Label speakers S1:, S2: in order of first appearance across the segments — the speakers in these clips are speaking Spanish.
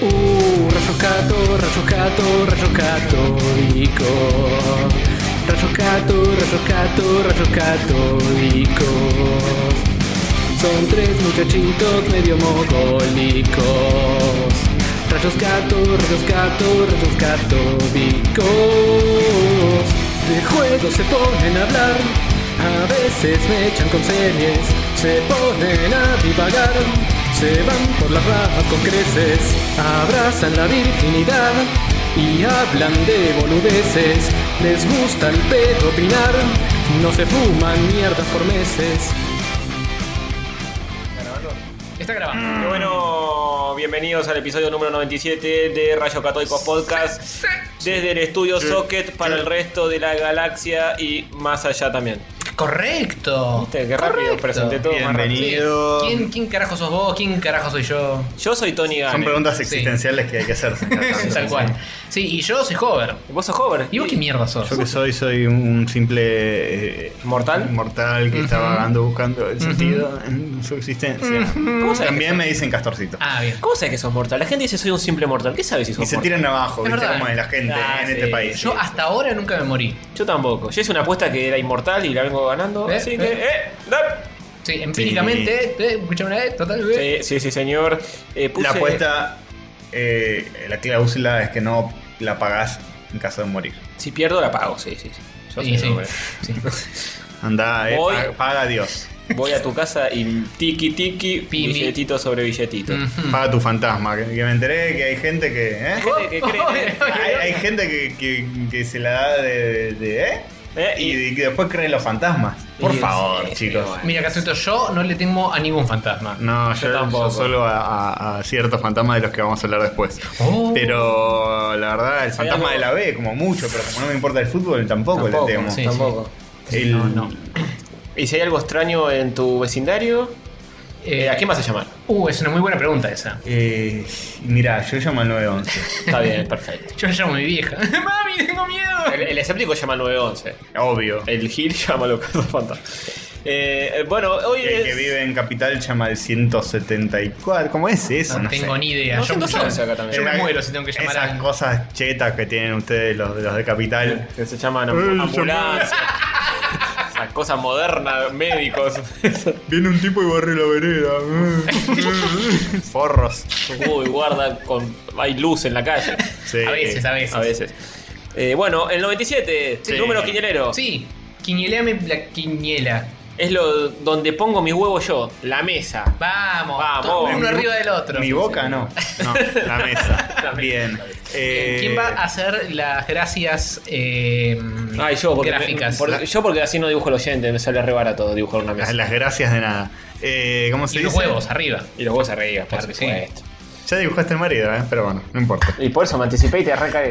S1: Uh, rayoscato, rayoscato, rayoscatólico. Rayoscato, rayoscato, rayoscatólicos. Son tres muchachitos medio mogólicos. Rayoscato, rayoscato, rayoscatólicos. De juegos se ponen a hablar. A veces me echan con series. Se ponen a divagar. Se van por las ramas con creces, abrazan la virginidad y hablan de boludeces. Les gusta el pedo opinar, no se fuman mierdas por meses.
S2: Está grabando.
S3: Y bueno, bienvenidos al episodio número 97 de Rayo Católico Podcast desde el estudio Socket para el resto de la galaxia y más allá también.
S2: Correcto.
S3: Viste, Qué rápido
S2: Correcto.
S3: presenté todo. más rápido.
S4: Bienvenido.
S2: ¿Quién, ¿Quién carajo sos vos? ¿Quién carajo soy yo?
S3: Yo soy Tony
S4: Son
S3: Gane.
S4: preguntas existenciales que hay que hacerse.
S2: Ah, Tal cual. Sí, y yo soy Hover.
S3: Vos sos joven.
S2: ¿Y vos qué mierda sos?
S4: Yo que soy, soy un simple. eh,
S3: ¿Mortal?
S4: Mortal que está vagando buscando el sentido en su existencia.
S3: ¿Cómo sabés que
S4: También
S3: sos-
S4: me dicen castorcito.
S2: Ah, bien.
S3: ¿Cómo sabes que sos mortal? La gente dice soy un simple mortal. ¿Qué sabes si
S4: Y
S3: sos
S4: se
S3: mortal?
S4: tiran abajo,
S2: Es
S4: ¿viste?
S2: verdad.
S4: Como de la gente
S3: Ah,
S4: en
S3: sí.
S4: este país.
S2: Yo hasta ahora nunca me morí.
S3: Yo tampoco. Yo hice una apuesta que era inmortal y la vengo ganando.
S2: Eh,
S3: así
S2: eh.
S3: que. ¡Eh! ¡Dap!
S2: Sí, empíricamente, eh, eh, escuchame una vez, total, eh.
S3: Sí, sí, sí, señor. Eh, puse-
S4: La apuesta, eh, la cláusula es que no la pagás en caso de morir.
S3: Si pierdo, la pago. Sí, sí. sí. Yo
S2: Sí,
S3: soy
S2: sí.
S3: hombre.
S2: Sí.
S4: Andá, eh,
S3: Voy.
S4: pa- paga a Dios.
S3: Voy a tu casa y tiki tiki,
S2: Pimi. Mm.
S3: billetito sobre billetito.
S2: Ujú.
S4: Paga tu fantasma. Que, que me enteré que hay gente que. ¿eh?
S3: Hay gente que cree-
S4: Hay, hay gente que, que- que se la da de. de- de- ¿eh?
S3: Eh,
S4: Y, y que después creen los fantasmas. eh, Por
S3: Sí,
S4: favor,
S3: sí,
S4: chicos.
S3: bueno.
S2: Mira, Castrito, yo no le temo a ningún fantasma.
S4: No, yo,
S3: Yo tampoco.
S4: yo solo a, a- a ciertos fantasmas de los que vamos a hablar después.
S2: Oh.
S4: Pero la verdad, el fantasma
S3: algo-
S4: de la B, como mucho, pero como no me importa el fútbol, tampoco,
S3: Tampoco,
S4: le temo.
S2: sí.
S3: Tampoco.
S4: El-
S2: No, no.
S3: ¿Y si hay algo extraño en tu vecindario? Eh,
S2: Eh,
S3: ¿A quién vas a llamar?
S2: Uh, es una muy buena pregunta esa.
S4: eh, mirá, yo llamo al 911.
S3: Está bien, perfecto.
S2: Yo llamo a mi vieja. ¡Mami, tengo miedo!
S3: El, el escéptico llama al 911.
S4: Obvio.
S3: El Gil llama a los fantasmas. Eh, eh, bueno, hoy
S4: El que
S3: es-
S4: vive en Capital llama al 174. ¿Cómo es eso?
S2: No, tengo
S4: sé.
S2: ni idea.
S3: No,
S2: yo,
S3: siento
S2: yo-
S3: salsa acá también.
S2: yo me
S4: Una-
S2: muero si tengo que llamar a
S4: Esas
S2: alguien.
S4: cosas chetas que tienen ustedes los, de- los de Capital.
S3: que se llaman
S4: Ey,
S3: ambu- ambulancia. Esa cosa moderna, médicos.
S4: Viene un tipo y barre la vereda. Forros.
S3: Uy, guarda, con, hay luz en la calle.
S4: Sí.
S2: A veces, a veces.
S3: A veces. Eh, bueno, el 97,
S4: Sí.
S3: número quinielero.
S2: Sí, quiñeleame la quiniela.
S3: Es lo donde pongo mis huevos yo, la mesa.
S2: Vamos,
S3: Vamos.
S2: todos uno
S3: Mi-
S2: arriba del otro.
S4: Mi boca no. No, la
S3: La mesa.
S4: mesa. Bien. Eh,
S2: ¿Quién va a hacer las gracias eh,
S3: Ay, yo porque,
S2: gráficas?
S3: porque-
S2: La-
S3: yo porque así no dibujo el oyente, me sale re barato dibujar una
S4: las,
S3: mesa.
S4: las gracias de nada. Eh, ¿Cómo se
S2: y los
S4: dice?
S2: huevos arriba.
S3: Y los huevos arriba, por
S2: Claro que
S3: supuesto.
S4: Ya dibujaste el marido, eh, pero bueno, no importa.
S3: Y por eso me anticipé y te arranca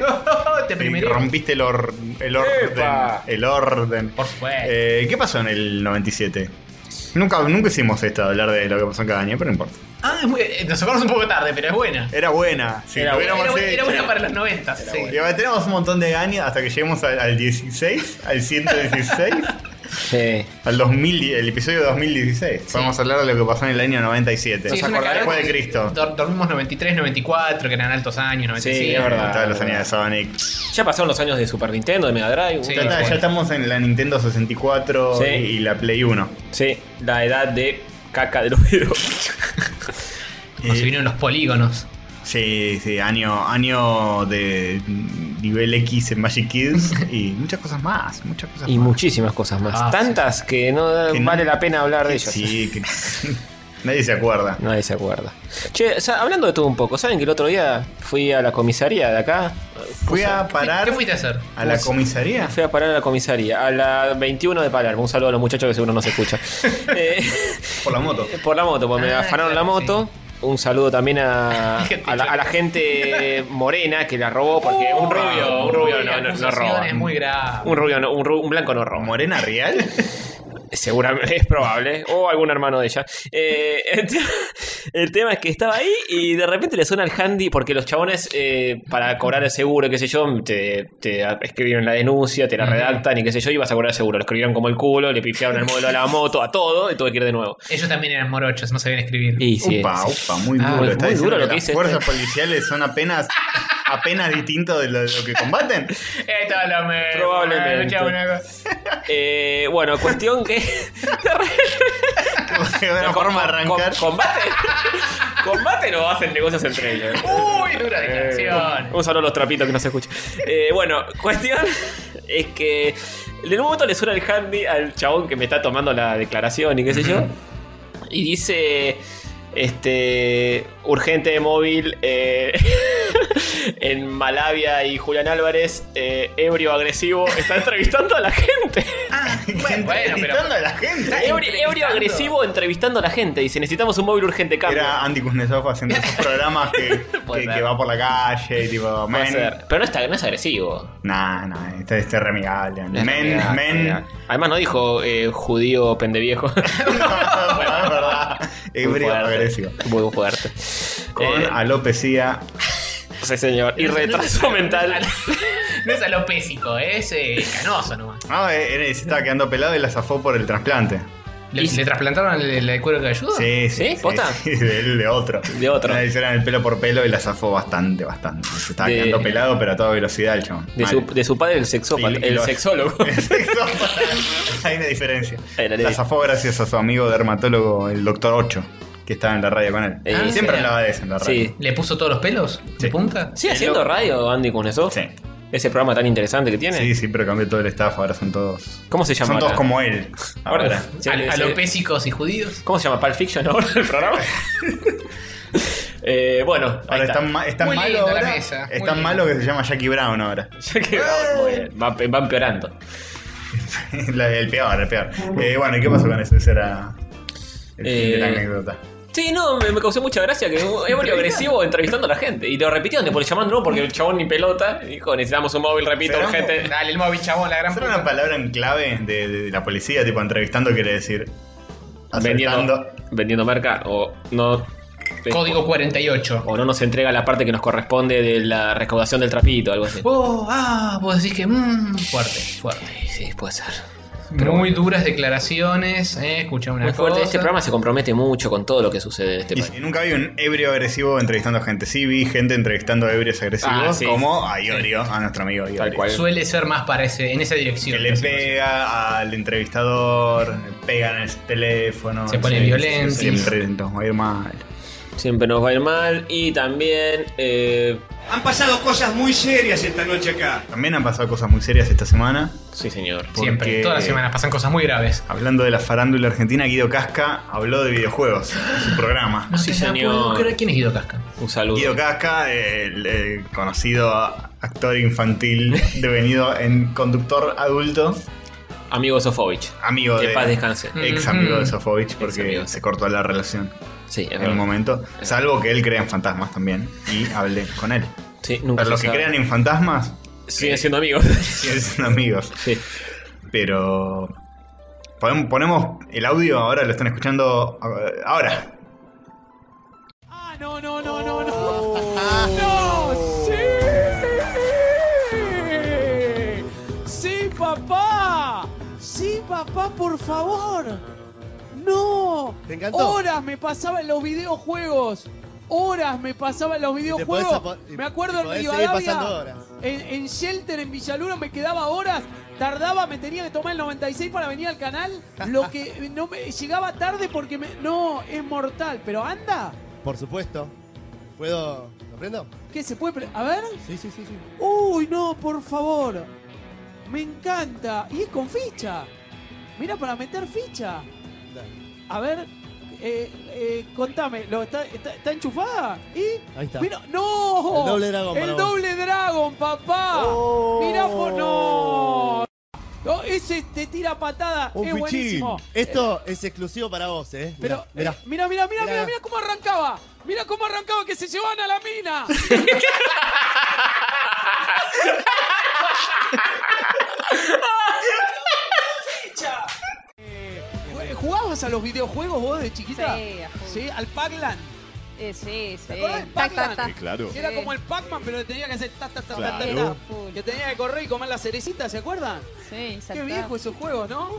S2: Te
S4: Y
S2: primeré.
S4: rompiste el, or- el orden.
S3: ¡Epa!
S4: El orden.
S2: Por supuesto.
S4: Eh, ¿Qué pasó en el 97? Nunca, nunca hicimos esto, hablar de lo que pasó en cada año, pero no importa.
S2: Ah, es muy- eh, nos acordamos un poco tarde, pero es buena.
S4: Era buena. Si
S3: Era
S4: lo
S2: Era,
S4: hubiéramos
S2: bu- era
S4: hecho.
S2: buena para los 90. sí.
S4: Y ahora tenemos un montón de años hasta que lleguemos al, al 16, al 116,
S3: Sí.
S4: al 2000, el episodio 2016. Podemos hablar de lo que pasó en el año 97.
S2: Sí, es una
S3: acordaremos
S2: cagada.
S4: después de Cristo.
S2: Dor- dormimos 93, 94, que eran altos años, 95.
S3: es verdad.
S4: Todos los años de Sonic.
S3: Ya pasaron los años de Super Nintendo, de Mega Drive.
S2: Sí.
S4: Ya, está-
S2: bueno.
S4: ya estamos en la Nintendo 64
S3: Sí.
S4: y, y la Play 1.
S3: Sí, la edad de caca de los dedos.
S2: Cuando se vinieron los polígonos.
S4: Sí, sí, año, año de nivel X en Magic Kids y muchas cosas más. Muchas cosas
S3: Y
S4: más.
S3: muchísimas cosas más.
S2: Ah,
S3: Tantas que no
S4: Que no-
S3: vale la pena hablar de ¿eh? ellas.
S4: Sí, que nadie se acuerda.
S3: Nadie se acuerda. Che, sa- hablando de todo un poco, ¿saben que el otro día fui a la comisaría de acá?
S4: Fui a parar
S2: ¿Qué fuiste a hacer?
S4: a la comisaría.
S3: Fui a parar a la comisaría, a la 21 de Palermo. Un saludo a los muchachos que seguro no se escuchan. Eh,
S4: Por la moto.
S3: por la moto, porque me
S2: Ah,
S3: afanaron
S2: claro,
S3: la moto. Un saludo también a, a, la, a la gente morena que la robó, porque un rubio, un rubio no, no- no roba.
S2: Uh, Es muy grave.
S3: Un rubio, no- un, ru- un blanco no roba.
S4: ¿Morena Real?
S3: Seguramente es probable. O algún hermano de ella. Eh, ent- El tema es que estaba ahí y de repente le suena el handy porque los chabones eh, para cobrar el seguro, qué sé yo, te, te escribieron la denuncia, te la redactan y qué sé yo, y vas a cobrar el seguro. Lo escribieron como el culo, le pifiaron el modelo a la moto, a todo, y tuve que ir de nuevo.
S2: Ellos también eran morochos, no sabían escribir.
S3: Y sí,
S4: Upa,
S3: sí.
S4: upa, muy
S3: Ah,
S4: duro.
S3: muy
S4: Está
S3: duro
S4: diciendo
S3: lo que
S4: las
S3: dice
S4: fuerzas policiales son apenas, apenas distintos de lo, de lo que combaten.
S2: Esto es lo mismo.
S3: Probablemente.
S2: Escuchá una cosa.
S3: Eh, bueno, cuestión que.
S4: De una forma de
S3: Com-
S4: arrancar.
S3: combate. combate no hacen negocios entre ellos.
S2: Uy, dura
S3: Eh,
S2: declaración.
S3: Vamos a hablar los trapitos que no se escucha. Eh, bueno, cuestión es que en un momento le suena el handy al chabón que me está tomando la declaración y qué sé yo. Y dice. Este. Urgente de móvil. eh, en Malavia y Julián Álvarez. eh, ebrio agresivo. Está entrevistando a la gente.
S4: Ah,
S2: Bueno,
S4: bueno,
S2: bueno, pero-
S4: a la gente.
S3: Ebrio, ebrio agresivo entrevistando a la gente. Dice: Necesitamos un móvil urgente, cambio.
S4: Era Andy Kuznetsov haciendo esos programas que,
S2: Puede
S4: que-
S2: ser.
S4: que va por la calle y tipo,
S3: Puede
S4: men.
S3: ser. Pero no, está, no es agresivo.
S4: Nah, nah, este este es remigable.
S3: No es
S4: Men,
S3: realidad,
S4: men.
S3: realidad. Además no dijo eh, judío pendeviejo.
S4: No, no, es verdad. Ebrio agresivo.
S3: Muy fuerte.
S4: Con
S3: Eh,
S4: alopecia.
S3: sí, señor. Y retraso mental.
S2: No es alopésico, es eh, canoso nomás.
S4: Ah, eh, eh, se estaba quedando pelado y la zafó por el trasplante.
S2: ¿Le,
S3: Y-
S2: le trasplantaron el, el cuero cabelludo?
S4: Sí,
S3: Ah, ¿Sí?
S4: sí.
S3: ¿Posta?
S4: de, de otro.
S3: De otro.
S4: Le hicieron el pelo por pelo y la zafó bastante, bastante. Se estaba
S3: De-
S4: quedando pelado, pero a toda velocidad el chabón.
S3: De
S4: Mal.
S3: su, de su padre el sexópata,
S4: Y- y
S3: el
S4: lo-
S3: sexólogo.
S4: El sexópata. Hay una diferencia.
S3: Ahí la leí.
S4: La zafó gracias a su amigo dermatólogo, el doctor 8, que estaba en la radio con él.
S3: Eh,
S4: Siempre
S2: ¿en serio?
S4: hablaba de eso en la radio.
S3: Sí.
S2: ¿Le puso todos los pelos de
S4: Sí.
S2: punta?
S3: ¿Sigue haciendo radio Andy Kuznetsov?
S4: Sí.
S3: Ese programa tan interesante que tiene.
S4: Sí, sí, pero cambió todo el staff, ahora son todos.
S3: ¿Cómo se llama?
S4: Son todos
S3: ahora?
S4: como él.
S3: Ahora-
S4: Ahora.
S3: Sí,
S2: Al-
S3: sí.
S2: alopésicos y judíos.
S3: ¿Cómo se llama? ¿Pulp Fiction ahora el programa? Eh, bueno, ahí
S4: Ahora
S3: está.
S4: están, ma- están
S2: Muy
S4: malos.
S2: linda la
S4: ahora.
S2: mesa, muy
S4: Están
S2: linda.
S4: malos que se llama Jackie Brown ahora.
S3: Ya que vamos, muy bien. va, va empeorando.
S4: La- el peor, el peor. Eh, bueno, ¿y qué pasó con eso? Esa era. El fin de
S3: Eh,
S4: la anécdota.
S3: Sí, no, me, me causó mucha gracia que es muy agresivo entrevistando a la gente. Y lo repitieron después llamándolo porque el chabón ni pelota. Dijo, necesitamos un móvil, repito,
S4: ¿Será?
S3: urgente.
S2: Dale, el móvil, chabón, la gran
S4: ¿Será
S2: puta.
S4: una palabra en clave de, de- de la policía, tipo entrevistando, quiere decir.
S3: Vendiendo,
S4: Acertando.
S3: vendiendo marca o no.
S2: Código 48.
S3: O no nos entrega la parte que nos corresponde de la recaudación del trapito, algo así.
S2: Oh, ah, vos decís que. Mmm, fuerte, fuerte.
S3: Sí, puede ser.
S2: muy duras declaraciones, eh, escuchá una
S3: Muy fuerte.
S2: cosa.
S3: Este programa se compromete mucho con todo lo que sucede en este
S4: Y
S3: país.
S4: si nunca vi un ebrio agresivo entrevistando gente. Sí, vi gente entrevistando a ebrios agresivos,
S3: Ah, sí.
S4: como a Iorio, a nuestro amigo Iorio.
S3: Tal cual.
S2: Suele ser más para ese, en esa
S4: Que
S2: dirección.
S4: le pega al entrevistador, pegan el teléfono.
S2: Se pone violento.
S4: Siempre nos va a ir mal.
S3: Siempre nos va a ir mal. Y también. eh,
S5: Han pasado cosas muy serias esta noche acá.
S4: Ah, También han pasado cosas muy serias esta semana.
S3: sí, señor.
S2: Siempre,
S4: porque-
S2: todas las semanas pasan cosas muy graves.
S4: Hablando de la farándula argentina, Guido Casca habló de videojuegos en su programa.
S2: No
S3: Sí,
S2: te la
S3: señor.
S2: puedo creer. ¿Quién es Guido Casca?
S3: Un saludo.
S4: Guido Casca, el, eh, conocido actor infantil devenido en conductor adulto,
S3: Amigo Sofovich.
S4: amigo
S3: Que
S4: de
S3: paz descanse.
S4: ex amigo de
S2: Mm.
S4: Sofovich porque
S3: amigo.
S4: se cortó la relación
S3: Sí, es
S4: en
S3: verdad.
S4: un momento, salvo que él crea en fantasmas también y hablé con él.
S3: Sí, nunca
S4: Pero los
S3: se
S4: que
S3: sabe.
S4: crean en fantasmas
S3: Siguen siendo amigos.
S4: siguen siendo amigos,
S3: Sí.
S4: pero podemos- ponemos el audio ahora, lo están escuchando eh, ahora.
S6: ¡Sí, papá! ¡Sí, papá, por favor! ¡No!
S7: ¿Te encantó?
S6: Horas me pasaba en los videojuegos. Horas me pasaba en los videojuegos.
S7: podés apa- y-
S6: Me acuerdo
S7: y
S6: en
S7: podés seguir pasando
S6: Rivadavia.
S7: horas.
S6: En, en Shelter, en Villaluro, me quedaba horas. Tardaba, me tenía que tomar el 96 para venir al canal. Lo que no me llegaba tarde porque me- no es mortal. Pero anda,
S7: Por supuesto. ¿Puedo? ¿Lo prendo?
S6: que se puede. pre- A ver.
S7: Sí, sí, sí, sí.
S6: Uy, no, por favor. Me encanta. Y es con ficha. Mira, para meter ficha.
S7: Dale.
S6: A ver, eh, eh, contame, ¿lo está, está, está enchufada? ¿Y?
S7: Ahí está.
S6: Mira, ¡No!
S7: El doble dragón
S6: El
S7: para vos.
S6: doble dragón, papá.
S7: Oh.
S6: Mirá, por... no. No, ese te tira patada.
S7: Un
S6: es
S7: fichín.
S6: buenísimo.
S7: Esto es exclusivo para vos, ¿eh?
S6: Pero, eh,
S7: Mirá,
S6: mirá, mirá, mirá, mirá, mirá,
S7: Mirá.
S6: cómo arrancaba. Mirá cómo arrancaba que se llevan a la mina. Eh, ¿Jugabas a los videojuegos vos de chiquita? Eh,
S8: Sí, a full.
S6: ¿Sí? ¿Al Pac-Land?
S8: Eh, sí, sí.
S6: ¿Te acordás del
S8: Tac, tac,
S6: Pac-Man?
S8: tac.
S9: Sí, claro.
S6: Que era
S8: Sí.
S6: como el Pac-Man, pero le tenía que hacer ta, ta, ta, ta, ta,
S9: Claro.
S8: Está
S6: ta.
S8: full.
S6: Que tenía que correr y comer la cerecita, ¿se acuerdan?
S8: Sí,
S6: Qué
S8: saltaba.
S6: viejo esos juegos, ¿no?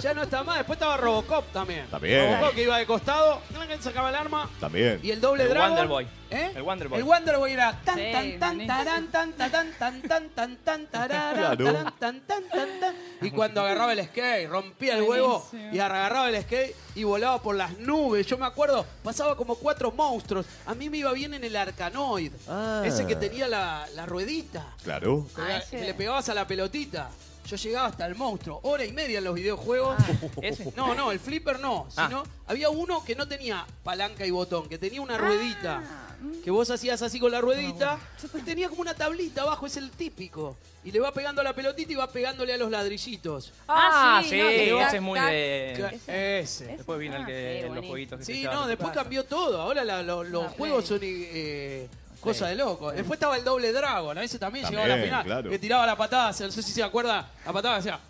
S6: ya no está más. Después estaba Robocop también.
S9: También.
S6: Robocop que iba de costado, sacaba el arma.
S9: También.
S6: Y el doble
S3: El
S6: Dragon.
S3: Wonder Boy.
S6: ¿Eh?
S3: El Wonder Boy.
S6: El Wonder Boy era tan
S8: Sí,
S6: tan tan
S8: maní.
S6: tarán tan tarán, tan tan tan tan tararán,
S9: Claro.
S6: tarán, tan tan tan tan y cuando agarraba el skate, rompía el huevo
S8: Buenísimo.
S6: y agarraba el skate y volaba por las nubes. Yo me acuerdo, pasaba como cuatro monstruos. A mí me iba bien en el Arcanoid,
S9: Ah.
S6: ese que tenía la, la ruedita.
S9: Claro.
S6: que
S8: Ah,
S6: era-
S8: ese.
S6: que le pegabas a la pelotita. Yo llegaba hasta el monstruo, hora y media en los videojuegos.
S3: Ese.
S6: No, no, el flipper no.
S3: Ah.
S6: Sino había uno que no tenía palanca y botón, que tenía una ruedita.
S8: mm.
S6: Que vos hacías así con la ruedita. y Tenía como una tablita abajo, es el típico. Y le va pegando a la pelotita y va pegándole a los ladrillitos.
S8: Ah,
S10: Ah,
S8: sí,
S10: sí,
S8: no, que tac,
S10: ese es muy
S8: tac.
S6: Cla-
S10: de.
S6: Ese.
S10: Después vino el
S8: Ah, sí,
S10: que los
S8: buenísimo.
S10: jueguitos que se
S6: Sí,
S10: llevaban a
S6: no,
S10: tu
S6: después
S10: casa.
S6: cambió todo. Ahora la- lo- los
S8: La
S6: juegos
S8: Play.
S6: son eh, cosa de loco. Después estaba el doble dragon, a ese también,
S9: También,
S6: llegaba a la final.
S9: claro.
S6: Que tiraba la patada, no sé si se acuerda, la patada hacía,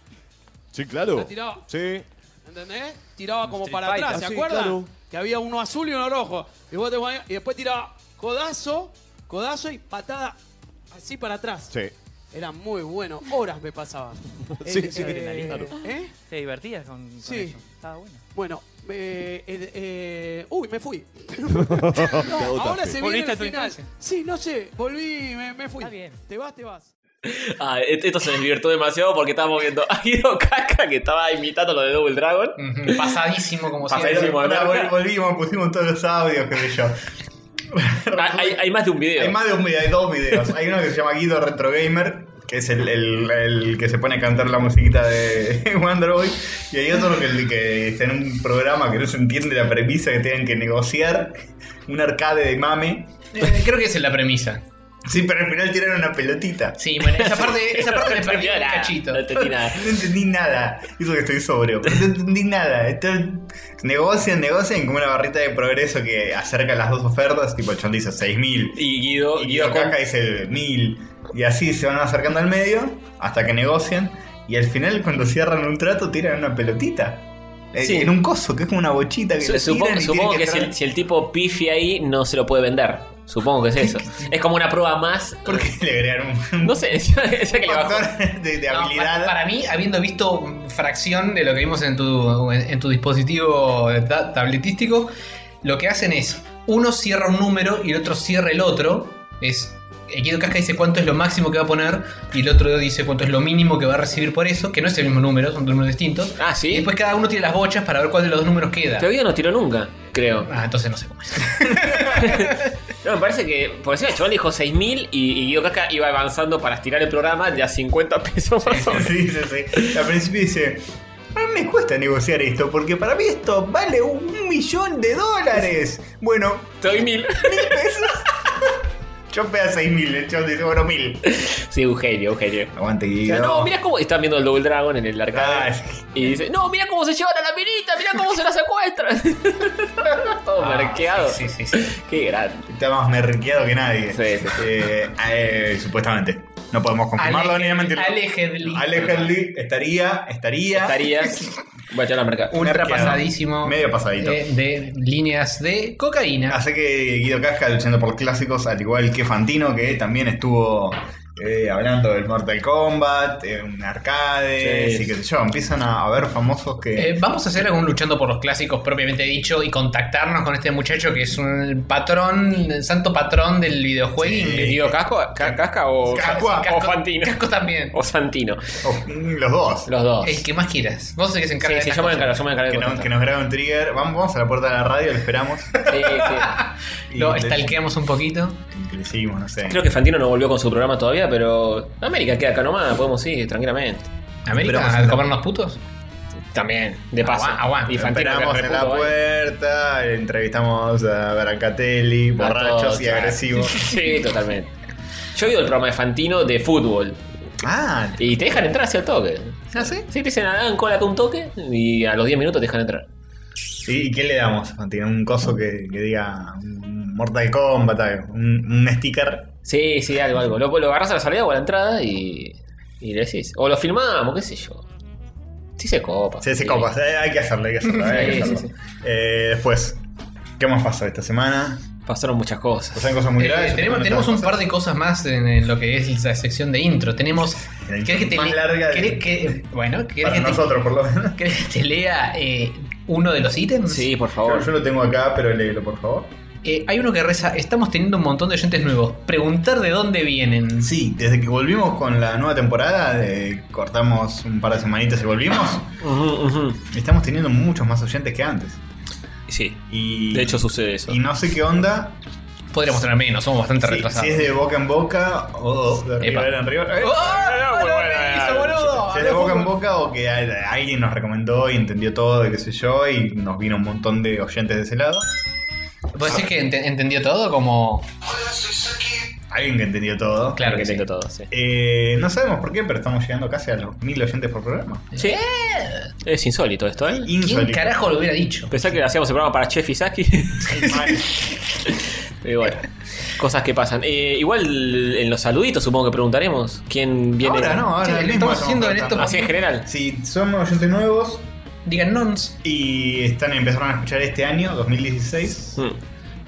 S9: Sí, claro.
S6: La tiró.
S9: Sí.
S6: ¿entendés? Tiraba como
S10: Street
S6: para
S10: Fighter.
S6: atrás, ¿se
S9: Ah, sí,
S6: acuerdan?
S9: claro.
S6: Que había uno azul y uno rojo. Y, vos te ponías- y después tiraba codazo, codazo y patada así para atrás.
S9: Sí.
S6: Era muy bueno, horas me pasaban.
S9: Sí,
S6: Eh,
S9: sí,
S6: eh,
S9: claro.
S6: ¿eh?
S10: ¿Te divertías con, con
S6: Sí.
S10: eso? Estaba bueno.
S6: Bueno, eh, eh, eh, uy, me fui.
S9: Te
S6: No, ahora
S9: agotaste.
S6: se viene
S10: ¿Volviste
S6: el
S10: a tu
S6: final.
S10: infancia?
S6: Sí, no sé, volví, me, me fui.
S10: Está bien.
S6: Te vas, te vas.
S3: Ah, et- esto se desvirtuó demasiado porque estábamos viendo a Guido Caca que estaba imitando lo de Double Dragon.
S2: Ujú, Pasadísimo como
S3: Pasadísimo.
S2: siempre.
S3: Bueno,
S4: Ahora
S3: bueno.
S4: vol- volvimos, pusimos todos los audios, qué sé yo.
S3: Ah, Hay, hay más de un video.
S4: Hay más de un video, hay dos videos. Hay uno que se llama Guido Retro Gamer, que es el, el- el que se pone a cantar la musiquita de Wonderboy. Y hay otro que, que está en un programa que no se entiende la premisa que tienen que negociar. Un arcade de mame.
S2: Eh, Creo que esa es la premisa.
S4: Sí, pero al final tiraron una pelotita.
S2: Sí, bueno, esa parte, esa parte me
S3: No
S2: perdió
S3: entendí
S2: el
S3: nada,
S2: cachito.
S3: No entendí nada.
S4: No entendí nada. Eso que estoy sobrio. Pero no entendí nada. Esto- negocian, negocian como una barrita de progreso que acerca las dos ofertas. Tipo, el chon dice 6.000.
S3: Y Guido,
S4: Y
S3: Guido
S4: Guido Caca dice 1000. Y así se van acercando al medio hasta que negocian. Y al final, cuando cierran un trato, tiran una pelotita. Eh,
S3: Sí.
S4: En un coso, que es como una bochita que
S3: Su-
S4: la
S3: supongo
S4: tiran y
S3: supongo
S4: tienen
S3: que,
S4: que
S3: si, el,
S4: traer-
S3: si el tipo pifia ahí, no se lo puede vender. Supongo que es eso. es como una prueba más.
S4: ¿Por qué le agregaron un,
S3: No sé, decía decía que le bajó.
S4: factor de, de
S2: No, pa-
S4: habilidad?
S2: para, mí, habiendo visto fracción de lo que vimos en tu, en, en tu dispositivo ta- tabletístico, lo que hacen es, uno cierra un número y el otro cierra el otro. Es, el Guido Casca dice cuánto es lo máximo que va a poner y el otro dice cuánto es lo mínimo que va a recibir por eso, que no es el mismo número, son dos números distintos.
S3: Ah, ¿sí?
S2: Y después cada uno tiene las bochas para ver cuál de los dos números queda.
S3: Pero Guido no tiró nunca, creo.
S2: Ah, entonces no sé cómo es.
S3: No, me parece que por encima el chaval dijo 6.000 y, y Guido Caca iba avanzando para estirar el programa de a 50 pesos más o menos.
S4: Sí, sí, sí. Al principio dice. A mí me cuesta negociar esto, porque para mí esto vale un millón de dólares. Bueno,
S3: Te doy 1.000.
S4: mil pesos. Yo pega seis mil, el chon dice, bueno, mil.
S3: Sí, Eugenio, Eugenio.
S4: Aguante, Guido.
S3: no, mira cómo están viendo el Double Dragon en el arcade.
S4: Ah, sí.
S3: Y dice, no, mira cómo se llevan a la minita, mira cómo se la secuestran. Todo marqueado.
S2: Ah, Sí, sí, sí.
S3: Qué grande.
S4: Está más merqueado que nadie.
S3: Sí, sí, sí.
S4: Eh, eh, supuestamente. No podemos confirmarlo ni mentirlo.
S2: Allegedly.
S4: Alex Henley estaría. Estaría.
S3: Estarías. Voy a echar la marca.
S2: Ultra
S4: merqueado.
S2: pasadísimo.
S4: Medio pasadito.
S2: De, de líneas de cocaína.
S4: Así que Guido Casca luchando por clásicos, al igual que Fantino, que también estuvo eh, hablando del Mortal Kombat, eh, un arcade,
S3: Sí.
S4: y qué sé yo. Empiezan a haber famosos que.
S2: Eh, vamos a hacer algún luchando por los clásicos propiamente dicho y contactarnos con este muchacho que es un patrón, el santo patrón del videojueguín.
S4: Sí.
S2: Que
S3: Eh,
S2: digo,
S3: ¿Digo casco, ca- casca o,
S4: Cascua.
S3: o Fantino?
S2: Casco también.
S3: O Santino.
S4: oh, mm, los dos.
S3: Los dos.
S2: El que más quieras. Vos es el que se
S3: Sí,
S2: encarga de
S3: sí,
S2: esas
S3: yo me
S2: cosas.
S3: encargo, yo me encargo de
S4: Que, no-
S3: contestar.
S4: que nos grabe un trigger. Vamos, vamos a la puerta de la radio, lo esperamos.
S3: Sí, sí.
S4: Y
S2: Lo
S4: le-
S2: stalkeamos un poquito.
S4: le seguimos, no sé.
S3: Creo que Fantino no volvió con su programa todavía, pero América queda acá nomás, podemos ir tranquilamente.
S2: ¿América?
S4: Esperamos
S2: ¿A
S4: en la-
S2: comernos putos? Eh,
S3: También, de paso.
S2: Agua- aguante.
S3: Y Fantino acá
S4: Esperamos en la
S3: reputo, ¿eh?
S4: puerta, entrevistamos a Brancatelli, borrachos
S3: todos,
S4: y
S3: claro.
S4: agresivos.
S3: Sí, totalmente. Yo he ido el programa de Fantino de fútbol.
S4: ah,
S3: Y te dejan entrar hacia el toque.
S4: ¿ah, sí?
S3: Sí, te dicen, hagan cola acá un toque y a los 10 minutos te dejan entrar.
S4: ¿Y qué le damos? Tiene un coso que, que diga un Mortal Kombat, algo, un, un sticker.
S3: Sí, sí, algo, algo. Lo, lo agarras a la salida o a la entrada y, y le decís. O lo filmamos, qué sé yo. Sí se copa.
S4: Sí, sí, copas, eh, hay que hacerlo, hay que hacerlo. hay que
S3: Sí, sí,
S4: hacerlo. Eh, después, ¿qué más pasó esta semana?
S3: Pasaron muchas cosas.
S4: Pasan cosas muy
S2: Eh,
S4: graves. se
S2: tenemos
S4: toman
S2: tenemos un
S4: otras
S2: par de cosas más en, en lo que es la sección de intro. Tenemos.
S4: El
S2: ¿Querés que te
S4: más
S2: le-
S4: larga de-
S2: querés que- Bueno,
S4: cosas.
S2: ¿querés
S4: Para
S2: que, te,
S4: nosotros, por lo menos.
S2: querés que te lea eh, uno de los ítems?
S3: Sí, por
S4: Yo,
S3: favor.
S4: yo lo tengo acá, pero léelo, por favor.
S2: Eh, hay uno que reza: Estamos teniendo un montón de oyentes nuevos. Preguntar de dónde vienen.
S4: Sí, desde que volvimos con la nueva temporada, de- cortamos un par de semanitas y volvimos,
S3: Ujú, ujú.
S4: estamos teniendo muchos más oyentes que antes.
S3: Sí.
S4: Y,
S3: De hecho sucede eso.
S4: Y no sé qué onda.
S2: Podríamos tener menos, somos bastante
S4: Si,
S2: retrasados.
S4: si es de boca en boca o de
S2: Epa.
S4: River en Eh, River.
S2: ¡Oh! ¡No lo hizo, boludo!
S4: Si es de boca en boca o que a- alguien nos recomendó y entendió todo, y qué sé yo, y nos vino un montón de oyentes de ese lado.
S2: ¿Vos decís que ente- entendió todo? Como.
S4: Alguien que entendió todo.
S2: Claro que sí.
S3: Entiendo todo, sí.
S4: Eh, no sabemos por qué, pero estamos llegando casi a los mil oyentes por programa.
S3: Sí. Eh. Es insólito esto, ¿eh?
S2: ¿Quién
S4: Insólito.
S2: carajo lo hubiera dicho?
S3: Pensá que hacíamos el programa para Chef y Saki.
S4: Mal.
S3: Pero bueno, cosas que pasan. Eh, igual en los saluditos supongo que preguntaremos quién viene.
S4: Ahora no, ahora
S2: Sí, lo
S4: mismo
S2: estamos
S4: estamos
S2: haciendo en
S4: tratando.
S2: estos-
S3: Así en general.
S4: Si son oyentes nuevos
S2: Digan nons.
S4: y están empezaron a escuchar este año, 2016,
S3: Mm.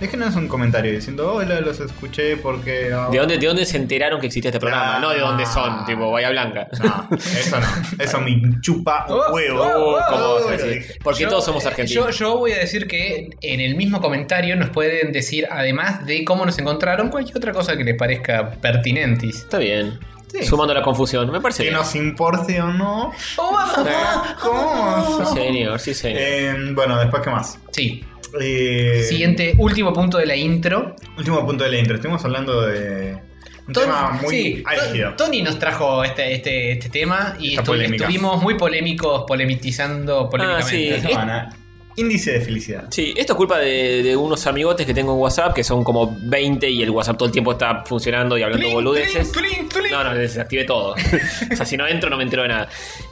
S4: déjenos un comentario diciendo, hola, los escuché porque... ah,
S3: ¿De dónde, ¿De dónde se enteraron que existía este programa?
S4: Ah.
S3: No de dónde son, tipo Bahía Blanca.
S4: No, eso no. Eso me chupa un
S2: Oh,
S4: huevo.
S2: oh,
S3: Oh, ¿cómo
S4: Oh,
S3: vas a
S4: lo
S3: decir?
S4: dije. eh,
S3: Porque
S2: Yo- eh,
S3: todos somos argentinos.
S2: Yo, yo voy a decir que en el mismo comentario nos pueden decir, además de cómo nos encontraron, cualquier otra cosa que les parezca pertinentis.
S3: Está bien.
S4: Sí.
S3: Sumando la confusión, me parece
S4: Que
S3: bien.
S4: nos importe o no.
S2: Oh, ah,
S3: Sí,
S4: ¿Cómo?
S3: señor, sí, señor.
S4: Eh, bueno, después, ¿qué más?
S2: Sí.
S4: Eh,
S2: Siguiente, último punto de la intro.
S4: Último punto de la intro. Estuvimos hablando de un
S2: Ton-
S4: tema muy
S2: sí, Ton-
S4: álgido.
S2: Tony nos trajo este, este, este tema y
S4: Esta
S2: estu-
S4: polémica.
S2: estuvimos muy polémicos,
S3: Ah,
S2: polemitizando polémicamente.
S3: Eh,
S4: Esta semana, Índice de felicidad.
S3: Sí, esto es culpa de, de unos amigotes que tengo en WhatsApp, que son como 20 y el WhatsApp todo el tiempo está funcionando y hablando
S2: Tling,
S3: boludeces.
S2: tling, tling, tling.
S3: No, no, desactivé todo. o sea, si no entro, no me entero de nada.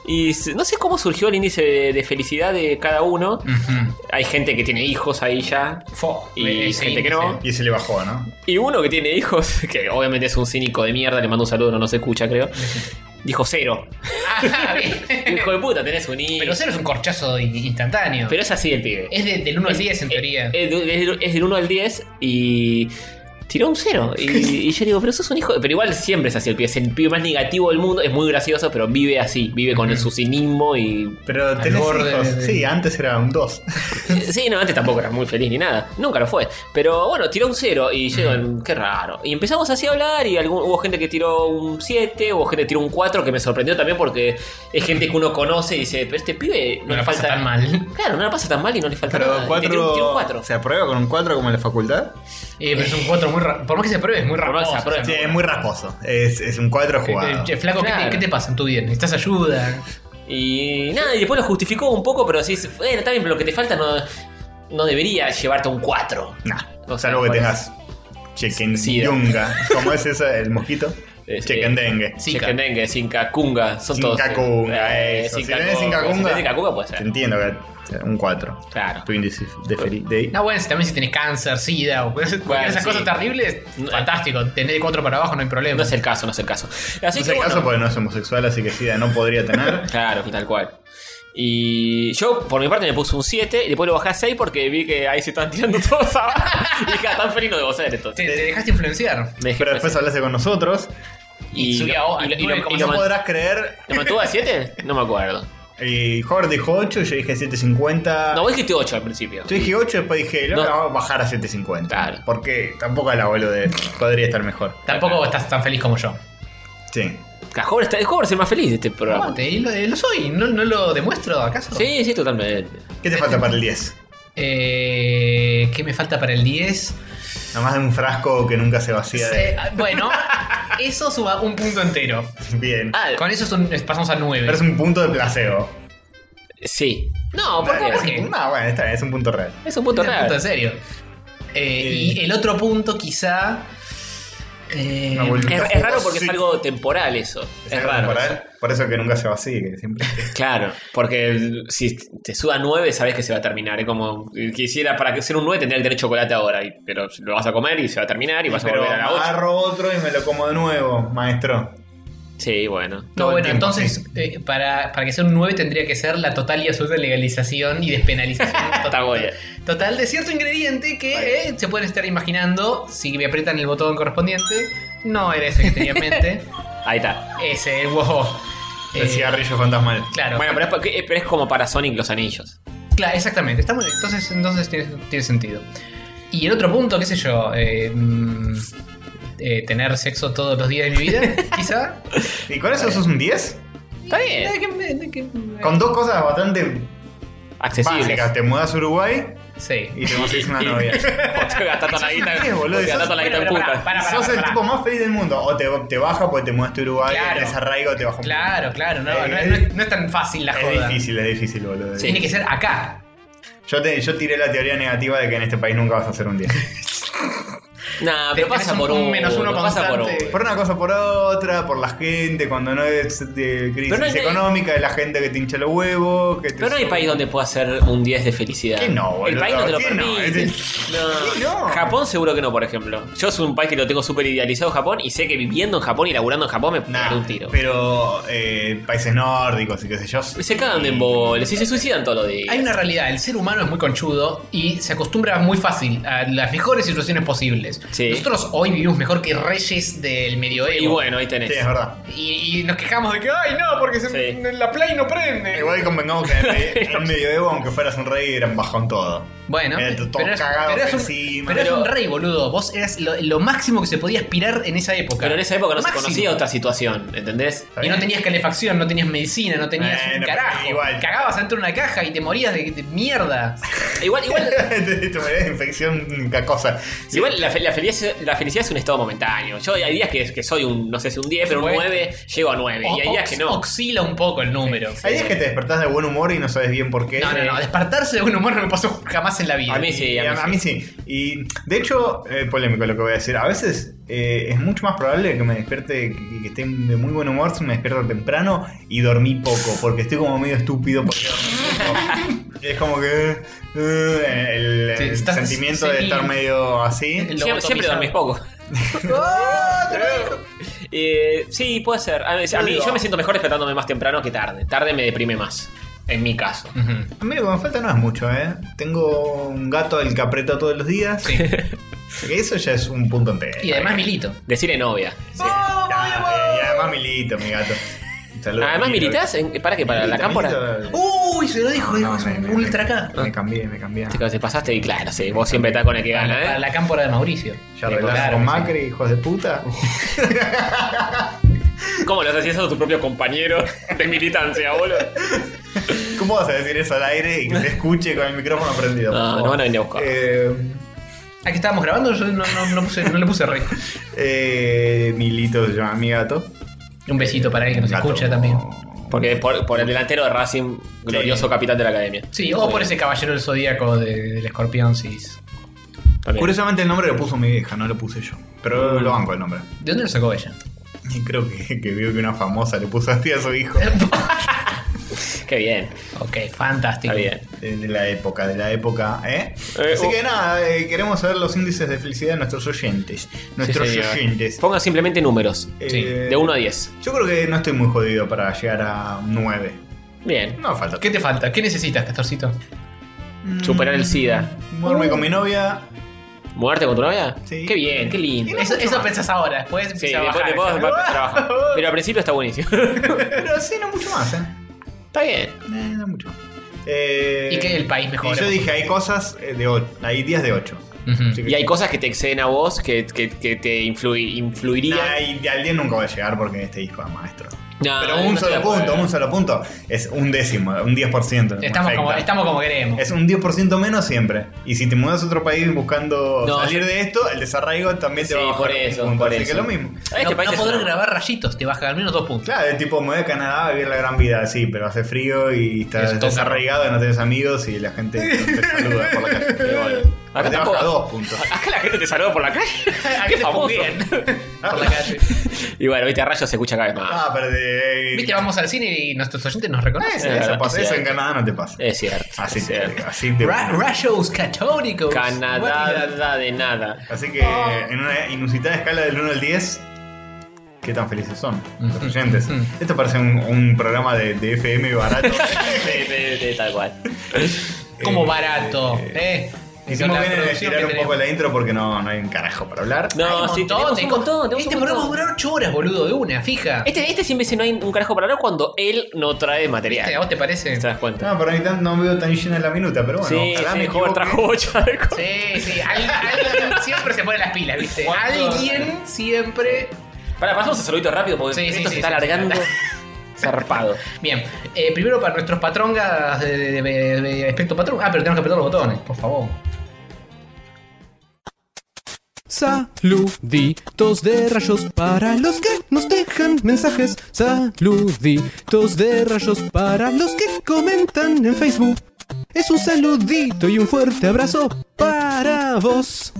S3: Y s- no sé cómo surgió el índice de, de felicidad de cada uno.
S4: Mm.
S2: Ujú.
S3: Hay gente que tiene hijos ahí ya.
S2: Fo,
S3: Y
S2: eh,
S3: gente que no.
S4: Y se le bajó, ¿no?
S3: Y uno que tiene hijos, que obviamente es un cínico de mierda, le mando un saludo, no nos escucha, creo. Dijo cero.
S2: Ah, bien.
S3: Hijo de puta, tenés un hijo.
S2: Pero cero es un corchazo in- instantáneo.
S3: Pero es así el pibe.
S2: es de- del 1 al 10 en teoría.
S3: Es, de- es del 1 al 10 y tiró un 0. Y, y yo digo, pero sos un hijo. de-". Pero igual siempre es así el pibe. Es el pibe más negativo del mundo. Es muy gracioso, pero vive así. Vive con el su cinismo y.
S4: Pero
S2: Al
S4: tenés
S2: borde
S4: hijos.
S2: de-
S4: Sí, antes era un 2.
S3: Sí, no, antes tampoco era muy feliz ni nada. Nunca lo fue. Pero bueno, tiró un 0 y yo digo, qué raro. Y empezamos así a hablar y algún- hubo gente que tiró un 7, hubo gente que tiró un 4, que me sorprendió también porque es gente que uno conoce y dice, pero este pibe no,
S2: no
S3: le
S2: la
S3: falta.
S2: pasa tan mal.
S3: Claro, no le pasa tan mal y no le falta
S4: Pero
S3: nada. Y tiró, un- tiró un 4.
S4: 4. ¿Se aprueba con un 4 como en la facultad?
S2: Eh, pero es un 4 muy ra- Por más que se pruebe, es muy
S3: Por más que
S2: raposo.
S3: se apruebe.
S4: Sí, es muy rasposo. Es, es un 4
S2: o sea,
S4: jugado.
S2: eh, che, flaco, ¿qué te-
S3: Claro.
S2: ¿qué, te, pasa en tu vida? ¿Necesitas ayuda?
S3: Y nada, y después lo justificó un poco, pero decís, bueno, está bien, pero lo que te falta no, no debería llevarte un 4.
S4: Nah,
S3: O sea,
S4: salvo que
S3: por
S4: tengas chequen
S3: Sí, da.
S4: yunga. ¿Cómo es esa? El mosquito.
S3: Es,
S4: Chequen
S3: eh,
S4: dengue.
S2: Zika.
S3: Chequendengue, Sincacunga, son todos.
S4: Sincacunga,
S3: eh,
S4: eso. Si
S3: Sincacunga.
S4: tenés Sincacunga,
S3: Si tenés Sincacunga, puede
S4: Te
S3: ser.
S4: entiendo que un 4.
S3: Claro.
S4: Tu índice de felicidad.
S2: No, bueno, si también si tenés cáncer, sida o cualquier- cualquier de esas
S3: sí.
S2: cosas terribles,
S3: No, eh.
S2: fantástico. Tenés de 4 para abajo, no hay problema.
S3: No es el caso, no es el caso. Así
S4: No es
S3: que
S4: el
S3: bueno.
S4: caso porque no es homosexual, así que SIDA no podría tener.
S3: Claro, tal cual. Y yo, por mi parte, me puse un 7 y después lo bajé a 6 porque vi que ahí se están tirando todos abajo. y dije, ah, tan feliz no debo ser
S2: te,
S3: entonces.
S2: te dejaste influenciar.
S3: Me dejé
S4: Pero después
S3: crecer.
S4: hablaste con nosotros
S2: y
S3: y,
S2: subí
S3: lo-
S2: a-
S3: y, lo-
S2: a
S3: y lo- y
S4: y
S3: lo
S4: no
S3: man-
S4: podrás creer.
S3: ¿lo mantuve a 7? No me acuerdo.
S4: Y Jorge dijo 8, yo dije 750.
S3: No, vos dijiste 8 al principio.
S4: yo dije 8, después dije, no,
S3: No.
S4: no, vamos a bajar a 750.
S3: Claro.
S4: Porque tampoco a la boludez. Podría estar mejor.
S2: Tampoco estás tan feliz como yo.
S4: Sí.
S3: Claro, Hover está, Hover es el más feliz de este programa.
S2: Aguante, y lo, eh, lo soy, ¿No, no lo demuestro acaso?
S3: Sí, sí, totalmente.
S4: ¿Qué te falta para el 10?
S2: Eh, ¿Qué me falta para el 10?
S4: Nada más de un frasco que nunca se vacía.
S2: Se-
S4: de-
S2: ah, bueno, eso suba un punto entero.
S4: Bien.
S3: Ah,
S2: Con eso es un- pasamos a 9.
S4: Pero es un punto de placebo.
S3: sí. No, ¿por
S4: Es un-
S3: qué?
S4: No, bueno, está bien, es un punto real.
S3: Es un punto raro.
S2: en serio. Eh, y el otro punto quizá... eh,
S4: No, boludo.
S3: Es, es raro porque
S4: Sí.
S3: es algo temporal eso. Es,
S4: algo
S3: raro.
S4: temporal, Por eso que nunca se vacía, que siempre.
S3: Claro, porque el- si te suda 9 sabes que se va a terminar. Es como eh, quisiera, para que ser un 9 tendría que tener chocolate ahora, y- pero lo vas a comer y se va a terminar y vas a
S4: Pero
S3: volver a la 8.
S4: agarro otro y me lo como de nuevo, maestro.
S3: Sí, bueno.
S2: No,
S4: Todo el
S2: bueno,
S4: tiempo,
S2: entonces eh, para, para que sea un 9 tendría que ser la total y absoluta legalización y despenalización
S3: Está
S2: total,
S3: muy bien.
S2: total de cierto ingrediente que eh, se pueden estar imaginando si me aprietan el botón correspondiente. No era ese que tenía en mente.
S3: Ahí está.
S2: Ese, el wow.
S4: El cigarrillo fantasmal.
S2: Claro,
S3: Bueno, pero es, porque- eh, pero es como para Sonic los anillos.
S2: Claro, exactamente, está muy bien. Entonces, entonces tiene, tiene sentido. Y el otro punto, qué sé yo, eh, mm, eh, tener sexo todos los días de mi vida, quizá.
S4: ¿Y con eso sos un 10?
S3: Está bien.
S2: Eh, que- eh, que-
S4: Con dos cosas bastante
S3: Accesibles.
S4: básicas. Te mudas a Uruguay
S2: Sí.
S4: y te conseguís una
S3: Y-
S4: novia.
S3: O te gastas toda la guita.
S4: Sí, boludo,
S3: o te
S4: sos-
S3: gastas toda la guita en
S2: Bueno, pero
S3: puta.
S2: pará, pará,
S4: Sos el
S2: pará.
S4: tipo más feliz del mundo. O te, te baja porque te mudaste a Uruguay,
S2: Claro.
S4: te desarraigo, te baja un
S2: Claro, claro, no,
S4: Eh,
S2: no, es- no es, no es tan fácil la
S4: Es
S2: joda.
S4: difícil, es difícil, boludo.
S2: Tiene que ser acá.
S4: Yo, te, yo tiré la teoría negativa de que en este país nunca vas a ser un 10.
S3: Nah,
S2: Te-
S3: pero pasa
S2: tenés
S3: por
S2: un
S3: uno.
S2: menos uno
S3: pasa por uno.
S2: constante.
S4: por una cosa, por otra, por la gente, cuando no es de crisis
S3: Pero no hay-
S4: económica, de la gente que te hincha los huevos. Que te-
S3: Pero no hay país donde pueda ser un 10 de felicidad.
S4: ¿Qué no, boludo?
S3: El país no te lo
S4: ¿Qué no?
S3: permite.
S4: ¿Qué
S3: No.
S4: no?
S3: Japón seguro que no, por ejemplo. Yo soy un país que lo tengo súper idealizado, Japón, y sé que viviendo en Japón y laburando en Japón me
S4: Nah,
S3: pegaré un tiro.
S4: Pero eh, países nórdicos y qué sé yo.
S3: Se cagan de emboles y se suicidan todos los días.
S2: Hay una realidad, el ser humano es muy conchudo y se acostumbra muy fácil a las mejores situaciones posibles.
S3: Sí.
S2: Nosotros hoy vivimos mejor que reyes del medioevo.
S3: Y bueno, ahí tenés.
S4: Sí, es verdad.
S2: Y, y nos quejamos de que, ay, no, porque se-
S3: Sí.
S2: la Play no prende.
S4: Igual convengamos que en el- en el medioevo, aunque fueras un rey, eran bajón todo.
S2: Bueno,
S4: Era todo
S2: pero, eras-
S4: cagado
S2: pero eras un,
S4: encima.
S2: pero eras
S3: Pero-
S2: un rey, boludo. Vos eras lo, lo máximo que se podía aspirar en esa época.
S3: Pero en esa época no
S2: Máximo.
S3: se conocía otra situación, ¿entendés?
S4: ¿Está
S2: Y no
S4: bien?
S2: tenías calefacción, no tenías medicina, no tenías
S4: Bueno,
S2: un
S4: pero
S2: carajo.
S4: igual.
S2: Cagabas dentro de una caja y te morías de, de mierda.
S3: Igual, igual,
S4: Te- te morías de infección, cacosa.
S3: igual la, fe- la felicidad, la felicidad es un estado momentáneo. Yo hay días que, que soy un, no sé si un 10, pero un
S2: Bueno.
S3: 9, llego a 9. y hay días
S2: Ox-
S3: que no.
S2: Oscila un poco el número.
S4: Hay días que te despertás de buen humor y no sabes bien por qué.
S2: No, no, no. Despertarse de buen humor no me pasó jamás en la
S3: Eh.
S2: vida.
S3: A mí sí,
S4: Y a, a mí sí. Y de hecho, eh, polémico lo que voy a decir. A veces eh, es mucho más probable que me despierte y que esté de muy buen humor si me despierto temprano y dormí poco, porque estoy como medio estúpido. Porque dormí poco. es como que eh, el,
S2: Sí,
S4: el
S2: estás
S4: sentimiento de
S2: senil.
S4: estar medio así.
S2: El-
S3: Siempre, siempre
S2: lobotomizado.
S3: dormís poco.
S2: ¡Oh,
S3: Eh, sí, puede ser. A, a mí yo me siento mejor despertándome más temprano que tarde. Tarde me deprime más, en mi caso.
S2: Ujú.
S4: A mí lo que me falta no es mucho, ¿eh? Tengo un gato al que aprieto todos los días.
S2: Sí.
S4: Que Eso ya es un punto entero.
S2: Y además milito.
S3: Decirle novia.
S4: Ah, eh, y además milito, mi gato. Saludos,
S3: Además,
S4: Milito.
S3: militas en- ¿Para qué? ¿Para la
S4: Milito,
S3: cámpora?
S4: Milito,
S2: Uy, se lo dijo, dijo,
S4: No,
S2: es
S4: me-
S2: un
S4: me-
S2: ultra acá.
S4: Me cambié, me cambié.
S3: Chicos, te pasaste y claro, sí, vos siempre estás con el que
S2: Para la- para
S3: gana, ¿eh?
S2: la cámpora de Mauricio.
S4: Ya
S2: Dijo,
S4: arreglaron
S2: claro,
S4: con
S2: sí.
S4: Macri, hijos de puta.
S3: ¿Cómo lo haces eso a tu propio compañero de militancia, boludo?
S4: ¿Cómo vas a decir eso al aire y que se escuche con el micrófono prendido? por
S3: No,
S4: favor?
S3: no van a venir a buscar.
S4: Eh,
S2: Aquí Ah, estábamos grabando, yo no, no- no puse- no le puse rey.
S4: eh, Milito se llama mi gato.
S2: Un besito para él que nos
S4: Gato.
S2: escucha también.
S3: Porque por, por el delantero de Racing, glorioso capitán de la academia.
S2: Sí, o por ese caballero del zodíaco de- del escorpión, sí.
S3: También.
S4: Curiosamente el nombre lo puso mi vieja, no lo puse yo. Pero lo banco el nombre.
S2: ¿De dónde lo sacó ella?
S4: Y creo que, que vio que una famosa le puso así a su hijo.
S3: Qué bien,
S2: Ok, fantástico.
S3: está bien.
S4: De la época, de la época, ¿eh?
S3: Eh,
S4: Así
S3: oh.
S4: que nada, eh, queremos saber los índices de felicidad de nuestros oyentes. Nuestros
S3: Sí, señor.
S4: oyentes.
S3: Ponga simplemente números.
S2: Sí,
S4: Eh,
S3: De 1 a 10.
S4: Yo creo que no estoy muy jodido para llegar a 9.
S3: Bien.
S4: No falta.
S2: ¿Qué te falta? ¿Qué necesitas, Castorcito?
S3: Superar el SIDA. Uh.
S4: Muerme con mi novia.
S3: ¿Mudarte con tu novia?
S4: Sí.
S3: Qué bien, qué lindo.
S2: Eso, eso pensás ahora, después
S3: Sí,
S2: empieza a
S3: después te
S2: bajar.
S3: puedo
S2: ¿sabes?
S3: trabajar. Pero al principio está buenísimo.
S4: Pero sí, no mucho más, ¿eh?
S3: está bien.
S4: Eh, no mucho más. Eh,
S2: Y que el país mejore.
S4: Y yo dije, hay cosas eh, de 8. Hay días de 8.
S2: Ujú.
S4: Así que-
S3: Y hay cosas que te exceden a vos que, que- que te influi- influirían.
S4: Nah, y al 10 nunca voy a llegar porque este disco es maestro.
S3: Nah,
S4: Pero
S3: Ah, no
S4: un
S3: estoy de
S4: solo punto,
S3: acuerdo.
S4: un solo punto. Es un décimo, un 10%. me
S2: Estamos como,
S4: afecta.
S2: estamos como queremos.
S4: Es un 10% menos siempre. Y si te mudas a otro país buscando
S3: No,
S4: salir
S3: yo-
S4: de esto, el desarraigo también te
S3: Sí,
S4: va a bajar
S3: por
S4: un
S3: eso,
S4: punto.
S3: por
S4: Así
S3: eso.
S4: que lo mismo.
S3: Este
S2: no
S3: país
S2: no
S3: es
S2: podrás
S3: una-
S2: grabar rayitos, te baja al menos dos puntos.
S4: Claro, es tipo, me voy a Canadá a vivir la gran vida, sí, pero hace frío y
S2: Es
S4: estás
S2: toca.
S4: desarraigado y no tenés amigos y la gente no te saluda por la calle. Pero bueno,
S3: Acá
S4: acá te baja
S3: tampoco.
S4: dos puntos.
S3: Acá la gente te saluda por la calle.
S2: Acá
S3: Qué
S2: Ah, te
S3: famoso.
S2: putean por la calle.
S3: Y bueno, viste, a rayos se escucha cada vez más.
S4: Ah, pero de...
S2: Viste, vamos al cine y nuestros oyentes nos reconocen.
S4: Sí, eso, pasa,
S3: Es
S4: eso en
S3: cierto.
S4: Canadá no te pasa.
S3: Es cierto.
S4: Así
S3: es
S4: te
S3: cierto.
S4: así te
S2: Ra- Rayos católicos.
S3: Canadá
S2: Guarda.
S3: nada de nada.
S4: Así que en una inusitada escala del 1 al 10, qué tan felices son los oyentes. Esto parece un, un programa de, de FM barato.
S3: De- de- de tal cual.
S2: Como
S4: Eh,
S2: barato, ¿eh?
S4: Hicimos
S2: Con la
S4: bien en
S2: producción que
S4: estirar un poco
S2: tenemos.
S4: la intro porque no, no hay un carajo para hablar.
S3: No,
S2: Hay un
S3: sí,
S2: montón,
S3: tenemos un montón. tenemos
S2: Este
S3: un
S2: programa
S3: montón.
S2: dura 8 horas, boludo, de una, fija.
S3: Este, este siempre dice no hay un carajo para hablar cuando él no trae
S2: ¿Viste? ¿A
S3: material.
S2: vos te parece?
S3: ¿Te das cuenta?
S4: No, pero ni tan- no veo tan llena la minuta, pero bueno,
S3: sí,
S4: ojalá me
S3: sí, Hover
S4: equivoque.
S3: trajo ocho algo.
S2: Sí, sí, al- alguien siempre se pone las pilas, ¿viste?
S3: ¿Cuánto?
S2: Alguien siempre.
S3: Para, pasamos un saludito rápido porque
S2: Sí, sí,
S3: esto
S2: sí,
S3: se está
S2: sí,
S3: alargando. Zarpado.
S2: Bien, eh, primero para nuestros patrongas de, de, de- de aspecto patrón. Ah, pero tenemos que apretar los botones, por favor.
S1: Saluditos de rayos para los que nos dejan mensajes. Saluditos de rayos para los que comentan en Facebook. Es un saludito y un fuerte abrazo para vos.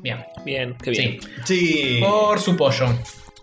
S2: Bien,
S3: Bien, qué bien.
S2: sí.
S4: Sí.
S3: Oh,
S2: Por su pollo.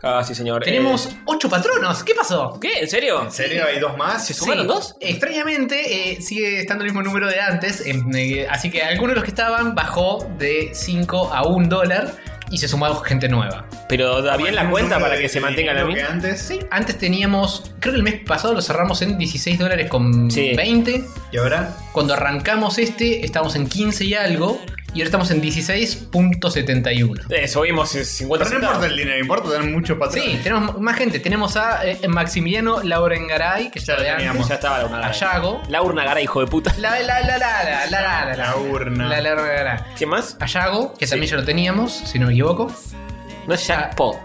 S3: Ah, sí, señor.
S2: Tenemos
S3: Eh,
S2: 8 patronos. ¿Qué pasó?
S3: ¿Qué? ¿En serio?
S4: ¿En serio hay dos más?
S3: ¿Se sumaron
S2: Sí.
S3: dos?
S2: Extrañamente eh, sigue estando el mismo número de antes, em, eh, así que alguno de los que estaban bajó de 5 a 1 dólar y se sumó gente nueva.
S3: Pero da bien la
S4: Como el
S3: cuenta
S4: número
S3: para
S4: de-
S3: que se
S4: de
S3: mantenga la
S4: dinero que
S3: misma.
S4: antes.
S2: Sí, antes teníamos, creo que el mes pasado lo cerramos en 16 dólares con
S3: Sí.
S2: 20.
S4: ¿Y ahora?
S2: Cuando arrancamos este estábamos en 15 y algo y ahora estamos en 16.71.
S3: Eh, subimos 50
S4: Pero no importa
S3: centavos.
S4: el dinero, importa tener muchos patrones.
S2: Sí, tenemos m- más gente. Tenemos a eh, Maximiliano Laurengaray, que
S4: Ya
S2: está de
S4: lo
S2: antes,
S4: teníamos.
S3: Ya estaba la urna
S2: a
S3: gara.
S2: Yago.
S3: La urna gara, hijo de puta.
S2: La, la, la, la, la, la, la, la,
S4: La urna.
S2: La, la, la, la, la.
S3: ¿Qué más?
S2: a Yago, que también ya lo teníamos, si no me equivoco.
S3: No es Jack Po.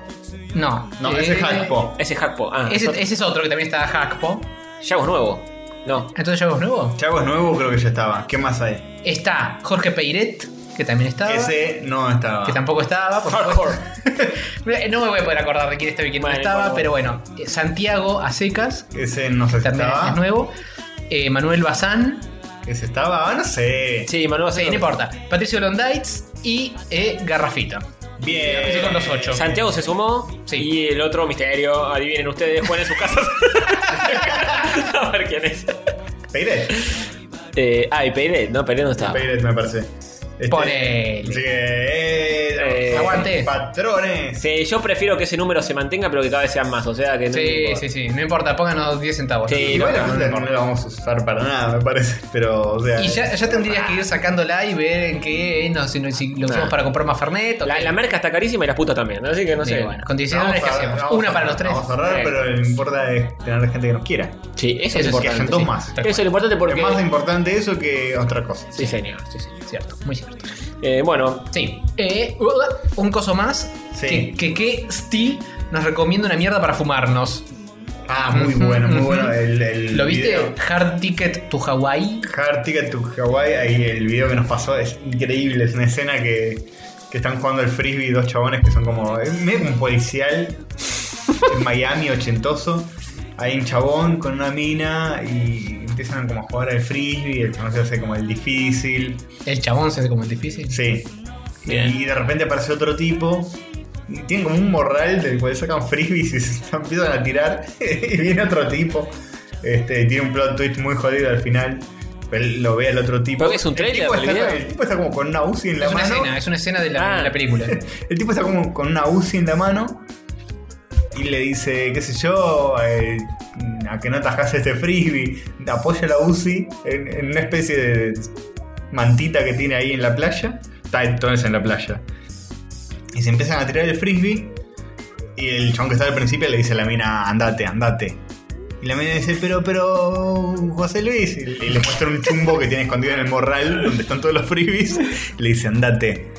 S2: No.
S4: No,
S2: Eh,
S4: ese es Hackpo.
S3: Ese es Jack Po. Ah,
S2: Ese, ese es otro que también está Hackpo.
S3: Yago es nuevo. No.
S2: Entonces Yago es nuevo.
S4: Chago es nuevo, creo que ya estaba. ¿Qué más hay?
S2: Está Jorge Peiret, que también estaba.
S4: Ese no estaba.
S2: Que tampoco estaba, por supuesto.
S3: Hardcore.
S2: No me voy a poder acordar de quién estaba y quién
S3: Bueno,
S2: no estaba,
S3: por favor.
S2: pero bueno. Eh, Santiago a secas,
S4: Ese no sé si
S2: también
S4: estaba.
S2: es nuevo. Eh, Manuel Bazán,
S4: Ese estaba, ah, no sé.
S3: Sí, Manuel
S2: sí, no
S3: Acevedo.
S2: importa. Patricio Londaitz y eh, Garrafita.
S4: Bien.
S2: Esos son los ocho.
S3: Eh, Santiago se sumó
S2: Sí.
S3: y el otro misterio, adivinen ustedes, juegan en sus casas. A ver quién es.
S4: Peiret.
S3: Eh, ah, y Peiret, no, Peiret no está.
S4: Peiret, me parece. Este,
S2: Ponele.
S4: Así que. eh,
S3: Eh,
S2: aguante.
S4: Patrones.
S3: Sí, yo prefiero que ese número se mantenga, pero que cada vez sean más. O sea que no.
S2: Sí,
S3: importa.
S2: sí, sí. No importa, pónganos 10 centavos.
S3: Sí,
S4: Igual la cuenta no la vamos a usar para nada, me parece. Pero, o sea. ah.
S2: Y ya, ya tendrías que ir sacándola y ver en qué, eh, no, si, no- si lo usamos
S3: Nah.
S2: para comprar más Fernet o
S3: La,
S2: qué.
S3: la merca está carísima y las putas también. Así que no
S2: Sí,
S3: sé.
S2: bueno, con 16
S4: vamos
S2: dólares que
S4: a-
S2: hacemos.
S4: vamos
S2: Una
S4: a-
S2: para los tres.
S4: Vamos a ahorrar,
S3: Sí.
S4: pero lo que importa es tener gente que nos quiera.
S3: Sí, eso,
S2: Eso
S3: es
S2: sí,
S3: importante.
S4: que hayan dos
S3: sí.
S4: más.
S3: Eso es lo importante porque.
S4: Es más importante eso que otra cosa.
S3: Sí, señor. Sí, señor.
S2: Cierto, muy cierto.
S3: Eh, bueno,
S2: Sí. Eh, uh, un coso más.
S4: Sí.
S2: Que, que, que Steve nos recomienda una mierda para fumarnos.
S4: Ah, muy bueno, muy bueno. El, el
S2: ¿Lo viste?
S4: video.
S2: Hard Ticket to Hawaii.
S4: Hard Ticket to Hawaii, ahí el video que nos pasó es increíble. Es una escena que, que están jugando el frisbee dos chabones que son como. Es medio un policial en Miami ochentoso. Hay un chabón con una mina y empiezan como a jugar al frisbee. El chabón se hace como el difícil.
S2: El chabón se hace como el difícil.
S4: Sí.
S3: Bien.
S4: Y de repente aparece otro tipo. y Tienen como un morral del cual sacan frisbees y se empiezan a tirar. y viene otro tipo. Este, y tiene un plot twist muy jodido al final. Pero él lo ve al otro tipo.
S3: Pero es un trailer,
S4: el tipo,
S3: el
S4: está,
S3: video.
S4: el tipo está como con una UCI en la
S2: Es una
S4: mano.
S2: escena, es una escena de la,
S3: Ah.
S2: de la película.
S4: El tipo está como con una UCI en la mano. Y le dice, qué sé yo, eh, a que no tajás este frisbee. Apoya la UCI en, en una especie de mantita que tiene ahí en la playa. Está entonces en la playa. Y se empiezan a tirar el frisbee. Y el chabón que está al principio le dice a la mina, andate, andate. Y la mina dice, pero, pero, José Luis. Y le y le muestra un chumbo que tiene escondido en el morral donde están todos los frisbees. Le dice, andate.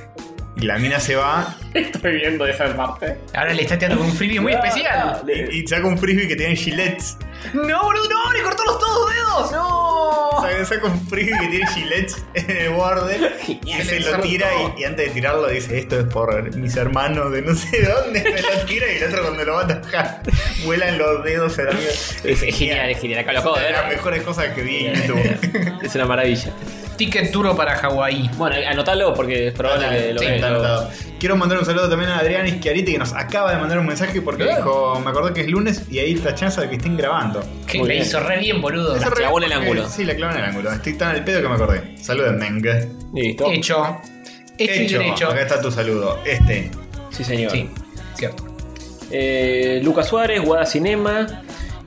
S4: Y la mina se va
S3: estoy viendo de esa parte.
S2: Ahora le está tirando con un frisbee muy especial.
S4: y, y saca un frisbee que tiene gilets.
S2: No, boludo, no, le cortó los dos dedos. No.
S3: Oh.
S4: Saca, saca un frisbee que tiene gilets en el borde. Y se lo tira y, y antes de tirarlo dice, esto es por mis hermanos de no sé dónde. Se lo tira y el otro cuando lo va a atajar, vuelan los dedos a la mierda.
S3: Es, es genial, es genial. Acá lo acabo
S4: Es
S3: de
S4: una de las
S3: ver.
S4: mejores cosas que vi en YouTube.
S3: Es una maravilla.
S2: Ticket duro para Hawái.
S3: Bueno, anotalo porque es probable que lo
S4: Sí,
S3: veas.
S4: está
S3: luego.
S4: anotado. Quiero mandar un saludo también a Adrián Ischiariti que nos acaba de mandar un mensaje porque
S2: Bien.
S4: dijo, me acordé que es lunes y ahí está chance de que estén grabando.
S2: Que
S3: Muy
S2: la
S3: bien.
S2: hizo re bien, boludo.
S4: Eso re-
S3: clavó en el ángulo.
S4: Sí, la clavó en el ángulo. Estoy tan al pedo que me acordé. Saluden, Mengue.
S2: Eh,
S3: Listo.
S2: Hecho. Hecho y derecho.
S4: Acá está tu saludo. Este.
S3: Sí, señor.
S2: Sí, cierto.
S3: Eh, Lucas Suárez, Guada Cinema,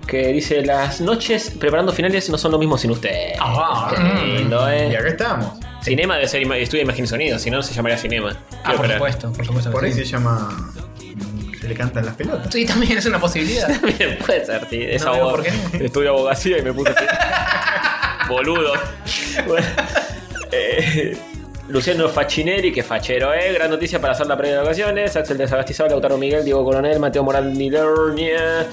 S3: que dice: Las noches preparando finales no son lo mismo sin usted.
S2: Ah,
S3: Qué
S2: mm.
S3: lindo,
S4: Y
S3: ¿eh?
S4: acá estamos.
S3: Cinema debe ser ima- estudio de imagen y sonido, si no, no se llamaría cinema.
S2: Ah,
S3: Quiero
S2: por
S3: creer.
S2: supuesto, por supuesto. que
S4: Por ahí
S2: sí.
S4: se llama. mm, Se le cantan las pelotas.
S2: Sí, también es una posibilidad.
S3: Bien, Puede ser, sí. Es
S2: No veo
S3: abogado.
S2: por
S3: Estudio abogacía y me puse así. Boludo. Bueno, eh, Luciano Facinelli, que fachero, ¿eh? Gran noticia para hacer la previa de vacaciones. Axel de Sagastizabal, Lautaro Miguel, Diego Coronel, Mateo Morán Nilernia.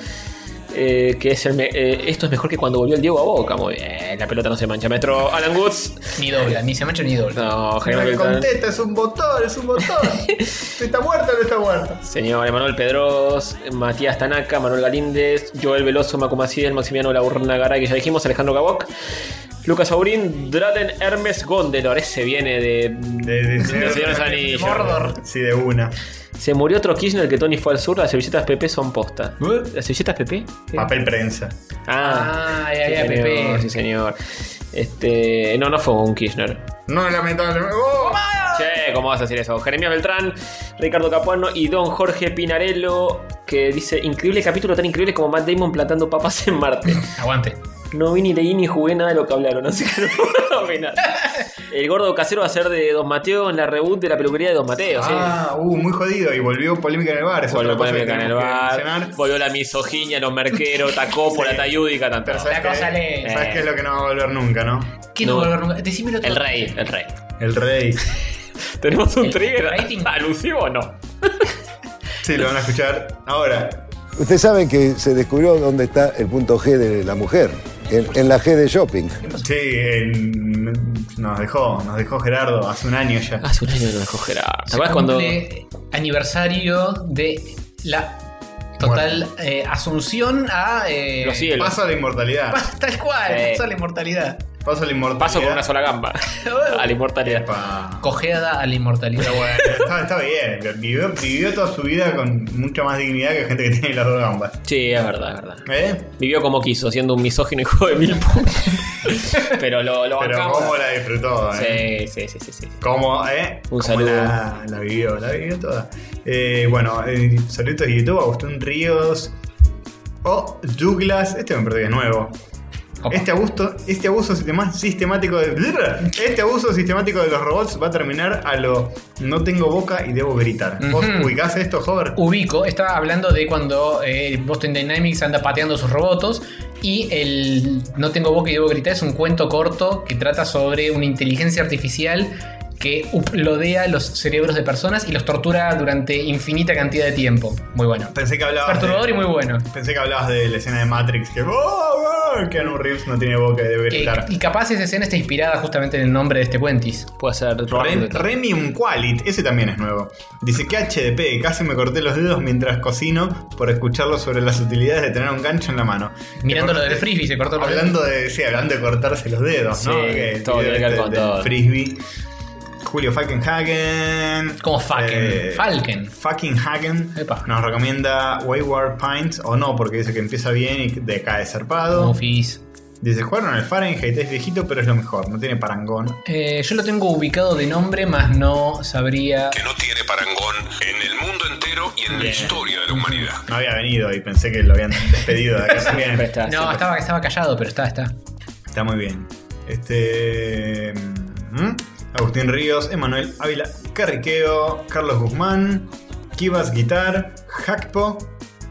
S3: eh, que es el me- eh, esto es mejor que cuando volvió el Diego a Boca. Muy bien, la pelota no se mancha. Metro Alan Woods.
S2: Ni dobla, ni se mancha ni dobla.
S3: No,
S4: No
S3: Jaime
S4: le
S3: Beltrán.
S4: contesta, es un botón, es un botón. ¿Está muerta o no está muerta?
S3: Señor Emanuel Pedros, Matías Tanaka, Manuel Galíndez, Joel Veloso, Macumaciel, Maximiano Laurna Garay, que ya dijimos, Alejandro Caboc, Lucas Aurín, Draden Hermes Gondelor, ese viene de.
S4: De- de-
S3: de los señores anillos.
S4: Sí, de una.
S3: Se murió otro Kirchner que Tony fue al sur, las servilletas PP son posta.
S4: ¿Eh?
S3: ¿Las servilletas PP? ¿Qué?
S4: Papel prensa.
S3: Ah,
S2: Ah, ya,
S3: sí,
S2: ya,
S3: señor,
S2: Pepe.
S3: sí, señor. Este. No, no fue un Kirchner.
S4: No, lamentablemente. ¡Oh!
S3: Che, ¿cómo vas a decir eso? Jeremías Beltrán, Ricardo Capuano y don Jorge Pinarello, que dice: Increíble capítulo, tan increíble como Matt Damon plantando papas en Marte.
S2: Aguante.
S3: No vi ni leí ni jugué nada de lo que hablaron, así que no puedo opinar. El gordo casero va a ser de Don Mateo en la reboot de la peluquería de Don Mateo, sí.
S4: Ah, uh, muy jodido. Y volvió polémica en el bar. es
S3: Volvió
S4: otra cosa
S3: polémica
S4: que
S3: en el
S4: tenemos que
S3: bar,
S4: mencionar.
S3: volvió la misoginia, los merqueros, tacó por la tayúdica, tanto.
S4: Pero ¿sabes
S2: La cosa
S4: qué?
S2: le-
S4: ¿Sabes qué es lo que no va a volver nunca, no?
S2: ¿Quién no
S3: No.
S2: va a volver nunca? Decímelo todo.
S3: El rey, el rey.
S4: El rey.
S3: ¿Tenemos un
S2: El
S3: trigger
S2: rating.
S3: alusivo o no?
S4: Sí, lo van a escuchar ahora.
S8: Ustedes saben que se descubrió dónde está el punto G de la mujer, en, en la G de shopping.
S4: Sí, en- nos dejó, nos dejó Gerardo hace un año ya.
S3: Hace un año no dejó Gerard. ¿Te
S2: Se
S3: acuerdas cuando.?
S2: cumple aniversario de la total eh, asunción a. eh,
S3: Los cielos.
S4: Paso a la inmortalidad.
S2: pa- Tal cual,
S3: Sí.
S2: pasó a la inmortalidad.
S4: Paso a la inmortalidad.
S3: Paso con una sola gamba. a la inmortalidad.
S4: Pa.
S2: Cojeada a la inmortalidad.
S4: Está, está bien, vivió, vivió toda su vida con mucha más dignidad que gente que tiene las dos gambas.
S3: Sí, es verdad, es verdad.
S4: ¿Eh?
S3: Vivió como quiso, siendo un misógino hijo de mil putas. Pero lo, lo
S4: Pero
S3: bancamos.
S4: cómo la disfrutó, ¿eh?
S3: Sí, sí, sí, sí, sí.
S4: Cómo, ¿eh?
S3: Un
S4: Cómo
S3: saludo.
S4: La, la vivió, la vivió toda. Eh, bueno, eh, saludos de YouTube, Agustín Ríos. O Douglas, este me parece que es nuevo.
S2: Opa.
S4: Este abuso, este abuso sistema- sistemático de. Este abuso sistemático de los robots va a terminar a lo no tengo boca y debo gritar. ¿Vos
S2: Ujú. Uh.
S4: ubicás esto, Hover?
S2: Ubico, estaba hablando de cuando eh, Boston Dynamics anda pateando sus robots y el No tengo boca y debo gritar es un cuento corto que trata sobre una inteligencia artificial que uploadea los cerebros de personas y los tortura durante infinita cantidad de tiempo. Muy bueno.
S4: Pensé que hablabas.
S2: Perturbador
S4: de-
S2: y muy bueno.
S4: Pensé que hablabas de la escena de Matrix que. ¡Oh, oh! que Keanu Reeves no tiene boca y debe
S2: Eh,
S4: gritar.
S2: y capaz esa escena está inspirada justamente en el nombre de este cuentis.
S3: Puede ser
S4: Rem-
S3: Robin.
S4: Remium Qualit, ese también es nuevo. Dice que HDP, casi me corté los dedos mientras cocino por escucharlo sobre las utilidades de tener un gancho en la mano.
S2: Mirando lo
S4: Te
S2: del
S4: cortaste-
S2: frisbee, se cortó los
S4: Hablando de, sí, hablando de cortarse los dedos,
S3: Sí,
S4: ¿no? Que
S3: todo
S4: el
S3: tiene que ver
S4: este
S3: con
S4: del
S3: todo.
S4: Frisbee. Julio Falkenhagen.
S2: Como Falken,
S4: Eh,
S2: Falken.
S4: Fucking Hagen
S2: Epa.
S4: nos recomienda Wayward Pines o no, porque dice que empieza bien y decae zarpado.
S2: Como Fizz.
S4: Dice, jugaron el Fahrenheit, es viejito, pero es lo mejor, no tiene parangón.
S2: Eh, yo lo tengo ubicado de nombre, más no sabría.
S9: que no tiene parangón en el mundo entero y en la historia de la humanidad.
S4: No había venido y pensé que lo habían despedido de acá también.
S3: Siempre está,
S2: No,
S3: siempre está.
S2: estaba, estaba callado, pero está, está.
S4: Está muy bien. Este. mm, Agustín Ríos, Emanuel Ávila Carriqueo, Carlos Guzmán, Kivas Guitar, Hackpo.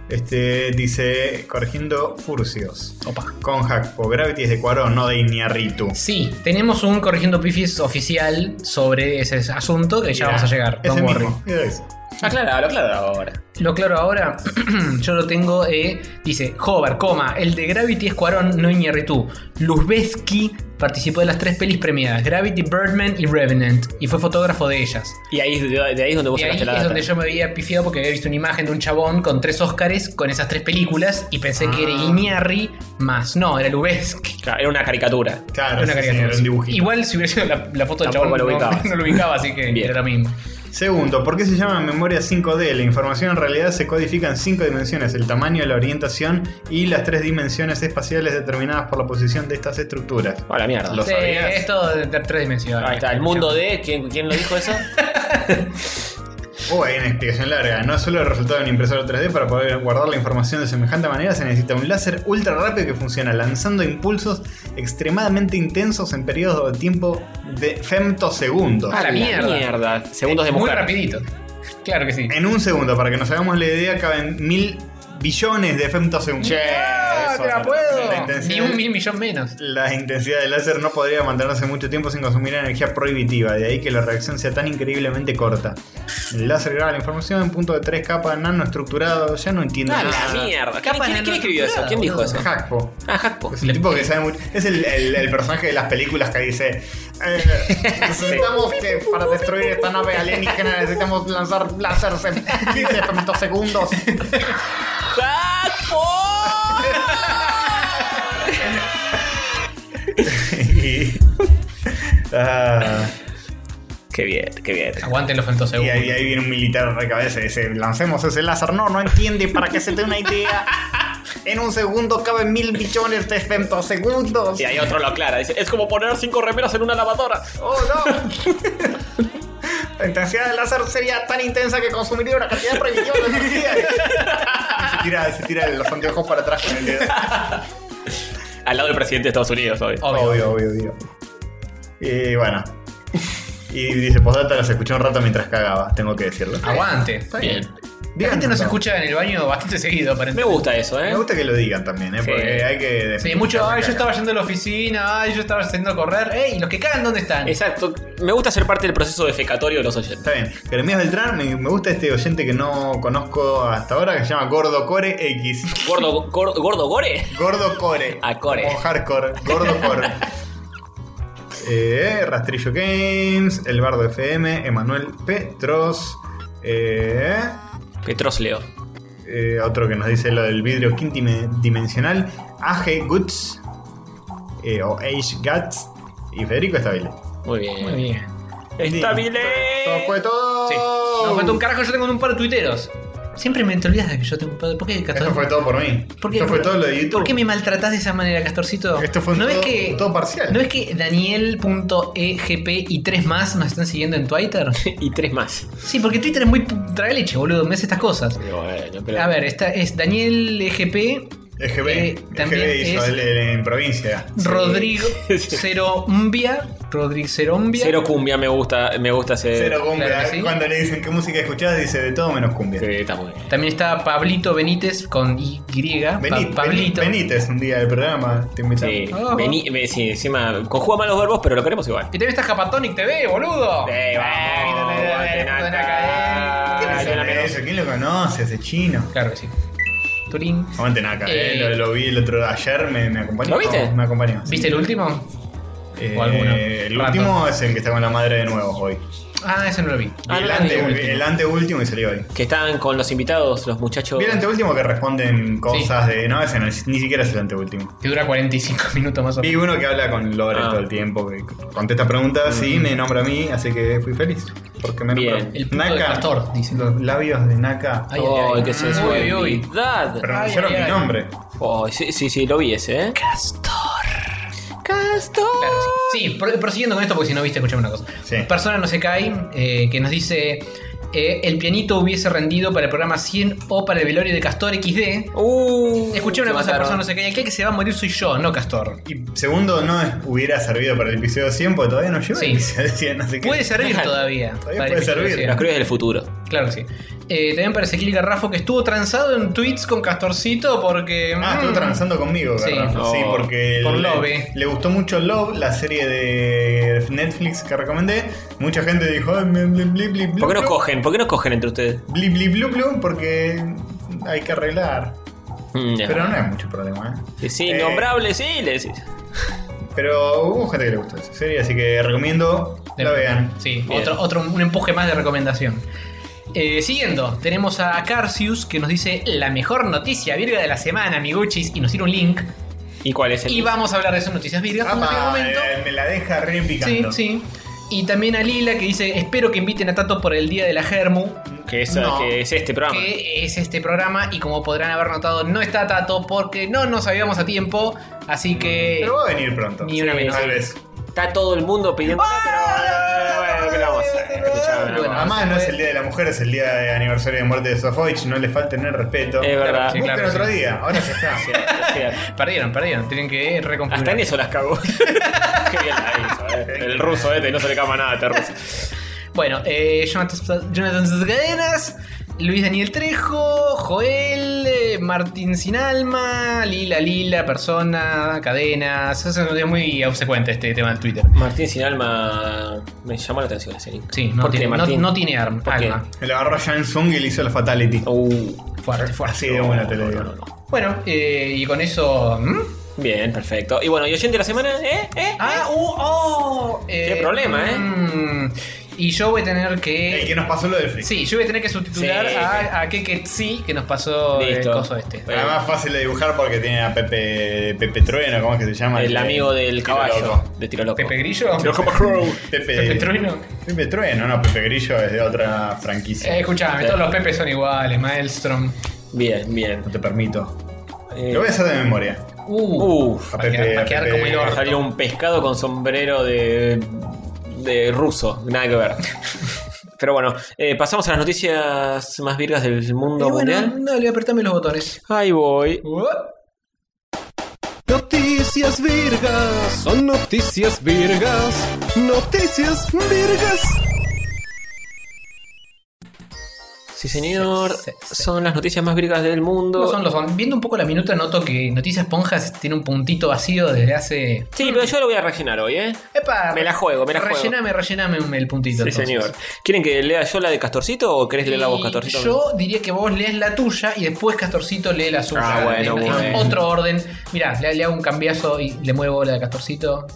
S4: Este dice corrigiendo Furcios.
S2: Opa.
S4: Con Hackpo, Gravity es de Cuarón, no de Iñarritu.
S2: Sí, tenemos un corrigiendo pifis oficial sobre ese asunto que ya vamos a llegar.
S4: Es
S2: don't
S4: el
S2: worry.
S4: mismo. era ese.
S3: Aclaralo, aclaralo ahora.
S2: Lo claro ahora, yo lo tengo, eh, dice, Hover, coma, el de Gravity es Cuarón, no Iñárritu. Luzbetsky participó de las tres pelis premiadas, Gravity, Birdman y Revenant, y fue fotógrafo de ellas.
S3: Y ahí, de de ahí es donde vos
S2: Y ahí
S3: sacaste
S2: es
S3: la data.
S2: donde yo me había pifiado porque había visto una imagen de un chabón con tres Óscares con esas tres películas y pensé que era
S3: Ah.
S2: Iñarri más. No, era Lubezki.
S3: Claro, era una caricatura.
S4: Claro,
S2: Una
S4: sí, sí,
S2: caricatura.
S4: era un dibujito.
S2: Igual si hubiera sido la, la foto del
S3: Tampoco lo
S2: chabón no,
S3: ubicabas.
S2: no lo ubicaba, así que
S3: Bien.
S2: era lo mismo.
S4: Segundo, ¿por qué se llama memoria 5D? La información en realidad se codifica en cinco dimensiones, el tamaño, la orientación y las tres dimensiones espaciales determinadas por la posición de estas estructuras.
S3: A la mierda.
S4: Lo
S2: Sí,
S4: sabías.
S2: es todo de tres dimensiones.
S3: Ahí está, el mundo de. ¿Quién, quién lo dijo eso?
S4: Oh, hay una explicación larga. No solo el resultado de un impresor 3D para poder guardar la información de semejante manera se necesita un láser ultra rápido que funciona lanzando impulsos extremadamente intensos en periodos de tiempo de femtosegundos.
S2: Ah, la mierda.
S3: Segundos de
S2: Muy
S3: mujer.
S2: rapidito. Claro que sí.
S4: En un segundo, para que nos hagamos la idea, caben mil billones de femtosegundos.
S2: Che,
S4: eso,
S2: te la puedo.
S4: la intensidad-
S2: Ni un mil millón menos.
S4: La intensidad del láser no podría mantenerse mucho tiempo sin consumir energía prohibitiva, de ahí que la reacción sea tan increíblemente corta. El láser graba la información en punto de 3 capas nano estructurado, ya no entiendo
S3: A
S4: nada.
S3: la mierda. ¿Quién,
S2: Capa
S3: quién-
S2: nano
S3: quién escribió eso?
S2: estructurada,
S3: ¿Quién dijo
S2: boludo.
S3: eso?
S4: Hackpo.
S3: Ah, Hackpo.
S4: Es el tipo que sabe mucho. Es el, el- el personaje de las películas que dice: eh, Necesitamos que para destruir esta nave alienígena necesitamos lanzar láseres en 15 segundos. Ah.
S3: Qué bien, qué bien.
S2: Aguanten los femtosegundos.
S4: Y ahí, ahí viene un militar de cabeza y dice, lancemos ese láser. No, no entiende, para que se dé una idea. En un segundo caben mil billones de femtosegundos.
S3: Y ahí otro lo aclara. Dice, es como poner cinco remeras en una lavadora.
S4: ¡Oh, no! La intensidad del láser sería tan intensa que consumiría una cantidad prohibitiva de energía. Y se tira, se tira los anteojos para atrás con el dedo.
S3: Al lado del presidente de Estados Unidos hoy.
S2: Oh.
S4: Obvio, obvio, obvio. Y bueno. Y dice, postdata, las escuché un rato mientras cagaba, tengo que decirlo.
S2: Aguante.
S3: bien.
S2: La gente nos
S4: no.
S2: escucha en el baño bastante seguido,
S3: Me
S2: aparentemente.
S3: gusta eso, ¿eh?
S4: Me gusta que lo digan también, ¿eh?
S3: Sí.
S4: Porque hay que...
S2: Sí, mucho. Ay, yo
S4: cagar".
S2: estaba yendo a la oficina, ay, yo estaba saliendo a correr. Ey, ¿y los que cagan dónde están?
S3: Exacto. Me gusta ser parte del proceso defecatorio de los oyentes.
S4: Está bien. Jeremías Beltrán, me, me gusta este oyente que no conozco hasta ahora, que se llama Gordo Core X.
S3: Gordo, gor- gordo gore.
S4: Gordo Core.
S3: Ah, Core.
S4: Como hardcore. Gordo Core. Eh, Rastrillo Games, El Bardo FM, Emanuel Petros. Eh,
S3: Que trosleo.
S4: eh, otro que nos dice lo del vidrio quintidimensional. AG Guts. eh, o Age Guts. Y Federico Estabile.
S3: Muy bien.
S2: Muy bien.
S3: Estabile.
S4: Todo fue todo.
S2: Sí.
S4: Oh.
S2: No, falta un carajo, yo tengo un par de tuiteros. Siempre me te olvidas de que yo tengo un par de. ¿Por qué, Castor?
S4: Esto fue todo por mí.
S2: ¿Por qué?
S4: Esto fue todo lo de YouTube.
S2: ¿Por qué me maltratás de esa manera, Castorcito?
S4: Esto fue
S2: ¿No
S4: todo-
S2: es que,
S4: todo parcial.
S2: ¿No es que Daniel.egp y tres más nos están siguiendo en Twitter?
S3: Y tres más.
S2: Sí, porque Twitter es muy pu- traga leche, boludo. Me hace estas cosas.
S3: Bueno, pero-
S2: A ver, esta es Daniel EGP.
S4: EGB.
S2: Eh, también
S4: EGB hizo
S2: es-
S4: el- el- en provincia.
S2: Rodrigo Cerombia. Rodrigo Cerombia.
S3: Cero cumbia me gusta, me gusta ese.
S4: Eh, Cero cumbia.
S2: claro que sí.
S4: Cuando le dicen qué música escuchás, dice de todo menos cumbia.
S3: Sí, está muy bien.
S2: También está Pablito Benítez con Y. Ah, Pa-
S4: Vení-
S2: Pablito.
S4: vení- Benítez, un día del programa, te invitamos.
S3: Sí,
S2: Ah.
S3: vení- ve- sí, encima conjuga malos verbos, pero lo queremos igual.
S2: Y también está Japatonic TV, boludo.
S3: Eh, vamos,
S2: Eh,
S3: Guatenaca.
S2: Guatenaca, eh.
S4: ¿Quién es
S3: Ah, yo la
S4: ese?
S3: menos.
S4: ¿Quién lo conoce? Ese chino.
S2: Claro que sí. Turín.
S4: Aguante Naka, eh,
S2: Eh.
S4: lo, lo vi el otro ayer, me, me acompañó.
S3: ¿Lo viste?
S4: Me acompañó.
S2: ¿Viste el último?
S4: Eh,
S2: ¿O alguno?
S4: el
S2: Rato.
S4: último es el que está con la madre de nuevo hoy.
S2: Ah, ese no lo vi.
S3: Ah,
S4: Y el,
S3: no,
S4: ante-
S3: anteúltimo.
S4: el anteúltimo y salió hoy.
S3: Que están con los invitados, los muchachos.
S4: Vi el anteúltimo que responden cosas de. No, ese no es- ni siquiera es el anteúltimo.
S2: Que dura 45 minutos más o
S4: Vi
S2: menos.
S4: uno que habla con Lore
S3: Ah.
S4: todo el tiempo, que contesta preguntas y me nombra a mí, así que fui feliz. Porque me
S3: Bien.
S4: nombró.
S2: El puto del pastor, dicen.
S4: Los labios de Naka
S2: Ay,
S3: oh,
S2: ay, ay.
S3: que se
S2: Uy, uy.
S3: suavidad.
S4: pronunciaron
S2: ay,
S4: mi
S2: ay.
S4: nombre.
S3: Oh, sí, sí, sí, lo vi ese, ¿eh?
S2: Claro, sí. Sí, pro- prosiguiendo con esto, porque si no viste, escuchame una cosa.
S4: Sí.
S2: Persona no se cae, eh, que nos dice: eh, El pianito hubiese rendido para el programa 100 o para el velorio de Castor XD.
S3: Uh,
S2: Escuché una
S3: se
S2: cosa,
S3: mataron.
S2: persona no se cae. El que se va a morir soy yo, no Castor.
S4: Y segundo, no es- hubiera servido para el episodio 100, porque todavía no llegó
S2: Sí.
S4: el episodio 100, así que.
S2: Puede servir todavía.
S4: Todavía
S2: para el
S4: puede
S2: episodio
S4: servir.
S2: cien.
S3: Las cruces del futuro.
S2: Claro que sí. Eh, también para Ezequiel Garrafo que estuvo transado en tweets con Castorcito porque.
S4: Ah, estuvo
S2: mm,
S4: transando conmigo,
S2: Sí.
S4: Garrafa. Sí,
S3: Oh.
S4: porque
S2: Por
S4: le-
S2: Love.
S4: le gustó mucho Love, la serie de Netflix que recomendé. Mucha gente dijo, "Ay, me- bli, bli, bli, blu,
S3: ¿Por qué nos
S4: blu".
S3: cogen? ¿Por qué nos cogen entre ustedes?
S4: Bli, bli, blu, blu, porque hay que arreglar.
S3: Mm, ya.
S4: Pero no es mucho problema, ¿eh?
S3: Es
S4: Eh,
S3: innombrable, sí, le decís.
S4: Pero hubo gente que le gustó esa serie, así que recomiendo
S2: de-
S4: la vean.
S2: Sí,
S3: Bien.
S2: otro, otro, un empuje más de recomendación. Eh, siguiendo, tenemos a Carcius que nos dice la mejor noticia virga de la semana, amiguchis, y nos tira un link.
S3: ¿Y cuál es el?
S2: Y vamos a hablar de esas noticias virgas en cualquier
S4: Apa,
S2: momento.
S4: eh, me la deja re
S2: Sí,
S4: picando.
S2: sí. Y también a Lila que dice: Espero que inviten a Tato por el día de la Germu,
S3: Que es,
S4: No.
S3: que es este programa.
S2: que es este programa. Y como podrán haber notado, no está Tato porque no nos habíamos a tiempo. Así que.
S4: Pero va a venir pronto.
S2: Ni una
S4: Sí,
S2: menos.
S4: Tal vez.
S3: Está todo el mundo pidiendo. pero, Eh, bueno, ¿qué le vamos a hacer?
S4: Escuchame,
S2: Ah, Bueno,
S4: Además, no
S2: fue-
S4: es el día de la mujer, es el día de aniversario de muerte de Sofovich. No le falten el respeto.
S3: Es verdad.
S2: Sí,
S4: Busquen
S2: claro,
S4: otro
S2: sí.
S4: día, ahora ya está.
S2: Perdieron, perdieron. Tienen que reconfigurar.
S3: Hasta en eso las cagó. Qué bien la hizo, eh. El ruso este, no se le cama nada a este ruso.
S2: Bueno, eh, Jonathan, Jonathan Zgadenas, Luis Daniel Trejo, Joel, eh, Martín Sin Alma, Lila Lila, Persona, Cadenas. Es es muy obsecuente este tema del Twitter.
S3: Martín sin alma me llamó la atención ese link.
S2: Sí, no
S3: ¿Por qué,
S2: tiene, no,
S3: Martín?
S2: no tiene arm-
S3: ¿Por qué?
S2: alma.
S4: Le agarró a Jan Sung y le hizo la fatality.
S3: Uh,
S2: Fuerte, fuerte.
S4: Así de buena te lo
S3: no,
S4: digo.
S3: no, no.
S2: Bueno, eh, y con eso. ¿hmm?
S3: Bien, perfecto. Y bueno, y oyente de la semana, ¿eh? ¿eh?
S2: Ah, uh, oh. eh,
S3: Qué problema, ¿eh?
S2: mm, y yo voy a tener que.
S4: El que nos pasó lo del free.
S2: Sí, yo voy a tener que sustitular
S3: Sí.
S2: a, a Keke Tsi, que nos pasó
S3: Listo.
S2: el coso este.
S3: Bueno.
S4: Además, fácil de dibujar porque tiene a Pepe, Pepe Trueno, ¿cómo es que se llama?
S3: El amigo del
S4: Tiro
S3: caballo
S4: Loco.
S3: de Tiro Loco.
S2: ¿Pepe Grillo?
S3: Tiro Loco.
S4: Pepe,
S2: ¿Pepe Trueno?
S4: Pepe Trueno, no, Pepe Grillo es de otra franquicia.
S2: Eh, escuchame, todos los Pepe son iguales, Maelstrom.
S3: Bien, bien.
S4: No te permito.
S3: Eh,
S4: Lo voy a hacer de memoria.
S2: Uh,
S3: Uf,
S4: A
S2: va a quedar,
S4: Pepe,
S2: va
S4: a
S2: a quedar
S4: Pepe.
S2: como el
S3: me
S2: orto.
S3: salió un pescado con sombrero de. de ruso. Nada que ver. Pero bueno, eh, pasamos a las noticias más virgas del mundo
S2: Y bueno,
S3: mundial.
S2: dale, apretame los botones.
S3: Ahí voy.
S2: Uh,
S1: Noticias virgas, son noticias virgas, noticias virgas.
S3: Sí, señor.
S2: Sí, sí, sí.
S3: Son las noticias más virgas del mundo.
S2: ¿Cómo son los son? Viendo un poco la minuta, noto que Noticias Ponjas tiene un puntito vacío desde hace.
S3: Sí, pero yo lo voy a rellenar hoy, ¿eh?
S2: ¡Epa!
S3: Me la juego, me la juego.
S2: rellename, Rellename, el puntito.
S3: Sí,
S2: entonces.
S3: señor. ¿Quieren que lea yo la de Castorcito o querés leer la voz
S2: Y
S3: Castorcito?
S2: Yo diría que vos lees la tuya y después Castorcito lee la suya.
S3: Ah, bueno,
S2: en, en
S3: bueno.
S2: otro orden. Mirá, le, le hago un cambiazo y le muevo la de Castorcito.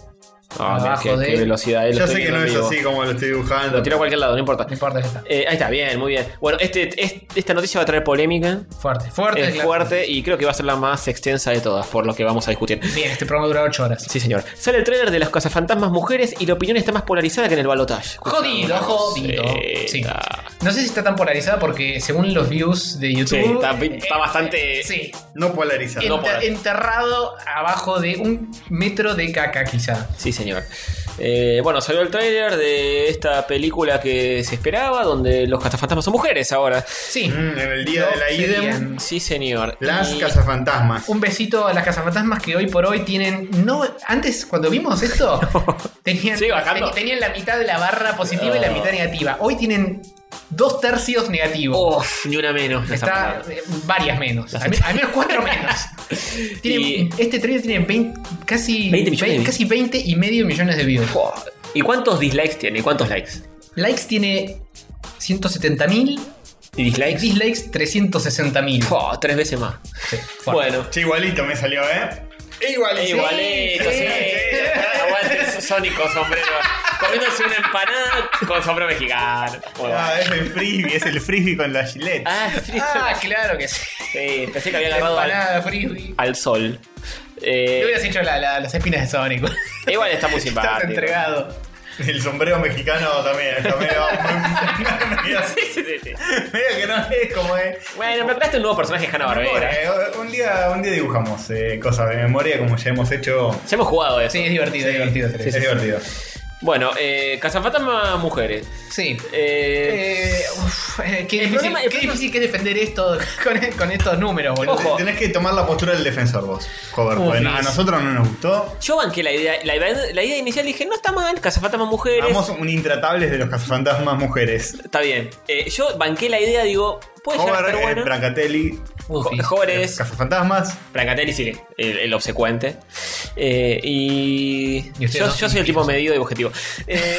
S3: Ah, mira,
S2: abajo
S3: qué,
S2: de.
S3: qué velocidad. eh, lo
S4: Ya
S3: estoy
S4: sé que
S3: viendo
S4: no
S3: en
S4: es
S3: vivo.
S4: así como lo estoy dibujando.
S3: Lo tiro a cualquier lado, no importa.
S2: No importa, ya está.
S3: Eh, ahí está, bien, muy bien. Bueno, este, es- esta noticia va a traer polémica.
S2: Fuerte, fuerte.
S3: Es
S2: claro.
S3: fuerte y creo que va a ser la más extensa de todas, por lo que vamos a discutir.
S2: Bien, este programa dura 8 horas.
S3: Sí, señor. Sale el trailer de las cazafantasmas mujeres y la opinión está más polarizada que en el balotaje.
S2: Jodido, jodido. Sí. No sé si está tan polarizada porque según los views de YouTube.
S3: Sí, está-
S2: eh,
S3: está bastante-
S2: Sí.
S4: No polarizado.
S2: Enter-
S3: No polarizada.
S2: enterrado abajo de un metro de caca, quizá.
S3: Sí, señor. Eh, bueno, salió el tráiler de esta película que se esperaba, donde los cazafantasmas son mujeres ahora.
S2: Sí.
S4: Mm, en el día de la
S2: Serían-
S4: idem,
S3: Sí, señor.
S4: las
S3: Y-
S4: cazafantasmas.
S2: Un besito a las cazafantasmas que hoy por hoy tienen. No, antes cuando vimos esto, tenían,
S3: Sigue bajando. Oh.
S2: ten- tenían la mitad de la barra positiva y la mitad negativa. Hoy tienen dos tercios negativos.
S3: Oh, ni una menos. las
S2: Está
S3: apagaron.
S2: eh, varias menos. Al, me- al menos cuatro menos. Tienen-
S3: Y-
S2: este trailer tiene 20 casi,
S3: 20 millones de views.
S2: casi 20 y medio millones de views.
S3: Oh, ¿Y cuántos dislikes tiene? ¿Y ¿Cuántos likes?
S2: Likes tiene 170 mil.
S3: ¿Y dislikes?
S2: Dislikes 360 mil.
S3: Oh, tres veces más. Bueno.
S4: Che, igualito me salió, ¿eh? Igualito.
S3: Igualito, sí.
S4: Sí, sí.
S3: Aguante Sónico sombrero. Comiéndose una empanada con sombrero mexicano. Bueno.
S4: Ah, es el frisbee, es el frisbee con la gilet.
S3: Ah, sí.
S2: eh. Ah, claro que sí.
S3: Sí, pensé que había agarrado al,
S2: Empanada, frisbee.
S3: al sol.
S2: Te
S3: Eh,
S2: hubieras hecho la- la- las espinas de Sonic.
S3: igual está muy
S2: Estás
S3: simpático.
S2: entregado.
S4: El sombrero mexicano también. también va muy- medio,
S3: Sí, sí, sí, sí.
S4: medio que no es como es.
S3: Bueno, me creaste un nuevo personaje Hanna Barbera.
S4: Bueno, eh, un, día, un día dibujamos eh, cosas de memoria como ya hemos hecho.
S3: Ya hemos jugado eso.
S2: Sí, es divertido, es divertido. hacer
S4: es
S2: eso.
S4: divertido.
S3: Bueno, eh, Cazafantasmas Mujeres.
S2: Sí.
S3: Eh,
S2: Eh, uf, eh, qué, difícil,
S3: problema- el
S2: qué
S3: problema-
S2: difícil que es defender esto con, con estos números, boludo.
S3: Ojo.
S4: Tenés que tomar la postura del defensor vos, Cover.
S2: Uy,
S4: porque
S2: sí.
S4: a nosotros no nos gustó.
S3: yo banqué la idea, la, idea- la idea inicial dije, no está mal, Cazafantasmas Mujeres.
S4: Somos un intratables de los cazafantasmas mujeres.
S3: Está bien. Eh, yo banqué la idea, digo, puede llegar a
S4: Cover,
S3: estar
S4: eh,
S3: bueno.
S4: Brancatelli,
S2: Buffy.
S3: Jo- Jóvenes,
S4: cazafantasmas.
S3: Brancatelli sí, el, el obsecuente. Eh, y.
S2: Y ustedes
S3: Yo,
S2: dos
S3: yo soy el tipo
S2: individuos.
S3: medido y objetivo. Eh,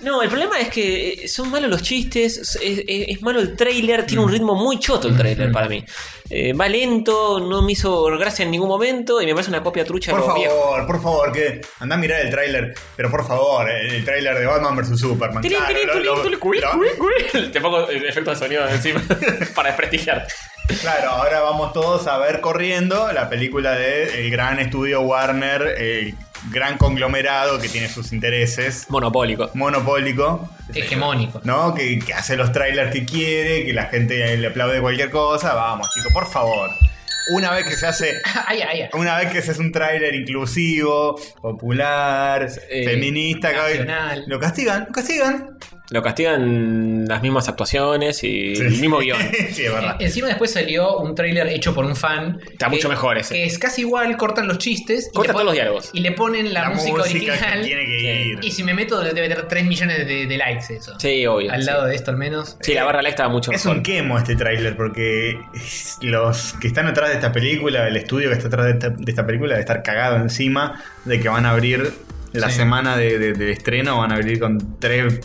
S3: no, el problema es que eh, son malos los chistes, es, es- es malo el trailer, tiene un ritmo muy choto el trailer para mí. Eh, va lento, no me hizo gracia en ningún momento y me parece una copia trucha de
S4: Por
S3: los viejos.
S4: favor, por favor, que anda a mirar el tráiler, pero por favor, eh, el, el tráiler de Batman vs Superman.
S3: Tirin,
S4: Claro,
S3: tirin,
S4: lo-
S3: tirin,
S4: lo-
S3: tirin, cuí,
S4: lo-
S3: cuí, cuí. Te pongo el efecto de sonido encima para desprestigiar.
S4: claro, ahora vamos todos a ver corriendo la película de el gran estudio Warner, el gran conglomerado que tiene sus intereses,
S3: Monopólico.
S4: monopólico,
S3: Oh,
S2: Hegemónico.
S4: ¿no? Que, que hace los trailers que quiere, que la gente le aplaude cualquier cosa. Vamos, chicos, por favor. Una vez que se hace
S2: Ay, ay, Eh, ay.
S4: Una vez que se hace un tráiler inclusivo, popular,
S3: Eh,
S4: feminista, cada vez-
S2: nacional.
S4: lo castigan, lo castigan.
S3: Lo castigan las mismas actuaciones y el mismo guión.
S4: sí, es verdad.
S2: Encima después salió un tráiler hecho por un fan.
S3: Está mucho mejor ese.
S2: Que es casi igual, cortan los chistes. y
S3: Corta
S2: le pon-
S3: todos los diálogos.
S2: Y le ponen la, música,
S4: que
S2: original.
S4: tiene que ir.
S2: Y si me meto, debe tener 3 millones de, de likes eso.
S3: Sí, obvio.
S2: Al
S3: sí.
S2: lado de esto al menos.
S3: Sí, la barra la estaba mucho
S4: Es
S3: mejor.
S4: un quemo este tráiler porque los que están atrás de esta película, el estudio que está atrás de esta, de esta película, de estar cagado encima de que van a abrir la
S2: Sí.
S4: semana de, de- del estreno, van a abrir con tres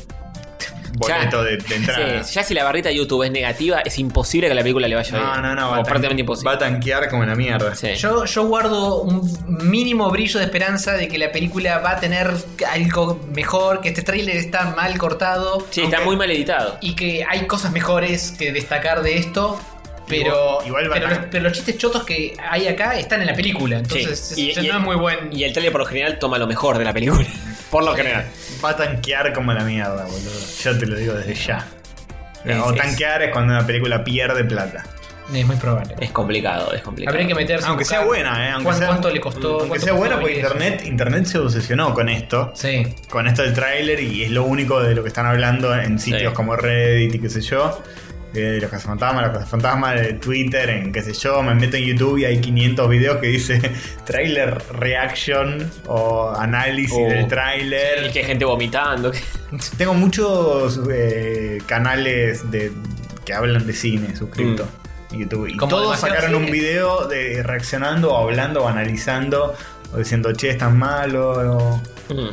S4: boletos de, de entrada.
S3: Sí, ya si la barrita de YouTube es negativa, es imposible que la película le vaya
S4: No,
S3: bien.
S4: no, no, va
S3: O
S4: a,
S3: prácticamente
S4: tan- va
S3: imposible.
S4: a tanquear como la mierda.
S3: Sí.
S2: Yo, yo guardo un mínimo brillo de esperanza de que la película va a tener algo mejor, que este tráiler está mal cortado.
S3: Sí, está
S2: aunque-
S3: muy mal editado.
S2: Y que hay cosas mejores que destacar de esto. Pero,
S4: Igual- igual va
S2: pero,
S4: a-
S2: los, pero los chistes chotos que hay acá están en la película. Entonces
S3: Sí, y-
S2: eso
S3: y-
S2: no es muy buen.
S3: Y el tele por lo general toma lo mejor de la película. por lo general.
S4: Va a tanquear como la mierda, boludo. Yo te lo digo desde ya.
S3: Es-
S4: o
S3: es-
S4: tanquear es cuando una película pierde plata.
S2: Es muy probable.
S3: Es complicado, es complicado.
S2: Habría que meterse.
S4: Aunque
S2: en
S4: sea
S2: buscar
S4: buena, ¿eh? Aunque
S2: cuán-
S4: sea,
S2: ¿Cuánto le costó?
S4: Aunque
S2: cuánto
S4: sea
S2: costó
S4: buena, porque
S2: abrir eso.
S4: internet, internet se obsesionó con esto.
S2: Sí.
S4: con esto del tráiler y es lo único de lo que están hablando en sitios
S3: Sí.
S4: como Reddit y qué sé yo. eh, De los cazafantasmas, los cazafantasmas, de Twitter, en qué sé yo, me meto en YouTube y hay 500 videos que dice trailer reaction o análisis
S3: Oh.
S4: del
S3: Y
S4: tráiler.
S3: que hay gente vomitando. que-
S4: Tengo muchos eh, canales de, que hablan de cine suscrito en YouTube y
S2: Como
S4: todos
S2: demasiado
S4: sacaron un
S2: cine.
S4: video de reaccionando o hablando o analizando o diciendo che, es tan malo. o-
S3: Mm.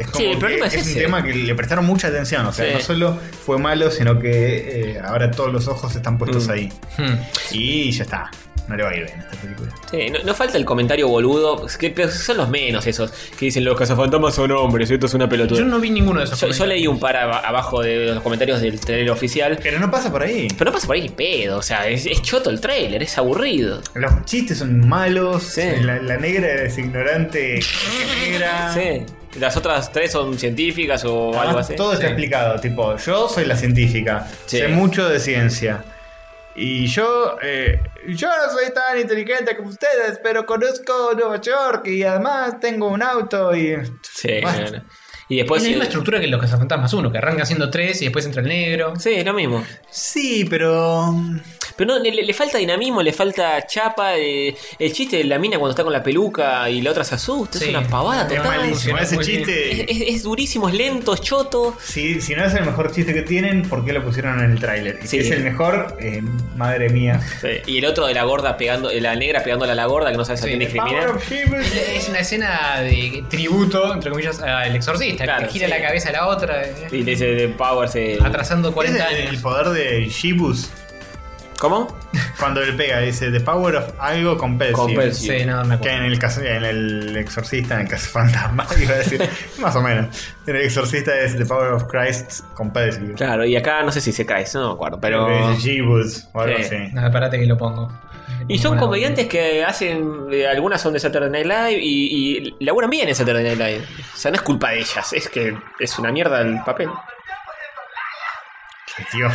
S4: es como
S3: Sí, el
S4: que
S3: problema
S4: es,
S3: es
S4: un
S3: ese.
S4: tema que le prestaron mucha atención. O sea,
S3: Sí.
S4: no solo fue malo, sino que eh, ahora todos los ojos están puestos
S3: Mm.
S4: ahí.
S2: Hmm.
S4: Y ya está. No le va a ir bien a esta película.
S3: Sí, no, no falta el comentario boludo, es que pero son los menos esos, que dicen los cazafantasmas son hombres, esto es una pelotuda.
S2: Yo no vi ninguno de esos.
S3: Yo, yo
S2: comentarios.
S3: leí un par aba- abajo de los comentarios del trailer oficial,
S4: Pero no pasa por ahí.
S3: pero no pasa por ahí ni pedo, o sea, es, es choto el trailer, es aburrido.
S4: Los chistes son malos.
S3: Sí.
S4: La, la negra es ignorante. que negra.
S3: Sí. Las otras tres son científicas o
S2: Ah,
S4: Además,
S3: algo así.
S4: todo está explicado. Tipo, yo soy la científica.
S3: Sí.
S4: Sé mucho de ciencia. Y yo, eh, yo no soy tan inteligente como ustedes, pero conozco Nueva York y además tengo un auto y
S3: Sí,
S4: Basta.
S3: claro. Y
S2: Es
S3: después...
S2: la misma
S3: eh,
S2: estructura que los Cazafantasmas 1, que arranca siendo 3 y después entra el negro.
S3: Sí, es lo mismo.
S4: Sí, pero. mm,
S3: Pero no, le, le falta dinamismo, le falta chapa. eh, el chiste de la mina cuando está con la peluca y la otra se asusta,
S2: Sí.
S3: es una pavada
S2: Es
S4: Es
S3: total.
S4: malísimo.
S2: funciona
S4: Ese
S2: muy bien.
S3: Es,
S4: chiste.
S3: es- es durísimo, es lento, es choto.
S4: Si, si no es el mejor chiste que tienen, ¿por qué lo pusieron en el tráiler? Y Si
S3: Sí.
S4: es el mejor, eh, madre mía.
S3: Y el otro de la gorda pegando, de la negra pegándola a la gorda que no sabes a
S2: Sí,
S3: quién
S2: de
S3: discriminar.
S2: Es una escena de tributo, entre comillas, al exorcista,
S3: Claro,
S2: que gira
S3: sí.
S2: la cabeza a la otra, eh,
S3: Y le dice de Powers. eh,
S2: atrasando 40
S4: ¿Es el- El
S2: años.
S4: poder de Shibus.
S3: ¿Cómo?
S4: Cuando le pega, dice The Power of Algo Compelsive.
S3: Compelsive.
S2: Sí, no, me
S4: Que
S2: acuerdo.
S4: en el, caso, en el exorcista, en el caso fantasma, iba a decir. más o menos. En el exorcista es The Power of Christ Compelsive.
S3: Claro, y acá no sé si se cae, eso no me acuerdo. Pero.
S4: Creo que es Shibus o algo
S3: Sí.
S4: así.
S2: No, parate que lo pongo.
S3: Y son
S2: Bueno,
S3: comediantes que hacen. eh, algunas son de Saturday Night Live y, y laburan bien en Saturday Night Live. O sea, no es culpa de ellas, es que es una mierda el papel.
S4: Qué Dios.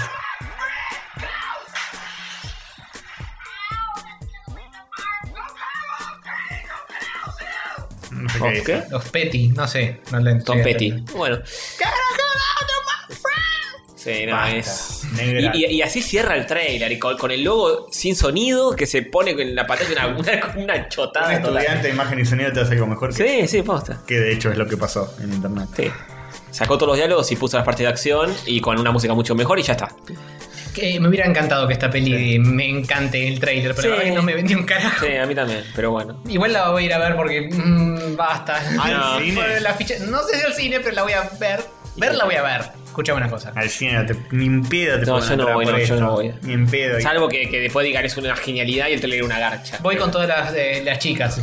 S4: No sé qué
S3: ¿Qué?
S4: dice.
S2: Los Petty, no sé. No le
S3: Tom
S2: sí,
S3: Petty.
S2: no.
S3: Bueno. Sí, no,
S4: Basta,
S3: es.
S4: negra.
S3: Y, y- y así cierra el trailer, y con, con el logo sin sonido que se pone con la patata una, una, una
S4: Un
S3: chotada. total.
S4: estudiante de imagen y sonido te hace algo mejor
S3: Sí,
S4: que,
S3: sí, posta.
S4: que de hecho es lo que pasó en internet.
S3: Sí. Sacó todos los diálogos y puso las partes de acción y con una música mucho mejor y ya está.
S2: Que me hubiera encantado que esta peli me encante el trailer, pero
S3: Sí.
S2: la verdad que no me vendió un carajo.
S3: Sí, a mí también, pero bueno.
S2: Igual la voy a ir a ver porque mm, basta.
S4: ¿Al
S2: No,
S4: cine?
S2: fue la ficha- no sé si al cine, pero la voy a ver. Verla voy a ver. Escuchame una cosa.
S4: Al cine no te- ni en pedo te
S3: No,
S4: pueden
S3: yo no
S4: entrar
S3: voy,
S4: por
S3: no, yo
S4: esto.
S3: no voy.
S4: Ni en pedo. Y-
S3: Salvo que, que después digan es una genialidad y el trailer era una garcha.
S2: Voy con todas las, eh, las chicas.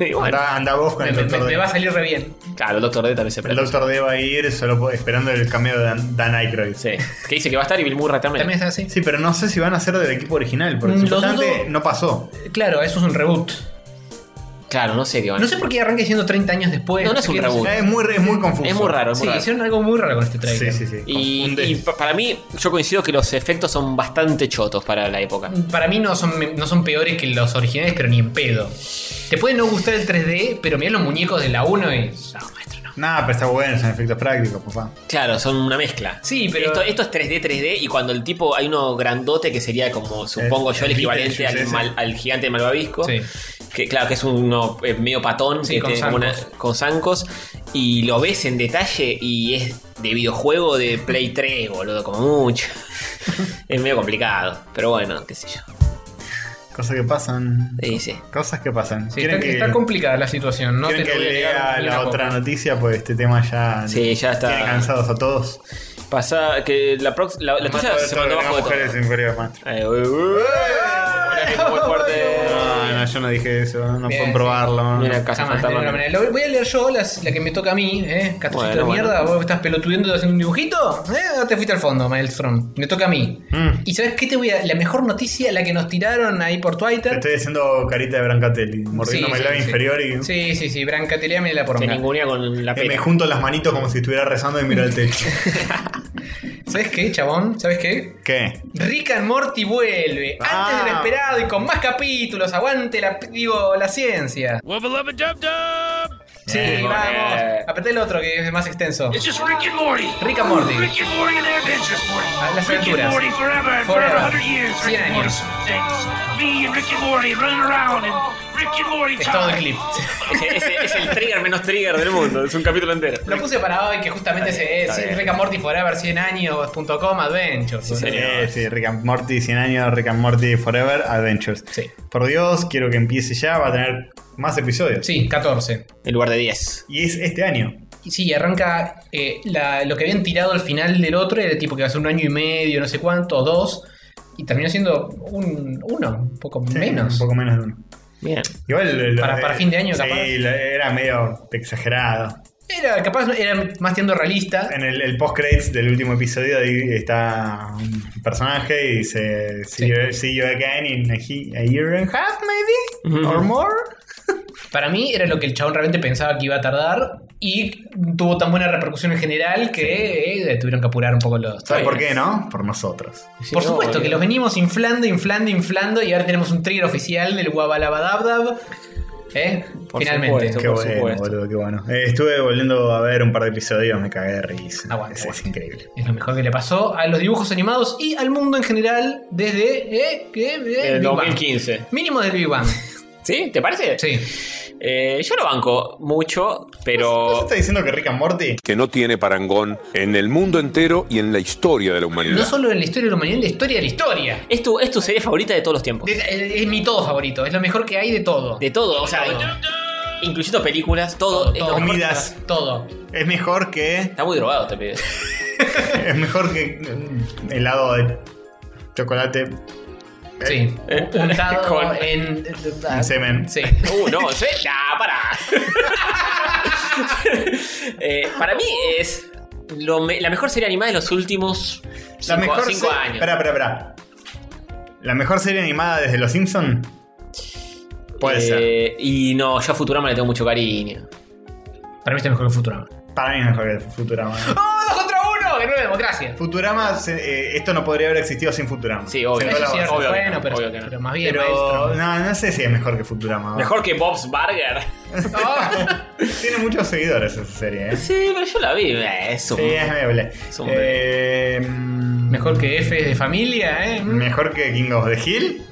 S3: Y bueno,
S4: Anda, anda vos con
S2: Me,
S4: el
S2: me-
S4: doctor
S2: me
S4: D.
S2: va a salir re bien.
S3: claro, el Doctor D también se
S4: El
S3: presta.
S4: doctor D va a ir solo po- esperando el cambio de Dan, Dan Aykroyd.
S3: Sí. Que dice que va a estar y Bill Murray también.
S2: ¿También es así?
S4: Sí, pero no sé si van a ser del equipo original, porque
S2: Mm, lo
S4: supuestamente
S2: dudo.
S4: no pasó.
S2: Claro, eso es un reboot.
S3: Claro, no sé qué van a
S2: No sé por qué arranca diciendo 30 años después.
S3: Ah. No, no es un
S2: qué,
S3: reboot.
S4: Es muy, es muy confuso.
S3: Es muy raro, es muy
S2: Sí,
S3: raro.
S2: hicieron algo muy raro con este
S4: Sí,
S2: trailer.
S4: sí, sí.
S3: Y,
S4: Confunde.
S3: y pa- para mí, yo coincido que los efectos son bastante chotos para la época.
S2: Para mí no son, no son peores que los originales, pero ni en pedo. Te puede no gustar el 3D, pero mirá los muñecos de la 1 y. No, maestro, no.
S4: Nada, pero está bueno, son efectos prácticos, papá.
S3: Claro, son una mezcla.
S2: Sí, pero-
S3: Esto, esto es 3D, 3D, y cuando el tipo. Hay uno grandote que sería como, supongo
S4: El-
S3: yo, el
S4: el
S3: equivalente
S4: Beetlejuice
S3: al,
S4: ese.
S3: mal- al gigante malvavisco.
S2: Sí.
S3: Que claro, que es uno eh, medio patón,
S2: Sí,
S3: que
S2: con
S3: tiene como
S2: zancos.
S3: una- con zancos. Y lo ves en detalle y es de videojuego de Play 3, boludo, como mucho. es medio complicado, pero bueno, qué sé yo.
S4: Cosas que pasan.
S3: Sí, sí.
S4: Cosas que pasan.
S2: Sí,
S4: ¿Quieren
S2: está,
S4: que,
S2: está complicada la situación. No te
S4: quieren
S2: lo
S4: que
S2: voy a negar
S4: lea
S2: ni
S4: la
S2: una
S4: otra
S2: poca.
S4: noticia? Pues este tema ya.
S3: Sí, ya está.
S4: tiene cansados a todos.
S3: Pasa que la próxima. La, la
S4: Más
S3: tuya
S4: todo
S3: se
S4: esto
S3: mandó
S4: de
S3: abajo de
S4: mujeres
S3: todo.
S4: inferiores, maestro.
S3: Eh, uy, uy. Hola, muy fuerte.
S4: No, Ah, no, yo no dije eso. No
S2: Bien,
S4: pueden
S2: sí.
S4: probarlo.
S3: Mira acá.
S2: Jamás, de ninguna manera. Lo- Voy a leer yo las- la que me toca a mí, ¿eh? Castorcito
S3: Bueno,
S2: de
S3: bueno.
S2: mierda, vos estás pelotudiendo haciendo un dibujito. ¿Eh? No te fuiste al fondo, Maelstrom. Me toca a mí.
S4: Mm.
S2: ¿Y sabes qué te voy a.? La mejor noticia, la que nos tiraron ahí por Twitter.
S4: Estoy haciendo carita de Brancatelli, mordiéndome
S2: Sí,
S4: el labio
S2: sí, sí.
S4: inferior y
S2: Sí, sí, sí, brancateleame la
S3: Se
S2: poronga.
S3: ningunea con la
S4: y me
S3: pena.
S4: junto las manitos como si estuviera rezando y miro al techo.
S2: ¿Sabes qué, chabón? ¿Sabes qué?
S4: ¿Qué?
S2: Rick and Morty vuelve,
S4: Ah.
S2: antes de lo esperado y con más capítulos. Aguante la, digo, la ciencia. Sí,
S3: Bien,
S2: vamos.
S3: bien.
S2: Apreté el otro que es más extenso.
S11: It's just Rick and Morty.
S2: Rick and Morty.
S11: Rick and Morty and their adventures, Morty.
S2: Ah, las
S11: Rick and
S2: aventuras.
S11: Morty forever and
S2: Forever.
S11: forever, 100 years. Rick
S2: 100
S11: and Morty.
S2: años.
S11: Thanks. Me and Rick and Morty running around and Rick and Morty
S2: Es todo el
S11: time.
S2: clip.
S3: Ese- ese- es el trigger menos trigger del mundo. Es un capítulo entero.
S2: Lo puse para hoy, que justamente
S3: Está
S2: se
S3: bien,
S2: es
S3: está bien.
S2: Rick and Morty Forever 100 años.com Adventures.
S3: Sí, señor.
S4: Eh, sí, Rick and Morty 100 años, Rick and Morty Forever Adventures.
S2: Sí.
S4: Por Dios, quiero que empiece ya, va a tener más episodios.
S2: Sí, 14.
S3: En lugar de 10.
S4: Y es este año.
S2: Y sí, arranca eh, la- lo que habían tirado al final del otro, era tipo que va a ser un año y medio, no sé cuánto, dos. Y terminó siendo un uno, un poco
S4: Sí,
S2: menos.
S4: Un poco menos de uno.
S3: Bien.
S4: Igual. lo- lo-
S2: Para- para fin de año,
S4: sí,
S2: capaz.
S4: lo- era medio exagerado.
S2: Era capaz, era más siendo realista.
S4: En el, el post-credits del último episodio ahí está un personaje y dice: See,
S2: Sí.
S4: you, see you again in a, he- a year and a half, maybe? Or more?
S2: Para mí era lo que el chabón realmente pensaba que iba a tardar y tuvo tan buena repercusión en general que eh, tuvieron que apurar un poco los...
S4: ¿Sabes
S3: bien.
S4: por qué, no? Por nosotros.
S2: Por
S3: Sí,
S2: supuesto
S3: obvio.
S2: que los venimos inflando, inflando, inflando y ahora tenemos un trigger oficial del Guabalabadabdab. ¿Eh?
S3: Por
S2: Finalmente.
S3: supuesto.
S4: Qué
S3: por
S4: bueno,
S3: supuesto.
S4: boludo, qué bueno. Eh, estuve volviendo a ver un par de episodios, me cagué de risa.
S2: Aguante,
S4: es, es
S2: aguante.
S4: increíble.
S2: Es lo mejor que le pasó a los dibujos animados y al mundo en general desde... ¿Eh? ¿Qué? Eh,
S3: El
S2: Big Bang.
S3: 2015.
S2: Mínimo del Big Bang.
S3: ¿Sí? ¿Te parece?
S2: Sí.
S3: Eh, yo lo banco mucho,
S4: ¿Vos
S3: pero.
S4: estás diciendo que Rick and Morty?
S9: Que no tiene parangón en el mundo entero y en la historia de la
S2: No
S9: humanidad.
S2: solo en la historia de la humanidad, en la historia de la historia.
S3: Es tu, es tu serie favorita de todos los tiempos.
S2: Es, es mi todo favorito, es lo mejor que hay de todo.
S3: De todo, o sea, incluyendo películas, todo.
S2: Todo,
S3: es lo mejor.
S4: Comidas.
S2: todo.
S4: Es mejor que.
S3: Está muy drogado este pibe.
S4: Es mejor que mm, helado de chocolate.
S2: Sí.
S3: Eh,
S2: Untado
S3: con-
S2: en...
S4: semen.
S2: Sí.
S3: Uh, no, Ah, ¿sí? Nah, para. Eh, para mí es lo me- la mejor serie animada de los últimos 5
S4: se-
S3: años.
S4: Espera, espera, espera. La mejor serie animada desde Los Simpsons. Puede ser.
S3: Eh, Y no, yo a Futurama le tengo mucho cariño.
S2: Para mí está mejor que Futurama.
S4: Para mí es mejor que Futurama.
S2: ¡Oh, dos contra uno! De nuevo, democracia.
S4: Futurama, se- eh, esto no podría haber existido sin Futurama.
S3: Sí, obvio.
S4: Se
S2: Eso
S4: fue
S2: es
S4: la
S2: cierto,
S4: voz.
S3: obvio que
S2: bueno,
S3: no,
S2: pero,
S3: obvio que no.
S2: pero más bien,
S4: Pero
S2: maestro.
S4: no, no sé si es mejor que Futurama.
S3: Mejor que Bob's Burger.
S2: No.
S4: Tiene muchos seguidores esa serie, ¿eh?
S3: Sí, pero yo la vi. eh, Es un-
S4: Sí, es medio ble.
S3: un-
S4: Eh, mm,
S2: Mejor que F es de familia, ¿eh?
S4: mejor que King of the Hill.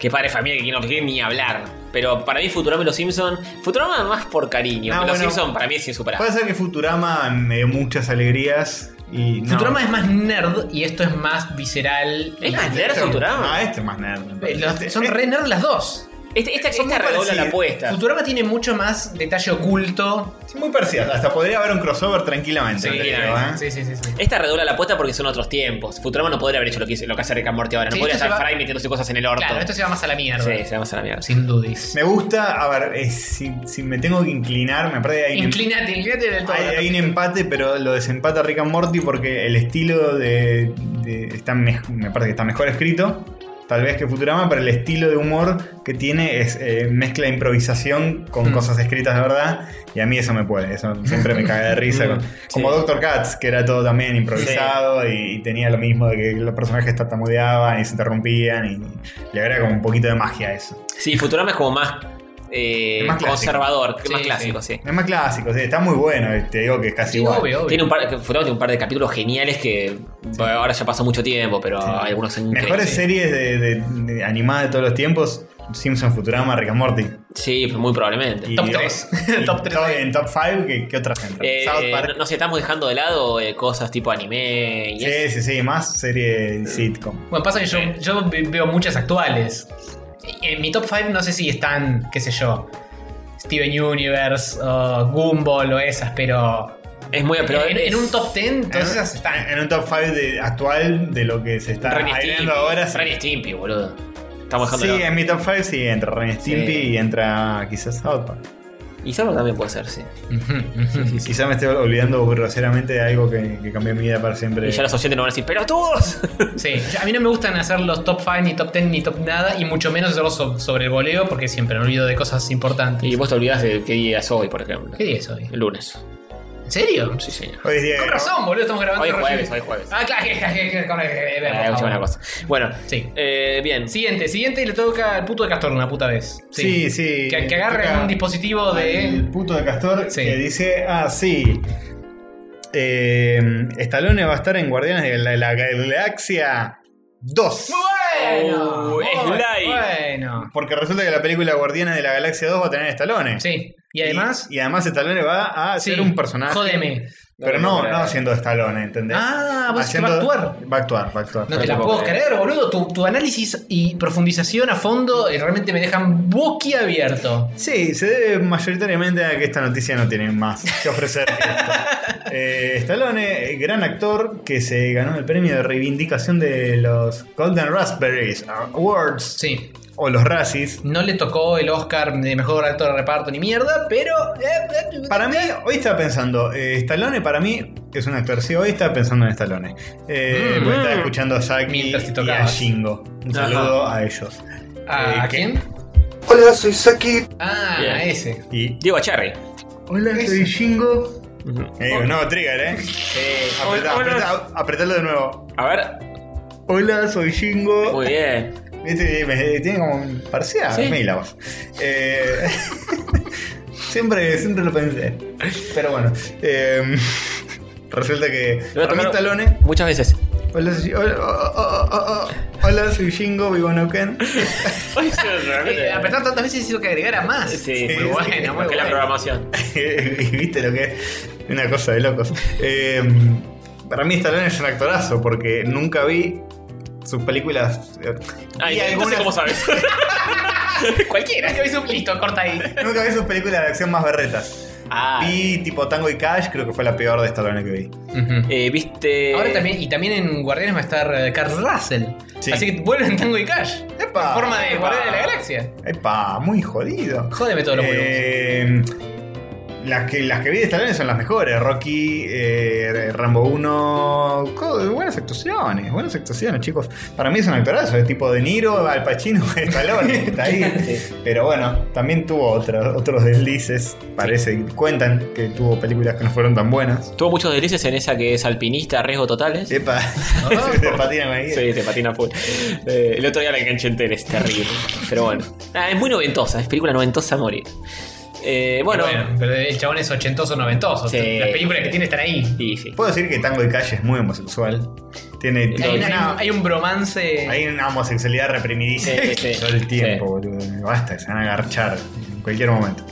S3: Que padre familia que King of the Hill ni hablar. Pero para mí Futurama y Los Simpson. Futurama más por cariño.
S4: Ah,
S3: pero Los
S4: bueno.
S3: Simpson para mí es insuperable.
S4: Puede ser que Futurama me dio muchas alegrías y no.
S2: Futurama es más nerd y esto es más visceral.
S3: Es
S2: Y-
S3: más nerd
S4: Este-
S3: Futurama.
S4: Ah, este es más nerd. me
S2: Eh,
S4: parece.
S2: los-
S4: Este-
S2: son
S4: eh,
S2: re nerd las dos.
S3: Este- esta
S4: Son
S3: esta redobla
S4: muy
S3: la
S4: parecidas.
S3: apuesta.
S2: Futurama tiene mucho más detalle oculto.
S4: sí, muy parecidas. Hasta podría haber un crossover tranquilamente.
S3: Sí,
S4: te digo,
S3: tranquilamente,
S4: ¿eh?
S2: Sí, sí, sí. sí.
S3: Esta redobla la apuesta porque son otros tiempos. Futurama no podría haber hecho lo que, hizo- lo que hace Rick and Morty ahora. No
S2: Sí,
S3: podría
S2: esto
S3: estar
S2: se va-
S3: Fry metiéndose cosas en el orto.
S2: Claro, esto se va más a la mierda.
S3: Sí, se vamos a la mierda.
S2: Sin dudas.
S4: Me gusta, a ver, eh, si, si me tengo que inclinar, me parece que hay un-
S2: Inclinate, inclinate del todo.
S4: Hay, hay un empate, pero lo desempata Rick and Morty porque el estilo de. de- está me, me parece que está mejor escrito. Tal vez que Futurama, pero el estilo de humor que tiene es eh, mezcla de improvisación con
S2: Mm.
S4: cosas escritas de verdad. Y a mí eso me puede, eso siempre me cae de risa.
S3: Mm,
S4: Con-
S3: sí.
S4: Como Doctor Katz, que era todo también improvisado y, y tenía lo mismo de que los personajes tartamudeaban y se interrumpían. Y, le agrega como un poquito de magia a eso.
S3: Sí, Futurama es como más eh,
S4: Es más clásico.
S3: conservador, que más clásico, sí.
S4: Es más clásico, sí, está muy bueno, eh, te digo que es casi igual.
S3: Tiene un par, Futurama tiene un par de capítulos geniales que bueno, ahora ya pasó mucho tiempo, pero hay algunos son
S4: Mejores
S3: increíbles.
S4: series de, de- de animadas de todos los tiempos, Simpson, Futurama, Rick and Morty.
S3: Sí, muy probablemente.
S4: Y
S3: Top
S4: es-
S3: tres.
S4: y to- En top 5, ¿qué, qué otras entran?
S3: Eh,
S4: South Park.
S3: no, no sé, estamos dejando de lado eh, cosas tipo anime y
S4: Sí, sí, sí, más serie sitcom.
S2: Bueno, pasa que yo, yo ve- veo muchas actuales. En mi top 5 no sé si están, qué sé yo, Steven Universe o Gumball o esas, pero... ¿Eh?
S3: Es muy
S2: en, en- en un top 10 todas esas están.
S4: En un top 5 de, actual de lo que se está
S3: Ren y
S4: hablando
S3: Stimpy.
S4: ahora. sí.
S3: Ren y Stimpy, boludo. Estamos
S4: Sí,
S3: dejando de lado.
S4: en mi top 5 sí entra Ren y Stimpy
S3: Sí.
S4: y entra quizás South Park.
S3: Y Solo también puede ser, sí.
S4: Quizás me estoy olvidando groseramente de algo que, que cambió mi vida para siempre.
S3: Y ya los oyentes no van a decir, ¡pero todos!
S2: Sí, a mí no me gustan hacer los top 5, ni top 10, ni top nada, y mucho menos hacerlos so- sobre el voleo, porque siempre me olvido de cosas importantes.
S3: Y vos te olvidás de qué día es hoy, por ejemplo.
S2: ¿Qué día es hoy?
S3: El lunes.
S2: ¿En serio?
S3: Sí, señor.
S4: Hoy es día de
S2: Con razón, boludo, estamos grabando.
S3: Eh, Hoy es
S2: recién.
S3: jueves, hoy es jueves.
S2: Ah, claro, que- que- que- con- eh,
S3: Eh,
S2: por
S3: escuchame
S2: favor.
S3: una cosa. Bueno,
S2: Sí.
S3: eh, bien.
S2: Siguiente, siguiente le toca al puto de Castor una puta vez.
S4: Sí, sí,
S2: Que, que
S4: le
S2: agarre
S4: toca
S2: un dispositivo de.
S4: El puto de Castor
S2: Sí.
S4: que dice, ah, sí. Eh, Stallone va a estar en Guardianes de la, la Galaxia 2.
S2: Bueno,
S3: Uh, es
S2: muy
S3: live.
S2: bueno.
S4: Porque resulta que la película Guardianes de la Galaxia 2 va a tener a Stallone.
S2: Sí. Y además.
S4: Y, y además Stallone va a
S2: Sí.
S4: ser un personaje.
S2: Jódeme.
S4: Pero no, no siendo Stallone, ¿entendés?
S2: Ah, vos decís que va a
S4: Haciendo-
S2: actuar.
S4: Va a actuar, va a actuar.
S2: No te la puedo creer, boludo. Tu, tu análisis y profundización a fondo eh, realmente me dejan boquiabierto.
S4: Sí, se debe mayoritariamente a que esta noticia no tiene más que ofrecer. que esto. Eh, Stallone, eh, gran actor que se ganó el premio de reivindicación de los Golden Raspberries Awards
S2: Sí.
S4: o los Razzies.
S2: No le tocó el Oscar de mejor actor de reparto ni mierda, pero. eh, eh,
S4: Para mí, hoy estaba pensando, eh, Stallone para mí, que es un actor, sí, hoy estaba pensando en Stallone. Eh,
S2: Mm.
S4: porque estaba escuchando a Saki
S2: Mientras te
S4: y a
S2: tocabas.
S4: Shingo. Un
S3: Ajá.
S4: saludo a ellos.
S2: ¿A,
S4: Eh,
S2: a
S4: que-
S2: quién?
S8: Hola, soy Saki.
S2: Ah,
S3: Bien.
S2: a ese.
S4: Y,
S3: Diego Cherry.
S4: Hola, soy Shingo. Eh, digo, no, Trigger, ¿eh? apretá,
S3: hola.
S4: apretá, apretalo de nuevo.
S3: A ver,
S4: Hola, soy Jingo.
S3: muy bien.
S4: Viste, me- eh, tiene como un parcial
S3: Sí.
S4: me la voz. Eh, siempre, siempre lo pensé. Pero bueno. eh, resulta que.
S3: Le voy a
S4: Para mí,
S3: tocar-
S4: Stallone.
S3: Muchas veces.
S4: Hola, soy, hola, oh, oh, oh, oh, hola, soy Jingo, vivo en Neuquén.
S2: Eh, apretar tantas veces hizo que agregara más.
S3: Sí,
S4: Sí,
S3: muy
S4: sí,
S3: bueno,
S4: sí,
S3: muy
S4: porque
S3: bueno. la
S4: la
S3: programación.
S4: Y Viste lo que es. Una cosa de locos. Eh, para mí, Stallone es un actorazo porque nunca vi sus películas. eh,
S3: Ay,
S4: vi
S3: Ah, entonces,
S4: algunas-
S3: ¿cómo sabes?
S2: Cualquiera que hizo un listo, corta ahí.
S4: Nunca vi sus películas de acción más berretas.
S3: Ah,
S4: Vi tipo Tango y Cash, creo que fue la peor de Stallone que vi.
S3: eh, viste.
S2: Ahora también, y también en Guardianes va a estar eh, Carl Russell.
S4: Sí.
S2: Así que vuelven Tango y Cash.
S4: Epa.
S2: En forma de
S4: Epa.
S2: Guardianes de la Galaxia.
S4: Epa, muy jodido.
S2: Jódeme todos los volúmenes.
S4: Eh, las que, las que vi de Stallone son las mejores. Rocky, eh, Rambo 1. co- Buenas actuaciones, buenas actuaciones, chicos. Para mí es un actorazo, es tipo De Niro, Al Pacino, Stallone, está ahí. Pero bueno, también tuvo otra- otros deslices, parece. Cuentan que tuvo películas que no fueron tan buenas.
S3: Tuvo muchos delices en esa que es alpinista, riesgo totales.
S4: Epa, se patina con ahí.
S3: Sí, te patina full. Eh, el otro día la enganché entera, es terrible. Pero bueno. Ah, es muy noventosa, es película noventosa a morir. Eh, bueno,
S2: Y pero el chabón es ochentoso, noventoso.
S3: Sí.
S2: Las películas que tiene están ahí.
S3: y sí.
S4: Puedo decir que Tango y Calle es muy homosexual. Tiene,
S2: Hay,
S4: tiene
S2: una- hay
S4: una-
S2: un- hay un bromance.
S4: Hay una homosexualidad reprimidísima
S3: Sí, sí, sí.
S4: todo el tiempo, boludo. Basta, se van a agarchar en cualquier momento.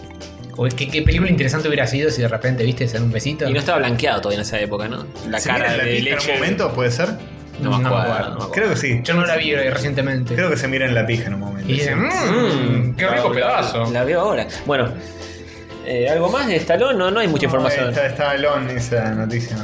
S2: Uy, ¿Qué, qué película interesante hubiera sido si de repente, viste, se dan un besito?
S3: Y no estaba blanqueado todavía en esa época, ¿no? La
S4: ¿Se
S3: cara
S4: miran la
S3: de
S4: pija en
S3: leche.
S4: un momento? ¿Puede ser?
S3: No me
S2: Ah, No me
S3: acuerdo. no
S2: acuerdo.
S3: me acuerdo.
S4: Creo que sí.
S2: Yo no la vi eh, recientemente.
S4: Creo que se miran la pija en un momento.
S2: y
S4: sí.
S2: dice, mmm, qué rico
S3: La-
S2: pedazo.
S3: Mm, La, veo ahora. Bueno, eh, ¿algo más de Stallone? No, no hay mucha
S4: Ay,
S3: información.
S4: Está, está Alon esa noticia.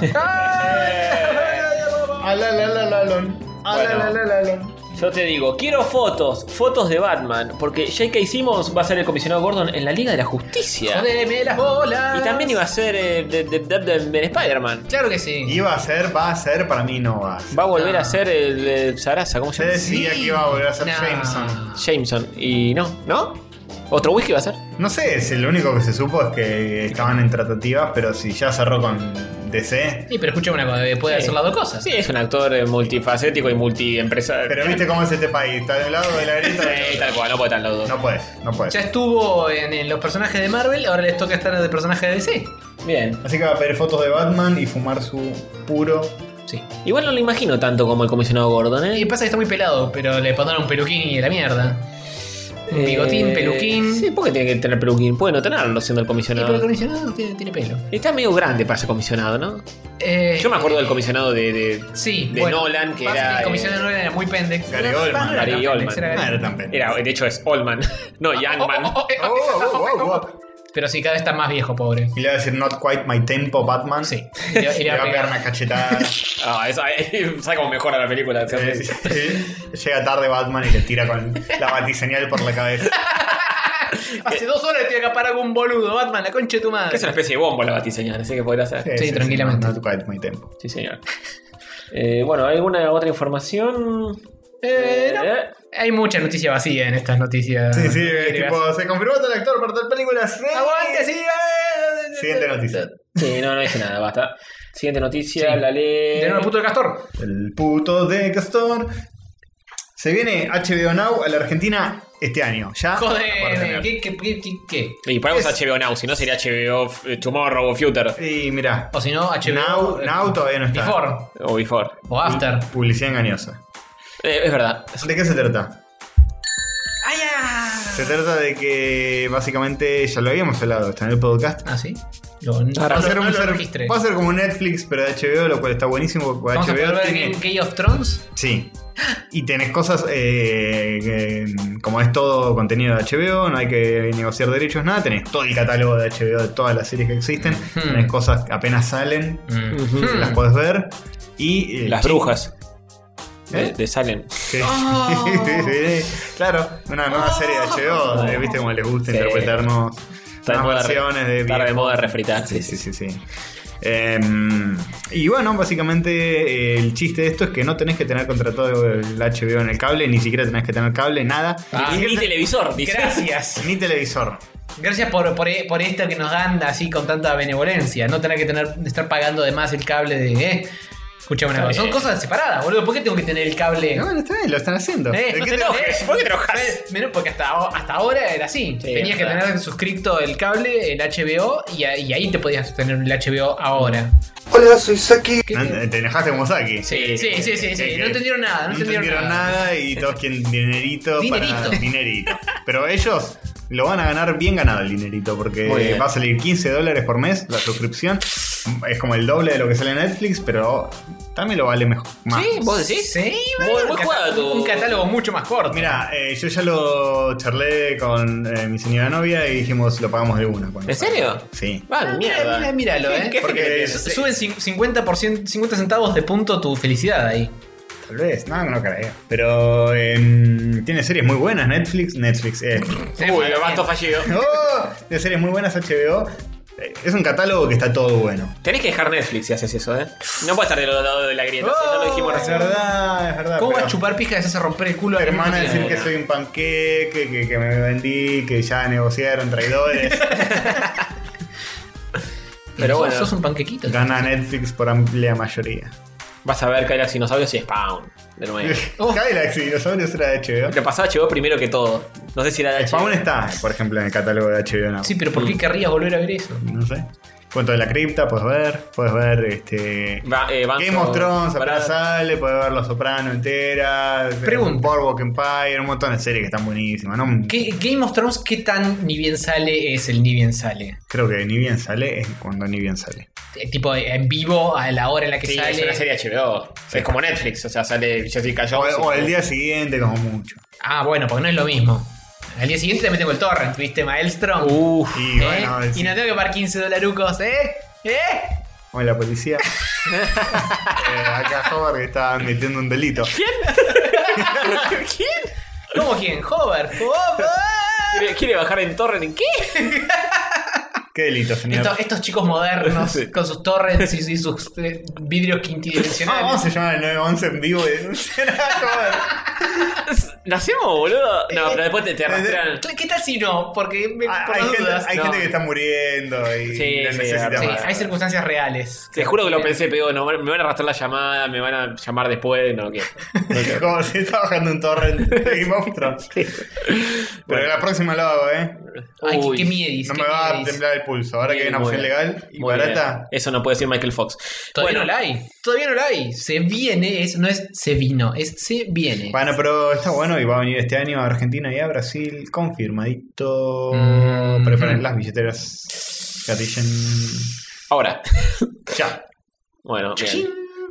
S4: Ala, la, la, la, Alon. Ala, la,
S3: Bueno.
S4: la, la, Alon.
S3: Yo te digo, quiero fotos, fotos de Batman, porque J.K. Simmons va a ser el comisionado Gordon en la Liga de la Justicia.
S2: Jodeme las bolas.
S3: Y también iba a ser eh, de, de- de- de- de Spider-Man.
S2: Claro que sí.
S4: Iba a ser, va a ser, para mí no va a ser.
S3: Va a volver
S2: Ah.
S3: a ser el eh, Sarasa, ¿cómo se
S4: Se
S3: llama?
S4: decía que iba a volver a ser
S2: Nah.
S4: Jameson.
S3: Jameson. Y no, ¿no? ¿Otro whisky va a ser?
S4: No sé, es- lo único que se supo es que estaban en tratativas, pero si ya cerró con DC.
S2: Sí, pero escucha una cosa, eh, puede hacer las dos cosas.
S3: Sí, es un actor eh, multifacético y multiempresario.
S4: Pero viste cómo es este país, está de un lado de la grieta.
S3: Sí, tal cual, no puede estar los dos.
S4: No puedes, no puedes.
S2: Ya estuvo en, en los personajes de Marvel, ahora les toca estar de personaje de DC.
S3: Bien.
S4: Así que va a pedir fotos de Batman y fumar su puro.
S2: Sí.
S3: Igual no lo imagino tanto como el comisionado Gordon, ¿eh?
S2: Y pasa que está muy pelado, pero le pondrán un peluquín y la mierda. Un bigotín,
S3: Eh,
S2: peluquín.
S3: Sí, ¿por qué tiene que tener peluquín? Puede no tenerlo siendo el
S2: Y por el
S3: comisionado.
S2: comisionado tiene, tiene pelo.
S3: Está medio grande para ser comisionado, ¿no?
S2: Eh,
S3: Yo me acuerdo del comisionado de, de-
S2: Sí,
S3: de Nolan, que
S2: pasa
S3: era,
S2: El comisionado
S3: eh,
S2: de Nolan era muy pendex.
S4: Gary
S2: No, no
S4: Oldman.
S2: era tan
S3: Gary
S2: pendex,
S3: Oldman.
S2: era
S4: No
S2: Gary-
S4: era tan pendejo.
S3: Era, de hecho es Oldman, no Youngman.
S2: Oh, oh, oh, eh,
S4: Oh, oh, oh, oh.
S2: Pero sí, cada vez está más viejo, pobre.
S4: Y le va a decir, not quite my tempo, Batman.
S2: Sí. Y le- y
S4: Le
S2: le va a pegar.
S4: una cachetada.
S3: Ah, eso ahí- sabe cómo mejora la película.
S4: Eh, sí. Llega tarde Batman y le tira con la batiseñal por la cabeza.
S2: Hace dos horas estoy acá parado con un boludo, Batman, la concha de tu
S3: Que
S2: madre.
S3: es una especie de bombo la batiseñal, así que podría ser.
S2: Sí, tranquilamente.
S4: Not quite my tempo.
S3: Sí, señor. Eh, bueno, ¿alguna otra información?
S2: Eh, no.
S3: Eh,
S2: Hay mucha noticia vacía en estas noticias.
S4: Sí, sí, es
S2: griegas.
S4: tipo, se confirmó tal actor para tal película. sí.
S2: Ah, ¡Aguante, sí! eh.
S4: Siguiente noticia.
S3: Sí, no, no dice nada, basta. Siguiente noticia,
S2: Sí.
S3: la ley.
S2: De nuevo el puto del castor.
S4: El puto de Castor. Se viene HBO Now a la Argentina este año.
S3: Ah,
S4: Ya.
S2: Joder, ¿qué, qué, qué, qué, qué?
S3: Y ponemos HBO Now, si no sería HBO f- eh, Tomorrow o Future
S4: Y mirá,
S2: O si no, HBO.
S4: Now,
S2: eh,
S4: Now todavía no está.
S2: Before.
S3: o Before.
S2: O After.
S4: Publicidad engañosa.
S3: Eh, es verdad.
S4: ¿De qué se trata? Se trata de que básicamente ya lo habíamos hablado hasta en el podcast.
S2: Ah, sí. Lo, no,
S3: Ahora
S4: Va a,
S2: no-
S4: ser
S2: no
S4: un
S2: lo
S4: ser-
S2: registré.
S4: va a ser como Netflix, pero de HBO, lo cual está buenísimo. Porque
S2: Vamos a
S4: HBO
S2: poder ver
S4: tiene-
S2: Game- Game of Thrones.
S4: Sí. Y tenés cosas eh, que, como es todo contenido de HBO, no hay que negociar derechos, nada. Tenés todo el catálogo de HBO de todas las series que existen.
S2: Ujú.
S4: Tenés cosas que apenas salen,
S2: Mm.
S3: Ujú.
S4: las podés ver. Y eh,
S3: Las brujas.
S4: ¿Eh?
S3: De, de Salem.
S4: Sí. claro, una nueva serie de HBO, eh, viste cómo les gusta
S3: Oh. Sí.
S4: interpretarnos
S3: Está de
S4: las
S3: moda re-
S4: versiones de
S3: Está de
S4: viejo.
S3: moda refritar.
S4: Sí, sí, sí, sí. Em, y bueno, básicamente eh, el chiste de esto es que no tenés que tener contratado el HBO en el cable, ni siquiera tenés que tener cable, nada,
S2: Ah,
S3: Ah, Y- y, televisor, dice.
S2: Gracias.
S4: ni televisor.
S2: Gracias por, por, por esto que nos dan así con tanta benevolencia. No tener que tener, estar pagando de más el cable de. Eh. Escuchame una
S3: Está
S2: cosa. Son
S3: bien.
S2: cosas separadas, boludo. ¿Por qué tengo que tener el cable?
S4: No, no está bien, lo están haciendo.
S2: Eh,
S4: ¿De
S2: no
S4: qué
S2: te
S4: te-
S2: enojes.
S3: ¿Por qué te enojas?
S2: Menos porque hasta, hasta ahora era así.
S3: Sí,
S2: Tenías que
S3: verdad.
S2: tener suscripto el cable, el HBO, y, a- y ahí te podías tener el HBO ahora.
S1: Hola, soy Saki.
S4: No, te enojaste como Saki.
S2: Sí, sí, sí, sí. sí.
S4: que-
S2: No entendieron nada, no,
S4: No entendieron nada y todos quieren dinerito, para
S2: Dinerito.
S4: dinerito. Pero ellos lo van a ganar bien ganado el dinerito
S3: Muy
S4: porque
S3: bien.
S4: va a salir 15 dólares por mes la suscripción. Es como el doble de lo que sale en Netflix, pero también lo vale mejor. Más.
S3: Sí, vos decís.
S2: Sí,
S3: Muy
S2: bueno,
S3: buen
S2: un
S3: juego,
S2: catálogo-
S3: tú.
S2: un catálogo mucho más corto.
S4: Mira, eh, yo ya lo charlé con eh, mi señora novia y dijimos lo pagamos de una. cuando
S3: ¿En
S4: salga.
S3: serio?
S4: Sí.
S3: Vale, mierda.
S2: Mira, míralo, eh.
S3: ¿Qué
S4: Porque
S3: fe que
S4: es-
S3: tienes?
S2: Su- Suben cin- 50%, 50 centavos de punto tu felicidad ahí.
S4: Tal vez, no, no creo. Pero em, tiene series muy buenas Netflix. Netflix, eh.
S3: Uy, lo basto fallido.
S4: ¡Oh! Tiene series muy buenas HBO. Eh, Es un catálogo que está todo bueno.
S3: Tenés que dejar Netflix si haces eso, ¿eh? No puedes estar del otro lado de la grieta, si no lo dijimos
S4: Oh, Es
S3: recién.
S4: verdad, es verdad.
S2: ¿Cómo
S4: Ah,
S2: vas
S4: pero
S2: a chupar pija y hacerse romper el culo
S4: mi
S2: al mismo
S4: Hermana
S2: tiempo?
S4: decir que soy un panqueque, que, que me vendí, que ya negociaron traidores.
S3: Pero
S2: Sos-
S3: bueno.
S2: Sos un panquequito.
S4: Gana Netflix por amplia mayoría.
S3: Vas a ver que hay dinosaurios y Spawn. De nuevo.
S2: Oh.
S4: Cadillac y Dinosaurios era de HBO.
S3: Lo pasaba llegó primero que todo. No sé si era de
S4: Spawn
S3: HBO.
S4: está, por ejemplo, en el catálogo de HBO Now.
S2: Sí, pero ¿por qué querrías volver a ver eso?
S4: No sé. Cuento de la cripta, puedes ver, puedes ver este.
S3: Va- eh, Banzo-
S4: Game of Thrones,
S3: Brad-
S4: apenas sale, puedes ver Los Soprano entera,
S2: Pregunta.
S4: Boardwalk Empire, un montón de series que están buenísimas. ¿no?
S2: ¿Qué, Game of Thrones, ¿qué tan ni bien sale es el ni bien sale?
S4: Creo que ni bien sale es cuando ni bien sale.
S2: Eh, Tipo eh, en vivo, a la hora en la que
S3: Sí,
S2: sale.
S3: es una serie HBO. Es como Netflix, o sea, sale Jessica
S4: O,
S3: Jones.
S4: o
S3: y-
S4: el día siguiente, como mucho.
S2: Ah, bueno, porque no es lo mismo. Al día siguiente también tengo el torrent, ¿viste? Maelstrom.
S3: Uf.
S4: Y
S2: ¿Eh?
S4: Uh, bueno,
S2: y
S4: sí.
S2: no tengo que pagar 15 dolarucos, ¿eh? ¿Eh?
S4: Hola, policía. Eh, acá Howard que está metiendo un delito.
S3: ¿Quién?
S2: ¿Cómo quién? ¿Hover? ¡Hover!
S3: ¿Quiere- ¿Quiere bajar en torrent en qué?
S4: ¿Qué delito, señor?
S2: Estos, estos chicos modernos
S3: Sí.
S2: con sus torrents y, y sus eh, vidrios
S4: Ah,
S2: quintidimensionales.
S4: vamos a llamar al 911 en vivo y denunciar a Howard.
S3: ¿Lo hacemos, boludo?
S4: Eh,
S3: No, pero después te, te arrastran.
S2: ¿Qué tal si no? Porque me- por
S4: Ah, Hay,
S2: las
S4: gente,
S2: dudas,
S4: hay
S2: no.
S4: gente que está muriendo y
S3: Sí,
S4: la
S3: sí,
S4: necesita
S3: sí,
S4: más.
S2: Hay circunstancias reales.
S3: Te juro que lo pensé, pero no, me van a arrastrar la llamada, me van a llamar después, no, ¿qué?
S4: Como si está bajando un torrent de monstruos. Pero la próxima lo hago, ¿eh?
S2: Ay, qué- qué miedis,
S4: No
S2: qué
S4: me va a
S2: miedis.
S4: temblar el pulso. Ahora que hay una
S3: Muy
S4: opción
S3: bien.
S4: legal y
S3: Muy
S4: barata.
S3: bien. Eso no puede decir Michael Fox.
S2: Todavía
S3: Bueno.
S2: no la hay. Todavía no la hay. Se viene, es, no es se vino, es se viene.
S4: Bueno, pero está bueno y va a venir este año a Argentina y a Brasil. Confirmadito.
S3: Mm-hmm.
S2: Mm.
S4: Preparen las billeteras. Gatillen.
S3: Ahora.
S4: Ya.
S3: Bueno, bien.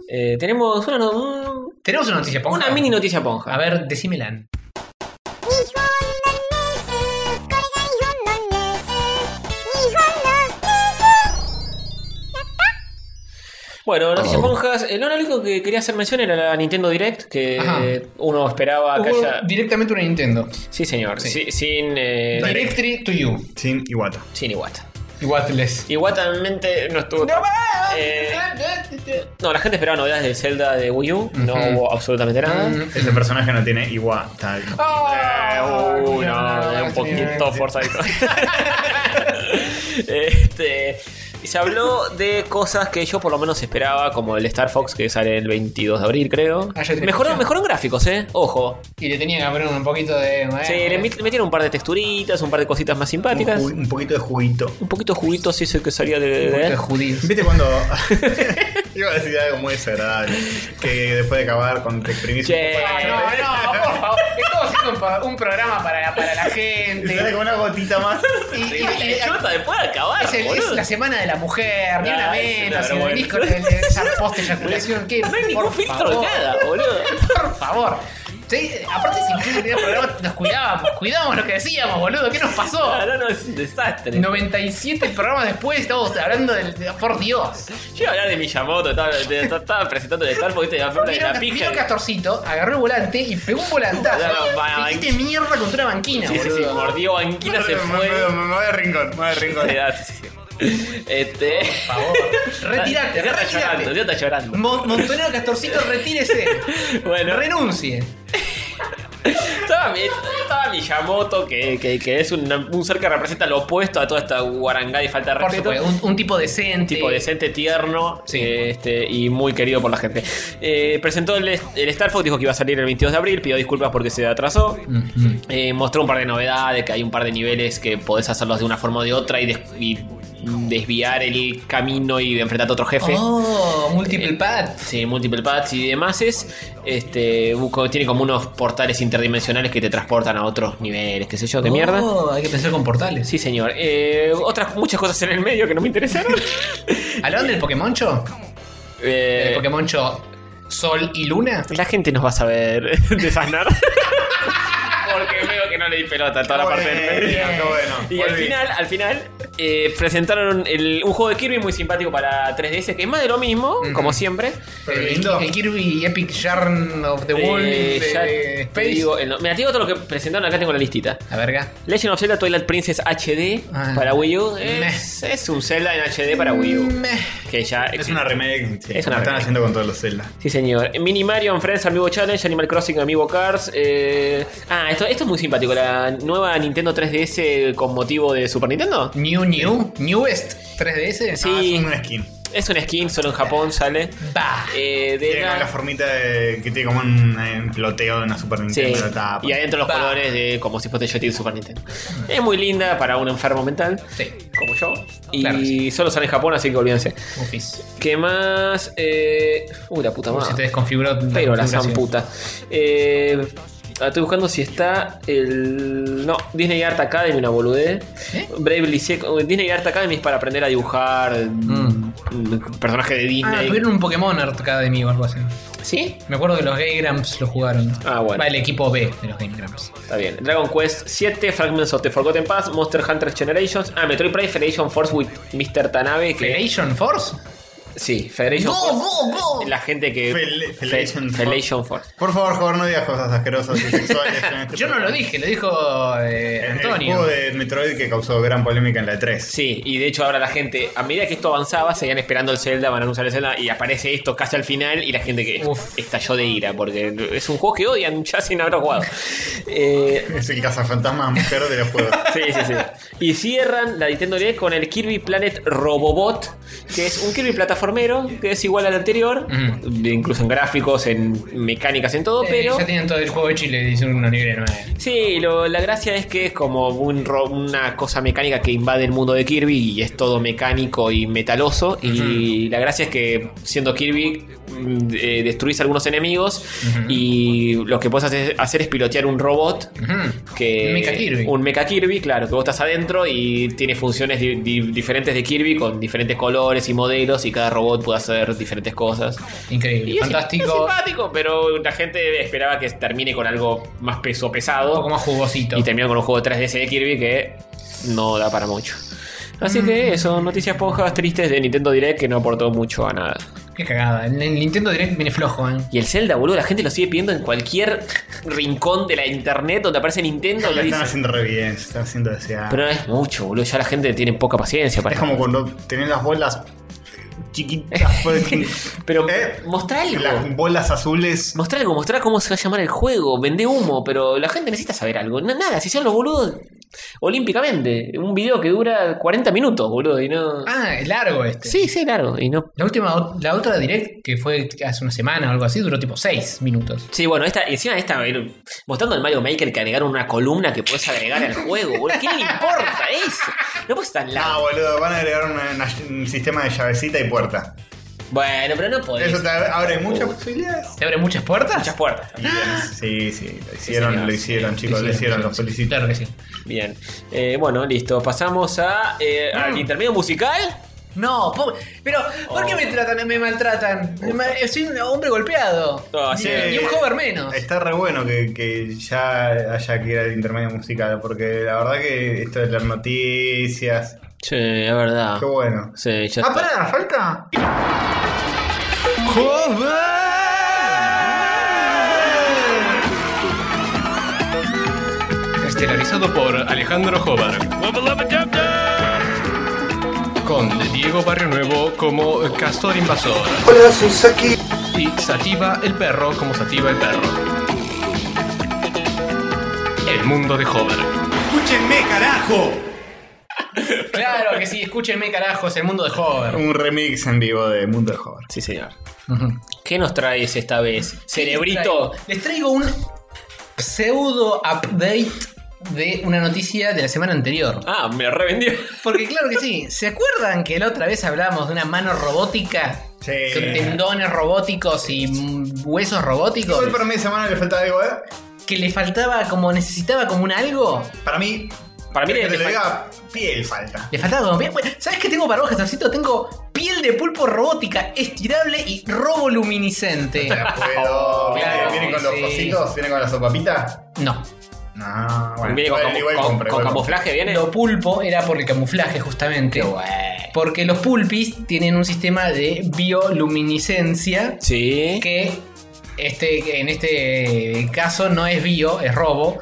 S3: Eh, tenemos una, no-
S2: Tenemos una noticia ponja.
S3: una mini noticia ponja.
S2: A ver, decímela.
S3: Bueno, noticias
S8: Oh.
S3: ponjas. Eh, no, lo único que quería hacer mención era la Nintendo Direct, que
S2: Ajá.
S3: eh, uno esperaba que
S2: Hubo
S3: haya.
S2: Directamente una Nintendo.
S3: Sí, señor.
S2: Sí.
S3: si- sin. eh,
S2: Directly to you.
S4: Sin Iwata.
S3: Sin Iwata.
S2: Iguatless.
S3: Igualmente no estuvo. tan- Eh, no, la gente esperaba novedades de Zelda de Wii U. No
S2: Ujú.
S3: hubo absolutamente nada.
S4: Ese personaje no tiene Iwata.
S2: Ah,
S3: Eh, uy,
S2: mira,
S3: no, un
S2: sí,
S3: poquito
S2: sí.
S3: forzadito. este, y se habló de cosas que yo por lo menos esperaba, como el Star Fox que sale el 22 de abril, creo.
S2: Ah, ya te
S3: Mejoraron,
S2: escuché.
S3: mejoraron gráficos, eh. Ojo.
S2: Y le tenía que poner un poquito de.
S3: Sí, le met- metieron un par de texturitas, un par de cositas más
S4: Un,
S3: simpáticas.
S4: ju- un poquito de juguito.
S3: Un poquito de juguitos ese que salía de. de-
S2: Un poquito de
S3: de-
S2: judío.
S4: ¿Viste cuando.? Iba a decir algo muy desagradable. Que después de acabar, cuando te exprimís un
S3: Che.
S4: poco de-
S2: Ah, no, no, por favor. Estamos haciendo un, pa- un programa para, para la
S4: Te sale
S2: gente.
S4: con una gotita más.
S2: Y- y-
S3: Y
S2: y-
S3: la chota después de acabar,
S2: es, el- Ah, es
S3: boludo.
S2: la semana de la mujer, ni
S3: Ah,
S2: una
S3: es una
S2: menos. Y
S3: vergüenza.
S2: venís con el- esa post eyaculación. ¿qué?
S3: No hay
S2: Por
S3: ningún filtro
S2: favor.
S3: de nada, boludo.
S2: Por favor. Sí, aparte, si nosotros teníamos programa, nos cuidábamos. Cuidábamos lo que decíamos, boludo. ¿Qué nos pasó?
S3: No, no, no, es un desastre.
S2: 97 programas después estamos hablando del. de- por Dios.
S3: Yo iba a hablar de Miyamoto, estaba, te- te- estaba presentando el Star Fox, viste, la flor de
S2: Vino,
S3: la pija.
S2: vino Castorcito, agarró el volante y pegó un volantazo.
S3: No, no, va,
S2: Te hiciste mierda contra una banquina,
S3: Sí, sí,
S2: boludo.
S3: sí, mordió banquina, se
S4: Me- me-
S3: fue.
S4: Me, me- me voy de rincón, me voy de rincón.
S3: Sí, da, sí, sí. Este.
S2: Por favor. Retirate,
S3: Ya está llorando,
S2: retirate.
S3: ya está llorando.
S2: Mon- Montonero Castorcito, retírese.
S3: Bueno.
S2: Renuncie.
S3: Estaba, mi- estaba Miyamoto, que, que, que es un, un ser que representa lo opuesto a toda esta guarangada y falta de
S2: Por
S3: respeto.
S2: supuesto, un, un tipo
S3: Un
S2: decente.
S3: tipo decente, tierno
S2: Sí.
S3: eh, este, y muy querido por la gente. Eh, presentó el, el Star Fox, dijo que iba a salir el 22 de abril, pidió disculpas porque se atrasó.
S2: Ujú.
S3: Eh, mostró un par de novedades, que hay un par de niveles que podés hacerlos de una forma o de otra y, des- y desviar el camino y enfrentarte a otro jefe.
S2: Oh, multiple pad.
S3: Sí, multiple paths y demás es. Este, busco- tiene como unos portales interdimensionales que te transportan a otros niveles, qué sé yo, qué mierda.
S2: Oh, hay que pensar con portales.
S3: Sí, señor. Eh, otras muchas cosas en el medio que no me interesaron.
S2: ¿Hablaron del Pokémoncho?
S3: Eh,
S2: ¿Del Pokémoncho Sol y Luna?
S3: La gente nos va a saber desasnar. Porque veo que no le di pelota a toda la parte del medio.
S4: Bueno, qué bueno.
S3: Y al
S4: Volví.
S3: final, al final, eh, presentaron el- un juego de Kirby muy simpático para 3DS, que es más de lo mismo,
S2: Ujú.
S3: como siempre.
S4: Pero
S2: El-
S4: lindo.
S2: El Kirby Epic Yarn of the Wall
S3: Eh,
S2: de-
S3: ya
S2: de
S3: te
S2: Space.
S3: digo el no- Mira, te digo todo lo que presentaron, acá tengo la listita.
S2: La verga.
S3: Legend of Zelda Twilight Princess HD
S2: Ah.
S3: para Wii U. Es, es un Zelda en HD para Wii U.
S2: Meh.
S3: Que ya
S4: Es
S3: existe.
S4: una remake. sí,
S3: eh, Es una
S4: lo están
S3: remake.
S4: haciendo con todos los Zelda.
S3: Sí, señor. Mini Mario en Friends, Amigo Challenge, Animal Crossing, Amigo Cars. eh, Ah, esto, esto es muy simpático. La nueva Nintendo 3DS con motivo de Super Nintendo.
S2: New New Newest 3DS.
S3: Sí.
S4: Ah, es una skin.
S3: Es una skin, solo en Japón sale.
S2: Ah, Bah.
S3: Eh, de
S4: Tiene como
S3: la-
S4: la formita de- que tiene como un, eh, ploteo de una Super
S3: Sí.
S4: Nintendo la tapa.
S3: Y adentro los
S2: Pa.
S3: colores de como si fuese Jetty de Super Nintendo. Es muy linda para un enfermo mental,
S2: Sí.
S3: como yo. Y
S2: Claro que sí.
S3: solo sale en Japón, así que olvídense.
S2: Ufis.
S3: ¿Qué más? Eh... Uy, la puta
S2: Como si te
S3: madre.
S2: desconfiguró.
S3: Pero la
S2: configuración.
S3: zamputa. Eh, ah, estoy buscando si está el. No, Disney Art Academy, una boludez.
S2: ¿Eh?
S3: Bravely Second- Disney Art Academy es para aprender a dibujar
S2: Mm.
S3: mm, personajes de Disney.
S2: Ah, tuvieron un Pokémon Arcade mí o algo así.
S3: ¿Sí?
S2: Me acuerdo que los Gay Grumps lo jugaron.
S3: Ah, bueno.
S2: Va el equipo B de los Gay Grumps.
S3: Está bien. Dragon Quest 7, Fragments of the Forgotten Past, Monster Hunter Generations. Ah, Metroid Prime Federation Force with Mr. Tanabe. Que
S2: ¿Federation Force?
S3: Sí, Federation
S4: Go,
S3: Force.
S4: go, go.
S3: La gente que.
S4: Fel- Felation
S3: Fe-
S4: Force.
S3: Felation Force.
S4: Por favor, joder, no digas cosas asquerosas y sexuales. en este
S2: Yo no lo
S4: programa.
S2: dije, lo dijo eh,
S4: El
S2: Antonio.
S4: juego de Metroid que causó gran polémica en la E E3.
S3: Sí, y de hecho ahora la gente, a medida que esto avanzaba, seguían esperando el Zelda, van a anunciar el Zelda, y aparece esto casi al final, y la gente que estalló de ira, porque es un juego que odian ya sin haber jugado. Eh,
S4: Es el cazafantasma mujer de los juegos.
S3: Sí, sí, sí. Y cierran la Nintendo DS con el Kirby Planet Robobot, que es un Kirby plataformero, que es igual al anterior, incluso en gráficos, en mecánicas, en todo,
S2: Eh,
S3: pero...
S2: Ya tenían todo el juego hecho y le hicieron una nivel 9.
S3: Sí, lo- la gracia es que es como un ro- una cosa mecánica que invade el mundo de Kirby y es todo mecánico y metaloso. Y la gracia es que siendo Kirby mm, eh, destruís algunos enemigos y lo que puedes hacer, hacer es pilotear un robot que
S2: Un Mecha Kirby.
S3: un Mecha Kirby, claro, que vos estás adentro y tiene funciones di- di- diferentes de Kirby con diferentes colores y modelos y cada robot puede hacer diferentes cosas.
S2: Increíble,
S3: Y es- es
S2: fantástico.
S3: simpático, pero la gente esperaba que termine con algo más peso pesado.
S2: Un poco más jugosito.
S3: Y terminó con un juego 3DS de Kirby que no da para mucho. Así
S2: Mm.
S3: que eso, noticias pojas tristes de Nintendo Direct que no aportó mucho a nada.
S2: Qué cagada. El el Nintendo Direct viene flojo, ¿eh?
S3: Y el Zelda, boludo, la gente lo sigue pidiendo en cualquier rincón de la internet donde aparece Nintendo. Lo
S4: Lo están
S3: dice.
S4: haciendo re bien, se están haciendo desear.
S3: Pero es mucho, boludo, ya la gente tiene poca paciencia para
S4: es como cuando tenés las bolas eh, chiquitas.
S3: Pero
S4: eh,
S3: mostrar algo.
S4: las bolas azules.
S3: Mostrar algo, mostrar cómo se va a llamar el juego, vende humo, pero la gente necesita saber algo. Na- Nada, si son los boludos olímpicamente. Un video que dura 40 minutos, boludo, y no.
S2: Ah, es largo este.
S3: Sí, sí, largo, y no.
S2: La última, la otra Direct, que fue hace una semana o algo así, duró tipo 6 minutos.
S3: Sí, bueno, esta, y encima de esta, eh, mostrando el Mario Maker que agregaron una columna que puedes agregar al juego, boludo. ¿Quién le importa eso? No puedes tan
S4: Ah,
S3: largo.
S4: boludo, van a agregar una- una- un sistema de llavecita y puerta.
S3: Bueno, pero no podés.
S4: Eso te ab- abre muchas posibilidades.
S2: ¿Te abre muchas puertas?
S3: Muchas puertas.
S4: Y bien, Sí, sí, lo hicieron,
S3: señor,
S4: lo hicieron,
S2: sí,
S4: chicos,
S2: sí,
S4: lo hicieron,
S2: sí,
S4: lo felicito.
S2: Claro que sí.
S3: Bien. Eh, bueno, listo. Pasamos a, eh,
S4: Mm.
S3: al intermedio musical.
S2: No, po- pero ¿por qué
S3: Oh.
S2: me tratan, me maltratan? Me- Soy un hombre golpeado.
S3: No, así
S2: y,
S4: que-
S2: y un cover menos.
S4: Está re bueno que, que ya haya que ir al intermedio musical, porque la verdad que esto de las noticias.
S3: Sí, es verdad.
S4: Qué bueno.
S3: Ah. Sí, ya
S4: Ah,
S3: está.
S4: pará, falta.
S12: Estelarizado por Alejandro Jobar. Con Diego Barrio Nuevo como Castor Invasor.
S8: Hola, soy Saki.
S12: Y Sativa el Perro como Sativa el Perro. El mundo de Hobar.
S5: Escúchenme, carajo.
S2: Claro que sí, escúchenme, carajos, el mundo de Hover.
S4: Un remix en vivo de Mundo de Hover.
S3: Sí, señor. ¿Qué nos traes esta vez? Cerebrito.
S2: Les traigo un pseudo update de una noticia de la semana anterior.
S3: Ah, me lo revendió.
S2: Porque claro que sí, ¿se acuerdan que la otra vez hablamos de una mano robótica?
S4: Sí.
S2: Con tendones robóticos y mm, huesos robóticos.
S4: Igual para mí semana le falta algo, ¿eh?
S2: Que le faltaba como, necesitaba como un algo.
S4: Para mí,
S3: Para mí
S4: que
S3: le- le
S4: te lo
S3: fal-
S4: diga, piel falta.
S2: Le faltaba como piel. Bueno, ¿Sabes qué tengo para vos, Castorcito? Tengo piel de pulpo robótica, estirable y roboluminiscente.
S4: Ya
S2: Claro,
S4: puedo. ¿Viene, viene con los
S2: sí.
S4: cositos? ¿Viene con la sopapitas?
S2: No.
S4: No, bueno,
S3: Viene con,
S4: igual,
S3: camu-
S4: igual
S3: con- con
S4: compré, igual compré.
S3: camuflaje, viene.
S2: Lo pulpo era por el camuflaje, justamente. Porque los pulpis tienen un sistema de bioluminiscencia
S3: Sí.
S2: que este, que en este caso no es bio, es robo.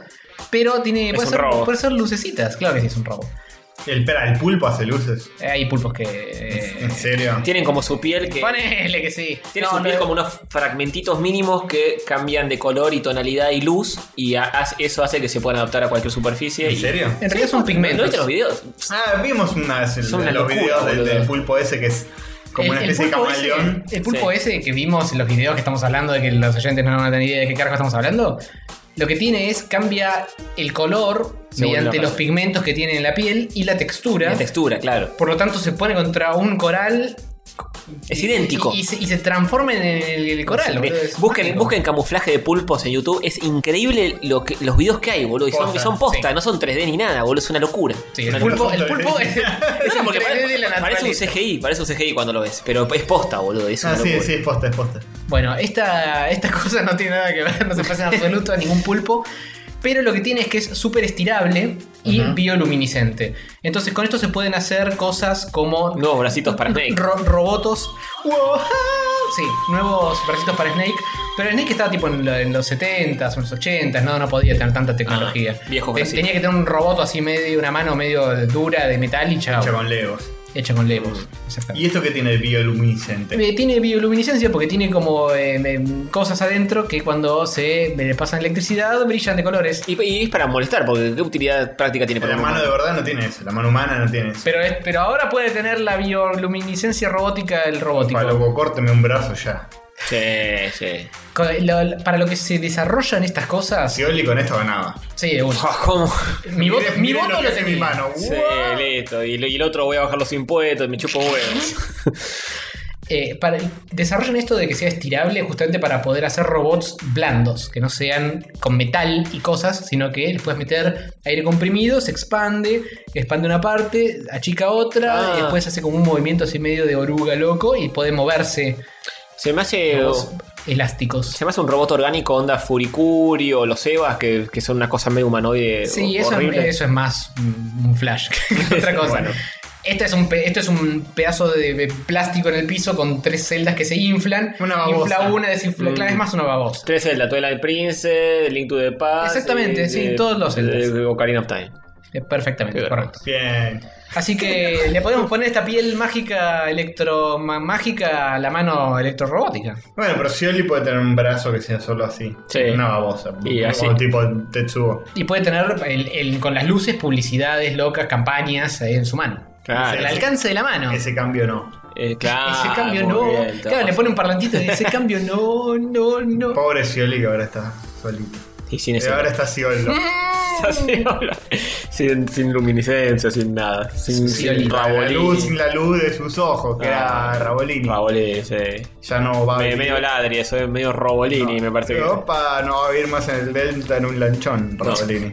S2: Pero tiene.
S3: Es
S2: puede,
S3: un
S2: ser,
S3: robo.
S2: puede ser lucecitas, claro que sí, es un robo.
S4: El, espera, el pulpo hace luces.
S2: Hay pulpos que. eh,
S4: ¿En serio?
S3: Tienen como su piel que.
S2: ponele que sí.
S3: Tiene
S2: No,
S3: su piel
S2: no-
S3: como unos fragmentitos mínimos que cambian de color y tonalidad y luz. Y a- hace- eso hace que se puedan adaptar a cualquier superficie.
S4: ¿En
S3: y-
S4: serio?
S2: En realidad son
S3: ¿No- ¿No
S2: pigmentos.
S3: viste los videos?
S4: Ah, vimos una, vez el-
S3: Son una
S4: los
S3: locura,
S4: videos del,
S3: boludo.
S4: del pulpo ese que es como una
S2: El- el
S4: especie de
S2: pulpo
S4: camaleón.
S2: ese- el pulpo
S3: Sí.
S2: ese que vimos en los videos que estamos hablando, de que los oyentes no van a tener idea de qué carajo estamos hablando, lo que tiene es cambia el color
S3: Según
S2: mediante
S3: la
S2: los
S3: parte.
S2: pigmentos que tiene en la piel y la textura.
S3: La textura, claro.
S2: Por lo tanto, se pone contra un coral.
S3: Es
S2: y-
S3: idéntico.
S2: Y, y se, y se transforma en el, el coral.
S3: Sí,
S2: boludo, es
S3: busquen,
S2: mágico.
S3: busquen camuflaje de pulpos en YouTube. Es increíble lo que, los videos que hay, boludo. Y son,
S4: Posta,
S3: son posta,
S2: sí.
S3: no son 3D ni nada, boludo. Es una locura.
S2: Sí, el pulpo, el pulpo es, es
S3: No,
S2: el
S3: porque
S2: 3D de la
S3: pare- parece un
S2: naturaleza.
S3: CGI, parece un CGI cuando lo ves, pero es posta, boludo. Es una
S4: Ah, sí,
S3: locura.
S4: sí, es posta, es posta.
S2: Bueno, esta, esta cosa no tiene nada que ver, no se parece en absoluto a ningún pulpo. Pero lo que tiene es que es súper estirable y
S3: Ujú.
S2: bioluminiscente. Entonces con esto se pueden hacer cosas como...
S3: Nuevos bracitos para Snake.
S2: Ro- robotos. ¡Wow! Sí, nuevos bracitos para Snake. Pero Snake estaba tipo en, lo- en los 70s, en los 80s, no, no podía tener tanta tecnología.
S3: Ah, viejo
S2: Te-
S3: Brasil.
S2: Tenía que tener un robot así medio, una mano medio dura de metal y chao.
S4: Hecha con legos.
S2: Hecha con legos.
S4: ¿Y esto qué tiene de bioluminiscente?
S2: Eh, Tiene bioluminiscencia porque tiene como eh, em, cosas adentro que cuando se eh, le pasan electricidad brillan de colores.
S3: Y, es para molestar, porque qué utilidad práctica tiene
S4: La mano de verdad no tiene eso, la mano humana no tiene eso.
S2: Pero, es- pero ahora puede tener la bioluminiscencia robótica del robótico.
S4: Para loco, córteme un brazo ya.
S3: Sí, sí.
S2: Co- lo- para lo que se desarrollan estas cosas.
S4: Si Oli con esto ganaba.
S2: Sí, de una.
S3: ¿Cómo?
S2: Mi, voto-
S4: Miren-
S2: mi
S4: miren
S2: voto
S4: lo
S2: lo
S4: que hace mi
S2: tenía.
S4: mano.
S3: Sí, listo. Y, lo- y el otro voy a bajar los impuestos, me chupo huevos.
S2: Eh, para- desarrollan esto de que sea estirable justamente para poder hacer robots blandos, que no sean con metal y cosas, sino que les puedes meter aire comprimido, se expande, expande una parte, achica otra,
S3: Ah.
S2: y después hace como un movimiento así medio de oruga loco y puede moverse.
S3: Se me hace.
S2: Los elásticos.
S3: Se me hace un robot orgánico, onda Furikuri o los Evas, que, que son una cosa medio humanoide.
S2: Sí,
S3: ho-
S2: eso,
S3: horrible.
S2: eso es más un un flash que otra cosa.
S3: Bueno.
S2: Este es, un pe- esto es un pedazo de, de plástico en el piso con tres celdas que se inflan. Infla
S3: babosa.
S2: una, desinfla. Claro, es más una babosa.
S3: Tres Zelda, Twilight Princess, Link to the Past. eh,
S2: Exactamente, sí, todos los Zeldas.
S3: de Ocarina of Time.
S2: Eh, Perfectamente, correcto.
S4: Bien.
S2: Así que le podemos poner esta piel mágica, electromágica, a la mano electrorobótica.
S4: Bueno, pero si Oli puede tener un brazo que sea solo así.
S2: Sí.
S4: Una babosa.
S2: Y así.
S4: Como tipo Tetsuo.
S2: Y puede tener el- el- con las luces, publicidades locas, campañas ahí en su mano.
S4: Claro.
S2: El alcance de la mano.
S4: Ese cambio no.
S3: eh, claro.
S2: ese cambio no. claro, le pone un parlantito y ese cambio no, no, no.
S4: Pobre Scioli que ahora está solito.
S3: Y sin
S4: Pero
S3: ese-
S4: ahora está Sciolo.
S3: sin, sin luminiscencia, sin nada. Sin, sin
S4: la
S3: Rabolini.
S4: luz, sin la luz de sus ojos, que
S3: Ah,
S4: era Rabolini.
S3: Rabolini, sí.
S4: Ya no va a
S3: Me-
S4: vivir.
S3: medio ladri, soy medio Robolini, me parece que.
S4: Opa, no va a vivir más en el Delta en un lanchón, Rabolini.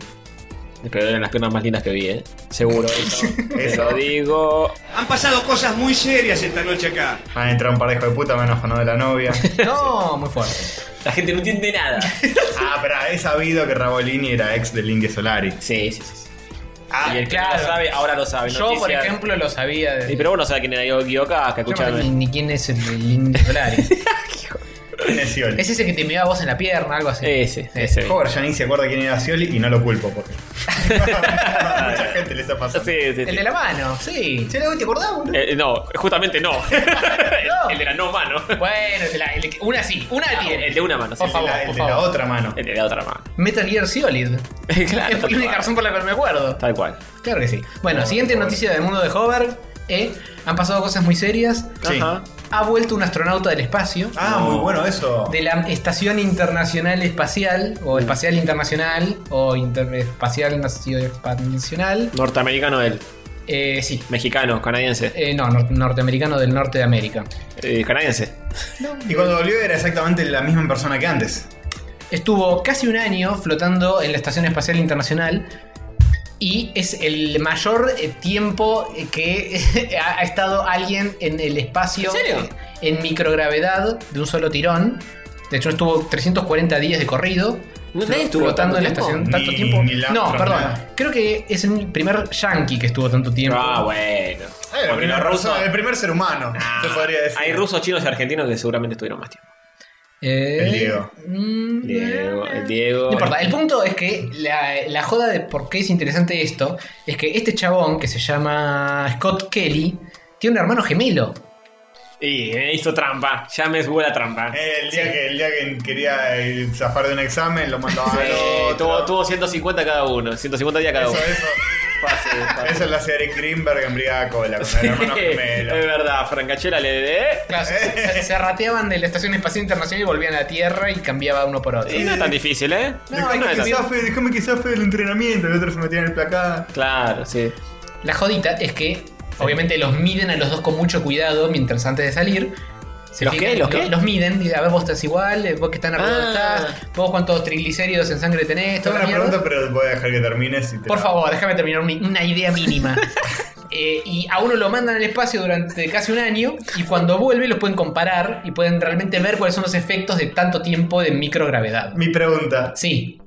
S3: Pero eran las piernas más lindas que vi, ¿eh? Seguro. Eso. Te lo digo.
S5: Han pasado cosas muy serias esta noche acá.
S4: Han entrado un parejo de puta, me han afanado de la novia.
S2: No, muy fuerte.
S3: La gente no entiende nada.
S4: ah, pero he sabido que Rabolini era ex del Inge Solari.
S3: Sí, sí, sí.
S4: Ah,
S3: y el que no lo sabe, ahora lo sabe.
S2: Yo,
S3: Noticias-
S2: por ejemplo, lo sabía. De...
S3: Sí, pero vos no sabés quién era Diego Guioca, que
S2: Yo no sé ni,
S3: escucharon.
S2: ni quién es el, el Indio Solari.
S4: ¿Quién es Scioli?
S2: es ese que te miraba vos en la pierna, algo así.
S3: Ese, ese.
S4: Joder, ya ni se acuerda quién era Scioli y no lo culpo porque. Mucha gente les ha pasado.
S3: Sí, sí,
S2: El
S3: sí.
S2: de la mano, sí.
S4: ¿Te acordás, boludo?
S3: Eh, no, justamente no. El- el de la no mano.
S2: Bueno, el de la- el que- una sí, una
S3: Ah,
S2: tiene.
S3: El de una mano, sí.
S2: Por
S3: sí.
S2: favor,
S4: La- el
S2: por
S4: de la
S2: favor.
S4: otra mano. Ah,
S3: El de la otra mano.
S2: Metal Gear Solid.
S3: Claro,
S2: es la única razón por la que me acuerdo.
S3: Tal cual.
S2: Claro que sí. Bueno,
S4: No,
S2: siguiente
S4: por favor.
S2: noticia del mundo de Hover. eh, han pasado cosas muy serias.
S4: Sí.
S3: Ajá.
S2: Ha vuelto un astronauta del espacio.
S4: Ah, muy bueno eso.
S2: De la Estación Internacional Espacial,
S4: Mm.
S2: o Espacial Internacional, o Interespacial Nacional.
S3: Norteamericano él.
S2: Eh, sí.
S3: Mexicano, canadiense.
S2: Eh, no, nor- norteamericano del norte de América.
S3: Eh, canadiense.
S4: Y cuando volvió era exactamente la misma persona que antes.
S2: Estuvo casi un año flotando en la Estación Espacial Internacional y es el mayor eh, tiempo eh, que ha ha estado alguien en el espacio
S3: ¿En serio?
S2: eh, en microgravedad de un solo tirón. De hecho, estuvo 340 días de corrido.
S3: ¿No
S2: flo-
S3: nadie estuvo
S2: flotando en la
S3: tanto
S2: estación
S4: tiempo?
S2: tanto
S4: Ni-
S2: tiempo.
S4: ni la
S2: no,
S4: otra,
S2: perdón.
S4: nada.
S2: Creo que es el primer yankee que estuvo tanto tiempo.
S3: Ah, bueno.
S4: Eh, la
S3: Porque
S4: primera
S3: los rusos-
S4: persona- el primer ser humano, se podría decir.
S3: Ah, Hay rusos, chinos y argentinos que seguramente estuvieron más tiempo.
S2: Eh,
S4: El Diego.
S2: mm,
S3: Diego, el Diego.
S2: No importa, el punto es que la, la joda de por qué es interesante esto es que este chabón que se llama Scott Kelly tiene un hermano gemelo.
S3: Y me hizo trampa. Ya me subo la trampa.
S4: Eh, el, día que, el día que quería eh, zafar de un examen lo mandaba
S3: Sí,
S4: al otro.
S3: tuvo, tuvo 150 cada uno. 150 días cada
S4: Eso,
S3: uno.
S4: eso.
S3: Fácil, fácil.
S4: Eso lo hacía Eric Greenberg en Brigada Cola con el hermano
S3: es
S4: gemelo.
S3: verdad, Francachela le
S2: Claro, se, se- se rateaban de la Estación Espacial Internacional y volvían a la Tierra y cambiaba uno por otro.
S3: Y no es tan difícil, ¿eh?
S4: Déjame
S3: no
S4: que
S3: es tan-
S4: zafe, déjame que zafe del entrenamiento. El otro se metía en el placar.
S3: Claro, sí.
S2: La jodita es que obviamente los miden a los dos con mucho cuidado mientras antes de salir. Se
S3: ¿Los
S2: fijan-
S3: qué? ¿Los
S2: lo-
S3: qué?
S2: Los miden, y a ver, vos estás igual, eh, vos que están arriba
S3: Ah.
S2: estás, vos cuántos triglicéridos en sangre tenés,
S4: Tengo
S2: toda la
S4: una
S2: mierda.
S4: pregunta, pero voy a dejar que termines. y te
S2: Por
S4: la-
S2: favor, déjame terminar mi- una idea mínima. Eh, y a uno lo mandan al espacio durante casi un año y cuando vuelve los pueden comparar y pueden realmente ver cuáles son los efectos de tanto tiempo de microgravedad.
S4: Mi pregunta:
S2: Sí,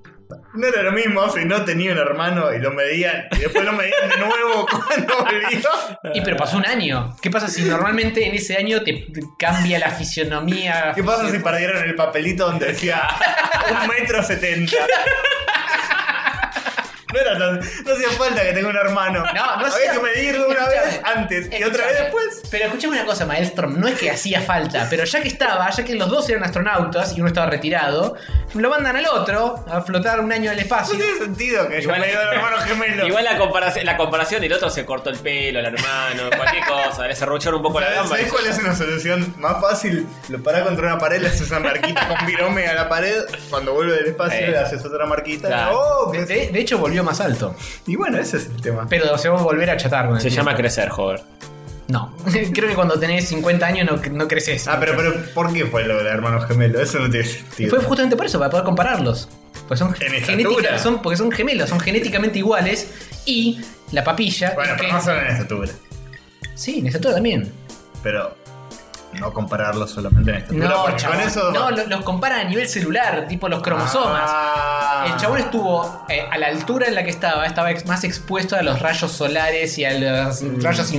S4: No era lo mismo si no tenía un hermano y lo medían. Y después lo medían de nuevo cuando volvió.
S2: Y pero pasó un año. ¿Qué pasa si normalmente en ese año te te cambia la fisionomía?
S4: ¿Qué pasa si perdieron el papelito donde decía un metro setenta? No era tan- no hacía falta que tenga un hermano.
S2: No, no
S4: Había
S2: hacía-
S4: que medirlo una vez
S2: Escuchame.
S4: antes y otra vez después.
S2: Pero escuchame una cosa, Maelstrom. No es que hacía falta, pero ya que estaba, ya que los dos eran astronautas y uno estaba retirado, lo mandan al otro a flotar un año al espacio. No
S4: tiene sentido que yo me al hermano gemelo.
S3: Igual la comparación, la comparación, el otro se cortó el pelo, el hermano, cualquier cosa, le cerruchó un poco la gamba.
S2: ¿eh?
S4: ¿Sabés cuál es una solución más fácil? Lo parás contra una pared, le haces una marquita con virome a la pared. Cuando vuelve del espacio,
S2: Eh.
S4: le haces otra marquita.
S2: Claro.
S4: ¡Oh!
S2: de, de- de hecho, volvió más alto.
S4: Y bueno, ese es el tema.
S2: Pero se va a volver a chatar con el
S3: Se
S2: tiempo.
S3: llama crecer, joder.
S2: No. Creo que cuando tenés 50 años no, no creces.
S4: Ah, pero, pero ¿por qué fue lo del hermano gemelo? Eso no tiene
S2: Y
S4: sentido.
S2: fue justamente por eso, para poder compararlos. Pues son, genética,
S4: estatura.
S2: son porque son gemelos, son genéticamente iguales y la papilla.
S4: Bueno,
S2: es
S4: pero
S2: que-
S4: no solo en estatura.
S2: Sí, en estatura también.
S4: Pero no compararlo solamente en estatura.
S2: No,
S4: porque con
S2: chabón.
S4: eso. Ah.
S2: No, lo- los comparan a nivel celular, tipo los cromosomas. El chabón estuvo eh, a la altura en la que estaba, estaba ex- más expuesto a los rayos solares y a los
S4: Mm.
S2: rayos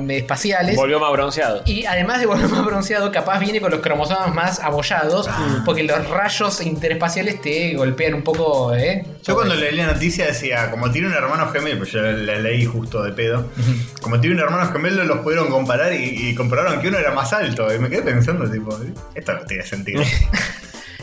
S2: infraespaciales.
S3: Volvió más bronceado.
S2: Y además de volver más bronceado, capaz viene con los cromosomas más abollados, porque los rayos interespaciales te golpean un poco, ¿eh?
S4: Yo cuando leí la noticia decía, como tiene un hermano gemelo, pues yo la, la leí justo de pedo. Como tiene un hermano gemelo, los pudieron comparar y, y comprobaron que uno era más alto. Y me quedé pensando, tipo, ¿eh? esto no tiene sentido.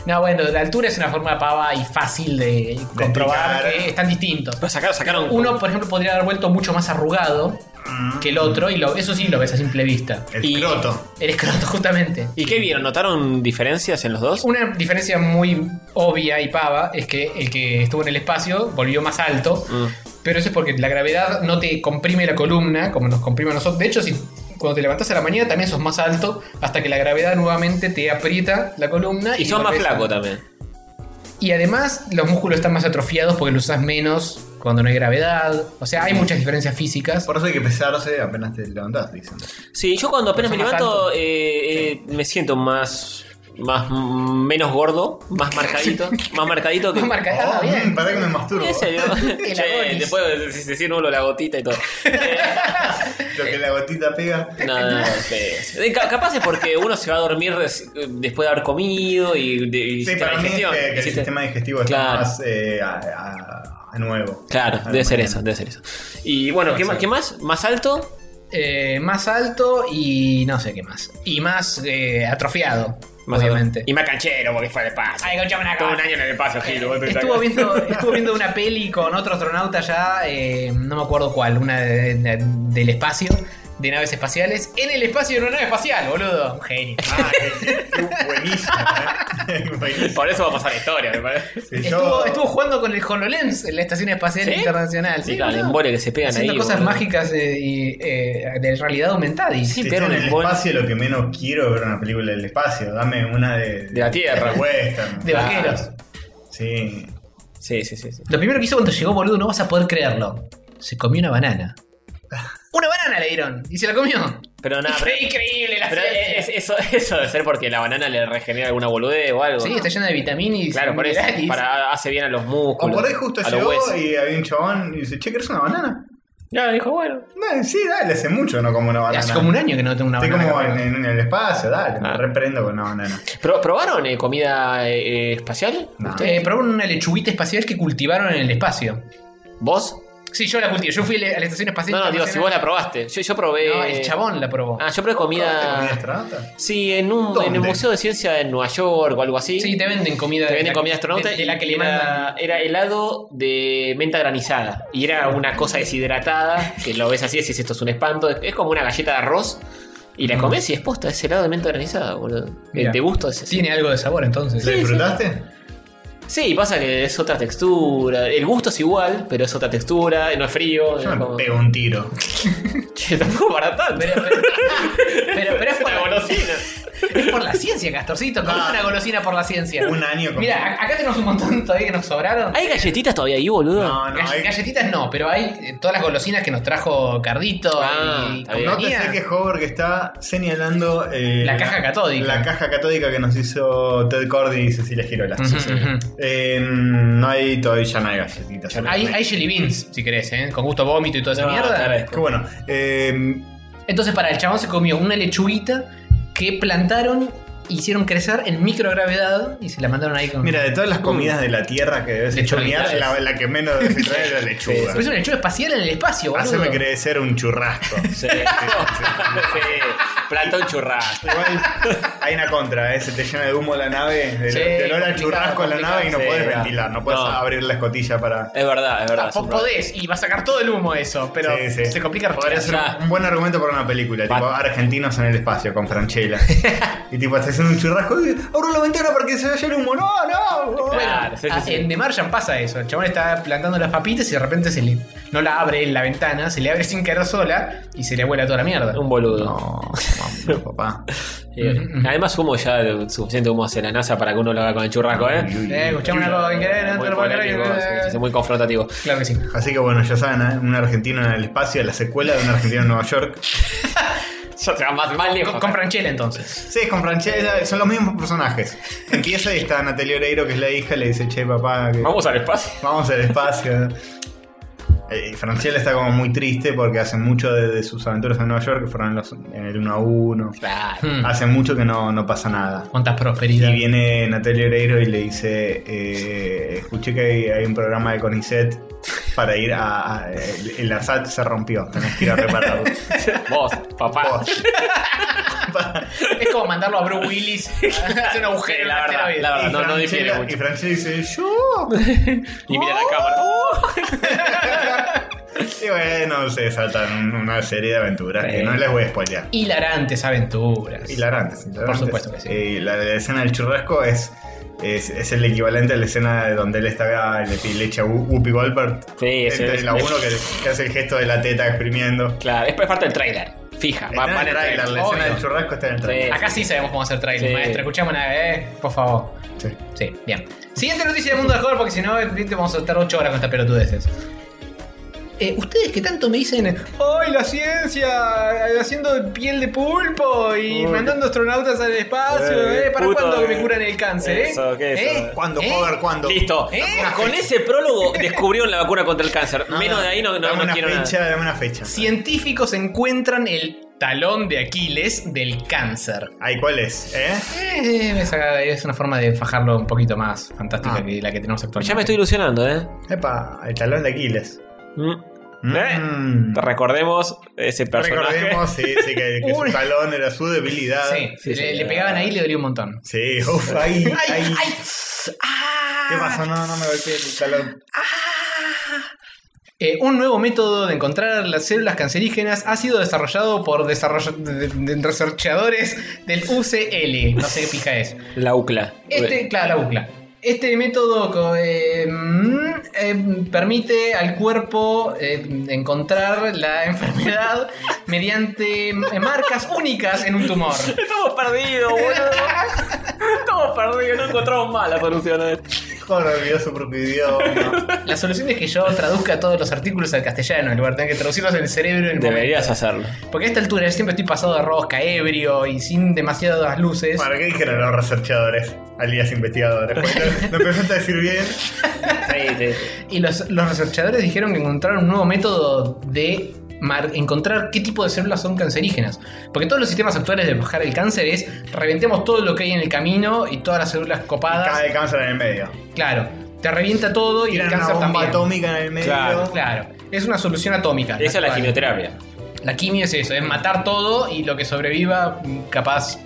S2: No, bueno, la altura es una forma pava y fácil de comprobar
S4: explicar.
S2: que están distintos.
S3: sacaron, sacaron.
S2: Uno, por ejemplo, podría haber vuelto mucho más arrugado que el otro, y lo- eso sí lo ves a simple vista.
S4: El
S2: Y-
S4: Mm. escroto.
S2: El escroto, justamente.
S3: ¿Y qué vieron? ¿Notaron diferencias en los dos?
S2: Una diferencia muy obvia y pava es que el que estuvo en el espacio volvió más alto,
S3: Mm.
S2: pero eso es porque la gravedad no te comprime la columna como nos comprime a nosotros. De hecho, si cuando te levantás a la mañana también sos más alto hasta que la gravedad nuevamente te aprieta la columna.
S3: Y son más
S2: volvés a-
S3: flacos también.
S2: Y además los músculos están más atrofiados porque los usas menos cuando no hay gravedad. O sea, hay muchas diferencias físicas.
S4: Por eso hay que pesarse apenas te levantás, dicen.
S3: Sí, yo cuando apenas me
S2: Son más
S3: levanto
S2: altos.
S3: eh, eh, me siento más, más menos gordo, más marcadito, más marcadito que...
S2: Más
S3: Oh,
S2: marcada, ah, bien.
S4: para Oh, mm, que me masturbo.
S3: ¿En serio?
S2: El
S3: Che,
S2: agonis.
S3: después de- de- decir uno la gotita y todo.
S4: Lo que la gotita pega.
S3: No, no, no, pe- ca- capaz es porque uno se va a dormir res- después de haber comido y, de, y
S4: Sí,
S3: sistema
S4: para mí es que,
S3: digestión,
S4: que el
S3: hiciste-
S4: sistema digestivo está
S3: Claro.
S4: más eh, a, a- a nuevo.
S3: Claro,
S4: A la
S3: debe ser
S4: mañana.
S3: eso, debe ser eso. Y bueno, ¿qué, más, ¿qué más? ¿Más alto?
S2: Eh, más alto y no sé qué más. Y más eh, atrofiado,
S3: Más
S2: obviamente.
S3: alto. Y más canchero porque fue de paso.
S2: Ay, escuchame una
S3: Todo un
S2: cosa.
S3: año en el paso, Gil. vos te
S2: Estuvo
S3: sacás.
S2: viendo, estuvo viendo una peli con otro astronauta ya, eh, no me acuerdo cuál, una de- de- del espacio, de naves espaciales. En el espacio, en una nave espacial, boludo. Un genio.
S4: Ah, qué- qué buenísimo, ¿eh? Buenísimo.
S3: Por eso va a pasar la historia, me parece.
S4: Sí, yo-
S2: Estuvo, estuvo jugando con el HoloLens en la Estación Espacial
S3: ¿Sí?
S2: Internacional.
S3: Sí, claro, el
S2: boludo.
S3: embole que se pegan
S2: Haciendo
S3: ahí,
S2: cosas
S3: boludo.
S2: mágicas eh, y, eh, de realidad aumentada. Y
S3: Sí,
S4: Si
S3: pegaron
S4: estoy en el
S3: un bol-
S4: espacio, lo que menos quiero es ver una película del espacio. Dame una de.
S3: De la Tierra.
S4: de western.
S2: de
S3: Ah.
S2: vaqueros.
S4: Sí.
S3: Sí, sí, sí. sí.
S2: Lo primero que hizo cuando llegó, boludo, no vas a poder creerlo. Se comió una banana. ¡Una banana le dieron! Y se la comió.
S3: Pero nada, pero-
S2: Increíble la
S3: pero
S2: ciencia.
S3: es- eso, eso debe ser porque la banana le regenera alguna boludez o algo.
S2: Sí, está llena de vitaminas. y
S3: Claro, por eso.
S2: minerales.
S3: Para, hace bien a los
S4: O
S3: músculos.
S4: por ahí justo
S3: a los
S4: llegó
S3: huesos.
S4: y había un chabón y dice, che, ¿querés una banana?
S3: Ya, dijo, bueno.
S4: No, sí, dale, hace mucho Ah, no como una banana.
S2: Hace como un año que no tengo una
S4: Estoy
S2: banana.
S4: como en,
S2: capaz.
S4: en el espacio, dale,
S3: Ah.
S4: me reprendo con una banana.
S3: Pro- ¿Probaron eh, comida eh, eh, espacial?
S4: No.
S2: Eh, probaron una lechuguita espacial que cultivaron en el espacio.
S3: ¿Vos?
S2: Sí, yo la cultivé. Yo fui a la a la estación espacial.
S3: No, no, digo, si vos la probaste. Yo, yo probé.
S2: No, el chabón la probó.
S3: Ah, yo probé
S4: ¿Probaste comida
S3: comida.
S4: astronauta?
S3: Sí, en, un,
S4: ¿Dónde?
S3: en el Museo de Ciencia en Nueva York o algo así.
S2: Sí, te venden comida.
S3: Te
S2: de
S3: venden
S2: la-
S3: comida astronauta
S2: De, de la que
S3: y
S2: le
S3: era-
S2: mandan.
S3: Era helado de menta granizada. Y era una cosa deshidratada, que lo ves así, decís esto es un espanto. Es, es como una galleta de arroz. Y la comés y es posta, es helado de menta granizada, boludo.
S2: Mira.
S3: El de gusto es así.
S2: Tiene algo de sabor entonces.
S4: ¿La disfrutaste?
S3: Sí, pasa que es otra textura. El gusto es igual, pero es otra textura, no es frío.
S4: Yo
S3: es
S4: me
S3: como-
S4: pego un tiro.
S3: Che, tampoco para tanto.
S2: Pero, pero, pero, pero es
S3: Una
S2: por-
S3: golosina.
S2: Es por la ciencia, Castorcito. Come
S4: Ah.
S2: una golosina por la ciencia.
S4: Un año con-
S2: Mira, acá tenemos un montón todavía que nos sobraron.
S3: ¿Hay galletitas todavía ahí, boludo?
S4: No, no,
S2: Gall-
S4: hay-
S2: Galletitas no, pero hay eh, todas las golosinas que nos trajo Cardito
S3: Ah,
S2: y
S3: está bien.
S2: compañía.
S4: Nótese que Hover que está señalando eh,
S2: La caja catódica.
S4: La caja catódica que nos hizo Ted Cordy y Cecilia Girola.
S2: Ujú, ujú.
S4: Eh, no hay todavía ya no hay galletitas.
S2: Hay, hay jelly beans, si querés, ¿eh? con gusto a vómito y toda esa
S3: No, te
S2: mierda.
S3: agradezco.
S4: Que bueno. eh,
S2: Entonces, para el chabón se comió una lechuguita que plantaron, hicieron crecer en microgravedad y se la mandaron ahí con.
S4: mira, de
S2: Uh.
S4: todas las comidas de la tierra que debes
S2: Lechuguitas.
S4: extrañar, la, la que menos debes extrañar es la
S2: Pero
S4: lechuga.
S2: es una lechuga espacial en el espacio, boludo.
S4: Haceme crecer un churrasco.
S3: Sí. sí. Plantón churrasco.
S4: Igual hay una contra, ¿eh? se te llena de humo la nave, de,
S2: Sí,
S4: de olor a
S2: complicado,
S4: churrasco la nave y no
S3: complicado.
S4: puedes
S3: Sí, no.
S4: ventilar, no puedes
S3: No.
S4: abrir la escotilla para.
S3: Es verdad, es verdad. es
S2: Ah, Vos
S3: un problema.
S2: podés y va a sacar todo el humo eso, pero
S4: Sí, sí.
S2: se complica
S4: Podría
S2: respirar.
S4: ser
S3: Ya.
S4: un buen argumento para una película, tipo Argentinos en el espacio con Franchella. y tipo, estás haciendo un churrasco y abro la ventana porque se vaya el humo. No, no.
S2: Bueno,
S3: Claro, sí, sí,
S2: a-
S3: sí.
S2: Ah, en The Martian pasa eso. El chabón está plantando las papitas y de repente se le, no la abre en la ventana, se le abre sin querer sola y se le vuela toda la mierda.
S3: Un boludo.
S4: No, papá.
S3: Eh,
S2: Mm, mm.
S3: Además, humo ya de- suficiente humo hacia la NASA para que uno lo haga con el churrasco, ¿eh?
S2: Eh, escuchame una cosa que querés, no te
S3: Muy
S2: lo puedo creer.
S3: polémico, sí, sí, muy confrontativo.
S2: Claro que sí.
S4: Así que bueno, ya saben, ¿eh? un argentino en el espacio, la secuela de un argentino en Nueva York.
S3: Yo te más, más lejos.
S2: Con, con Franchella entonces.
S4: Sí, es con Franchella, son los mismos personajes. Empieza y está Natalia Oreiro, que es la hija, le dice, che, papá, que-
S3: Vamos al espacio.
S4: Vamos al espacio. Eh, Franchella está como muy triste porque hace mucho de, de sus aventuras en Nueva York que fueron los- en el 1 a 1.
S3: Claro.
S2: Hmm,
S4: Hace mucho que no, no pasa nada.
S2: Cuánta
S4: Y
S2: prosperidad.
S4: viene Natalia Oreiro y le dice: eh, Escuché que hay, hay un programa de Conicet para ir a. a- el, el ARSAT se rompió, tenés que ir a repararlo.
S3: Vos, papá.
S4: Vos.
S2: Es como mandarlo a Bruce Willis. Hace un agujero en
S3: La
S2: la
S3: verdad,
S2: tela bien.
S3: la verdad.
S4: Y
S3: no- no
S4: Franchella-
S3: difiere mucho.
S4: Y Franchella dice: Yo.
S3: Y mira la cámara.
S4: Y bueno, se saltan una serie de aventuras que
S2: Sí.
S4: no les voy a spoilear.
S2: Hilarantes aventuras.
S3: Pues,
S4: Hilarantes, hilarantes.
S2: supuesto que sí.
S4: Eh, la, la escena del churrasco es, es, es el equivalente a la escena de donde él está y le, pide leche a Who- Whoopi Goldberg.
S3: Sí, sí,
S4: Entre
S3: es-
S4: la uno que, que hace el gesto de la teta exprimiendo.
S3: Claro, es parte del trailer. Fija,
S4: Está
S3: va,
S4: en
S3: van
S4: el
S3: al
S4: trailer, la
S3: trailer.
S4: escena
S2: obvio.
S4: del churrasco está en el trailer.
S2: Acá sí sabemos cómo hacer trailer,
S3: Sí.
S2: maestro. Escuchame una vez, eh, por favor.
S4: Sí.
S2: Sí, bien. Siguiente noticia del mundo del juego, porque si no, viste, vamos a estar 8 horas con estas pelotudeces. Eh, Ustedes que tanto me dicen, ¡ay, la ciencia! eh, Haciendo piel de pulpo y
S3: Uy.
S2: mandando astronautas al espacio,
S3: Eh,
S2: ¿eh? ¿Para
S3: puto,
S2: cuándo me
S3: eh.
S2: curan el cáncer, eh?
S3: Eso, ¿qué es eso?
S2: ¿Eh?
S4: ¿Cuándo,
S2: ¿Eh?
S4: Hover? ¿Cuándo?
S3: Listo.
S2: ¿Eh?
S3: Con ese prólogo descubrieron la vacuna contra el cáncer.
S4: No,
S3: Menos de ahí no, no,
S4: dame
S3: no
S4: una
S3: quiero nada.
S4: fecha, Dame una fecha.
S2: Científicos encuentran el talón de Aquiles del cáncer.
S4: Ay, ¿cuál es? ¿Eh?
S2: Eh, esa es una forma de fajarlo un poquito más fantástica
S4: Ah.
S2: que la que tenemos actualmente.
S3: Ya me estoy ilusionando, ¿eh?
S4: Epa, el talón de Aquiles.
S3: Mm.
S4: Mm.
S3: Te Recordemos ese ¿Eh? personaje.
S4: Recordemos, sí, sí, que, que su
S2: Uy.
S4: talón era su debilidad.
S2: Sí,
S3: Sí,
S2: le,
S3: sí,
S2: le
S3: sí.
S2: pegaban ahí y le dolía un montón.
S4: Sí, uff, ahí, ahí.
S2: ¡Ay! ay, ah.
S4: ¿Qué pasó? No, no me golpeé el talón.
S2: Eh, un nuevo método de encontrar las células cancerígenas ha sido desarrollado por desarroll- de- de- de- researchadores del UCL. No sé qué pija es.
S3: La UCLA.
S2: Este, claro, la bucla. Este método co- eh, mm, eh, permite al cuerpo eh, encontrar la enfermedad mediante eh, marcas únicas en un tumor.
S3: Estamos perdidos, boludo. Estamos perdidos, no encontramos más la solución. a esto.
S4: Joder, olvidó su propio idioma.
S2: La solución es que yo traduzca todos los artículos al castellano en lugar de tener que traducirlos en el cerebro en el
S3: Deberías
S2: momento.
S3: hacerlo.
S2: Porque a esta altura yo siempre estoy pasado de rosca, ebrio y sin demasiadas luces.
S4: ¿Para qué dijeron los researchadores? Alias investigadores. Porque lo empezaste a decir bien.
S3: Sí, sí.
S2: Y los, los researchadores dijeron que encontraron un nuevo método de mar- encontrar qué tipo de células son cancerígenas. Porque todos los sistemas actuales de bajar el cáncer es reventemos todo lo que hay en el camino y todas las células copadas.
S4: Cada cáncer en el medio.
S2: Claro, te revienta todo y el
S4: Tiran una
S2: cáncer
S4: bomba
S2: también.
S4: atómica en el medio.
S3: Claro.
S2: Claro, es una solución atómica.
S3: Esa es la
S2: actual.
S3: quimioterapia.
S2: La quimio es eso, es matar todo y lo que sobreviva, capaz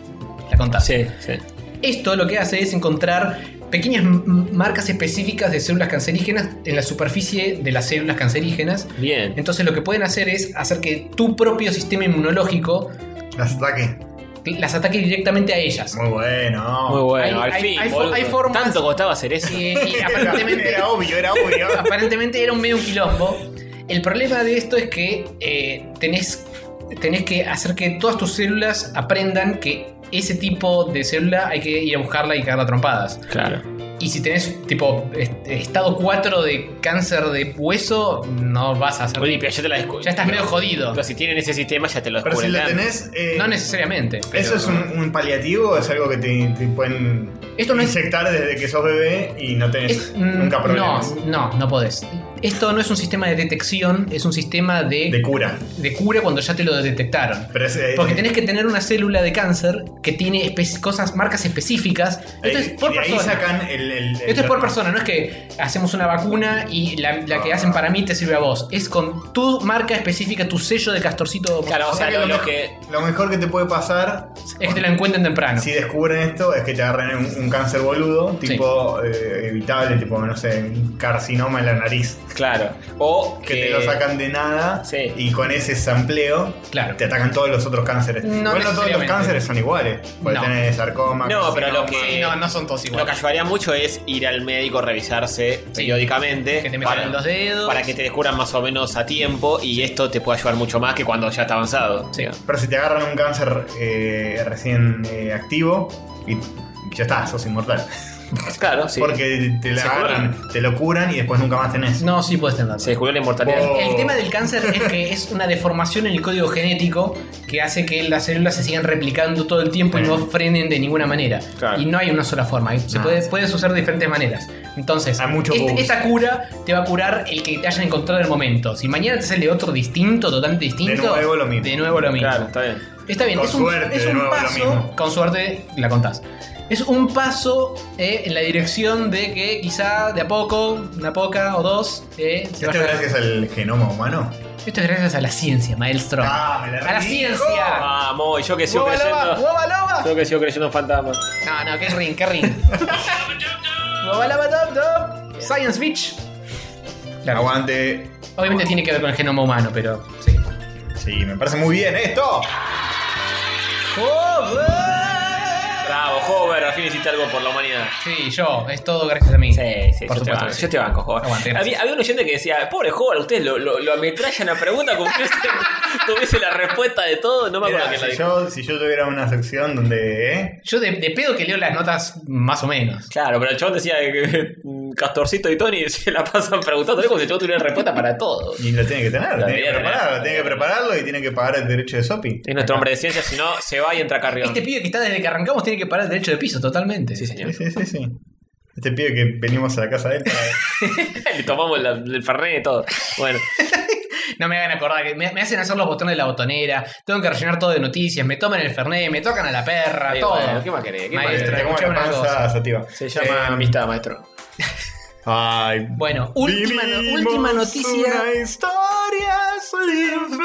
S2: la contás.
S3: Sí, sí.
S2: Esto lo que hace es encontrar pequeñas m- m- marcas específicas de células cancerígenas en la superficie de las células cancerígenas.
S3: Bien.
S2: Entonces lo que pueden hacer es hacer que tu propio sistema inmunológico
S4: Las ataque.
S2: las ataque directamente a ellas.
S4: Muy bueno.
S3: Muy bueno,
S2: Hay-
S3: al
S2: hay-
S3: fin.
S2: hay fo-
S3: boludo.
S2: hay formas-
S3: Tanto costaba hacer eso.
S2: Y, y
S4: Era,
S2: aparentemente,
S4: era obvio, era obvio.
S2: aparentemente era un medio un quilombo. El problema de esto es que eh, tenés tenés que hacer que todas tus células aprendan que ese tipo de célula hay que ir a buscarla y cagarla a trompadas.
S3: Claro.
S2: Y si tenés tipo est- estado 4 de cáncer de hueso, no vas a hacer.
S3: Oye, pero ya te la descu-
S2: Ya estás medio jodido.
S3: Pero si tienen ese sistema, ya te lo
S4: Pero si lo
S3: descubren
S4: tenés. eh,
S2: No necesariamente. pero-
S4: ¿Eso es un, un paliativo o es algo que te, te pueden
S2: Esto no es-
S4: inyectar desde que sos bebé y no tenés
S2: Es- mm,
S4: nunca problemas?
S2: No, no, no podés. Esto no es un sistema de detección, es un sistema de.
S4: De cura.
S2: de cura cuando ya te lo detectaron.
S4: Pero es, eh,
S2: Porque tenés que tener una célula de cáncer que tiene espe- cosas, marcas específicas. Esto es
S4: ahí-
S2: por
S4: de ahí
S2: persona.
S4: sacan el. el- el-
S2: Esto es por persona, no es que hacemos una vacuna y la, la que hacen para mí te sirve a vos. Es con tu marca específica, tu sello de castorcito.
S3: Claro, o sea,
S4: que
S3: lo,
S4: lo
S3: lo
S4: mej-
S3: que.
S4: Lo mejor que te puede pasar
S2: Es que te lo encuentren temprano.
S4: si descubren esto es que te agarren un, un cáncer boludo, tipo eh, evitable, tipo, no sé, un carcinoma en la nariz.
S3: Claro. O
S4: Que te lo sacan de nada
S3: Sí.
S4: y con ese sampleo
S2: Claro.
S4: te atacan todos los otros cánceres.
S2: No
S4: Igual no todos los
S2: necesariamente.
S4: cánceres son iguales. Puedes
S2: No.
S4: tener sarcoma.
S3: No, pero lo
S4: carcinoma.
S3: que.
S2: Sí, no, no son todos
S3: Lo que
S2: iguales.
S3: ayudaría mucho es ir al médico, revisarse periódicamente.
S2: Que te metan los dedos.
S3: Para que te descubran más o menos a tiempo y esto te puede ayudar mucho más que cuando ya está avanzado.
S2: Sí.
S4: Pero si te agarran un cáncer eh, recién eh, activo y ya está, sos inmortal.
S3: Claro, sí.
S4: Porque te, la
S3: Se
S4: agarran, te lo curan y después nunca más tenés.
S2: No, sí puedes tener.
S3: Se descubrió la inmortalidad.
S4: Oh.
S2: El tema del cáncer es que es una deformación en el código genético que hace que las células se sigan replicando todo el tiempo y no frenen de ninguna manera.
S3: Claro.
S2: Y no hay una sola forma, se
S4: No.
S2: puede, puedes usar de diferentes maneras. Entonces,
S4: Ah. Hay mucho
S2: este-
S4: bugs.
S2: esta cura te va a curar el que te hayan encontrado en el momento. Si mañana te sale otro distinto, totalmente distinto,
S4: De nuevo lo mismo.
S2: de nuevo lo mismo.
S3: Claro, está bien.
S2: Está bien,
S4: Con
S2: es un,
S4: suerte,
S2: es
S4: de
S2: un
S4: nuevo, lo
S2: paso.
S4: mismo.
S2: Con suerte la contás. Es un paso eh, en la dirección de que quizá de a poco, una poca o dos, eh, se
S4: ¿Esto es
S2: vaya-
S4: gracias al genoma humano?
S2: esto es gracias a la ciencia, maestro.
S4: Ah, me la
S2: ¡A la
S4: dijo.
S2: ciencia!
S3: Vamos, yo que sigo
S2: ¡Guava loba!
S3: creyendo.
S2: ¡Guava loba!
S3: Yo que sigo creyendo en fantasmas.
S2: No, no, qué ring, qué ring. ¡Guava loba dub dub! ¡Science Beach! Claro.
S4: Aguante.
S2: Obviamente tiene que ver con el genoma humano, pero sí.
S4: Sí, me parece muy bien esto.
S3: Bravo, Hover, al fin hiciste algo por la humanidad.
S2: Sí, yo, es todo gracias a mí.
S3: Sí, sí,
S2: por
S3: yo te,
S2: supuesto.
S3: banco,
S2: que sí.
S3: yo te banco, Hover.
S2: Aguante, gracias.
S3: había, había un oyente que decía, pobre Hover, ustedes lo, lo, lo ametrallan a pregunta como si tuviese- tuviese la respuesta de todo. No me acuerdo
S4: Mira,
S3: quién la
S4: si,
S3: dijo.
S4: yo, si yo tuviera una sección donde. ¿eh?
S2: Yo de, de pedo que leo las notas más o menos.
S3: Claro, pero el chabón decía que mm, Castorcito y Tony se la pasan preguntando como si el chabón tuviera respuesta para todo.
S4: Y lo tiene que tener,
S3: Lo
S4: lo tiene que
S3: debería tener.
S4: prepararlo, lo tiene que prepararlo y tiene que pagar el derecho de Sopi.
S3: Es nuestro hombre de ciencia, si no, se va y entra Carrión.
S2: Este pibe que está desde que arrancamos tiene que parar el derecho de piso totalmente.
S3: Sí, señor.
S4: Sí, sí, sí, sí. Este pibe que venimos a la casa de él para-
S3: Le tomamos la- el fernet y todo. Bueno,
S2: No me hagan acordar que me, me hacen hacer los botones de la botonera, tengo que rellenar todo de noticias, me toman el fernet, me tocan a la perra,
S3: Ay,
S2: todo.
S3: bueno, ¿qué más querés? ¿Qué más
S2: Maestro,
S4: Te como la
S2: escuchame una
S4: panza
S2: cosa.
S4: sativa.
S3: se llama
S4: Eh,
S3: amistad, maestro.
S4: Ay.
S2: Bueno, última, no-
S4: Vivimos
S2: última noticia.
S4: Una historia sin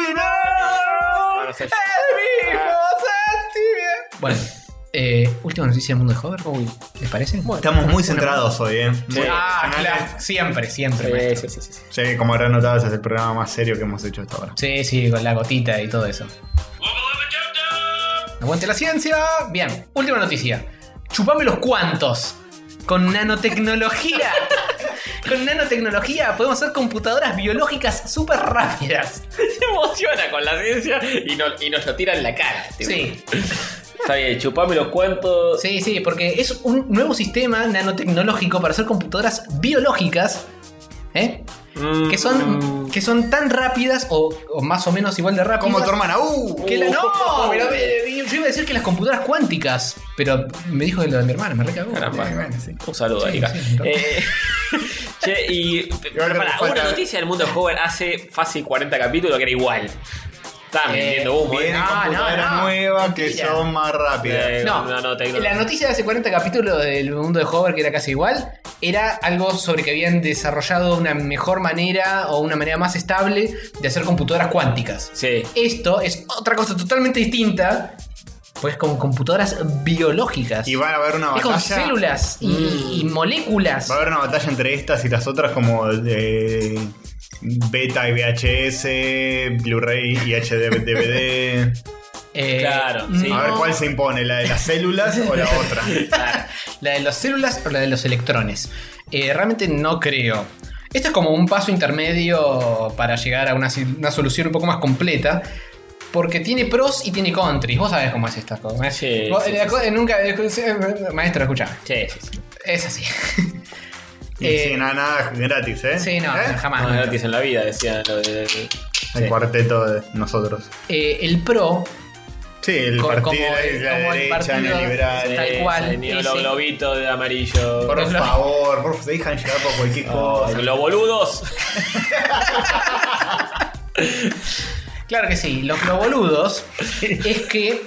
S4: final.
S3: no sé.
S4: El mismo sentimiento.
S2: Bueno, eh, última noticia del mundo de Hover, Uy, ¿les parece?
S4: Estamos muy centrados hoy, ¿eh? Muy
S2: ah,
S4: profesionales.
S2: claro, siempre, siempre.
S3: Sí,
S2: maestro.
S3: sí, sí, sí, sí.
S4: Sí, como habrán notado, ese es el programa más serio que hemos hecho hasta ahora.
S2: Sí, sí, con la gotita y todo eso. Aguante la ciencia. Bien, última noticia. Chupame los cuantos. Con nanotecnología. con nanotecnología podemos hacer computadoras biológicas súper rápidas.
S3: Se emociona con la ciencia y, no- y nos lo tira en la cara. tipo.
S2: Sí,
S3: Está bien, chupame los cuantos.
S2: sí, sí, porque es un nuevo sistema nanotecnológico para hacer computadoras biológicas. ¿eh?
S3: Mm,
S2: Que son, que son tan rápidas o, o más o menos igual de rápidas.
S4: Como tu hermana, ¡uh!
S2: Que la-
S3: Oh,
S2: no, pero me- yo iba a decir que las computadoras cuánticas, pero me dijo de lo de mi hermana, me Eh, recagó.
S3: Caramba.
S4: Sí, bueno, sí.
S3: Un saludo, Erika. Eh, che, y. Pero
S4: que
S3: pará,
S4: nos
S3: hubo
S4: falta-
S3: una noticia del mundo joven hace fácil 40 capítulos que era igual. Estaba mintiendo humo, ¿eh?
S4: Vienen
S2: no,
S4: computadoras
S2: no, no.
S4: nuevas que
S2: Mentira.
S4: son más rápidas.
S3: Eh,
S2: No,
S3: no, no, te- no.
S2: la noticia de hace 40 capítulos del mundo de Hover, que era casi igual, era algo sobre que habían desarrollado una mejor manera o una manera más estable de hacer computadoras cuánticas.
S3: Sí.
S2: Esto es otra cosa totalmente distinta, pues con computadoras biológicas.
S4: Y van a haber una
S2: es con
S4: batalla.
S2: células y,
S3: Mm.
S2: y moléculas.
S4: Va a haber una batalla entre estas y las otras como de beta y VHS, Blu-ray y HD, DVD.
S2: Eh,
S3: Claro, sí.
S4: A ver
S2: no-
S4: cuál se impone, la de las células o la otra.
S2: ¿La de las células o la de los electrones? Eh, realmente no creo. Esto es como un paso intermedio para llegar a una, si- una solución un poco más completa. porque tiene pros y tiene country. Vos sabés cómo es esta cosa. ¿eh? Vos-
S3: sí,
S2: la
S3: sí,
S2: co- Nunca. eh, Maestro, escucha. Es así.
S4: Y sí, nada, nada gratis, ¿eh?
S2: Eh, Sí, no,
S4: ¿Eh?
S2: jamás.
S3: gratis en la vida, decía lo de.
S4: El
S3: Sí.
S4: cuarteto de nosotros.
S2: Eh, el pro.
S4: Sí, el
S2: co-
S4: partido
S2: como
S4: de
S2: el-
S4: la
S2: como el
S4: derecha,
S2: partido
S4: neoliberal.
S2: tal
S4: eh,
S2: cual,
S4: esa,
S2: sí,
S4: neo-
S3: Los
S2: sí.
S3: globitos de amarillo.
S4: Por favor, por favor, se dejan llevar por cualquier cosa.
S3: Los boludos.
S2: Claro que sí, los globoludos es que,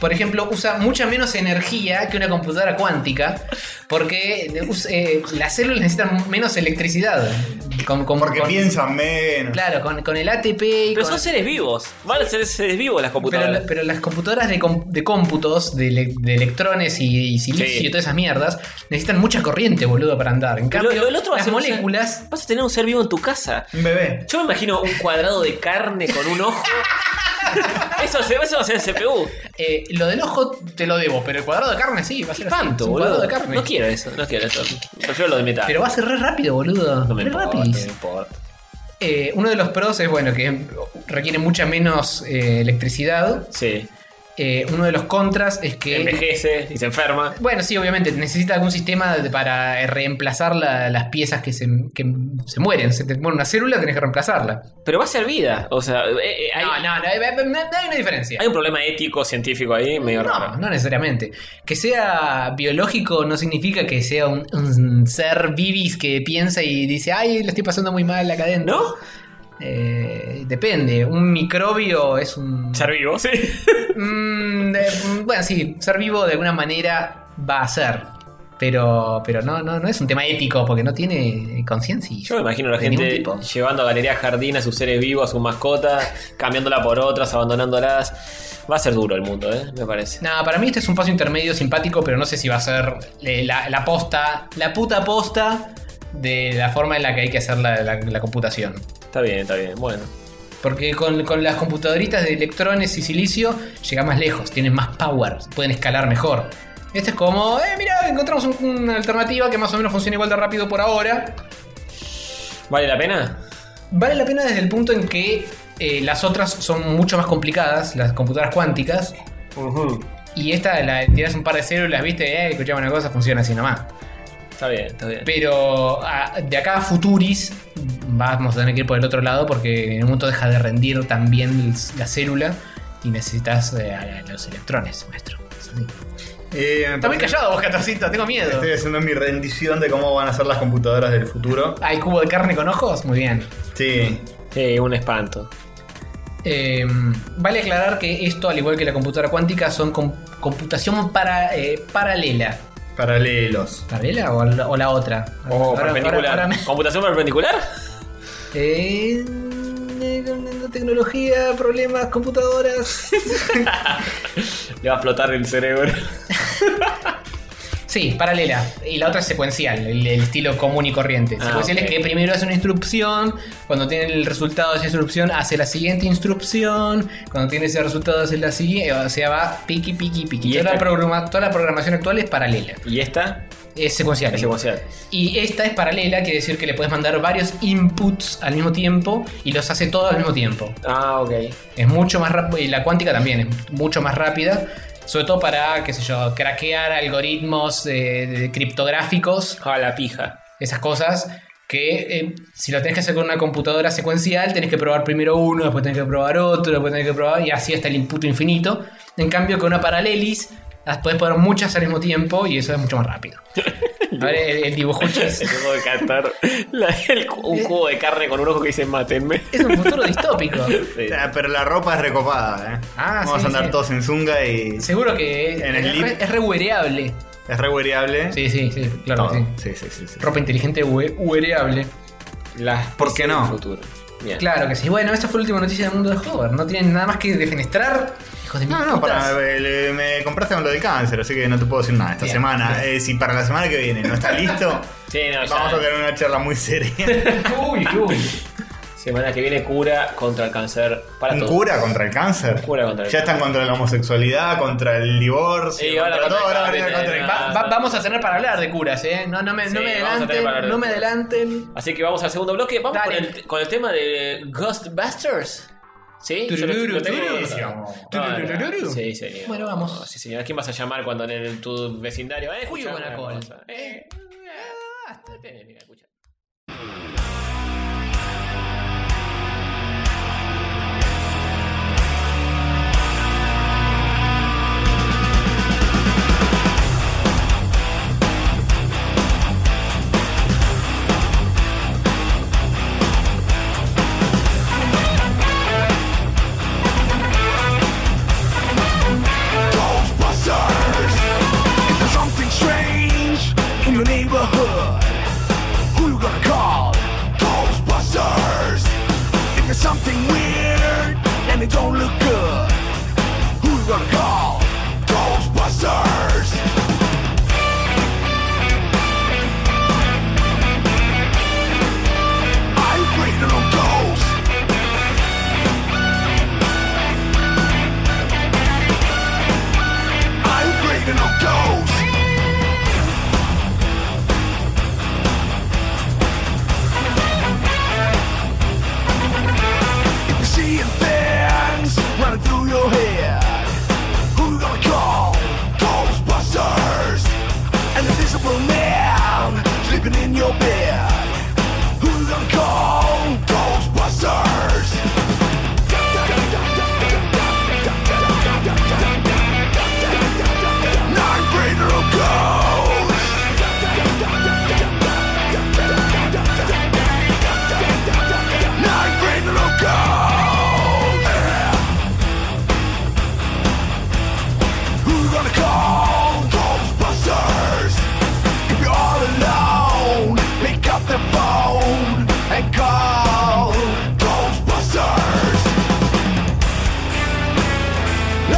S2: por ejemplo, usa mucha menos energía que una computadora cuántica, porque us- eh, las células necesitan menos electricidad. Con,
S4: Porque piensan menos.
S2: Claro, con, con el ATP y
S3: Pero
S2: con-
S3: son seres vivos. Van a ser seres vivos las
S2: pero,
S3: computadoras.
S2: la- pero las computadoras de, com- de cómputos, de, ele- de electrones y, y silicio
S3: Sí.
S2: y todas esas mierdas, necesitan mucha corriente, boludo, para andar. En cambio,
S3: Lo- lo- el otro va a
S2: las
S3: ser un ser-
S2: moléculas.
S3: Vas a tener un ser vivo en tu casa.
S4: Un bebé.
S3: Yo me imagino un cuadrado de carne con un ojo. Eso, se- eso va a ser el CPU.
S2: eh, lo del ojo te lo debo, pero el cuadrado de carne sí, va a ser así,
S3: Tanto,
S2: es un
S3: boludo.
S2: cuadrado de carne.
S3: No quiero eso, no quiero eso. Prefiero lo de metal.
S2: Pero va a ser re rápido, boludo.
S3: No me
S2: Re
S3: importa, no
S2: rapidis.
S3: me importa.
S2: Eh, uno de los pros es, bueno, que requiere mucha menos eh, electricidad.
S3: Sí.
S2: Eh, uno de los contras es que...
S3: Envejece y se enferma.
S2: Bueno, sí, obviamente, necesita algún sistema de- para eh, reemplazar la- las piezas que se, que se mueren. Se te muere una célula, tenés que reemplazarla.
S3: Pero va a ser vida. O sea, eh, eh, hay,
S2: No, no, no, eh, eh, no hay una diferencia.
S3: hay un problema ético, científico ahí, medio
S2: No,
S3: raro.
S2: no necesariamente. Que sea biológico no significa que sea un, un ser vivis que piensa y dice, ay, lo estoy pasando muy mal acá adentro.
S3: ¿No?
S2: Eh, depende. Un microbio es un.
S3: Ser vivo, sí.
S2: Mm, eh, mm, bueno, sí, ser vivo de alguna manera va a ser. Pero, pero no, no, no es un tema ético porque no tiene conciencia.
S3: Yo me imagino a la
S2: De ningún
S3: gente
S2: tipo.
S3: llevando a Galería Jardín a sus seres vivos, a sus mascotas, cambiándola por otras, abandonándolas. Va a ser duro el mundo, ¿eh? Me parece.
S2: Nada, para mí este es un paso intermedio simpático, pero no sé si va a ser eh, la, la posta, la puta posta de la forma en la que hay que hacer la, la- la computación.
S3: Está bien, está bien. Bueno.
S2: Porque con, con las computadoritas de electrones y silicio llega más lejos, tienen más power, pueden escalar mejor. Este es como, eh, mira, encontramos un- una alternativa que más o menos funciona igual de rápido por ahora.
S3: ¿Vale la pena?
S2: Vale la pena desde el punto en que eh, las otras son mucho más complicadas, las computadoras cuánticas. Y esta, la tirás un par de células, viste, eh, escuchaba una cosa, funciona así nomás.
S3: Está bien, está bien.
S2: Pero a- de acá a Futuris vamos a tener que ir por el otro lado porque en un momento deja de rendir también el- la célula y necesitas eh, a- a los electrones, maestro. Sí.
S4: Eh, me
S2: Está muy
S4: parece-
S2: callado vos, Catorcito, tengo miedo.
S4: Estoy haciendo mi rendición de cómo van a ser las computadoras del futuro.
S2: ¿Hay cubo de carne con ojos? Muy bien.
S4: Sí.
S3: Sí, un espanto.
S2: Eh, vale aclarar que esto, al igual que la computadora cuántica, son com- computación para, eh, paralela.
S4: Paralelos.
S2: ¿Paralela o, la- o la otra?
S3: Oh,
S2: Ahora- ahora-
S3: perpendicular.
S2: ahora me-
S3: ¿Computación perpendicular?
S2: Eh, eh, tecnología, problemas, computadoras.
S3: Le va a flotar el cerebro.
S2: Sí, paralela. Y la otra es secuencial, el, el estilo común y corriente.
S3: Ah,
S2: Secuencial
S3: ok.
S2: es que primero hace una instrucción, cuando tiene el resultado de esa instrucción, hace la siguiente instrucción, cuando tiene ese resultado hace la siguiente, o sea, va piqui, piqui, piqui.
S3: ¿Y
S2: Toda, la
S3: esta?
S2: programa- toda la programación actual es paralela.
S3: ¿Y esta?
S2: Es secuencial.
S3: Es secuencial.
S2: Y esta es paralela, quiere decir que le puedes mandar varios inputs al mismo tiempo y los hace todos al mismo tiempo.
S3: Ah, ok.
S2: Es mucho más rápido, y la cuántica también es mucho más rápida, sobre todo para, qué sé yo, craquear algoritmos eh, de- criptográficos,
S3: A la pija.
S2: esas cosas, que eh, si lo tenés que hacer con una computadora secuencial, tenés que probar primero uno, después tenés que probar otro, después tenés que probar, y así hasta el input infinito. En cambio, con una paralelis, las podés probar muchas al mismo tiempo, y eso es mucho más rápido. A ver, el, el dibujuchis.
S3: El juego de cantar. La- el cu- un cubo de carne con un ojo que dice mátenme.
S2: Es un futuro distópico.
S3: Sí.
S4: Ah, Pero la ropa es recopada, ¿eh?
S2: Ah,
S4: Vamos
S2: sí,
S4: a andar
S2: sí.
S4: todos en zunga y
S2: Seguro que es,
S4: En
S2: es
S4: Sleep.
S2: re- es rewereable.
S4: es re wearable.
S2: Sí, sí, sí, claro que
S4: Todo.
S2: sí.
S4: Sí, sí, sí, sí.
S2: Ropa inteligente we- wearable.
S3: Las
S4: ¿Por qué no?
S3: del futuro. Bien.
S2: Claro que sí. Bueno, esta fue la última noticia del mundo de Hover. No tienen nada más que defenestrar. Hijos de mil
S4: No, no,
S2: putas.
S4: para, eh, le- me compraste con lo del cáncer, así que no te puedo decir nada esta
S2: Bien,
S4: semana. Eh, si para la semana que viene no está listo,
S3: Sí, no, ya.
S4: vamos a tener una charla muy seria.
S2: Uy, uy.
S3: Semana que viene cura contra el cáncer. Para
S4: ¿Un
S3: todos.
S4: cura contra el cáncer?
S3: Cura contra el
S4: ya están contra la homosexualidad, contra el divorcio,
S3: Sí, ahora
S4: contra todo,
S3: contra el
S4: ahora viene
S3: cáncer,
S4: contra el
S3: nada.
S4: cáncer.
S2: Va- va- vamos a tener para hablar de curas, ¿eh? No, no me, no
S3: Sí,
S2: me
S3: vamos a tener para hablar de
S2: adelanten. No me
S3: curas.
S2: adelanten.
S3: Así que vamos al segundo bloque. Vamos con
S2: Dale.
S3: el, con el tema de Ghostbusters. Sí, yo lo- lo tengo.
S2: Turururu. Turururu.
S3: No, no, Sí, señor.
S2: Bueno, vamos.
S3: Sí, señor. ¿A quién vas a llamar cuando en el- tu vecindario? Eh,
S2: Julio
S3: escuchame una
S2: Bonacol.
S3: cosa. Eh, ah, depende, mira, escucha.
S11: Ghostbusters! Is there something strange in your neighborhood? Who you gonna call? Ghostbusters! If there's something weird and it don't look good, who you gonna call? Ghostbusters! Are you creating on ghosts? I'm craving on ghosts. If you're seeing things running through your head, who you gonna call? Ghostbusters. An invisible man sleeping in your bed. Who you gonna call? Ghostbusters. Nine greater of ghosts. Nine greater of ghosts. Who you gonna call? Ghostbusters. If you're all alone, pick up the phone and call Ghostbusters.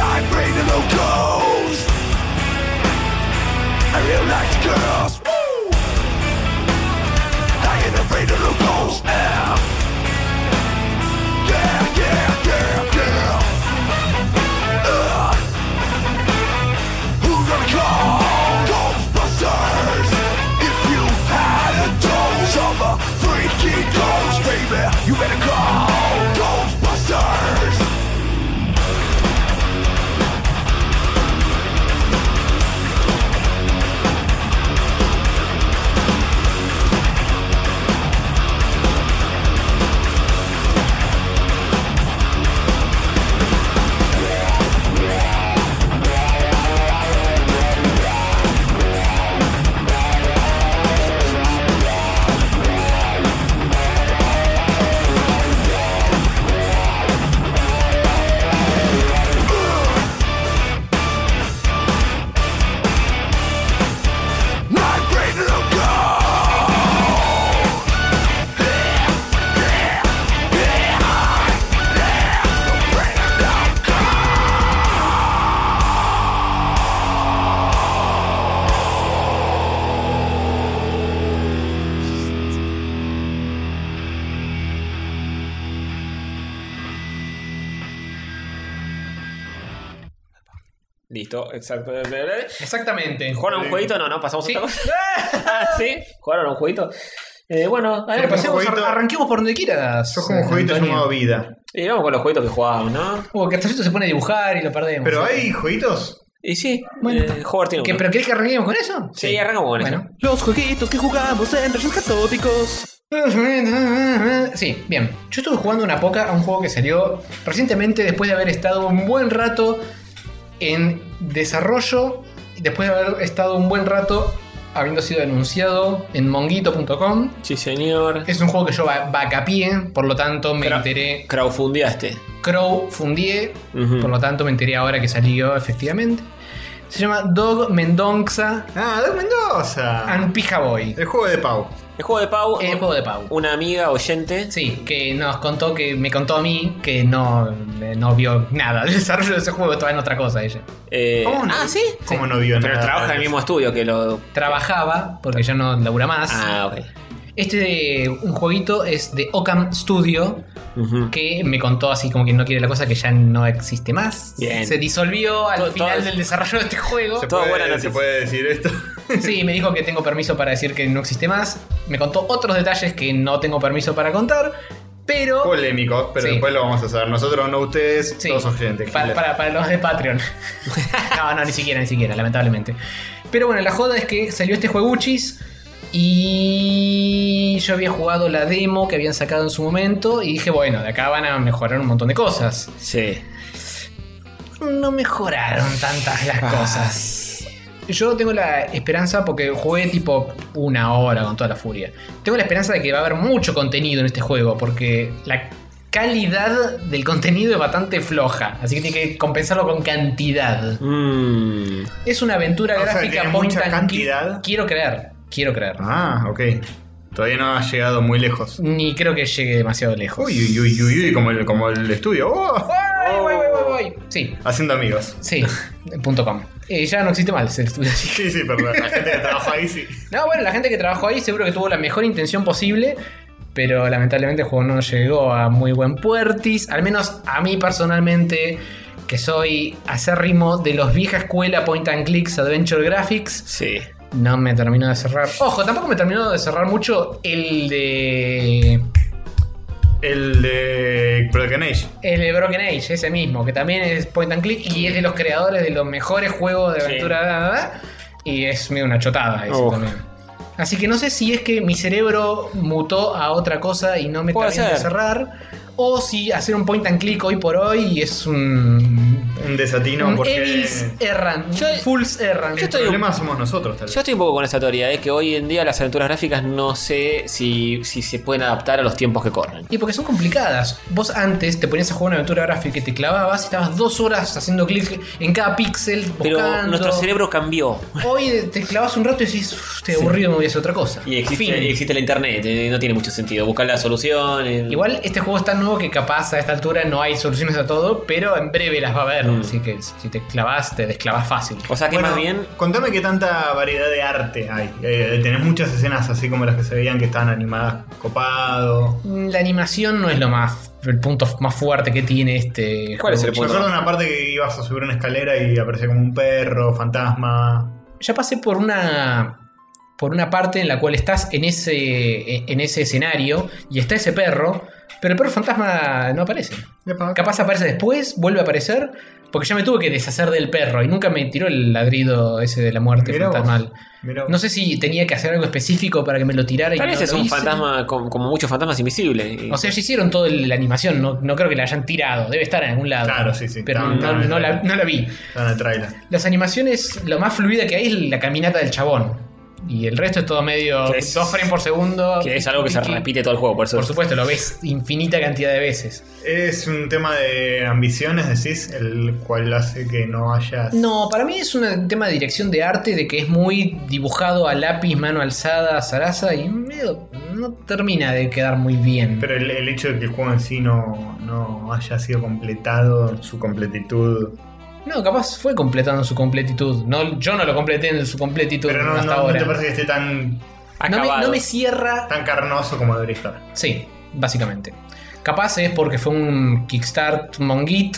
S11: I'm afraid of no ghosts. I real nice girls. Woo! I ain't afraid of no ghosts. Yeah, yeah, yeah, yeah. yeah. Uh. Who gonna call Ghostbusters? If you had a dose of a freaky ghost, baby, you better call Ghostbusters. Not afraid of no
S3: Listo, exacto. Exactamente.
S2: ¿Jugaron
S3: ¿Jugaron
S2: a
S3: un jueguito? No, no, pasamos
S2: Sí.
S3: otra cosa. Ah, ¿Sí? ¿Jugaron a un jueguito? Eh, bueno, a ver,
S2: Pero pasemos,
S3: pasemos a-
S2: arranquemos por donde quieras. Yo
S4: como un jueguito llamado Vida.
S3: Y vamos con los jueguitos que jugábamos, ¿no?
S2: O Uh, Castorcito se pone a dibujar y lo perdemos. ¿eh?
S4: Pero hay jueguitos.
S3: Y sí, bueno. Howard tiene
S2: ¿Que,
S3: uno.
S2: ¿Pero querés que arranquemos con eso?
S3: Sí, arrancamos con eso.
S2: Los jueguitos que jugamos en Rayos Catódicos. Sí, bien. Yo estuve jugando una poca a un juego que salió recientemente después de haber estado un buen rato en desarrollo y después de haber estado un buen rato habiendo sido anunciado en monguito.com.
S3: Sí, señor.
S2: Es un juego que yo va- vacapié, por lo tanto me enteré.
S3: Crowdfundeaste.
S2: Crowdfundié, por lo tanto me enteré ahora que salió efectivamente. Se llama Dog Mendonza.
S4: Ah, Dog Mendoza.
S2: And Pija Boy. Eh,
S4: El juego de Pau.
S3: El juego de Pau.
S2: El juego de Pau.
S3: Una amiga oyente.
S2: Sí, que nos contó que me contó a mí que no, no vio nada del desarrollo de ese juego, estaba en otra cosa ella.
S3: Eh,
S2: ¿Cómo no?
S3: Ah, sí.
S4: Como no vio
S3: Pero
S4: nada.
S3: trabaja en el mismo estudio que lo.
S2: Trabajaba, porque ya no labura más.
S3: Ah, ok.
S2: Este de- un jueguito es de Occam Studio, que me contó así como quien no quiere la cosa que ya no existe más.
S3: Bien.
S2: Se disolvió al
S3: Todo-
S2: final
S3: todo-
S2: del desarrollo de este juego.
S4: ¿Se puede, ¿Se puede decir esto?
S2: Sí, me dijo que tengo permiso para decir que no existe más. Me contó otros detalles que no tengo permiso para contar. Pero.
S4: Polémicos, pero
S2: Sí.
S4: después lo vamos a hacer. Nosotros no ustedes,
S2: Sí.
S4: todos oyentes.
S2: Para, para- para los de Patreon. no, no, ni siquiera, ni siquiera, lamentablemente. Pero bueno, la joda es que salió este jueguchis y yo había jugado la demo que habían sacado en su momento y dije, bueno, de acá van a mejorar un montón de cosas.
S3: Sí.
S2: No mejoraron tantas
S4: Ah.
S2: las cosas. Yo tengo la esperanza, porque jugué tipo una hora con toda la furia. Tengo la esperanza de que va a haber mucho contenido en este juego, porque la calidad del contenido es bastante floja. Así que tiene que compensarlo con cantidad. Es una aventura
S4: Mm. O sea,
S2: gráfica
S4: tiene
S2: point
S4: mucha
S2: and cantidad. Quiero creer, quiero creer.
S4: Ah, ok. Todavía no ha llegado muy lejos.
S2: Ni creo que llegue demasiado lejos.
S4: Uy, uy, uy, uy, uy, como el, como el estudio. ¡Oh!
S2: Ay, voy, voy, voy, voy. Sí,
S4: Haciendo amigos.
S2: sí. punto com. Eh, ya no existe más el estudio.
S4: Sí, sí, perdón. La gente que trabaja ahí sí.
S2: No, bueno, la gente que trabajó ahí seguro que tuvo la mejor intención posible, pero lamentablemente el juego no llegó a muy buen puertis, al menos a mí personalmente, que soy acérrimo de los vieja escuela Point and Clicks Adventure Graphics.
S3: Sí.
S2: No me terminó de cerrar. Ojo, tampoco me terminó de cerrar mucho el de.
S4: El de Broken Age.
S2: El de Broken Age, ese mismo, que también es point and click y es de los creadores de los mejores juegos de
S3: Sí.
S2: aventura. da, da, da, y es medio una chotada ese
S3: Uf.
S2: también. Así que no sé si es que mi cerebro mutó a otra cosa y no me
S3: Puede
S2: terminó de
S3: ser.
S2: cerrar. O si hacer un point and click hoy por hoy es un.
S4: Un desatino
S2: un
S4: porque.
S2: Evils Errant. Fools Errant.
S3: yo
S4: El
S3: estoy-
S4: problema somos nosotros, tal vez.
S3: Yo estoy un poco con esa teoría, es que hoy en día las aventuras gráficas no sé si, si se pueden adaptar a los tiempos que corren.
S2: Y porque son complicadas. Vos antes te ponías a jugar una aventura gráfica y te clavabas y estabas dos horas haciendo clic en cada píxel,
S3: Pero
S2: buscando.
S3: nuestro cerebro cambió.
S2: Hoy te clavas un rato y decís, "Uf, estoy aburrido, me voy a hacer otra cosa.
S3: Y
S2: Fin.
S3: existe, y existe la internet, eh, no tiene mucho sentido. Buscar la solución. eh.
S2: Igual este juego es tan nuevo que capaz a esta altura no hay soluciones a todo, pero en breve las va a haber. Así que si te clavas, te desclavas fácil.
S3: Mm. O sea que
S4: Bueno,
S3: más bien.
S4: Contame qué tanta variedad de arte hay. Eh, tenés muchas escenas así como las que se veían que estaban animadas copado.
S2: Mm, La animación no es lo más el punto más fuerte que tiene este.
S3: ¿Cuál es
S2: juego.
S3: el
S4: Yo recuerdo una parte que ibas a subir una escalera y aparecía como un perro, fantasma.
S2: ya pasé por una por una parte en la cual estás en ese e, en ese escenario y está ese perro, pero el perro fantasma no aparece. Capaz aparece después, vuelve a aparecer, porque ya me tuve que deshacer del perro y nunca me tiró el ladrido ese de la muerte
S4: Mirá vos.
S2: fantasmal.
S4: Mirá vos.
S2: No sé si tenía que hacer algo específico para que me lo tirara y
S3: Tal
S2: no
S3: vez es
S2: lo
S3: un
S2: hice.
S3: fantasma como, como muchos fantasmas invisibles.
S2: O sea, ya hicieron toda la animación, no, no creo que la hayan tirado, debe estar en algún lado.
S4: Claro, sí, sí.
S2: Pero
S4: Está-
S2: no,
S4: está en el
S2: no la,
S4: trailer.
S2: no la vi.
S4: Está en el trailer.
S2: Las animaciones, lo más fluida que hay es la caminata del chabón. Y el resto es todo medio
S3: Que es-
S2: dos frames por segundo.
S3: que es algo que se
S2: Piqui.
S3: repite todo el juego, por eso.
S2: Por supuesto, lo ves infinita cantidad de veces.
S4: Es un tema de ambiciones, decís, el cual hace que no hayas.
S2: No, para mí es un tema de dirección de arte, de que es muy dibujado a lápiz, mano alzada, zaraza, y medio no termina de quedar muy bien.
S4: Pero el, el hecho de que el juego en sí no, no haya sido completado en su completitud.
S2: No, capaz fue completando su completitud. No, yo no lo completé en su completitud
S4: Pero no,
S2: hasta
S4: no- no
S2: ahora.
S4: te parece que esté tan,
S2: No me-
S3: Acabado.
S2: no me cierra
S4: tan carnoso como debería estar.
S2: Sí, básicamente. Capaz es porque fue un Kickstart Mongit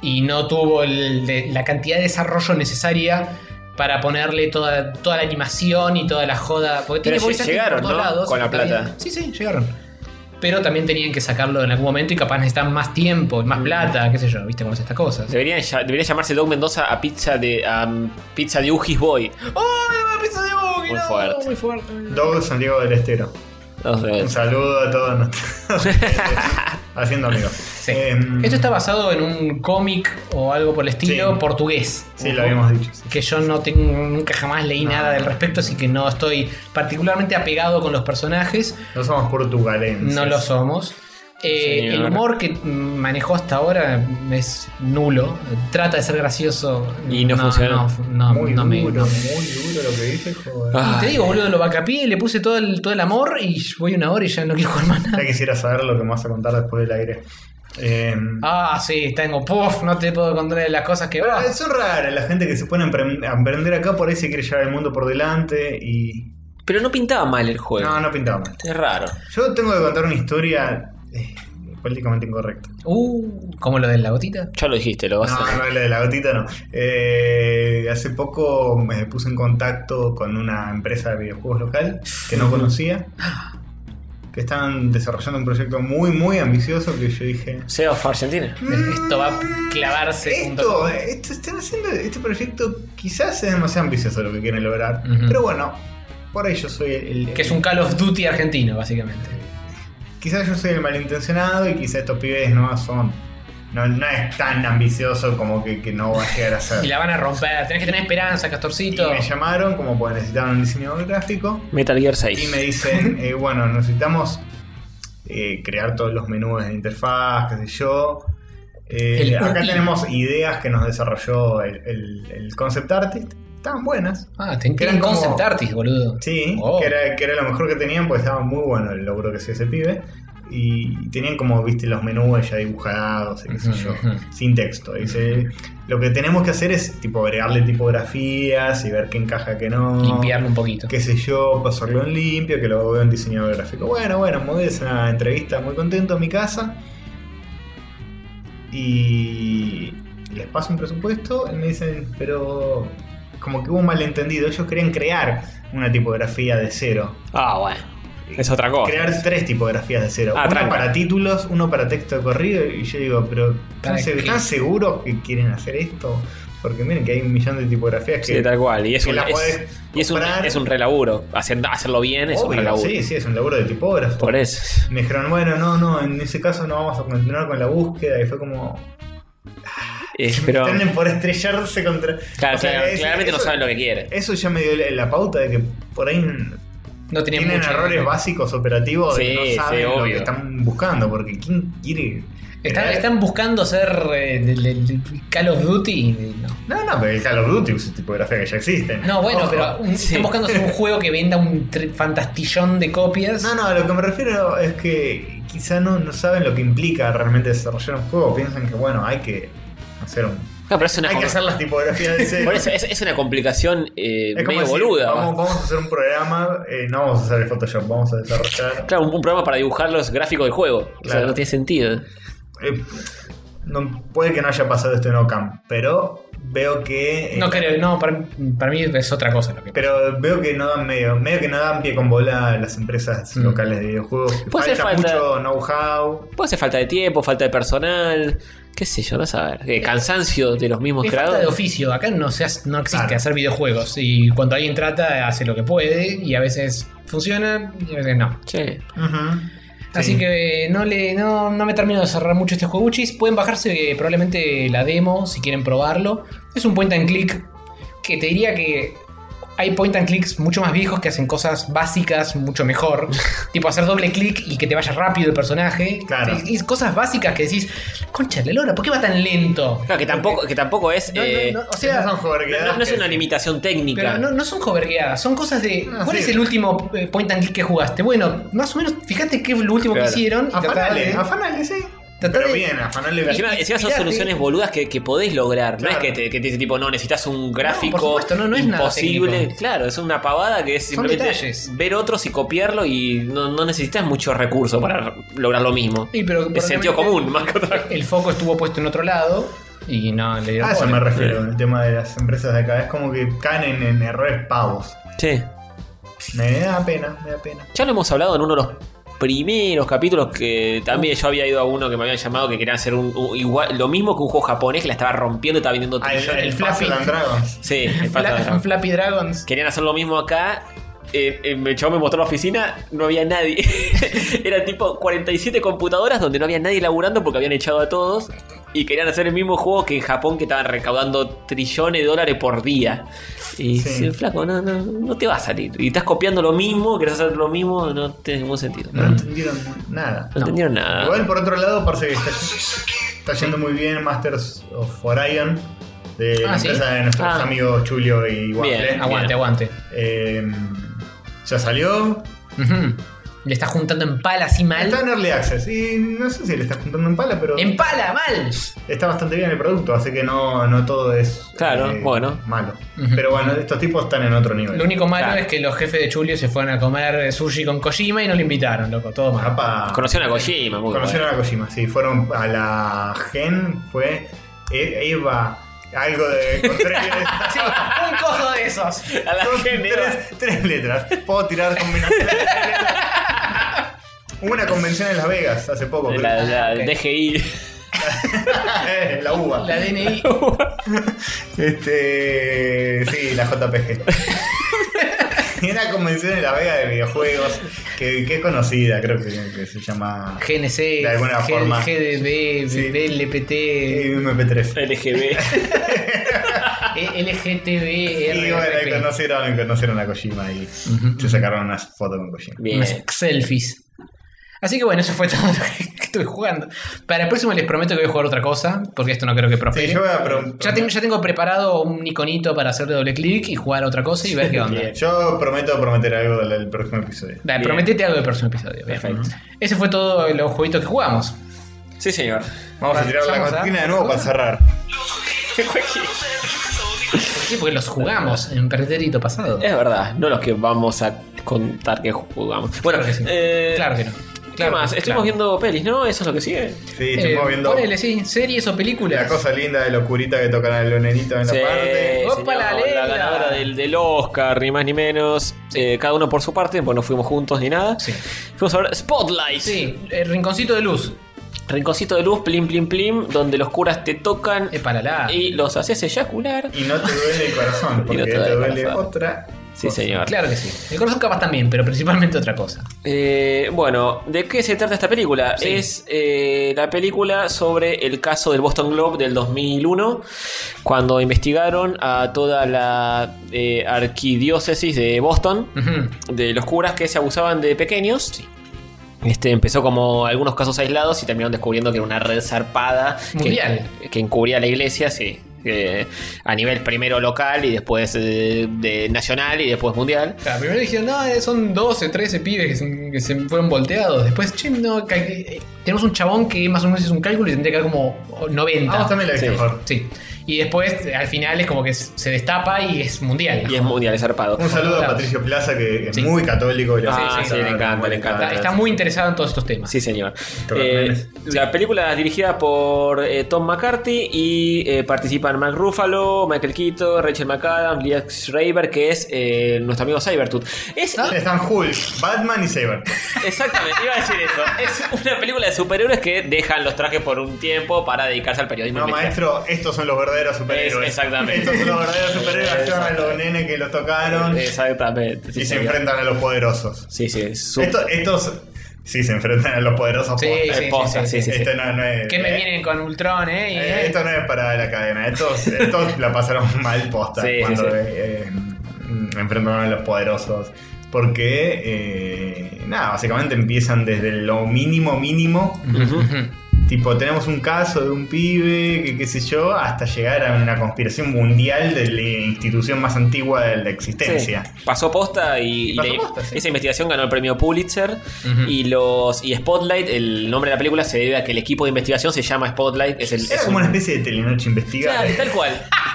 S2: y no tuvo el de- la cantidad de desarrollo necesaria para ponerle toda, toda la animación y toda la joda. Porque tiene
S3: Pero
S2: voice
S3: lle-
S2: acting
S3: llegaron,
S2: por todos
S3: ¿no?
S2: lados.
S3: Con la
S2: está bien.
S3: plata.
S2: Sí, sí, llegaron. Pero también tenían que sacarlo en algún momento y capaz necesitan más tiempo y
S3: Mm.
S2: más plata, qué sé yo, viste cómo es estas cosas.
S3: Debería, ya- debería llamarse Doug Mendoza a pizza de a, um, pizza de Ugis Boy.
S2: Ah, Muy
S3: no, fuerte.
S2: Muy fuerte.
S4: Doug Santiago del Estero.
S3: No sé.
S4: Un saludo a todos nuestros haciendo amigos.
S2: Sí.
S4: Em,
S2: Esto está basado en un cómic o algo por el estilo
S4: Sí.
S2: portugués.
S4: Sí, lo habíamos dicho. sí.
S2: que yo no tengo, nunca jamás leí
S4: No.
S2: nada del respecto, así que no estoy particularmente apegado con los personajes,
S4: No somos portugalenses.
S2: no lo somos. Eh,
S3: Señor.
S2: el humor que mm, manejó hasta ahora es nulo, trata de ser gracioso
S3: Y no funciona.
S2: No, no,
S4: Muy
S2: no me,
S4: duro,
S2: no me-
S4: muy duro lo que dice, joder.
S3: Ah.
S2: Te digo, boludo, lo vacapié, le puse todo el, todo el amor y voy una hora y ya no quiero jugar más nada.
S4: Ya quisiera saber lo que me vas a contar después del aire. Em,
S2: Ah, sí, tengo, puff, no te puedo contar las cosas que... ah,
S4: Ah, Son raras la gente que se pone a empre- a emprender acá por ahí se quiere llevar el mundo por delante y.
S3: Pero no pintaba mal el juego.
S4: No, no pintaba mal.
S3: Es raro.
S4: Yo tengo que contar una historia eh, políticamente incorrecta.
S2: Uh, como lo de la gotita.
S3: Ya lo dijiste, lo vas a
S4: No, no, la de la gotita no. Eh, hace poco me puse en contacto con una empresa de videojuegos local que no conocía. que están desarrollando un proyecto muy, muy ambicioso que yo dije. "Mm,
S3: Sea of Argentina.
S2: Esto va a clavarse. junto
S4: Esto,
S2: con-
S4: esto están haciendo este proyecto quizás es demasiado ambicioso lo que quieren lograr. Pero bueno, por ahí yo soy el, el-
S2: Que es un Call of Duty argentino, básicamente.
S4: quizás yo soy el malintencionado y quizás estos pibes no son. No, no es tan ambicioso como que, que no va a llegar a ser.
S2: Y la van a romper. Tenés que tener esperanza, Castorcito.
S4: Y me llamaron como porque necesitaban un diseñador gráfico.
S3: Metal Gear 6.
S4: Y me dicen, eh, bueno, necesitamos eh, crear todos los menús de interfaz, qué sé yo. Eh,
S2: El
S4: acá
S2: cookie.
S4: tenemos ideas que nos desarrolló el, el- el concept artist. Estaban buenas.
S2: Ah, te eran
S4: como-
S2: concept artist, boludo.
S4: Sí,
S2: Oh.
S4: que, era, que era lo mejor que tenían, pues estaba muy bueno el logro que hacía ese pibe. Y tenían como, viste, los menús ya dibujados, y qué sé yo, sin texto. Dice, lo que tenemos que hacer es tipo agregarle tipografías y ver qué encaja, qué no.
S2: Limpiarlo un poquito.
S4: Qué sé yo, pasarlo en limpio, que lo veo en diseñador gráfico. Bueno, bueno, muy bien, es una entrevista, muy contento en mi casa. Y les paso un presupuesto y me dicen, pero como que hubo un malentendido, ellos querían crear una tipografía de cero.
S3: Ah, bueno. Es otra cosa.
S4: Crear tres tipografías de cero.
S3: Ah,
S4: Una
S3: tranca.
S4: para títulos, uno para texto de corrido. Y yo digo, pero ¿están,
S3: Para
S4: se-
S3: qué?
S4: ¿están seguros que quieren hacer esto? Porque miren que hay un millón de tipografías que.
S3: Sí, tal cual. Y es
S4: que
S3: un,
S4: la
S3: es-
S4: podés
S3: y es un,
S4: comprar.
S3: es un relaburo. Hacer- hacerlo bien es un
S4: Obvio,
S3: relaburo.
S4: sí, sí, es un laburo de tipógrafo.
S3: Por eso.
S4: Me dijeron, bueno, no, no, en ese caso no vamos a continuar con la búsqueda. Y fue como.
S3: Eh, pero,
S4: Tienen por estrellarse contra.
S3: claro,
S4: o sea,
S3: claro,
S4: es-
S3: claramente no
S4: eso-
S3: saben lo que quieren.
S4: Eso ya me dio la, la pauta de que por ahí.
S2: No
S4: tienen
S2: mucho.
S4: errores básicos operativos de que
S2: Sí,
S4: no saben
S2: sí,
S4: lo
S2: obvio.
S4: que están buscando. Porque ¿quién quiere.?
S2: Están,
S4: crear-
S2: están buscando hacer eh, del- del- del Call of Duty. y No,
S4: No, no, pero el Call of Duty usa tipografía que ya existen.
S2: No, bueno,
S4: Ojo.
S2: pero un- están buscando hacer un juego que venda un tre- fantastillón de copias.
S4: No, no, a lo que me refiero es que quizá no, no saben lo que implica realmente desarrollar un juego. Piensan que, bueno, hay que hacer un.
S3: No, pero es una
S4: hay que
S3: com-
S4: hacer las tipografías de cero.
S3: Por eso es, es una complicación eh,
S4: Es como
S3: medio
S4: decir,
S3: boluda.
S4: Vamos, vamos a hacer un programa, eh, no vamos a hacer el Photoshop, vamos a desarrollar.
S3: Claro, un, un programa para dibujar los gráficos del juego. O sea,
S4: Claro.
S3: no tiene sentido.
S4: eh, no, puede que no haya pasado esto en Ocam, pero veo que. eh,
S2: No creo, no, para, para mí es otra cosa lo que
S4: Pero veo que no dan medio, medio que no dan pie con bola las empresas locales de videojuegos.
S3: Puede ser
S4: Falta,
S3: falta-
S4: mucho know-how.
S3: Puede ser falta de tiempo, falta de personal, qué sé yo, no saber. Eh, cansancio de los mismos
S2: Es falta
S3: creadores.
S2: de oficio, acá no, se hace- no existe hacer videojuegos y cuando alguien trata hace lo que puede y a veces funciona y a veces no.
S3: Sí.
S2: Así que eh, no, le, no, no me termino de cerrar mucho este jueguchis. Pueden bajarse eh, probablemente la demo si quieren probarlo. Es un point and click que te diría que hay point and clicks mucho más viejos que hacen cosas básicas mucho mejor. tipo hacer doble clic y que te vaya rápido el personaje.
S3: Claro.
S2: Y, y cosas básicas que decís, concha de la lora, ¿por qué va tan lento?
S3: Claro, que tampoco, que tampoco es.
S2: No, no,
S3: eh,
S2: no, o sea,
S3: no- no- no es una limitación técnica.
S2: Pero no, no son jovergueadas, son cosas de.
S3: Ah,
S2: ¿Cuál
S3: sí.
S2: es el último eh, point and click que jugaste? Bueno, más o menos, fíjate qué es lo último
S3: Claro.
S2: que hicieron.
S4: Afanale,
S2: tratar de-
S4: afanale, sí.
S2: tratar
S4: Pero
S2: de-
S4: bien, afanale.
S3: Pero encima, encima son
S2: Inspirate.
S3: soluciones boludas que, que podés lograr.
S2: Claro.
S3: No es que te, que te dice tipo, no, necesitas un gráfico
S2: supuesto, no, no es nada
S3: imposible.
S2: técnico.
S3: claro, es una pavada que es
S2: Son
S3: simplemente
S2: detalles.
S3: ver otros y copiarlo y no, no necesitas muchos recursos para lograr lo mismo.
S2: Sí, pero-
S3: es
S2: pero
S3: sentido
S2: realmente-
S3: común, más que otra cosa.
S2: El foco estuvo puesto en otro lado y no le dieron.
S4: A Ah, eso
S2: bola.
S4: me refiero, el tema de las empresas de acá. Es como que caen en, en errores pavos.
S3: Sí.
S4: Me da pena, me da pena.
S3: Ya lo hemos hablado en uno de los primeros capítulos que también yo había ido a uno que me habían llamado que querían hacer un, un- igual, lo mismo que un juego japonés que la estaba rompiendo y estaba vendiendo
S4: Ah, el,
S3: trillones.
S4: el Flappy and Dragons.
S3: Sí, el
S2: Fla-
S3: Fast Dragon.
S2: Flappy Dragons.
S3: Querían hacer lo mismo acá. Eh, eh, el chabón me mostró la oficina, no había nadie. Era tipo 47 computadoras donde no había nadie laburando porque habían echado a todos. Y querían hacer el mismo juego que en Japón que estaban recaudando trillones de dólares por día. Y
S4: Sí.
S3: dice, flaco, no, no, no te va a salir. Y estás copiando lo mismo, querés hacer lo mismo, no tiene ningún sentido.
S2: Mm.
S4: No entendieron nada.
S3: No entendieron nada.
S4: Igual por otro lado parece que está, está yendo muy bien Masters of Orion de la
S2: Ah, sí.
S4: empresa de nuestros
S2: Ah.
S4: amigos Julio y Waffle.
S2: Bien, aguante, aguante.
S4: Eh, ya salió.
S2: Ujú. Le está juntando en pala así mal.
S4: Está en Early Access y no sé si le está juntando en pala, pero.
S2: ¡En pala, mal!
S4: Está bastante bien el producto, así que no, no todo es eh,
S3: Claro, bueno.
S4: malo. Pero bueno, estos tipos están en otro nivel.
S2: Lo único malo es que los jefes de Julio se fueron a comer sushi con Kojima y no lo invitaron, loco. Todo mal.
S4: Apa.
S3: Conocieron a Kojima, muy
S4: Conocieron a Kojima, sí. Fueron a la Gen, fue E- Eva, algo de. Con tres,
S2: Sí, un coso de esos.
S3: A la
S4: con
S3: gente.
S4: tres- tres letras. Puedo tirar combinaciones de letras. Hubo una convención en Las Vegas hace poco. creo.
S3: La, la DGI.
S4: Eh, la uva.
S2: La DNI.
S4: Este. Sí, la JPG. Y una convención en La Vega de videojuegos que, que es conocida, creo que, que se llama.
S2: GNC,
S4: De alguna
S2: G-
S4: forma.
S2: GDB,
S4: Sí.
S2: BLPT,
S4: MP3.
S3: LGB.
S2: E-
S4: Y bueno, ahí
S2: LGTB, RRP,
S4: conocieron, conocieron a Kojima y se sacaron unas fotos con Kojima.
S2: unas selfies. Así que bueno, eso fue todo lo que estuve jugando. Para el próximo les prometo que voy a jugar otra cosa, porque esto no creo que prospere.
S4: Sí, yo voy a pro-
S2: ya, tengo, ya tengo preparado un iconito para hacerle doble clic y jugar a otra cosa y ver qué onda.
S4: Yo prometo prometer algo del, del próximo episodio.
S2: Dale, prometete algo del próximo episodio. bien. Ese fue todo los jueguitos que jugamos.
S3: Sí, señor.
S4: Vamos a tirar la
S2: Pasamos a-
S4: cortina de nuevo para cerrar.
S2: Sí, porque los jugamos en perderito pasado.
S3: Es verdad, no los que vamos a contar que jugamos. Bueno,
S2: Claro que sí.
S3: eh,
S2: Claro que no.
S3: ¿qué
S2: Claro,
S3: más? Estuvimos
S2: claro.
S3: viendo pelis, ¿no? Eso es lo que sigue.
S4: Sí, estuvimos
S2: Eh,
S4: viendo
S2: Ponele, sí, series o películas.
S4: la cosa linda de locurita que tocan al leonerito en
S3: Sí,
S4: la parte.
S3: señor,
S2: Opa, la
S3: la
S2: lela.
S3: ganadora del, del Oscar, ni más ni menos. Eh, cada uno por su parte, pues no fuimos juntos ni nada.
S2: Sí.
S3: Fuimos a ver Spotlight.
S2: Sí, el rinconcito de luz.
S3: Rinconcito de luz, plim, plim, plim, donde los curas te tocan
S2: Es para la.
S3: y los haces eyacular.
S4: Y no te duele el corazón, porque
S3: te
S4: te,
S3: duele el
S4: duele
S3: corazón.
S4: otra.
S3: Sí, señor.
S2: Claro que sí. El corazón capaz también, pero principalmente otra cosa.
S3: Eh, bueno, ¿de qué se trata esta película?
S2: Sí.
S3: Es eh, la película sobre el caso del Boston Globe del 2001, cuando investigaron a toda la eh, arquidiócesis de Boston,
S2: Ujú.
S3: de los curas que se abusaban de pequeños. Este, empezó como algunos casos aislados y terminaron descubriendo que era una red zarpada que-
S2: Mundial.
S3: Que, encubría la iglesia, sí. Eh, a nivel primero local y después eh, de nacional y después mundial.
S2: O sea, primero dijeron, no, eh, son 12, 13 pibes que se, que se fueron volteados. Después, che, no, cal- eh, tenemos un chabón que más o menos hizo un cálculo y tendría que haber como 90.
S4: Vamos Ah, también la viste
S3: Sí.
S4: mejor.
S2: Sí. Y después, al final, es como que se destapa y es mundial.
S3: Y es mundial, es zarpado.
S4: Un saludo a
S2: Claro.
S4: Patricio Plaza, que es
S2: Sí.
S4: muy católico. Y lo
S3: Ah, Sí,
S4: hace
S3: sí, sí,
S4: saber
S3: le encanta,
S4: cómo
S3: le encanta.
S2: Está, está muy interesado en todos estos temas.
S3: Sí, señor.
S4: Todos
S3: Eh,
S4: memes.
S3: la película es dirigida por eh, Tom McCarthy y eh, participan Mark Ruffalo, Michael Keaton, Rachel McAdams, Lia Schreiber, que es eh, nuestro amigo Cybertooth. Es,
S4: Están Hulk, Batman y Saber.
S3: Exactamente, iba a decir eso. Es una película de superhéroes que dejan los trajes por un tiempo para dedicarse al periodismo.
S4: No,
S3: investigativo.
S4: maestro, estos son los verdaderos superhéroes.
S3: Es- exactamente.
S4: Estos son los verdaderos superhéroes. Actúan a los nenes que los tocaron
S3: Exactamente.
S4: y
S3: Sí,
S4: se
S3: señor.
S4: enfrentan a los poderosos.
S3: Sí, sí. es su-
S4: Estos, estos sí se enfrentan a los poderosos.
S2: Sí,
S4: posta.
S2: sí, sí,
S3: posta,
S2: sí,
S3: sí, sí, sí.
S4: Esto no, no es.
S2: Que me
S4: eh,
S2: vienen con Ultron, eh? Y,
S4: eh,
S2: eh,
S4: esto no es para la cadena. Estos, estos la pasaron mal posta
S3: Sí, sí,
S4: cuando
S3: sí.
S4: eh, eh, enfrentaron a los poderosos. Porque, eh, nada, básicamente empiezan desde lo mínimo, mínimo.
S3: Ujú.
S4: Tipo, tenemos un caso de un pibe, que qué sé yo, hasta llegar a una conspiración mundial de la institución más antigua de la existencia.
S3: Sí. Pasó posta y, y
S4: Pasó
S3: le-
S4: posta, sí.
S3: esa investigación ganó el premio Pulitzer y los y Spotlight, el nombre de la película se debe a que el equipo de investigación se llama Spotlight, es el
S4: Era
S3: es
S4: como
S3: un-
S4: una especie de telenoche investigada.
S3: Claro, tal cual.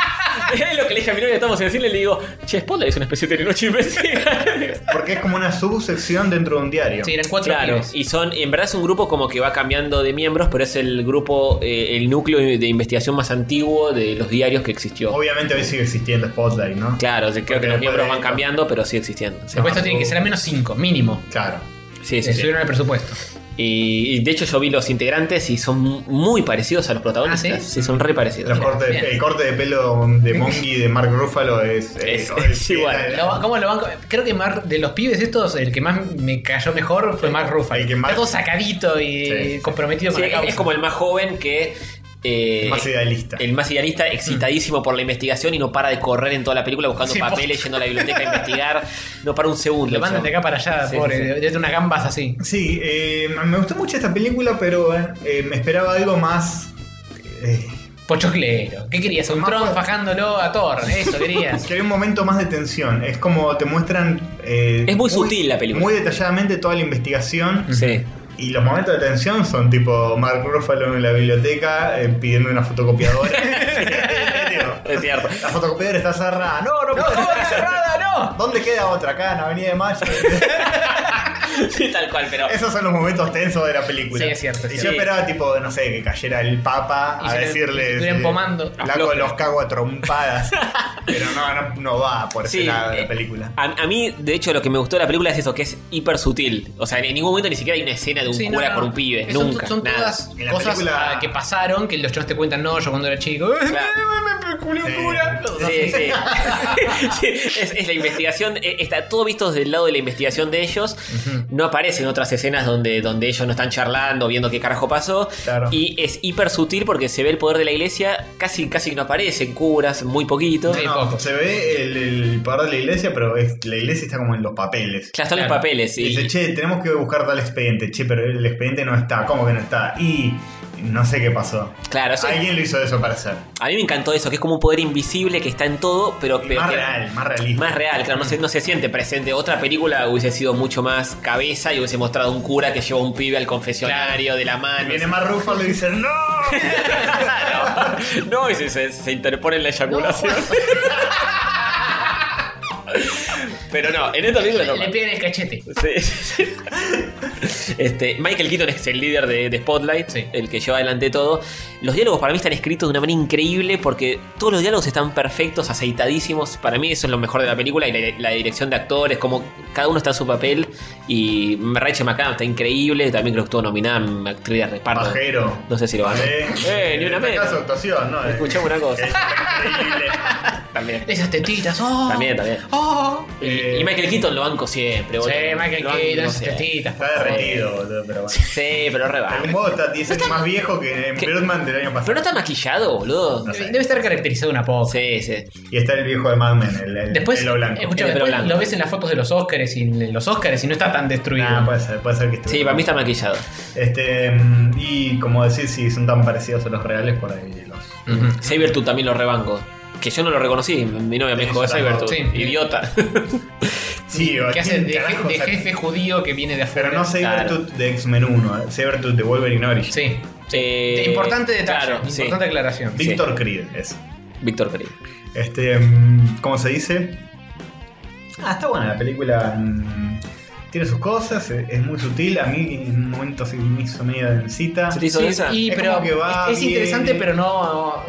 S3: es lo que le dije a mi novia, estamos en el cine, le digo, che, Spotlight es una especie de noche investiga.
S4: eh, Porque es como una subsección dentro de un diario.
S2: sí, eran cuatro
S3: Claro,
S2: pibes.
S3: y son, en verdad es un grupo como que va cambiando de miembros, pero es el grupo, eh, el núcleo de investigación más antiguo de los diarios que existió.
S4: Obviamente hoy sigue existiendo Spotlight, ¿no?
S3: Claro, yo creo
S4: Porque
S3: que los
S4: después
S3: miembros
S4: de
S3: van
S4: esto-
S3: cambiando, pero sigue existiendo. Sí,
S2: Después esto tiene que ser al menos cinco, mínimo.
S4: Claro.
S3: sí,
S2: Se
S3: sí.
S2: subieron el presupuesto.
S3: Y, y de hecho yo vi los integrantes y son muy parecidos a los protagonistas.
S2: ¿Ah, sí?
S3: son re
S4: Los
S3: parecidos.
S4: cortes de-
S2: bien.
S4: el corte de pelo de Mongi de Mark Ruffalo es,
S3: Es- es igual.
S4: era-
S2: Lo- ¿Cómo lo banco? Creo que Mark- de los pibes estos, el que más me cayó mejor fue Mark Ruffalo.
S4: El que más-
S2: Está todo sacadito y
S4: Sí, sí.
S2: comprometido
S3: Sí,
S2: con la
S3: es,
S2: causa.
S3: es como el más joven que... eh,
S4: más idealista.
S3: El más idealista, excitadísimo por la investigación y no para de correr en toda la película buscando
S2: Sí,
S3: papeles, yendo a la biblioteca a investigar. No para un segundo.
S2: Lo
S3: el
S2: mandan de
S3: chabón.
S2: acá para allá,
S3: Sí,
S2: pobre.
S3: sí, sí.
S2: de- de unas gambas así.
S4: Sí, eh, me gustó mucho esta película, pero eh, eh, me esperaba algo más. eh,
S2: Pochoclero. ¿Qué querías? Un
S4: Más
S2: tron
S4: por-
S2: fajándolo a Thor. Eso querías.
S4: Quería un momento más de tensión. Es como te muestran. eh,
S3: Es muy sutil la película.
S4: Muy detalladamente toda la investigación.
S3: Sí.
S4: Y los momentos de tensión son tipo Mark Ruffalo en la biblioteca eh, pidiendo una fotocopiadora. Digo,
S3: Es cierto.
S4: la fotocopiadora está cerrada. No, no, puede
S2: ¡No,
S4: ser.
S2: cerrada, no!
S4: ¿Dónde queda otra acá en Avenida de Mayo?
S3: Sí, tal cual. igual, pero.
S4: Esos son los momentos tensos de la película.
S2: Sí, es cierto, es
S4: Y
S2: cierto.
S4: yo
S2: Sí.
S4: esperaba, tipo, no sé, que cayera el Papa
S2: Y
S4: a
S2: se le- y se
S4: decirle.
S2: estuvieran pomando.
S4: Laco, los cago a trompadas. Pero no, no, no va por ese
S3: Sí,
S4: lado de
S3: eh,
S4: la película.
S3: A, a mí, de hecho, lo que me gustó de la película es eso, que es hiper sutil. O sea, en ningún momento ni siquiera hay una escena de un
S2: Sí, no,
S3: cura
S2: no,
S3: por un
S2: no.
S3: pibe.
S2: Son-
S3: nunca.
S2: Son
S3: nada.
S2: todas
S3: En la
S2: cosas
S3: película-
S2: ah, que pasaron, que los chavos te cuentan, no, yo cuando era chico.
S3: Sí, sí. Sí, es, es la investigación, eh, está todo visto desde el lado de la investigación de ellos. No aparecen otras escenas donde, donde ellos no están charlando, viendo qué carajo pasó. Y es hiper sutil porque se ve el poder de la iglesia, casi, casi no aparecen curas, muy poquito.
S4: No, no, se ve el, el poder de la iglesia, pero es- la iglesia está como en los papeles.
S3: Claro, están los papeles, sí.
S4: Dice, che, tenemos que buscar tal expediente. Che, pero el expediente no está. ¿Cómo que no está? Y no sé qué pasó.
S3: Claro, eso-
S4: Alguien lo hizo desaparecer.
S3: A mí me encantó eso, que es como un poder invisible que está en todo, pero, pero
S4: más
S3: que-
S4: real, más realista.
S3: Más real, claro, no se, no se siente presente. Otra película hubiese sido mucho más cabeza y hubiese mostrado un cura que lleva a un pibe al confesionario de la mano.
S4: Viene más Rufa y dice, ¡No!
S3: No, y se, se- se interpone en la eyaculación. Pero no, en esta película no.
S2: Le pegan el cachete.
S3: Sí. Este, Michael Keaton es el líder de, de Spotlight, el que lleva adelante todo. Los diálogos para mí están escritos de una manera increíble porque todos los diálogos están perfectos, aceitadísimos. Para mí eso es lo mejor de la película y la, la dirección de actores, como cada uno está en su papel. Y Rachel McAdams está increíble, también creo que estuvo nominada en actriz de reparto.
S4: Pajero.
S3: No sé si lo van a
S4: Eh,
S3: ni una
S4: en este
S3: menos.
S4: caso, actuación, ¿no?
S3: Escuchame una cosa. También.
S2: Esas tetitas, oh.
S3: También, también.
S2: Oh.
S3: Y, y Michael Keaton lo banco siempre,
S2: Sí,
S3: boludo.
S2: Michael
S3: Lo banco
S2: Keaton, esas
S3: siempre.
S2: tetitas.
S4: Está derretido, boludo, pero bueno.
S3: Sí, pero re
S4: De
S3: va.
S4: algún modo está 10 años más viejo que en Birdman del año pasado.
S3: Pero no está maquillado, boludo.
S4: No sé.
S2: Debe estar caracterizado una poco.
S3: Sí, sí.
S4: Y está el viejo de Mad Men, el, el
S2: Después,
S4: pelo blanco.
S2: escucha, después lo ves en las fotos de los Oscars y en los Oscars y no está tan destruido.
S4: Ah, puede ser, puede ser que
S3: Sí, para mí está maquillado.
S4: Este, mm, y como decís, si son tan parecidos a los reales, por ahí los.
S3: Sabertooth también lo rebanco. Que yo no lo reconocí, mi novia me dijo,
S4: yo
S3: es Sabertooth,
S2: tampoco. Sí.
S3: idiota.
S4: Sí,
S2: que hace
S4: ¿quién
S2: de, je-
S4: carajo
S2: de
S4: saca?
S2: jefe judío que viene de afuera.
S4: Pero no Sabertooth de X-Men 1, eh, Sabertooth de Wolverine Origins.
S2: Sí.
S3: Eh,
S2: Importante detalle,
S3: claro, sí.
S2: importante aclaración.
S4: Víctor Creed es.
S3: Víctor Creed.
S4: Este, mm, ¿cómo se dice? Ah, está buena la película. mm, Tiene sus cosas, es es muy sutil. A mí en un momento se me hizo medio densita.
S3: ¿Se te hizo
S2: Ah, Sí,
S3: densa?
S2: y,
S4: Es
S2: pero
S4: como que va
S2: es, es
S4: bien.
S2: interesante, pero no.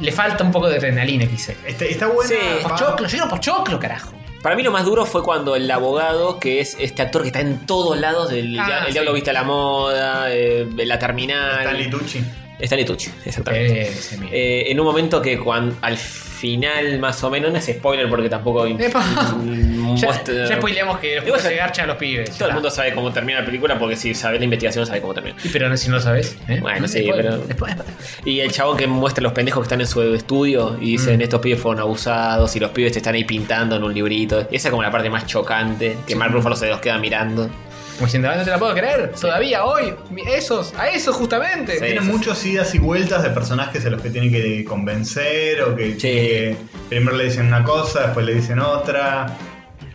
S2: Le falta un poco de adrenalina, quise.
S4: Está, Este, está buena.
S3: Sí.
S4: va-
S2: Pochoclo, yo era pochoclo, carajo.
S3: Para mí lo más duro fue cuando el abogado, que es este actor que está en todos lados, el,
S2: Ah,
S3: dia- el
S2: sí.
S3: diablo viste a la moda, eh, la terminal.
S4: Stanley Tucci.
S3: Stanley Tucci, exactamente.
S2: Eh, ese mismo.
S3: Eh, en un momento que cuan- al final, más o menos, no es spoiler porque tampoco.
S2: Epa.
S3: mm,
S2: ya,
S3: muestra-
S2: ya spoileamos que los
S3: Igual
S2: pibes
S3: ya-
S2: se garchan a los pibes.
S3: Todo el
S2: Ah.
S3: mundo sabe cómo termina la película porque si sabes la investigación, sabe cómo termina.
S2: Y pero si no lo sabes. ¿eh?
S3: Bueno, sí,
S2: Spoiler,
S3: pero.
S2: spoiler.
S3: Y el chabón que muestra a los pendejos que están en su estudio y
S2: Mm.
S3: dicen estos pibes fueron abusados y los pibes te están ahí pintando en un librito. Esa es como la parte más chocante, que Mark Ruffalo se los queda mirando.
S2: Como diciendo, "Ah, no te la puedo creer. Todavía hoy. mi- Esos, a esos justamente.
S4: Tiene muchos idas y vueltas de personajes a los que tiene que convencer o que, que primero le dicen una cosa, después le dicen otra.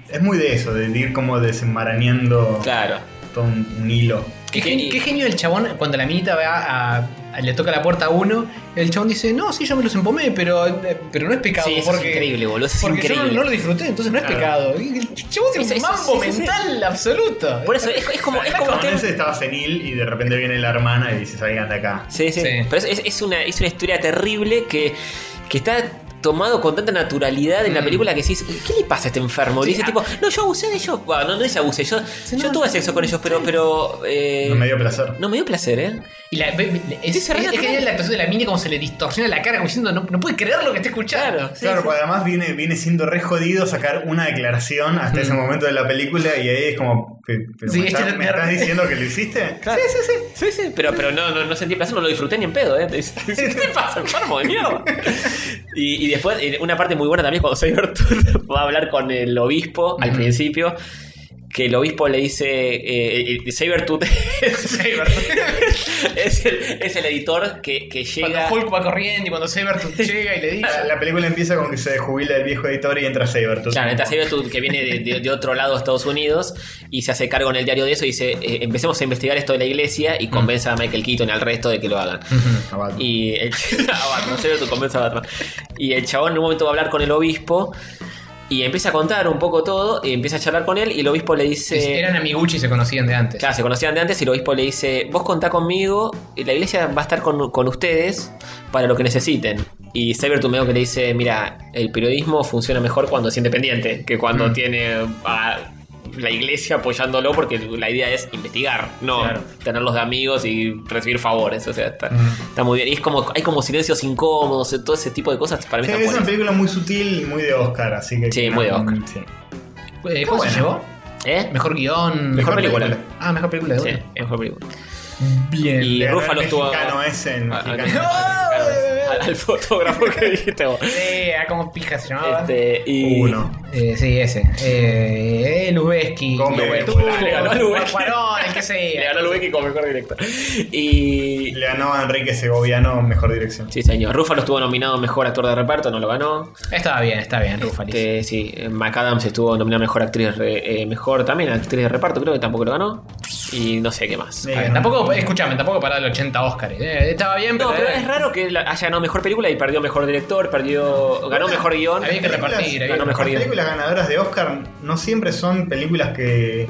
S4: Es muy de eso, de ir como desenmarañando
S3: Claro.
S4: todo un, un hilo.
S2: Qué, gen- qué genio el chabón cuando la minita va a, a- le toca la puerta a uno. El chabón dice, no, sí, yo me los empomé, pero, eh, pero no es pecado.
S3: Sí, eso es
S2: porque,
S3: increíble, boludo, eso es
S2: porque yo
S3: increíble.
S2: no, no lo disfruté, entonces no es
S4: Claro.
S2: pecado. Y El chabón tiene
S3: Eso-
S2: un
S3: eso-
S2: mambo
S3: sí, sí, sí.
S2: mental absoluto.
S3: Por eso es, es como. Es como
S4: Con
S3: usted-
S4: ese estaba senil y de repente viene la hermana y dice salgan de acá.
S3: Sí, sí.
S2: Sí.
S3: Pero es, es- es una, es una historia terrible que, que está tomado con tanta naturalidad en la película que decís, ¿qué le pasa a este enfermo?
S2: Mm. Sí,
S3: Dice
S2: ah.
S3: tipo, no, yo abusé de ellos. Bueno, no, no es abusé, yo, yo tuve sexo con ellos, pero... pero eh,
S4: No me dio placer.
S3: no me dio placer, ¿eh?
S2: Y la, ve- ve- es,
S3: Sí,
S2: es,
S3: se re
S2: es
S3: natural.
S2: genial la actuación de la mina como se le distorsiona la cara, como diciendo, no, no puede creer lo que está escuchando.
S3: Sí,
S4: Claro,
S3: sí.
S4: porque además viene, viene siendo re jodido sacar una declaración hasta
S3: Mm.
S4: ese momento de la película y ahí es como, "Pe- pero
S2: Sí,
S4: ¿me, estás,
S2: este-
S4: me estás diciendo que lo hiciste?
S3: Sí, sí, sí. Sí, sí, pero, pero no, no, no sentí placer, no lo disfruté ni en pedo, ¿eh? Te dice, ¿Qué te pasa, enfermo de mierda? Y, y después, eh, una parte muy buena también es cuando Sabertooth va a hablar con el obispo al principio. Que el obispo le dice. Eh, eh, Sabertooth es, es el, es el editor que, que
S2: Cuando
S3: llega.
S2: Hulk va corriendo y cuando Sabertooth llega y le dice.
S4: La, la película empieza con que se jubila el viejo editor y entra Sabertooth.
S3: Claro, entra Sabertooth que viene de, de- de otro lado de Estados Unidos y se hace cargo en el diario de eso y dice: eh, Empecemos a investigar esto de la iglesia y convence a Michael Keaton y al resto de que lo hagan.
S4: Ah, va.
S3: Y el, a Batman, se ve tu convenza a Batman. Y el chabón en un momento va a hablar con el obispo. Y empieza a contar un poco todo, y empieza a charlar con él, y el obispo le dice...
S2: Eran amiguchi y se conocían de antes.
S3: Claro, se conocían de antes, y el obispo le dice, vos contá conmigo, y la iglesia va a estar con, con ustedes para lo que necesiten. Y Cyber medio que le dice, mira, el periodismo funciona mejor cuando es independiente, que cuando
S4: Mm.
S3: tiene a la iglesia apoyándolo, porque la idea es investigar, no tenerlos de amigos y recibir favores. O sea, está,
S4: Mm.
S3: está muy bien. Y es como, hay como silencios incómodos, todo ese tipo de cosas para mí
S4: Sí,
S3: están
S4: es una
S3: buenas.
S4: película muy sutil y muy de Oscar, así que.
S3: Sí, muy de Oscar.
S4: Sí.
S2: Eh, ¿Cómo se llevó?
S3: ¿Eh?
S2: Mejor guión.
S3: Mejor película.
S2: Ah, mejor película de
S3: Sí,
S2: una.
S3: mejor película.
S2: Bien.
S3: Y
S4: Pero
S3: Rúfalo
S4: el
S3: estuvo.
S4: mexicano ese, el
S3: Ah, al-
S4: mexicano.
S3: al, al fotógrafo que dijiste vos.
S2: Sí, ah, como pija se llamaba.
S3: Este, y.
S4: Uno.
S2: Eh, sí, ese. Eh, eh, Lubeski.
S4: Come,
S2: Lubeski.
S4: volá, le
S3: ganó a Lubeski.
S2: Cuarón, el que
S3: Le
S2: sea.
S3: ganó Lubecky como mejor director. Y.
S4: Le ganó a Enrique Segoviano mejor dirección.
S3: Sí, señor. Rúfalo estuvo nominado mejor actor de reparto, no lo ganó.
S2: Estaba bien, está bien, Rufalis.
S3: Este, sí, McAdams estuvo nominada mejor actriz, re- eh, mejor también actriz de reparto, creo que tampoco lo ganó. Y no sé qué más.
S2: Está bien, Tampoco, escúchame, tampoco para el 80 Oscars. Eh, estaba bien,
S3: No,
S2: pero.
S3: pero
S2: eh,
S3: es raro que la- haya ganado mejor película y perdió mejor director, perdió, ganó mejor guión.
S2: Había que repartir, había
S3: ganó
S2: que
S3: mejor
S4: Las
S3: guión.
S4: películas ganadoras de Oscar no siempre son películas que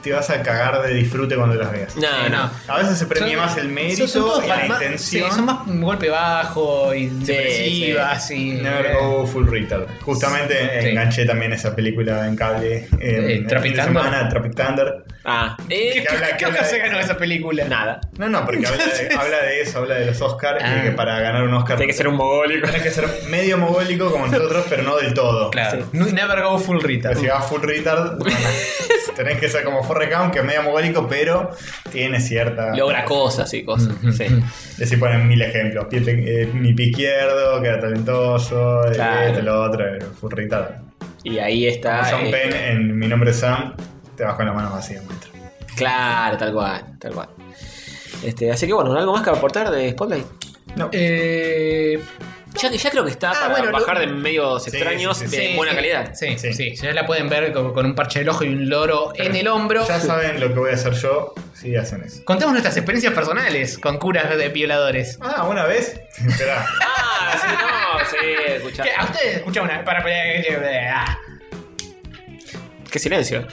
S4: te vas a cagar de disfrute cuando las veas.
S3: No, no.
S4: A veces se premia
S2: Son-
S4: más el mérito
S2: son- son todos
S4: y
S2: para-
S4: la
S2: más-
S4: intención.
S2: sí, son más un golpe bajo y depresivas y.
S4: Never Go Full Retard. Justamente
S2: Sí.
S4: enganché también esa película en cable.
S2: Eh,
S4: en
S2: Tropic
S4: la
S2: Thunder.
S4: semana, Tropic Thunder.
S3: Ah,
S2: ¿Qué,
S3: eh,
S2: qué,
S4: habla-
S2: qué,
S4: que
S2: Oscar
S4: habla
S2: se
S4: de-
S2: ganó esa película?
S3: nada.
S4: No, no, porque habla, de, habla de eso, habla de los Oscars.
S2: Ah.
S4: Y que para ganar un Oscar
S3: Tiene que ser un mogólico.
S4: tenés que ser medio mogólico como nosotros, pero no del todo.
S2: Claro. No- Never Go Full Rita.
S4: Pero si vas full retard, tenés que ser como Forrest Gump, que es medio mogólico, pero tiene cierta.
S3: Logra cosas y cosas. sí.
S4: Decir, ponen mil ejemplos. Pie pe- eh, mi pie izquierdo, que era talentoso, eh,
S3: Claro.
S4: este, lo otro, eh, full retard.
S3: Y ahí está.
S4: Sean
S3: eh,
S4: Penn en Mi nombre es Sam, te vas con las manos vacías, maestro.
S3: Claro, tal cual, tal cual. Este, así que bueno, ¿algo más que aportar de Spotlight?
S4: No.
S2: Eh,
S3: Ya, ya creo que está para
S2: bueno, lo-
S3: bajar de medios extraños
S4: sí, sí,
S3: de
S2: sí,
S3: buena
S2: sí,
S3: calidad.
S2: Sí,
S4: Sí.
S2: sí, Ya la pueden ver con, con un parche del ojo y un loro en el hombro.
S4: Ya saben lo que voy a hacer yo si hacen eso.
S2: Contemos nuestras experiencias personales con curas de violadores.
S4: Ah, una vez. Esperá.
S3: Ah, sí, no, sí, escuchá.
S2: ¿Qué? A ustedes, escucha una. Para, para- para- ah.
S3: Qué silencio.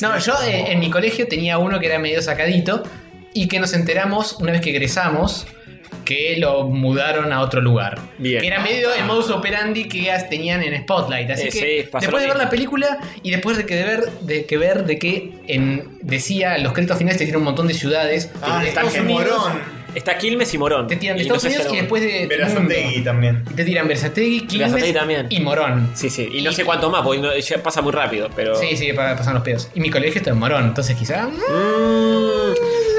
S2: No, yo eh, en mi colegio tenía uno que era medio sacadito y que nos enteramos una vez que egresamos que lo mudaron a otro lugar.
S3: Bien.
S2: Que era medio el modus operandi que as- tenían en Spotlight. Así
S3: Eh,
S2: que
S3: sí, pasó
S2: después de
S3: lo
S2: ver
S3: mismo.
S2: la película y después de que de ver de que ver de que en, decía los créditos finales te tiran un montón de ciudades
S4: Ah,
S2: de
S4: está
S2: Estados
S4: que
S2: Unidos,
S4: morón.
S3: Está Quilmes y Morón.
S2: te tiran de
S3: Y no
S2: Estados
S3: sé si
S2: Unidos y
S3: algo-
S2: después de del mundo.
S4: Verazategui también.
S2: te tiran Versategui, Quilmes
S3: Verazategui también.
S2: y Morón.
S3: Sí, sí, y no sé cuánto más, porque no- ya pasa muy rápido, pero.
S2: Sí, sí, para pasar los pedos. Y mi colegio está en Morón, entonces quizá. mm,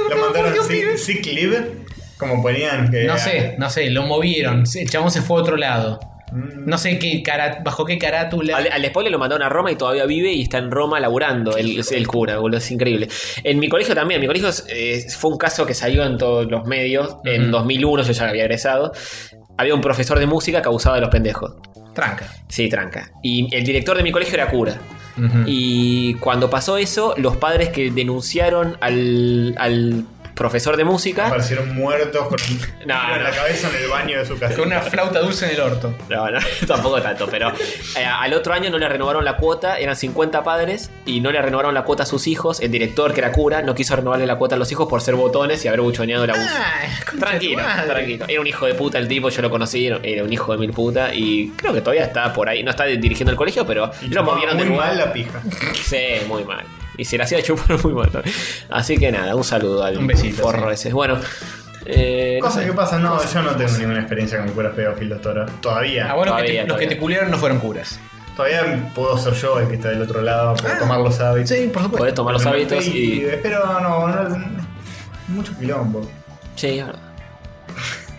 S4: Lo mandaron sick, sick leave, como ponían que.
S2: No sé, no sé, lo movieron. El chabón se fue a otro lado. No sé qué cara, bajo qué carátula.
S3: Al, al spoiler lo mandaron a Roma y todavía vive y está en Roma laburando el, el cura, boludo, es increíble. En mi colegio también, mi colegio eh, fue un caso que salió en todos los medios, en 2001 yo ya había egresado, había un profesor de música que abusaba de los pendejos.
S2: Tranca.
S3: Sí, tranca. Y el director de mi colegio era cura.
S2: Ujú.
S3: Y cuando pasó eso, los padres que denunciaron al, al profesor de música...
S4: Aparecieron muertos con
S3: No,
S4: con la
S3: no.
S4: cabeza en el baño de su casa.
S2: Con una flauta dulce en el orto.
S3: No, no, tampoco tanto, pero eh, al otro año no le renovaron la cuota, eran 50 padres y no le renovaron la cuota a sus hijos. El director, que era cura, no quiso renovarle la cuota a los hijos por ser botones y haber buchoneado el abuso. Tranquilo, tranquilo. Era un hijo de puta el tipo, yo lo conocí, era- era un hijo de mil puta y creo que todavía está por ahí. No está dirigiendo el colegio, pero
S4: Y
S3: lo
S4: chupaba
S3: movieron de
S4: muy
S3: lugar.
S4: mal la pija.
S3: Sí, muy mal. Y se la hacía chupar muy mal. Así que nada, un saludo al
S2: Un besito,
S3: forro
S2: sí.
S3: ese. Bueno, eh, no
S4: Cosas
S3: sé.
S4: que pasan, no, yo no tengo ninguna experiencia con curas pedófilos tora-
S2: A
S4: todavía.
S2: vos los Ah, que,
S3: Todavía,
S2: te, los que
S3: todavía.
S2: te culearon no fueron curas.
S4: Todavía puedo ser yo el que está del otro lado, puedo tomar los hábitos.
S2: Sí, por
S3: podés
S2: supuesto.
S3: tomar los hábitos y.
S4: Pero no, no, mucho quilombo.
S3: Sí, ahora.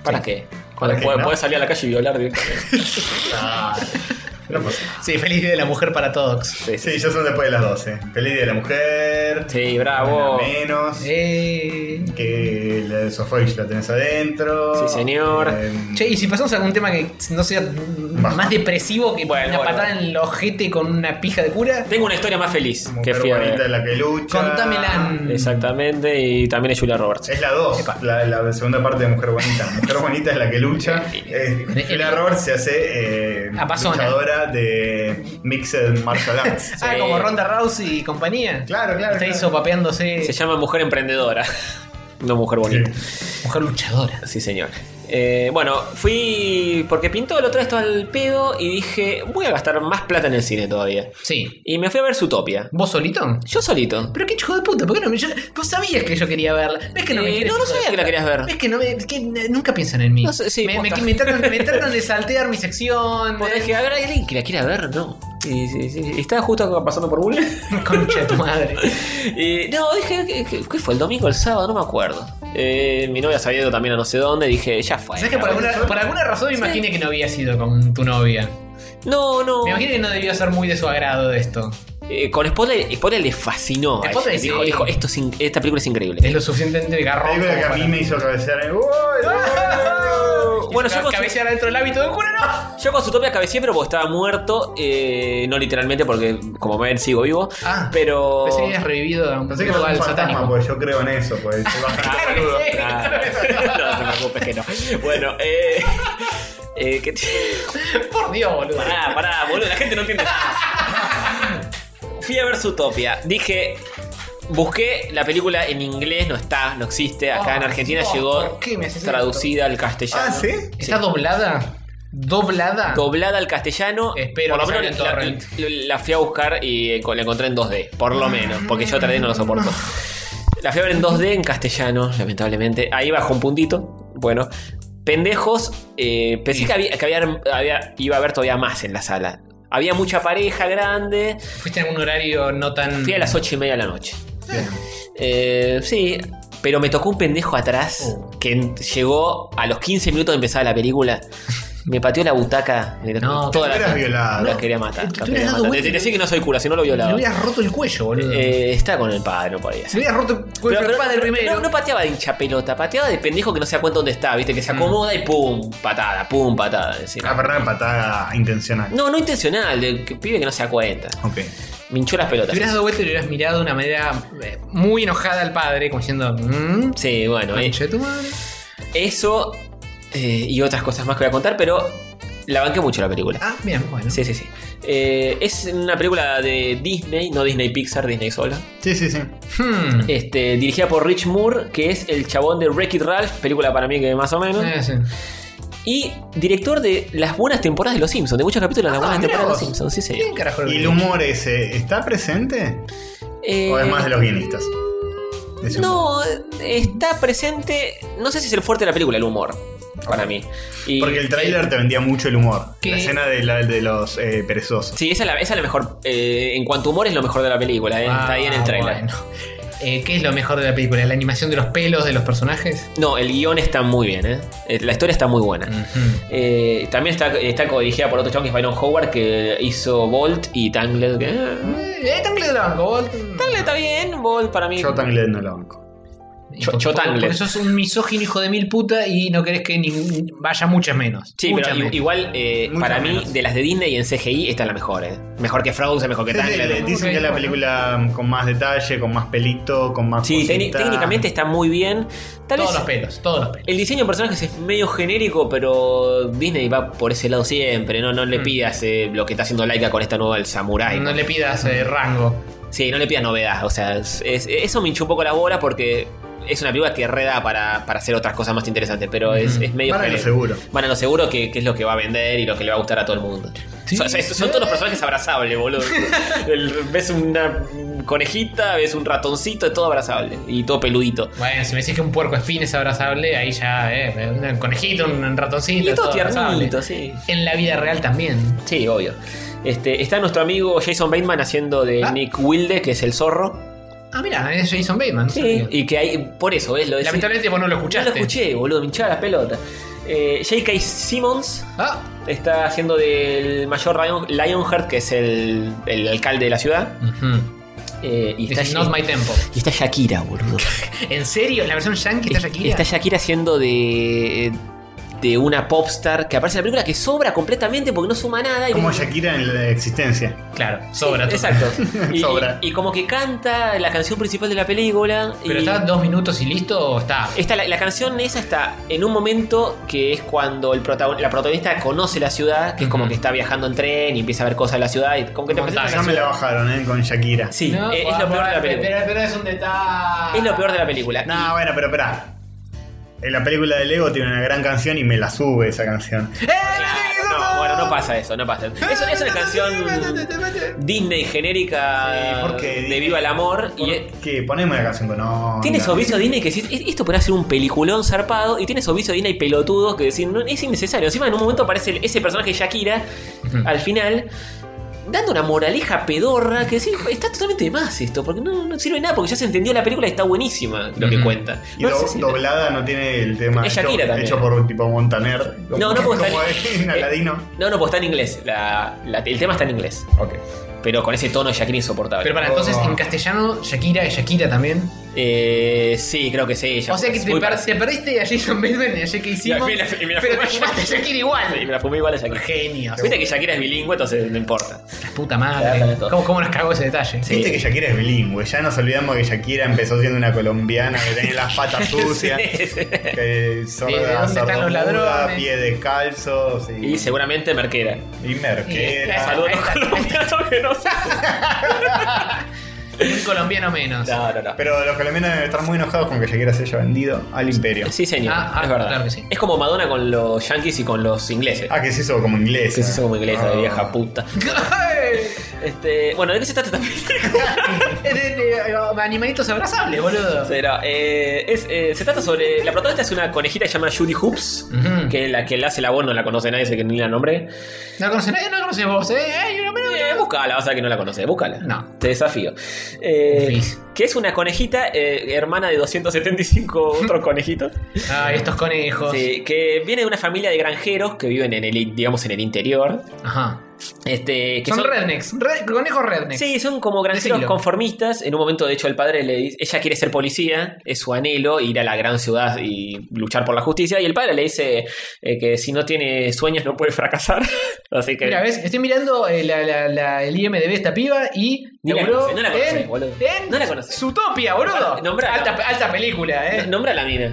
S3: ¿Para qué?
S4: ¿Para
S3: Cuando
S4: qué,
S3: puedes,
S4: no?
S3: salir a la calle y violar directamente.
S4: Ah, no pasa.
S2: Sí, feliz día de la mujer para todos.
S3: Sí,
S4: Sí,
S3: sí.
S4: ya son después de las 12. Feliz Día de la Mujer.
S3: Sí, bravo.
S4: Una Menos.
S2: Eh...
S4: Que la de Sofovich la tenés adentro.
S3: Sí, señor.
S4: Eh,
S2: Che, y si pasamos a algún tema que no sea más depresivo que
S3: Bueno,
S2: una
S3: bueno,
S2: patada en el ojete con una pija de cura,
S3: Tengo una historia más feliz que
S4: mujer
S3: fui a ver.
S4: bonita la que lucha.
S2: contámela.
S3: Exactamente, y también es Julia Roberts.
S4: Es la 2, la, la segunda parte de Mujer Bonita. Mujer Bonita es la que lucha. Eh,
S2: El-
S4: Julia Roberts se hace eh,
S2: Amazona.
S4: luchadora escuela de Mixed Martial Arts.
S2: Ah, como Ronda Rousey y compañía. Claro, claro. Está hizo papeándose.
S3: Se llama Mujer Emprendedora. No mujer bonita.
S2: Mujer luchadora.
S3: Sí, señor. Eh, bueno, fui porque pintó el otro esto al pedo y dije, voy a gastar más plata en el cine todavía.
S2: Sí.
S3: Y me fui a ver Zootopia.
S2: ¿Vos solito?
S3: Yo solito.
S2: Pero qué chico de puta, ¿por qué no me.? yo- vos sabías que yo quería verla. No es que no me
S3: Eh,
S2: quieres,
S3: no, no
S2: hijo de
S3: sabía que la
S2: puta.
S3: querías ver.
S2: Es que no me. que n- nunca piensan en mí.
S3: No sé, sí,
S2: me, me,
S3: posta.
S2: me tratan, me tratan de saltear mi sección.
S3: Porque
S2: de-
S3: dije, a ver, ¿hay alguien que la quiera ver? No. Y, sí, sí, y estaba justo pasando por Bull.
S2: Concha de tu madre.
S3: Y, Eh, no, dije, ¿qué- ¿qué, qué fue? ¿El domingo o el sábado? No me acuerdo. Eh, mi novia se había ido también a no sé dónde. Dije, ya fue.
S2: ¿Sabes que por alguna, por alguna razón me imaginé que no había sido con tu novia?
S3: No, no.
S2: Me imagino que no debió ser muy de su agrado esto.
S3: Eh, con Spoiler, Spoiler le fascinó. a
S2: Spoiler,
S3: ella.
S2: sí.
S3: dijo, dijo, esto es in- esta película es increíble.
S2: Es lo suficientemente garrón.
S4: Película que a mí me hizo cabecear. en- ¿eh? ¡Uy!
S3: Bueno, yo con,
S2: Cabecear adentro del hábito de culo, no.
S3: yo con Zootopia cabeceé, pero porque estaba muerto. eh, no literalmente, porque como ven, sigo vivo.
S2: Ah,
S3: Pero.
S2: pensé que habías revivido a un
S4: Pensé que era un
S2: ritual
S4: fantasma,
S2: satánico.
S4: pues yo creo en eso, pues. Soy bastante boludo.
S3: Ah, no te preocupes que no. Bueno, eh. eh, ¿qué te-
S4: pues.
S2: Por Dios, boludo.
S3: Pará, pará, boludo, la gente no entiende nada. Fui a ver Zootopia. Dije. Busqué la película en inglés, no está, no existe. Acá
S2: Oh,
S3: en Argentina
S2: Dios,
S3: llegó
S2: ¿por qué me haces
S3: traducida al castellano.
S4: Ah, ¿sí?
S2: ¿Está doblada? ¿Doblada?
S3: doblada al castellano.
S2: Espero
S3: por lo
S2: que
S3: menos
S2: salga
S3: la,
S2: en torrent.
S3: la- la fui a buscar y enco- la encontré en 2D, por lo menos, porque yo 3D no lo soporto. La fui a ver en 2D en castellano, lamentablemente. Ahí bajó un puntito. Bueno, pendejos. eh, pensé que, había, que había- había- iba a haber todavía más en la sala. Había mucha pareja grande.
S2: ¿Fuiste en un horario no tan.
S3: Fui a las 8 y media de la noche.
S2: Bien.
S3: Eh, sí, pero me tocó un pendejo atrás
S2: Oh.
S3: que en- llegó a los 15 minutos de empezar la película. Me pateó la butaca. me-
S2: No,
S3: toda
S4: te
S3: la,
S4: hubieras violado.
S3: Ah, la quería matar.
S2: Te
S3: la
S2: hubieras
S3: quería
S2: dado
S3: matar.
S2: vuelta
S3: Te-
S2: y-
S3: te decía que no soy cura, si no lo
S2: Le
S3: violaba.
S2: hubieras roto el cuello, boludo.
S3: Eh, está con el padre, no podía.
S2: Se le hubieras roto el cuello al padre primero.
S3: No, no pateaba de hincha pelota, pateaba de pendejo que no se da cuenta dónde está, viste,
S2: Mm.
S3: que se acomoda y pum, patada, pum, patada. es decir.
S4: Ah, pero una patada intencional.
S3: No, no intencional, de que- pibe que no se da cuenta.
S4: Ok.
S3: Me hinchó las pelotas.
S2: Te hubieras dado vuelta y le hubieras mirado de una manera eh, muy enojada al padre, como diciendo. "Mm,
S3: Sí, bueno, eh,
S2: concha de tu madre".
S3: eso eh, y otras cosas más que voy a contar, pero la banqué mucho la película.
S2: Ah, bien, bueno.
S3: Sí, sí, sí. Eh, es una película de Disney, no Disney Pixar, Disney sola.
S4: Sí, sí, sí.
S2: Hmm.
S3: Este, dirigida por Rich Moore, que es el chabón de Wreck-It Ralph, película para mí que más o menos.
S2: Eh, sí.
S3: Y director de las buenas temporadas de Los Simpsons, de muchos capítulos de las
S2: Ah,
S3: buenas
S2: mirá
S3: temporadas de
S2: vos.
S3: Los Simpsons, sí,
S2: ¿Quién
S3: señor.
S2: carajo lo
S4: ¿Y el
S2: vio?
S4: humor ese está presente?
S3: Eh,
S4: ¿O es más de los guionistas? Ese humor.
S3: No, está presente. No sé si es el fuerte de la película, el humor. Para mí. Y-
S4: Porque el tráiler te vendía mucho el humor.
S2: ¿Qué?
S4: La escena de, la, de los eh, perezosos.
S3: Sí, esa es la, esa es la mejor. eh, en cuanto a humor, es lo mejor de la película. eh, está ahí en el
S2: Ah,
S3: trailer.
S2: bueno. Eh, ¿Qué es lo mejor de la película? ¿La animación de los pelos de los personajes?
S3: No, el guión está muy bien, ¿eh? Eh, La historia está muy buena.
S2: Ujú.
S3: Eh, también está, está codirigida por otro chabón que es Byron Howard, que hizo Bolt y Tangled. que- Tangled
S2: Eh, Tangled de la banco, vos.
S3: está bien, Bolt para mí.
S4: Yo también no lo banco.
S3: Cho-
S2: Por-
S3: Chotangle.
S2: Porque sos un misógino hijo de mil puta y no querés que ningún- vaya muchas menos.
S3: Sí,
S2: muchas
S3: pero i-
S2: menos.
S3: igual eh,
S4: Muchas
S3: para mí,
S4: menos.
S3: de las de Disney y en CGI, esta es la mejor, ¿eh? Mejor que Frozen, mejor que
S4: Sí, sí,
S3: Tangled.
S4: Dicen que es la
S2: bueno.
S4: película con más detalle, con más pelito, con más.
S3: Sí, técni-
S4: cosita.
S3: técnicamente está muy bien. Tal
S2: todos
S3: vez
S2: los pelos, todos los pelos.
S3: el diseño de personajes es medio genérico, pero Disney va por ese lado siempre, ¿no? No le
S2: Mm.
S3: pidas eh, lo que está haciendo Laika con esta nueva, el Samurai.
S2: no le pidas eh, rango.
S3: Sí, no le pidas novedad. O sea, es- es- eso me hinchó un poco la bola porque es una película que reda para, para hacer otras cosas más interesantes, pero es,
S2: Ujú.
S3: es medio
S4: Van a lo
S3: genérico.
S4: seguro.
S3: Van a lo seguro que, que es lo que va a vender y lo que le va a gustar a todo el mundo.
S2: Sí.
S3: Son, son- son todos los personajes abrazables, boludo. El- ves una conejita, ves un ratoncito, es todo abrazable y todo peludito.
S2: Bueno, si me decís que un puerco espín es abrazable, ahí ya, eh, un conejito, un ratoncito.
S3: Y
S2: es
S3: todo
S2: abrazable.
S3: tiernito, sí.
S2: En la vida real también.
S3: Sí, obvio. Este, está nuestro amigo Jason Bateman haciendo de
S2: Ah.
S3: Nick Wilde, que es el zorro.
S2: Ah, mira, es Jason Bateman. no
S3: Sí.
S2: sabía.
S3: Y que hay. Por eso, ¿ves? Lo decís-
S2: Lamentablemente vos no lo
S3: Ya
S2: escuchaste.
S3: lo escuché, boludo, me hinchaba las pelotas. Eh, J.K. Simmons
S2: Ah,
S3: está haciendo del mayor Lion- Lionheart, que es el, el alcalde de la ciudad.
S2: ujú.
S3: Eh, y,
S2: This
S3: está
S2: is not my tempo.
S3: y está Shakira, boludo.
S2: ¿En serio? ¿La versión yankee está Shakira?
S3: Está Shakira haciendo de. eh, de una popstar que aparece en la película que sobra completamente porque no suma nada. Y
S4: Como
S3: ven-
S4: Shakira en la existencia.
S2: Claro,
S3: sobra todo. exacto. Y,
S4: sobra.
S3: y- y como que canta la canción principal de la película.
S2: Pero
S3: y-
S2: está dos minutos y listo o está.
S3: Está la, la canción esa está en un momento que es cuando el protagon- la protagonista conoce la ciudad, que es como que está viajando en tren y empieza a ver cosas de la ciudad y como que te presentan
S4: Ya me la
S3: ciudad.
S4: bajaron, ¿eh? Con Shakira.
S3: Sí, eh, es lo peor de la película.
S2: pero es un detalle.
S3: Es lo peor de la película.
S4: No, bueno, pero espera. En la película de Lego tiene una gran canción y me la sube esa canción.
S3: No, bueno, no pasa eso, no pasa. Es, es una canción Disney genérica de Viva el Amor. y es-
S4: Que poneme una canción con no.
S3: tiene esos vicios Disney que decís, "Es- esto podría ser un peliculón zarpado. Y tiene esos vicios Disney pelotudos que decís, no, es innecesario. Encima en un momento aparece el- ese personaje Shakira al final. Dando una moraleja pedorra que decís, está totalmente de más esto, porque no, no sirve de nada, porque ya se entendió la película y está buenísima lo que
S4: Ujú.
S3: cuenta.
S4: Y
S3: No
S4: do-
S3: sé si-
S4: doblada no tiene el tema
S3: Es Shakira
S4: hecho,
S3: también.
S4: hecho por tipo Montaner.
S3: No, no, porque Eh,
S4: Como
S3: está
S4: en Aladino.
S3: No, no, pues está en inglés. La- la- el tema está en inglés.
S4: Ok.
S3: Pero con ese tono de Shakira insoportable.
S2: Pero para entonces en castellano, Shakira y Shakira también.
S3: Eh, sí, creo que sí. ya,
S2: o sea que
S3: es
S2: te,
S3: muy
S2: per-
S3: parecido.
S2: te perdiste a Jason Bateman y a Jake Simmons,
S3: Y a mí la- y me la
S2: pero te
S3: fumé.
S2: llevaste a Shakira igual.
S3: Y me la fumé igual a Shakira.
S2: Genio.
S3: Viste que Shakira es bilingüe, entonces no importa.
S2: La puta madre. ¿Cómo, cómo nos cagó ese detalle?
S4: Viste que Shakira es bilingüe, ya nos olvidamos que Shakira empezó siendo una colombiana que tenía las patas sucias, que
S3: ¿De dónde
S4: sorda,
S3: están los
S4: sordomuda,
S3: ladrones?
S4: pie descalzo sí.
S3: Y seguramente Merquera.
S4: y merquera.
S3: Saludos colombianos que no
S2: Un colombiano menos.
S3: No, no, no.
S4: Pero los colombianos deben estar muy enojados con que Shakira se haya vendido al imperio.
S3: Sí, señor.
S4: Ah,
S3: es verdad. Es como Madonna con los yankees y con los ingleses.
S4: Ah, que se hizo como inglesa.
S3: Que se hizo como inglesa,
S4: Ah.
S3: de vieja puta.
S2: eh,
S3: Este, bueno, ¿de qué se trata esta película?
S2: Es de- de- de eh, oh, Animalitos abrazables, boludo.
S3: Pero, eh, es, eh, se trata sobre. La protagonista es una conejita que se llama Judy Hoops, que es la que le hace la voz, no la conoce nadie, sé que ni la nombre.
S2: No la conoces nadie, no la conoces vos, eh. Ay, una mano-
S3: Eh, búscala, vas a ver que no la conoces, búscala.
S2: No.
S3: Te desafío. Eh, que es una conejita, eh, hermana de 275 otros conejitos.
S2: Ay, estos conejos.
S3: Sí, que viene de una familia de granjeros que viven en el, digamos, en el interior.
S2: Ajá.
S3: Este, que
S2: Son rednecks, red- conejos rednecks.
S3: Sí, son como granjeros
S2: Decilo.
S3: conformistas. En un momento, de hecho, el padre le dice, ella quiere ser policía, es su anhelo, ir a la gran ciudad y luchar por la justicia. Y el padre le dice eh, que si no tiene sueños no puede fracasar. Así que...
S2: Mira, ves, estoy mirando eh, la- la- la- el IMDB de esta piba y.
S3: Ni la
S2: laburó
S3: conoce, no la conoce,
S2: en-
S3: boludo.
S2: en
S3: No la conoce.
S2: Zootopia, boludo.
S3: Nombrala.
S2: alta, alta película, eh.
S3: Nombra la mina.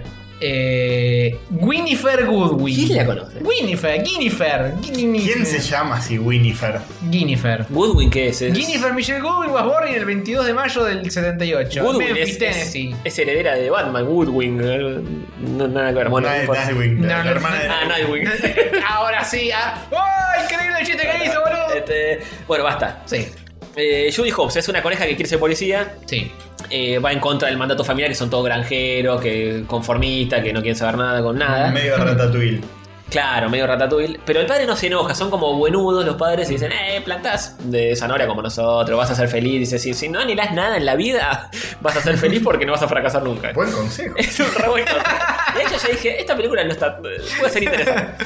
S2: Eh, Winifred Goodwin.
S3: ¿Quién la conoce?
S2: Winifred, Guinifer.
S4: ¿Quién se llama así Winifred?
S2: Guinifer.
S3: Goodwin, ¿qué es? Es-
S2: Guinifer Michelle Goodwin was born el 22 de mayo del 78.
S3: Goodwin
S2: Memphis,
S3: es, es,
S2: Tennessee.
S3: es heredera de Batman, Goodwin. eh, No, nada que ver. Bueno,
S4: Night-
S3: no importa.
S4: Nightwing,
S2: No,
S4: la- la
S2: no,
S4: hermana de
S3: Ah, Nightwing.
S2: Ahora sí. ah. ¡Oh, increíble el chiste que hizo, boludo!
S3: Este, bueno, basta.
S2: Sí.
S3: Eh, Judy Hobbs es una coneja que quiere ser policía.
S2: Sí.
S3: eh, va en contra del mandato familiar, que son todos granjeros, que conformistas, que no quieren saber nada con nada.
S4: Medio ratatouille.
S3: Claro, medio ratatouille. Pero el padre no se enoja, son como buenudos los padres y dicen, eh, plantás de zanahoria como nosotros, vas a ser feliz. Dice, si, si no anhelás nada en la vida, vas a ser feliz porque no vas a fracasar nunca.
S4: Buen consejo.
S3: Es un re buen concepto. De hecho, ya dije, esta película no está. puede ser interesante.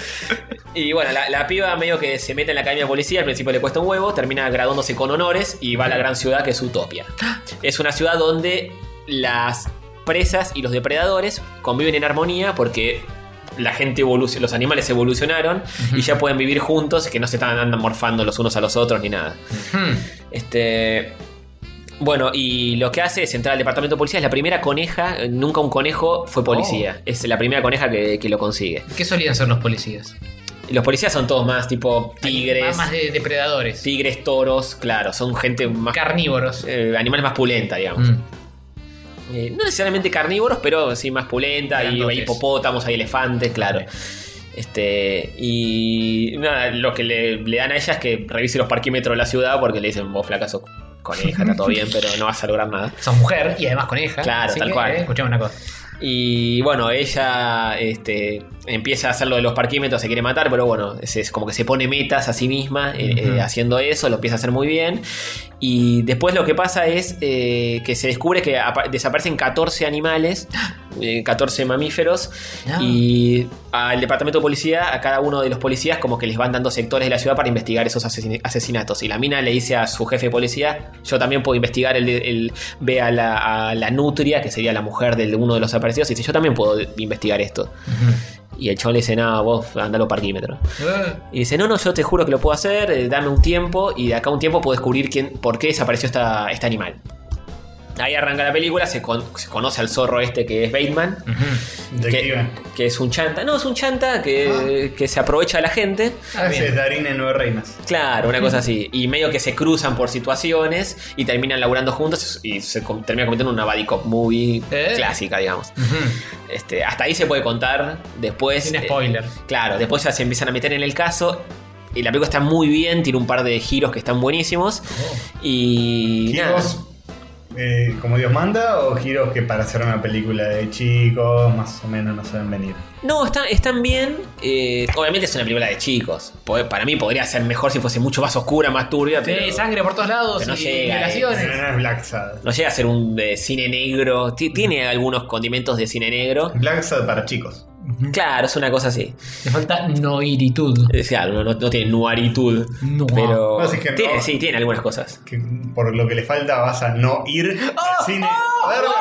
S3: Y bueno, la, la piba medio que se mete en la academia de policía, al principio le cuesta un huevo, termina graduándose con honores y va a la gran ciudad que es Utopia. Es una ciudad donde las presas y los depredadores conviven en armonía porque. La gente evoluciona, los animales evolucionaron y ya pueden vivir juntos, que no se están andan morfando los unos a los otros ni nada.
S2: Hmm,
S3: Este. Bueno, y lo que hace es entrar al departamento de policía. Es la primera coneja, eh, nunca un conejo
S2: Oh.
S3: fue policía. Es la primera coneja que, que lo consigue.
S2: ¿Qué solían ser los policías?
S3: Y los policías son todos más tipo tigres,
S2: Más de depredadores.
S3: tigres, toros, claro, son gente más.
S2: Carnívoros.
S3: eh, animales más pulenta, digamos.
S2: Mm.
S3: Eh, no necesariamente carnívoros, pero sí más pulenta. Y hay
S2: Grandotes.
S3: hipopótamos, hay elefantes, claro. Este, y nada, lo que le, le dan a ella es que revise los parquímetros de la ciudad porque le dicen, vos fracaso coneja, está todo bien, pero no vas a lograr nada.
S2: Son mujer y además coneja.
S3: Claro,
S2: así
S3: tal
S2: que,
S3: cual.
S2: eh, escuchame una cosa.
S3: Y bueno, ella este, empieza a hacer lo de los parquímetros, se quiere matar, pero bueno, es, es como que se pone metas a sí misma eh, eh,
S2: Ujú.
S3: haciendo eso, lo empieza a hacer muy bien. Y después lo que pasa es eh, que se descubre que apa- desaparecen 14 animales, eh, 14 mamíferos,
S2: Ah.
S3: y al departamento de policía, a cada uno de los policías, como que les van dando sectores de la ciudad para investigar esos asesin- asesinatos. Y la mina le dice a su jefe de policía: Yo también puedo investigar. El, el- ve a la, a la nutria, que sería la mujer de uno de los desaparecidos, y dice: Yo también puedo investigar esto. Y el chabón le dice, no, vos andalo parquímetro. Y dice, no, no, yo te juro que lo puedo hacer, eh, dame un tiempo y de acá a un tiempo puedo descubrir quién, por qué desapareció esta, este animal. Ahí arranca la película, se, con- se conoce al zorro este que es Bateman, que, que es un chanta. No, es un chanta
S2: Ah.
S3: que, que se aprovecha de la gente.
S4: Ah, sí, es Darín en Nueve Reinas.
S3: Claro, una cosa así. Y medio que se cruzan por situaciones y terminan laburando juntos y se com- termina convirtiendo en una buddy cop movie clásica, digamos. Este, hasta ahí se puede contar. Después.
S2: Sin
S3: eh,
S2: spoiler.
S3: claro, después ya se empiezan a meter en el caso. Y la película está muy bien, tiene un par de giros que están buenísimos.
S2: Oh.
S3: Y. nada.
S4: ¿Giros eh, como Dios manda o giros que para hacer una película de chicos más o menos no saben venir?
S3: No, está- están bien. Eh, obviamente es una película de chicos. Po- Para mí podría ser mejor si fuese mucho más oscura, más turbia.
S2: Sí,
S3: pero-
S2: sangre por todos lados
S3: pero no
S2: y
S3: llega,
S2: violaciones.
S3: eh.
S4: No es Black Sad.
S3: No llega a ser un eh, cine negro. Ti- tiene algunos condimentos de cine negro.
S4: Black Sad para chicos.
S3: Claro, es una cosa así.
S2: Le falta noiritud.
S3: Eh, Claro, no, no- no tiene nuaritud.
S2: No.
S3: Pero.
S4: No, si es que no.
S3: tiene, sí, tiene algunas cosas.
S4: Que por lo que le falta vas a no ir
S2: ¡Oh!
S4: al cine. A ver,
S2: ¡Oh!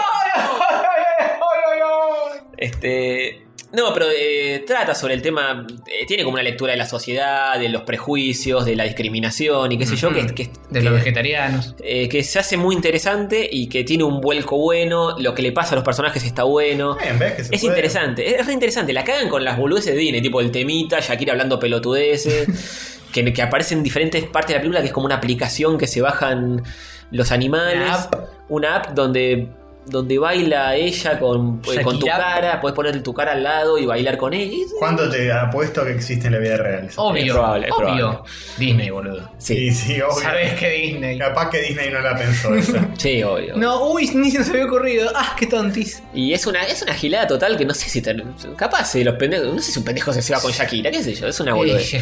S3: Este. No, pero eh, trata sobre el tema. eh, tiene como una lectura de la sociedad, de los prejuicios, de la discriminación y qué sé yo, que, que-
S2: De los vegetarianos.
S3: eh, que se hace muy interesante y que tiene un vuelco bueno. Lo que le pasa a los personajes está bueno.
S4: Bien, ves que Eh, se
S3: es
S4: puede.
S3: interesante, es, es re interesante. La cagan con las boludeces de Disney, tipo el temita, Shakira hablando pelotudeces. que, que aparecen en diferentes partes de la película, que es como una aplicación que se bajan los animales. Una app, donde. Donde baila ella con, eh, con tu
S2: Shakira.
S3: cara, puedes poner tu cara al lado y bailar con ella.
S4: ¿Cuánto te apuesto que existe en la vida real? eso?
S2: Obvio.
S3: Es probable, es
S2: obvio.
S3: probable.
S2: Disney, boludo.
S3: Oh, Sí.
S4: Y sí, obvio.
S2: Sabés que Disney.
S4: Capaz que Disney no la pensó eso.
S3: Sí, obvio.
S2: No, uy, ni se nos había ocurrido. Ah, qué tontis.
S3: Y es una, es una gilada total que no sé si. ter- Capaz, eh, los pendejos. No sé si un pendejo se va con Shakira, qué sé yo,
S2: Eh,
S3: es una boludez.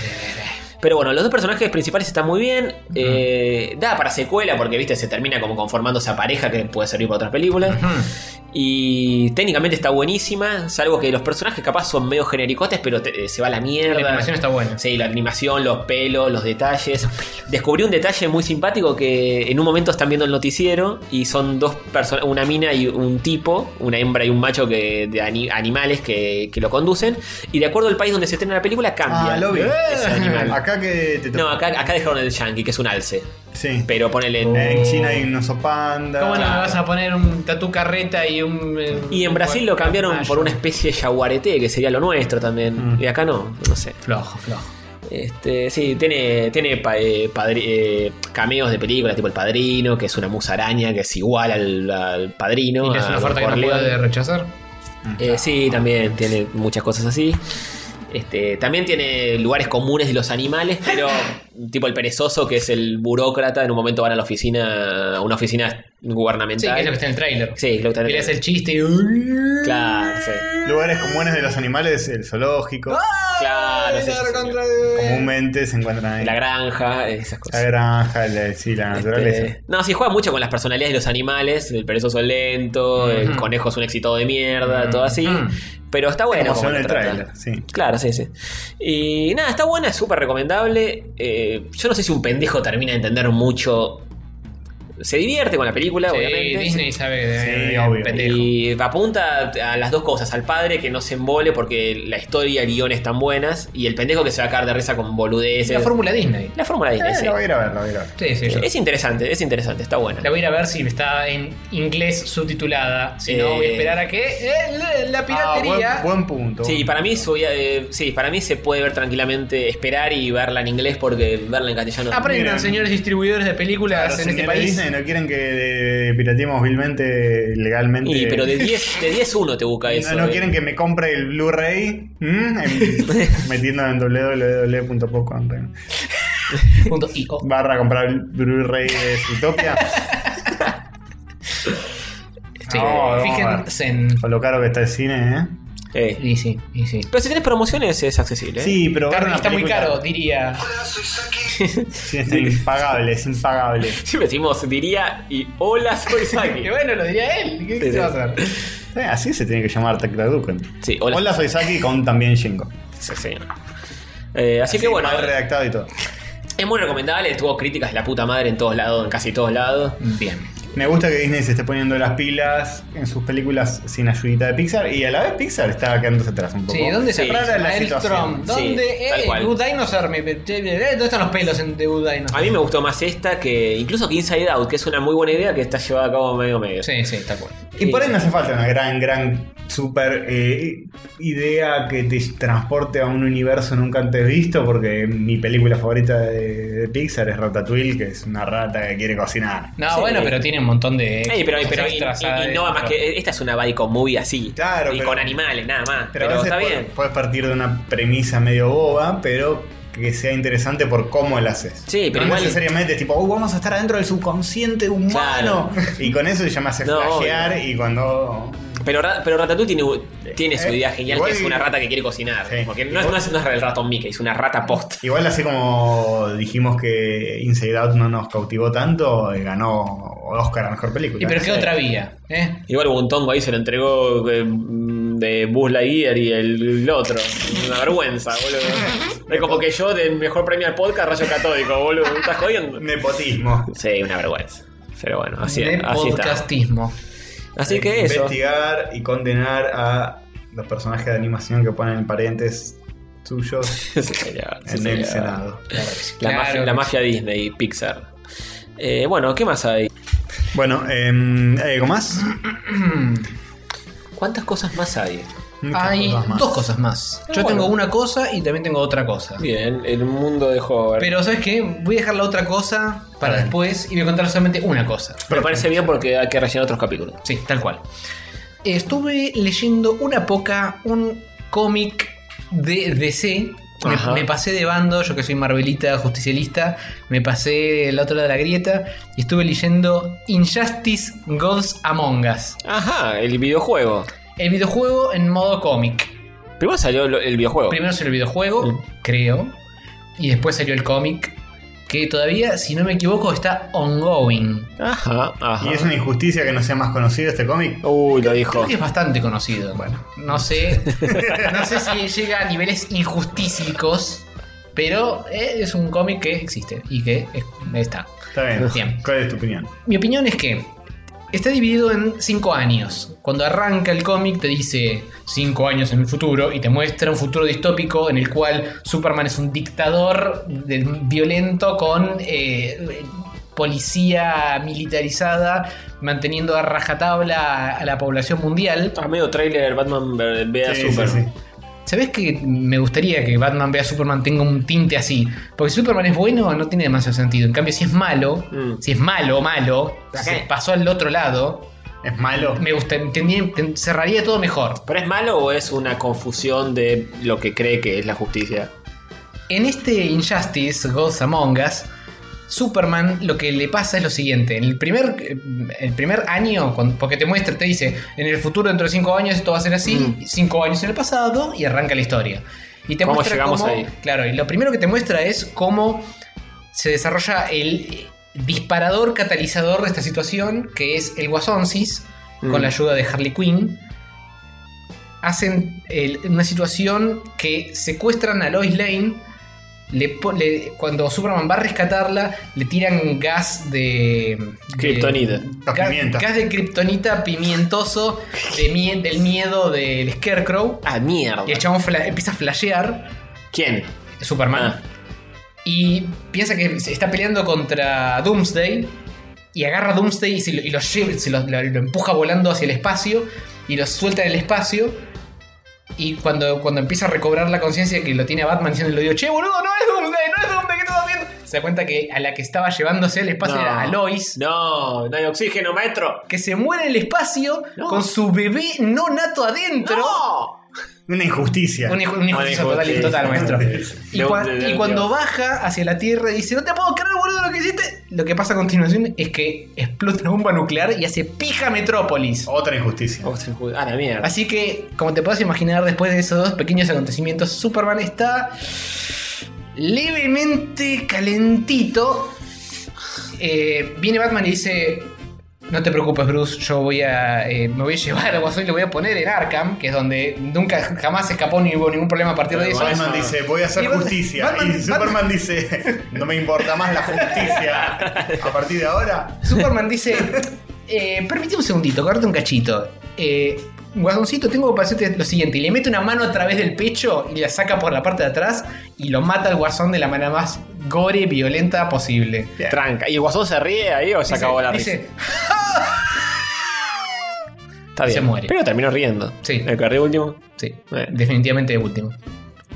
S3: Pero bueno, los dos personajes principales están muy bien. eh, da para secuela, porque viste, se termina como conformando esa pareja que puede servir para otras películas. Y técnicamente está buenísima, salvo que los personajes capaz son medio genericotes, pero te- eh, se va a la mierda.
S2: La animación está buena.
S3: Sí, la animación, los pelos, los detalles. Descubrí un detalle muy simpático que en un momento están viendo el noticiero y son dos personas, una mina y un tipo, una hembra y un macho que de ani- animales que, que lo conducen. Y de acuerdo al país donde se estrena la película, cambia.
S4: Ah, lo
S2: Eh.
S4: vi.
S3: ese animal.
S4: Acá que te
S3: No, acá, acá dejaron el yankee, que es un alce.
S4: Sí.
S3: Pero ponele en.
S4: En
S2: Oh.
S4: China hay un oso panda.
S2: ¿Cómo no me vas a poner un tatu carreta y un. eh,
S3: Y en Brasil lo cambiaron por una especie de jaguarete, que sería lo nuestro
S2: Mm.
S3: también. Y acá no, no sé.
S2: Flojo, flojo.
S3: Este, sí, tiene, tiene pa- eh, padri- eh, cameos de películas, tipo El Padrino, que es una musaraña que es igual al, al Padrino.
S2: Y que es una
S3: a
S2: oferta que no
S3: Corleone.
S2: puede rechazar.
S3: Eh, sí, también tiene muchas cosas así. Este, también tiene lugares comunes de los animales, pero tipo el perezoso, que es el burócrata, en un momento van a la oficina, a una oficina
S2: Sí,
S3: gubernamental.
S2: que es lo que está en el tráiler.
S3: Sí, lo que está en el
S2: Y le hace el chiste y.
S3: Claro, sí.
S4: Lugares comunes de los animales, el zoológico.
S2: Ah.
S3: Claro, sí, sí, sí.
S4: Comúnmente se encuentran ahí.
S3: La granja, esas cosas.
S4: La granja, la, sí, la naturaleza.
S3: Eh, no, sí, juega mucho con las personalidades de los animales. El perezoso es lento, el
S4: Ujú.
S3: conejo es un excitado de mierda, todo así. Pero está bueno.
S4: Como
S3: como
S4: se ve en
S3: lo
S4: el
S3: trata.
S4: tráiler, sí.
S3: Claro, sí, sí. Y nada, está buena, es súper recomendable. Eh, yo no sé si un pendejo termina de entender mucho. Se divierte con la película,
S2: Sí,
S3: obviamente.
S2: Disney sabe que debe
S4: Sí,
S2: haber un
S4: obvio.
S2: pendejo.
S3: Y apunta a las dos cosas, al padre que no se embole porque la historia y el guión están buenas, y el pendejo que se va a caer de risa con boludeces.
S2: La fórmula Disney.
S3: La fórmula Disney,
S4: Eh,
S3: sí.
S4: la voy a ir a ver, la voy a ir a ver.
S2: Sí, sí, yo-
S3: Es interesante, es interesante, está buena.
S2: La voy a ir a ver si está en inglés subtitulada. Si no,
S3: Eh.
S2: voy a esperar a que eh, la- la
S4: Ah, buen,
S2: piratería.
S4: buen punto.
S3: Sí, para mí soy, eh, sí, para mí se puede ver tranquilamente, esperar y verla en inglés porque verla en castellano.
S2: Aprendan,
S4: Miren.
S2: señores distribuidores de
S4: Claro,
S2: películas en este
S4: señores
S2: país.
S4: Disney no quieren que eh, pirateemos vilmente, legalmente.
S3: Y, pero
S2: eh,
S3: de 10 de 10 uno te busca eso.
S4: no, no
S3: eh.
S4: quieren que me compre el Blu-ray ¿Mm? En- metiendo en www.poco
S2: Punto IO.
S4: barra comprar el Blu-ray de Utopia.
S2: Sí,
S4: No, no,
S2: fíjense en.
S4: Con lo caro que está el cine, ¿eh?
S3: Eh.
S2: Y sí, y sí.
S3: Pero si tenés promociones es accesible. eh.
S4: Sí, pero ver
S2: Está,
S4: una
S2: está muy
S4: película-
S2: caro, diría.
S4: Sí, es impagable, es impagable.
S3: Siempre decimos, diría, y hola, soy Saki.
S2: Que bueno, lo diría él. ¿Qué
S3: Sí,
S2: se
S3: sí.
S2: va a hacer?
S4: Sí, Eh, así se tiene que llamar Tecladuken.
S3: sí, hola.
S4: Hola, soy Saki con también Shingo.
S3: Sí, sí. Eh, así, que bueno,
S4: Mal redactado y todo.
S3: es muy recomendable, tuvo críticas de la puta madre en todos lados, en casi todos lados.
S2: Mm. Bien.
S4: Me gusta que Disney se esté poniendo las pilas en sus películas sin ayudita de Pixar y a la vez Pixar está quedándose atrás un poco.
S2: Sí, ¿dónde se
S4: Es rara la
S2: Mael Trump?
S4: situación.
S2: ¿Dónde? eh, Good Dinosaur. me- me- me- ¿Dónde están los pelos en- de Good Dinosaur?
S3: A mí me gustó más esta que incluso que Inside Out, que es una muy buena idea que está llevada a cabo medio medio.
S2: Sí, sí, está bueno.
S4: Y por ahí no hace falta una gran, gran, super eh, idea que te transporte a un universo nunca antes visto, porque mi película favorita de, de Pixar es Ratatouille, que es una rata que quiere cocinar.
S2: No, bueno, pero tiene un montón de.
S3: Ey, pero,
S2: cosas
S3: pero in-
S2: extras
S3: in- innova más
S2: adentro.
S3: que. Esta es una Baico movie así.
S4: Claro,
S3: Y
S4: pero-
S3: con animales, nada más. Pero,
S4: Pero, a veces
S3: está
S4: pu-
S3: bien.
S4: puedes partir de una premisa medio boba, pero que sea interesante por cómo la haces.
S3: Sí, pero
S4: no
S3: igual-
S4: necesariamente es tipo, "Uh, vamos a estar adentro del subconsciente humano. Y con eso ya me hace
S3: No,
S4: flashear y cuando.
S3: Pero, Ra- pero Ratatouille tiene, tiene su
S4: Eh,
S3: idea genial,
S4: igual-
S3: que es una rata que quiere cocinar. Porque no, es- no es, no es el ratón Mickey, es una rata post.
S4: Igual así como dijimos que Inside Out no nos cautivó tanto, eh, ganó Oscar a mejor película.
S2: ¿Y pero qué
S4: Sí.
S2: otra vía? ¿Eh?
S3: Igual hubo un tongo ahí, se lo entregó eh, de Buzz Lightyear y el, el otro. Una vergüenza, boludo. Es como que yo de mejor premio al podcast, Rayo Católico, boludo. ¿Me estás jodiendo?
S4: Nepotismo.
S3: Sí, una vergüenza. Pero bueno, así, así
S2: de
S3: está.
S2: podcastismo.
S3: Así que eso.
S4: Investigar y condenar a los personajes de animación que ponen parientes suyos en
S3: sí,
S4: el
S3: señor.
S4: Senado.
S3: La,
S4: Claro.
S3: mafia, la mafia Disney, Pixar. Eh, bueno, ¿qué más hay?
S4: Bueno, em, ¿hay algo más?
S3: ¿Cuántas cosas más hay?
S2: Hay dos cosas más. Yo
S3: bueno.
S2: tengo una cosa y también tengo otra cosa.
S3: Bien, el mundo de Hover.
S2: Pero ¿sabes qué? Voy a dejar la otra cosa para después y voy a contar solamente una cosa.
S3: Me parece bien porque hay que rellenar otros capítulos.
S2: Sí, tal cual. Estuve leyendo una poca, un cómic de DC. Me,
S3: Ajá.
S2: me pasé de bando, yo que soy marvelita, justicialista, me pasé el otro lado de la grieta y estuve leyendo Injustice Gods Among Us.
S3: Ajá, el videojuego.
S2: El videojuego en modo cómic.
S3: Primero salió lo- el videojuego.
S2: Primero salió el videojuego, creo, y después salió el cómic, que todavía, si no me equivoco, está ongoing.
S3: Ajá, ajá.
S4: Y es una injusticia que no sea más conocido este cómic.
S3: Uy, lo dijo.
S2: Creo que es bastante conocido. Bueno. No sé. no sé si llega a niveles injustísicos. Pero eh, es un cómic que existe y que es- está.
S4: Está bien.
S2: Bien.
S4: ¿Cuál es tu opinión?
S2: Mi opinión es que está dividido en 5 años. Cuando arranca el cómic te dice 5 años en el futuro y te muestra un futuro distópico en el cual Superman es un dictador de- violento con eh, policía militarizada manteniendo a rajatabla a la población mundial.
S3: A medio trailer Batman ve- ve a
S2: Sí,
S3: Super.
S2: sí, ¿Sabés que me gustaría que Batman vea a Superman tenga un tinte así? Porque si Superman es bueno, no tiene demasiado sentido. En cambio, si es malo, si es malo, malo, si se pasó al otro lado.
S4: Es malo.
S2: Me gusta, entendí- te- cerraría todo mejor.
S3: ¿Pero es malo o es una confusión de lo que cree que es la justicia?
S2: En este Injustice, Gods Among Us, Superman lo que le pasa es lo siguiente. En el primer, eh, el primer año, cuando- porque te muestra, te dice, en el futuro dentro de 5 años esto va a ser así, 5 años en el pasado y arranca la historia. Y te
S3: ¿Cómo
S2: muestra
S3: llegamos
S2: cómo-
S3: ahí?
S2: Claro, y lo primero que te muestra es cómo se desarrolla el disparador catalizador de esta situación, que es el Guasonsis,
S3: Mm.
S2: con la ayuda de Harley Quinn. Hacen el- una situación que secuestran a Lois Lane. le po- le- cuando Superman va a rescatarla, le tiran gas de. de-
S3: Kryptonita.
S2: Gas,
S3: Pimienta.
S2: gas de kriptonita pimientoso de mie- del miedo del Scarecrow.
S3: Ah, mierda.
S2: Y el chabón fla- empieza a flashear.
S3: ¿Quién? Ah.
S2: Superman. Y piensa que se está peleando contra Doomsday. Y agarra a Doomsday y, se lo, y lo lleva- se lo- lo- lo empuja volando hacia el espacio. Y lo suelta en el espacio. Y cuando, cuando empieza a recobrar la conciencia que lo tiene a Batman diciendo, lo digo, che, boludo, no es Doomsday, no es Doomsday, ¿qué estás haciendo? Se da cuenta que a la que estaba llevándose al espacio
S3: No.
S2: era a Lois.
S3: No, no hay oxígeno, maestro.
S2: Que se muere en el espacio
S3: No.
S2: con su bebé no nato adentro.
S4: Una injusticia.
S2: Una inju- una injusticia total y total, maestro. Y, cua- y cuando baja hacia la Tierra dice, no te puedo creer, boludo, lo que hiciste. Lo que pasa a continuación es que explota una bomba nuclear y hace pija Metrópolis.
S4: Otra injusticia.
S3: Ah, la mierda.
S2: Así que, como te puedes imaginar, después de esos dos pequeños acontecimientos, Superman está levemente calentito. Eh, viene Batman y dice, no te preocupes, Bruce, yo voy a. eh, me voy a llevar a Guasón y lo voy a poner en Arkham, que es donde nunca jamás se escapó ni hubo ningún problema a partir de eso.
S4: Batman dice, voy a
S2: Y
S4: hacer
S2: Bat-
S4: justicia.
S2: Batman-
S4: y Superman dice, no me importa más la justicia. A partir de ahora.
S2: Superman dice, eh, permíteme un segundito, corte un cachito. Eh, guasoncito, tengo que pasarte lo siguiente. Y le mete una mano a través del pecho y la saca por la parte de atrás y lo mata al guasón de la manera más gore y violenta posible.
S3: Tranca. ¿Y el guasón se ríe ahí o se acabó la risa?
S2: Dice,
S3: Está bien.
S2: se muere.
S3: Pero terminó riendo.
S2: sí,
S3: ¿El que ríe último?
S2: sí,
S3: Eh.
S2: definitivamente último.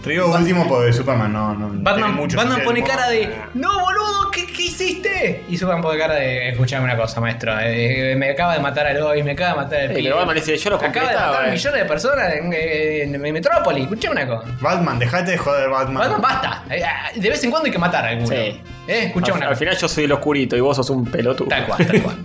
S4: Te digo último porque Superman no. no no tiene
S2: Batman,
S4: mucho
S2: Batman
S4: social
S2: pone
S4: humor.
S2: cara de ¡No, boludo! ¿Qué, qué hiciste? Y Superman pone cara de Escuchame una cosa, maestro. eh, eh, me acaba de matar a Lois, me acaba de matar al
S3: Sí,
S2: pibe.
S3: Eh, pero Batman dice, "Yo lo
S2: Acaba de
S3: completaba,
S2: matar a
S3: eh".
S2: millones de personas en, eh, en mi metrópoli. Escuchame una cosa.
S4: Batman, dejate de joder, Batman.
S2: Batman, basta. Eh, ah, De vez en cuando hay que matar a alguno.
S3: Sí.
S2: Eh, escuchame
S3: al,
S2: una
S3: al
S2: cosa.
S3: final yo soy el oscurito y vos sos un pelotudo.
S2: Tal cual, tal cual.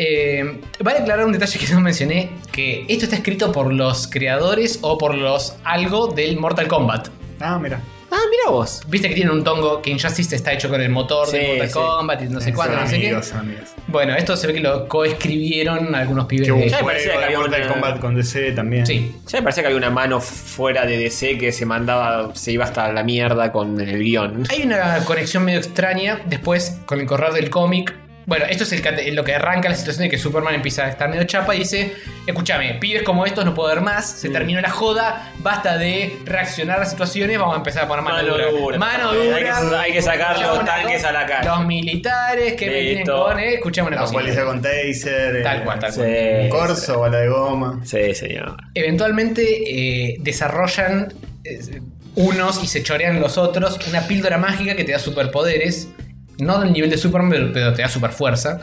S2: Eh, vale aclarar un detalle que no mencioné: que esto está escrito por los creadores o por los algo del Mortal Kombat.
S4: Ah, mira.
S3: Ah, mira vos.
S2: Viste que tiene un tongo que Injustice está hecho con el motor
S3: Sí,
S2: de Mortal
S3: sí.
S2: Kombat y no sé
S4: Son
S2: cuándo, no sé qué.
S4: amigos, son amigos.
S2: Bueno, esto se ve que lo coescribieron algunos pibes
S4: Que hubo un
S2: de.
S3: me
S4: juego
S3: parecía que
S4: de
S3: había
S4: Mortal
S3: una-
S4: Kombat con DC también.
S2: Sí.
S3: Ya me parecía que había una mano fuera de DC que se mandaba, se iba hasta la mierda con el guión.
S2: Hay una conexión medio extraña después con el correr del cómic. Bueno, esto es el cate- lo que arranca la situación de que Superman empieza a estar medio chapa y dice: Escúchame, pibes como estos no puedo ver más,
S3: Mm.
S2: se terminó la joda, basta de reaccionar a las situaciones, vamos a empezar a poner mano,
S3: Mano
S2: dura.
S3: dura.
S2: Mano
S3: Hay
S2: dura.
S3: que- hay que sacar los
S2: Chabón,
S3: tanques a la calle.
S2: Los militares que me tienen
S3: Listo.
S2: con, eh, escuchame una
S4: La policía
S2: cosa.
S4: con taser.
S2: Tal
S4: eh,
S2: cual, tal
S3: Sí,
S2: cual.
S4: un Corso, bala de goma.
S3: Sí, señor.
S2: Eventualmente eh, desarrollan eh, unos y se chorean los otros una píldora mágica que te da superpoderes. No del nivel de Superman, pero- pero te da superfuerza.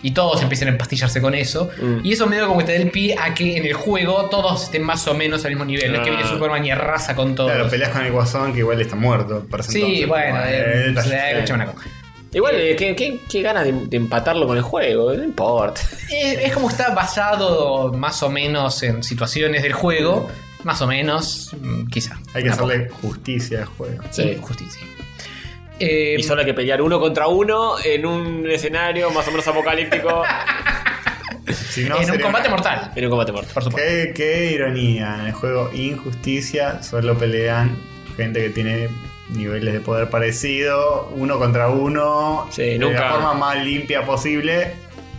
S2: Y todos empiezan a empastillarse con eso.
S3: Mm.
S2: Y eso medio como que te da el pie a que en el juego todos estén más o menos al mismo nivel. No es que viene
S3: Ah.
S2: Superman y arrasa con todos.
S4: Claro, peleas con el guasón que igual está muerto. para ese
S2: sí,
S4: entonces.
S2: bueno, eh,
S4: está-
S2: se le da que echar una cosa.
S3: Igual, eh, ¿qué, qué, qué ganas de, de empatarlo con el juego? No importa.
S2: Es, es como está basado más o menos en situaciones del juego. Más o menos, mm, quizá.
S4: Hay que
S2: Tampoco.
S4: hacerle justicia al juego.
S2: Sí,
S3: Sí.
S2: justicia. Eh,
S3: Y solo hay que pelear uno contra uno en un escenario más o menos apocalíptico.
S4: Si no,
S2: en un
S4: sería
S2: combate
S4: una-
S2: mortal,
S3: en un combate mortal.
S2: por supuesto.
S4: Qué, qué ironía. En el juego Injusticia solo pelean gente que tiene niveles de poder parecido, uno contra uno,
S3: Sí,
S4: de
S3: nunca-
S4: la forma más limpia posible.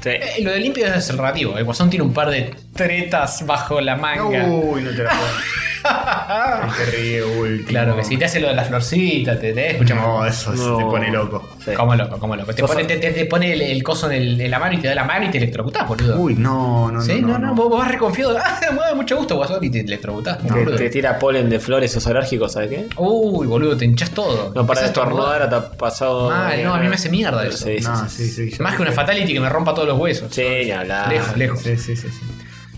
S3: Sí.
S2: Eh, lo de limpio es el relativo. El Guasón tiene un par de tretas bajo la manga.
S4: Uy, no te la puedo. Te ríe último.
S2: claro que sí. Te hace lo de la florcita, te, te escucha.
S4: No, eso se
S3: No.
S4: te pone loco.
S3: Sí.
S2: Como loco, como loco. Te
S3: Sos-
S2: pone, te, te- te pone el, el coso en, el- en la mano y te da la mano y te electrocutás, boludo.
S4: Uy, no, no,
S2: sí,
S4: no.
S2: no, no, Vos, vos vas reconfiado. Ah, me da mucho gusto, Guasón, y te electrocutás.
S3: Que
S2: boludo.
S3: te tira polen de flores esos alérgicos, ¿sabes qué?
S2: Uy, boludo, te hinchás todo.
S3: No para de
S2: Empezás a
S3: estornudar hasta pasado.
S2: Mal, no, a mí me hace mierda eso.
S3: Sí, sí,
S4: No,
S3: sí.
S4: sí, sí. yo-
S2: Más que una fatality que me rompa todos los huesos.
S3: Sí, ni hablar.
S2: Lejos, lejos.
S4: Sí, sí, sí, sí.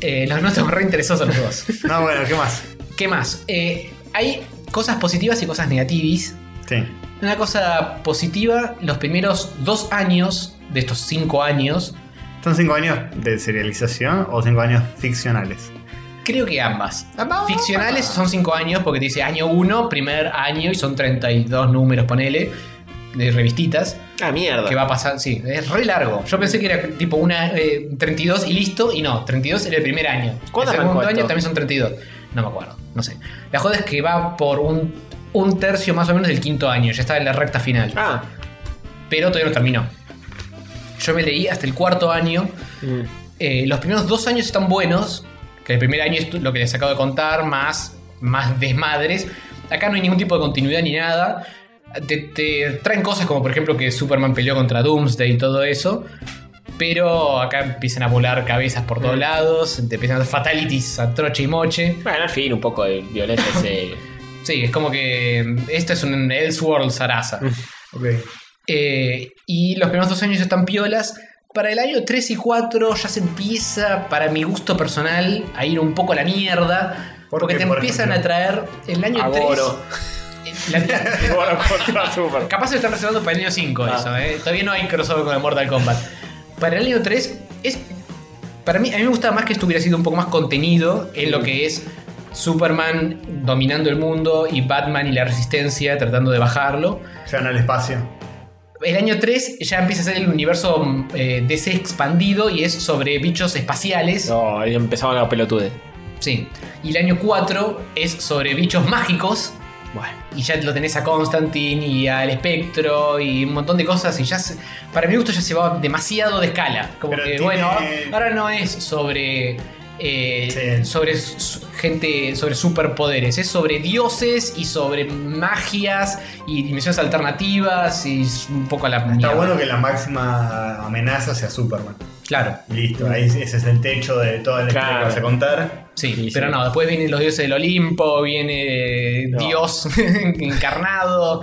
S2: Eh, los nuestros re interesados a los dos.
S4: No, bueno, ¿qué más?
S2: ¿Qué más? Eh, hay cosas positivas y cosas negativas.
S4: Sí.
S2: Una cosa positiva, los primeros dos años de estos cinco años,
S4: ¿Son cinco años de serialización o cinco años ficcionales?
S2: creo que ambas. Ficcionales son cinco años porque te dice año uno, primer año y son 32 números, ponele, de revistitas.
S3: Ah, mierda.
S2: Que va a pasar, sí, es re largo. Yo pensé que era tipo una eh, 32 y listo, y no, 32 era el primer año.
S3: ¿Cuándo
S2: el
S3: arrancó
S2: segundo año
S3: esto?
S2: también son 32. No me acuerdo, no sé. La joda es que va por un, un tercio más o menos del quinto año, ya está en la recta final.
S3: Ah.
S2: Pero todavía no terminó. Yo me leí hasta el cuarto año.
S3: Mm.
S2: Eh, los primeros dos años están buenos, que el primer año es lo que les acabo de contar, más, más desmadres. Acá no hay ningún tipo de continuidad ni nada. Te, te traen cosas como por ejemplo que Superman peleó contra Doomsday y todo eso. Pero acá empiezan a volar cabezas por todos lados, te empiezan a dar fatalities a troche y moche.
S3: Bueno, al fin, un poco de violencia ese.
S2: Sí, es como que mm, esto es un Elseworld Sarasa.
S4: Ok.
S2: Eh, y los primeros dos años están piolas. Para el año 3 y 4 ya se empieza, para mi gusto personal, a ir un poco a la mierda.
S4: ¿Por
S2: porque
S4: qué,
S2: te
S4: por
S2: empiezan
S4: ejemplo?
S2: a traer el año
S3: A
S2: 3.
S3: Goro. Goro contra Super.
S2: Capaz se lo están reservando para el año 5
S3: Ah.
S2: eso, ¿eh? Todavía no hay crossover con el Mortal Kombat. Para el año 3 es... Para mí, a mí me gusta más que esto hubiera sido un poco más contenido en lo que es Superman dominando el mundo y Batman y la resistencia tratando de bajarlo.
S4: Se van al espacio.
S2: El año 3 ya empieza a ser el universo mm, eh, DC expandido y es sobre bichos espaciales.
S3: No, ahí empezaban las pelotudes.
S2: Sí. Y el año 4 es sobre bichos mágicos. Bueno, y ya lo tenés a Constantine y al espectro y un montón de cosas. Y ya, se- para mi gusto, ya se va demasiado de escala. Como
S4: Pero
S2: que,
S4: tiene-
S2: bueno, ahora no es sobre. eh, sobre su- gente, sobre superpoderes, es sobre dioses y sobre magias y dimensiones alternativas y es un poco a la.
S4: Está bueno que la máxima amenaza sea Superman.
S2: Claro.
S4: Listo, ahí ese es el techo de toda la historia que vas a contar.
S2: Sí, pero no, después vienen los dioses del Olimpo, viene Dios encarnado,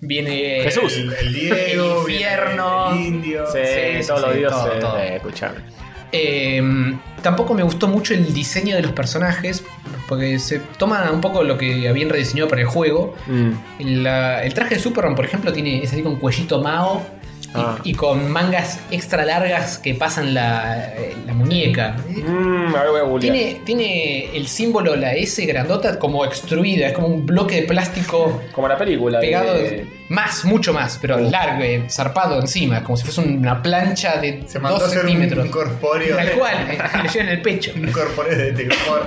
S2: viene
S3: Jesús.
S2: el,
S3: El
S4: Diego,
S2: el infierno,
S3: Sí,
S2: Sí, sí,
S3: todos los
S2: sí,
S3: dioses.
S2: todo, todo.
S3: eh, escuchame.
S2: Eh, tampoco me gustó mucho el diseño de los personajes, porque se toma un poco lo que habían rediseñado para el juego.
S3: Mm.
S2: La- el traje de Superman, por ejemplo, tiene, es así con cuellito Mao y,
S3: Ah.
S2: y con mangas extra largas que pasan la, eh, la muñeca.
S3: Mm, a ver, voy a googlear.
S2: Tiene, tiene el símbolo, la S grandota, como extruida, es como un bloque de plástico.
S3: Como la película. eh.
S2: Pegado
S1: Eh,
S3: de-
S2: más, mucho más, pero largo, eh, zarpado encima, como si fuese una plancha de
S4: Se mandó
S2: 2
S4: a hacer un,
S2: centímetros.
S4: un corpóreo.
S2: Tal cual, eh, le llevan el pecho.
S4: Un corpóreo de Telecor.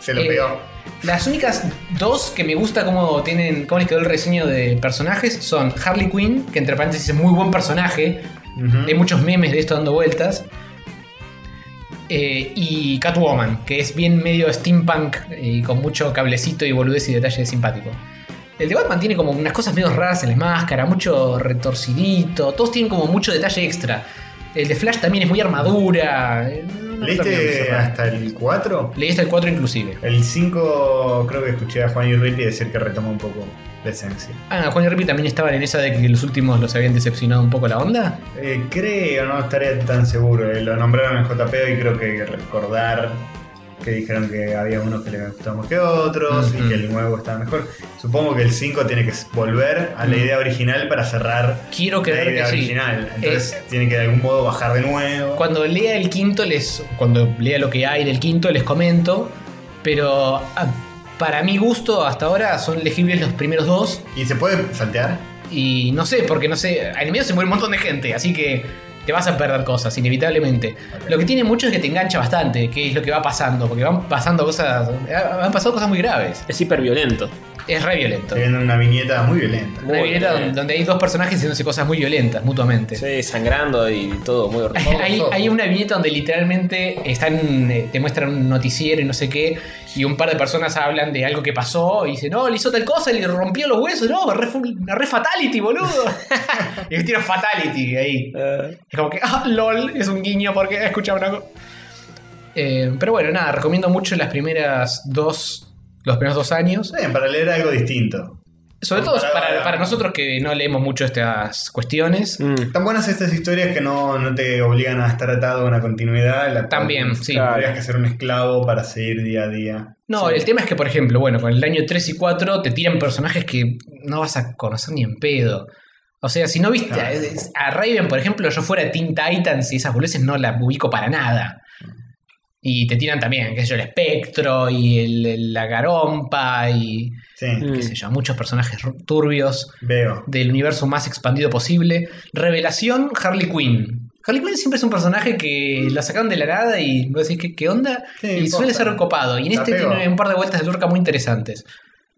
S4: Se lo
S2: Eh,
S4: pegó.
S2: Las únicas dos que me gusta cómo tienen, cómo les quedó el reseño de personajes son Harley Quinn, que entre paréntesis es muy buen personaje. Hay muchos memes de esto dando vueltas. Eh, y Catwoman, que es bien medio steampunk y con mucho cablecito y boludez y detalle simpático. El de Batman tiene como unas cosas medio raras en la máscara, mucho retorcidito, todos tienen como mucho detalle extra. El de Flash también es muy armadura. eh, no me terminó de
S4: ¿Leíste
S2: cerrar.
S4: hasta el 4?
S2: Leí hasta el 4 inclusive.
S4: El 5 creo que escuché a Juan y Ripley decir que retoma un poco la esencia.
S2: Ah, Juan y Ripley también estaban en esa de que los últimos los habían decepcionado un poco la onda.
S4: Eh, creo, no estaré tan seguro. Eh, Lo nombraron en JP y creo que recordar que dijeron que había unos que le gustaban más que otros y que el nuevo estaba mejor. Supongo que el 5 tiene que s- volver a la
S2: Mm.
S4: idea original para cerrar
S2: Quiero
S4: la
S2: creer
S4: idea
S2: que sí.
S4: original. Entonces
S2: Eh,
S4: tiene que de algún modo bajar de nuevo.
S2: Cuando lea el quinto, les. Cuando lea lo que hay del quinto, les comento. Pero ah, para mi gusto, hasta ahora son legibles los primeros dos.
S4: ¿Y se puede saltear?
S2: Y no sé, porque no sé. En el medio se muere un montón de gente, así que te vas a perder cosas, inevitablemente. Lo que tiene mucho es que te engancha bastante, que es lo que va pasando, porque van pasando cosas. eh, Han pasado cosas muy graves.
S3: Es hiperviolento.
S2: Es re violento.
S4: Estoy viendo una viñeta muy violenta.
S2: Una violeta donde, donde hay dos personajes haciéndose cosas muy violentas mutuamente.
S3: Sí, sangrando y todo, muy horrible.
S2: hay, hay una viñeta donde literalmente están, eh, te muestran un noticiero y no sé qué, y un par de personas hablan de algo que pasó y dicen, no, le hizo tal cosa, le rompió los huesos, no, re, fu- re fatality, boludo. y me tiro fatality ahí. Es como que, ah, lol, es un guiño porque he escuchado una cosa. pero bueno, nada, recomiendo mucho las primeras dos, los primeros dos años.
S4: para leer algo distinto.
S2: Sobre todo para, para nosotros que no leemos mucho estas cuestiones.
S3: Mm.
S4: Tan buenas estas historias que no, no te obligan a estar atado a una continuidad. La
S2: También, sí.
S4: Tendrías que ser un esclavo para seguir día a día.
S2: No, el tema es que, por ejemplo, bueno, con el año 3 y 4 te tiran personajes que no vas a conocer ni en pedo. O sea, si no viste a, a Raven, por ejemplo, yo fuera Teen Titans y esas boludeces no las ubico para nada. Y te tiran también, qué sé yo, el espectro y el- el- la garompa y qué sé yo, muchos personajes ru- turbios
S4: Veo.
S2: del universo más expandido posible. Revelación, Harley Quinn. Harley Quinn siempre es un personaje que la sacaron de la nada y vos decís, ¿qué, qué onda? y suele
S10: posta.
S2: ser copado. Y en
S10: La
S2: este
S10: pegó.
S2: tiene un par de vueltas de turca muy interesantes.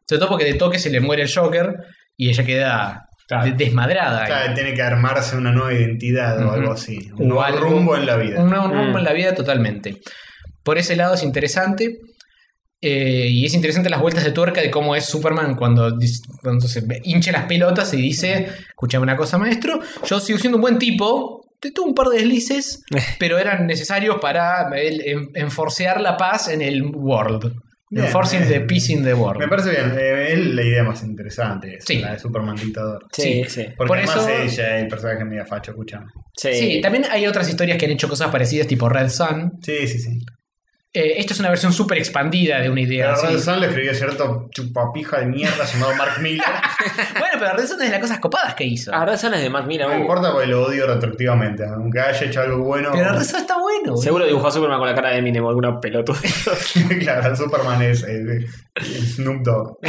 S2: Sobre todo porque de toque se le muere el Joker y ella queda de- desmadrada.
S4: Claro, tiene que armarse una nueva identidad o
S2: Ujú.
S4: algo así.
S2: O
S4: Un nuevo
S2: algo-
S4: rumbo en la vida.
S2: Un nuevo rumbo en la vida totalmente. Por ese lado es interesante. eh, y es interesante las vueltas de tuerca de cómo es Superman cuando, dis- cuando se hincha las pelotas y dice, escuchame una cosa maestro, yo sigo siendo un buen tipo, te tuve un par de deslices, pero eran necesarios para el- en- enforcear la paz en el world.
S4: Bien,
S2: Enforcing
S4: bien.
S2: the peace in the world.
S4: Me parece bien, eh, es la idea más interesante, es
S2: Sí.
S4: la de Superman dictador.
S2: Sí, sí.
S4: Porque
S2: Por
S4: además
S2: eso-
S4: ella es el personaje media facho, escúchame.
S2: Sí, también hay otras historias que han hecho cosas parecidas, tipo Red Sun.
S4: Sí, sí, sí.
S2: Eh, esto es una versión súper expandida de una idea.
S4: Pero
S2: así.
S4: Red Son le escribió cierto chupapija de mierda llamado Mark Miller.
S2: bueno, pero Red Son es de las cosas copadas que hizo.
S3: Ah, Red Son es de Mark Miller.
S4: No me importa porque lo odio retroactivamente, aunque haya hecho algo bueno.
S2: Pero Red Son está bueno. boludo.
S3: Seguro dibujó a Superman con la cara de Eminem, alguna pelotuda.
S4: claro, Superman es, es- es Snoop Dogg.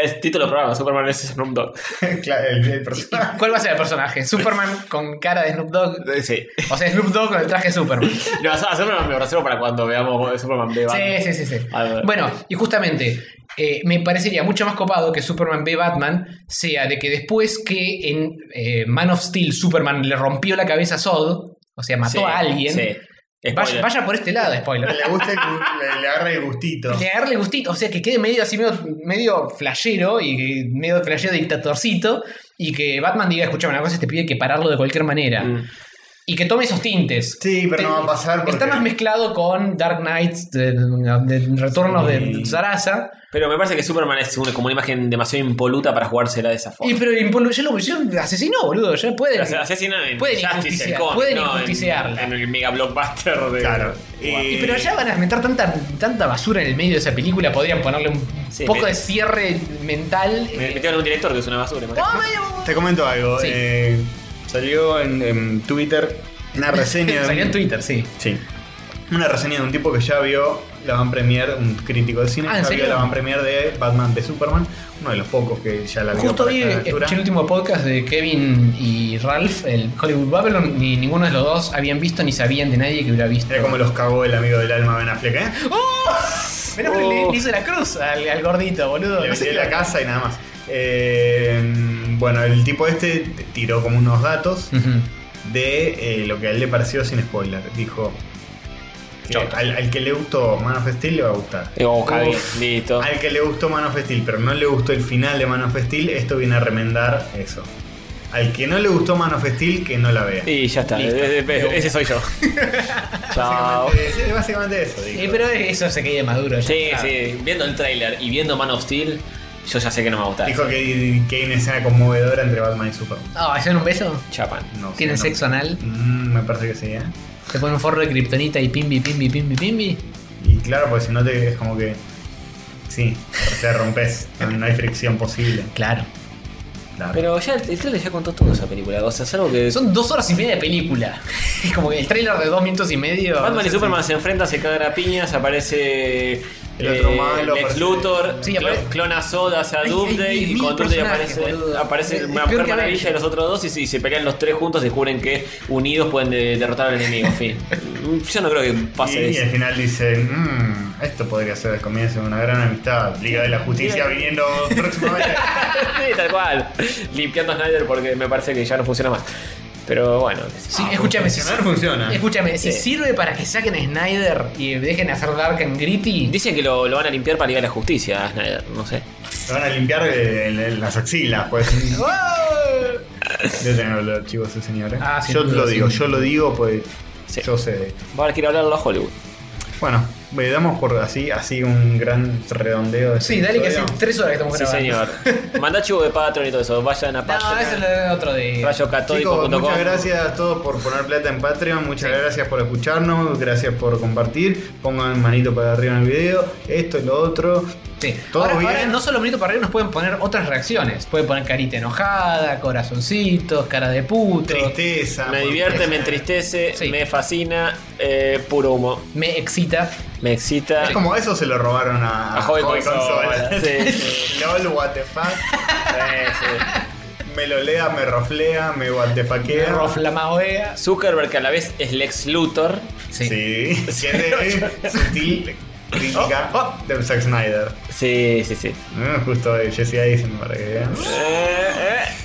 S3: Es título del programa, Superman es Snoop Dogg.
S4: claro, el, el personaje.
S2: ¿Cuál va a ser el personaje? ¿Superman con cara de Snoop Dogg?
S3: Sí.
S2: O sea, Snoop Dogg con el traje de Superman.
S3: No, a Superman me reservo para cuando veamos Superman B.
S2: Sí, sí, sí, sí. Bueno, y justamente eh, me parecería mucho más copado que Superman ve Batman sea de que después que en eh, Man of Steel Superman le rompió la cabeza a Zod, o sea, mató
S3: Sí,
S2: a alguien.
S3: sí.
S2: Vaya,
S3: Spoiler.
S2: vaya por este lado, spoiler.
S4: Le, gusta el gu- le, le agarra el gustito.
S2: De darle gustito, o sea, que quede medio así, medio, medio flashero y que- medio flashero dictatorcito. Y que Batman diga, escuchame una cosa, este pibe hay que pararlo de cualquier manera. Y que tome esos tintes.
S4: Mm. Sí, pero no va a pasar porque-
S2: Está más mezclado con Dark Knights, de, de- de retornos de
S3: Sí.
S2: Sarasa.
S3: Pero me parece que Superman es una- como una imagen demasiado impoluta para jugársela de esa forma.
S2: Y pero el impolu- ya lo pusieron, asesinó, boludo. Ya pueden.
S3: Pero se asesina en
S2: pueden
S3: Justice,
S2: injusticiar-
S3: el cómic,
S2: pueden
S3: no, en-
S2: injusticiarla.
S3: En, el mega blockbuster de.
S4: Claro.
S2: Y pero ya van a meter tanta, tanta basura en el medio de esa película, podrían ponerle un poco
S3: me-
S2: de cierre mental. Eh,
S3: Me metieron un director que es una basura. man.
S4: Te comento algo.
S2: Sí.
S4: eh, salió en, en Twitter una reseña.
S2: Salió en
S4: Twitter,
S2: sí.
S4: Sí. Una reseña de un tipo que ya vio la van premier, un crítico de cine,
S2: Ah, ¿en
S4: ya vio
S2: serio?
S4: la van premier de Batman de Superman, uno de los pocos que ya la vio.
S2: Justo
S4: para
S2: vi
S4: esta altura.
S2: escuché el último podcast de Kevin y Ralph, el Hollywood Babylon, ni ninguno de los dos habían visto ni sabían de nadie que hubiera visto.
S4: Era como los cagó el amigo del alma Ben Affleck, ¿eh?
S2: Menos que le, le hizo la cruz al, al gordito, boludo.
S4: Oh. Le
S2: No sé
S4: vendí
S2: qué-
S4: la casa y nada más. Eh, bueno, el tipo este tiró como unos datos de eh, lo que a él le pareció sin spoiler. Dijo. que Al, al que le gustó Man of Steel le va a gustar.
S3: Digo, "Oca, bien,
S4: Uf.
S3: listo.
S4: Al que le gustó Man of Steel, pero no le gustó el final de Man of Steel, esto viene a remendar eso. Al que no le gustó Man of Steel, que no la vea.
S3: Y ya está. eh, eh, eh, Ese soy yo. Chao.
S4: Básicamente, básicamente eso. dijo.
S2: Eh, pero eso se cae de maduro. ya
S3: Sí,
S2: está.
S3: sí. Viendo el tráiler y viendo Man of Steel, yo ya sé que no me va a gustar.
S4: Dijo que, que hay una escena conmovedora entre Batman y Superman.
S2: Ah, ¿hacen un beso?
S3: Chapan.
S4: No sé,
S2: ¿Tienen
S4: no-
S2: sexo anal?
S4: Mm, me parece que sí, ¿eh?
S2: ¿Se ponen un forro de kriptonita y pimbi, pimbi, pimbi, pimbi?
S4: Y claro, porque si no te es como que. Sí, te rompes. No, no hay fricción posible.
S2: Claro.
S4: Claro.
S3: Pero ya el, el trailer ya contó todo esa película. O sea, es algo que.
S2: Son dos horas y media de película. Es como que el trailer de dos minutos y medio. no
S3: Batman
S2: sé
S3: y
S2: si-
S3: Superman se enfrentan, se cagan a piñas, aparece. eh,
S4: El otro malo,
S3: Lex
S4: aparece-
S3: Luthor,
S2: Sí,
S3: clo-
S2: aparece-
S3: clona Soda, hacia
S2: Hay- hay
S3: Doomsday, y
S2: 10.000
S3: con Doomsday
S2: personajes,
S3: aparece,
S2: boludo.
S3: aparece
S2: Es- es
S3: una
S2: peor
S3: mujer
S2: que
S3: maravilla y los otros dos, y, se- y se pelean los tres juntos y descubren que unidos pueden de- derrotar al enemigo. En fin, yo no creo que
S4: Y,
S3: pase
S4: y al
S3: eso.
S4: final dice: "Mm, Esto podría ser el comienzo de una gran amistad. Liga de la Justicia
S3: Bien.
S4: viniendo próximamente.
S3: Sí, tal cual. Limpiando a Snyder porque me parece que ya no funciona más. Pero bueno, qué sé yo.
S2: Sí, escúchame, si,
S4: Funcionar funciona.
S2: escúchame, si
S3: Sí.
S2: sirve para que saquen a Snyder y dejen hacer Dark and Gritty,
S3: dicen que lo, lo van a limpiar para Liga de la Justicia a Snyder, no sé.
S4: Lo van a limpiar de, de- de las axilas, pues. Debe tener los chivos ese señor. ¿eh?
S2: Ah, sin
S4: yo
S2: duda,
S4: lo
S2: sin
S4: digo,
S2: duda.
S4: yo lo digo, pues.
S3: Sí.
S4: Yo sé de esto.
S3: Va a haber que ir a hablarlo a Hollywood.
S4: Bueno, le damos por así, así un gran redondeo. de
S2: Sí,
S4: este
S2: dale que hace
S4: episodio.
S2: tres horas que estamos
S3: Sí,
S2: grabando.
S3: señor. Mandá chivo de Patreon y todo eso. Vayan a
S2: No, eso
S3: Patreon.
S2: es lo- otro de.
S4: Chicos,
S3: rayocatódico.com.
S4: muchas gracias a todos por poner plata en Patreon, muchas gracias por escucharnos, gracias por compartir, pongan manito para arriba en el video, esto y lo otro.
S2: Sí.
S4: ¿Todo
S2: ahora,
S4: bien?
S2: ahora no solo minuto para arriba nos pueden poner otras reacciones. Pueden poner carita enojada, corazoncitos, cara de puto.
S4: Tristeza.
S3: Me
S4: por-
S3: divierte, me entristece,
S2: Sí.
S3: me fascina. eh, puro humo.
S2: Me excita.
S3: Me excita.
S4: Es como eso se lo robaron a,
S3: A Joven Consola. Sí,
S4: LOL, what the fuck. Me lolea, me roflea, me what the fuckea.
S2: Rofla maoea.
S3: Zuckerberg, que a la vez es Lex Luthor.
S2: Sí.
S4: Sí. Tiene sutil
S3: Oh,
S4: crítica de Zack Snyder.
S3: Sí, sí, sí.
S4: Mm, Justo de Jesse Eisenberg. para que vean.
S3: Eh, eh.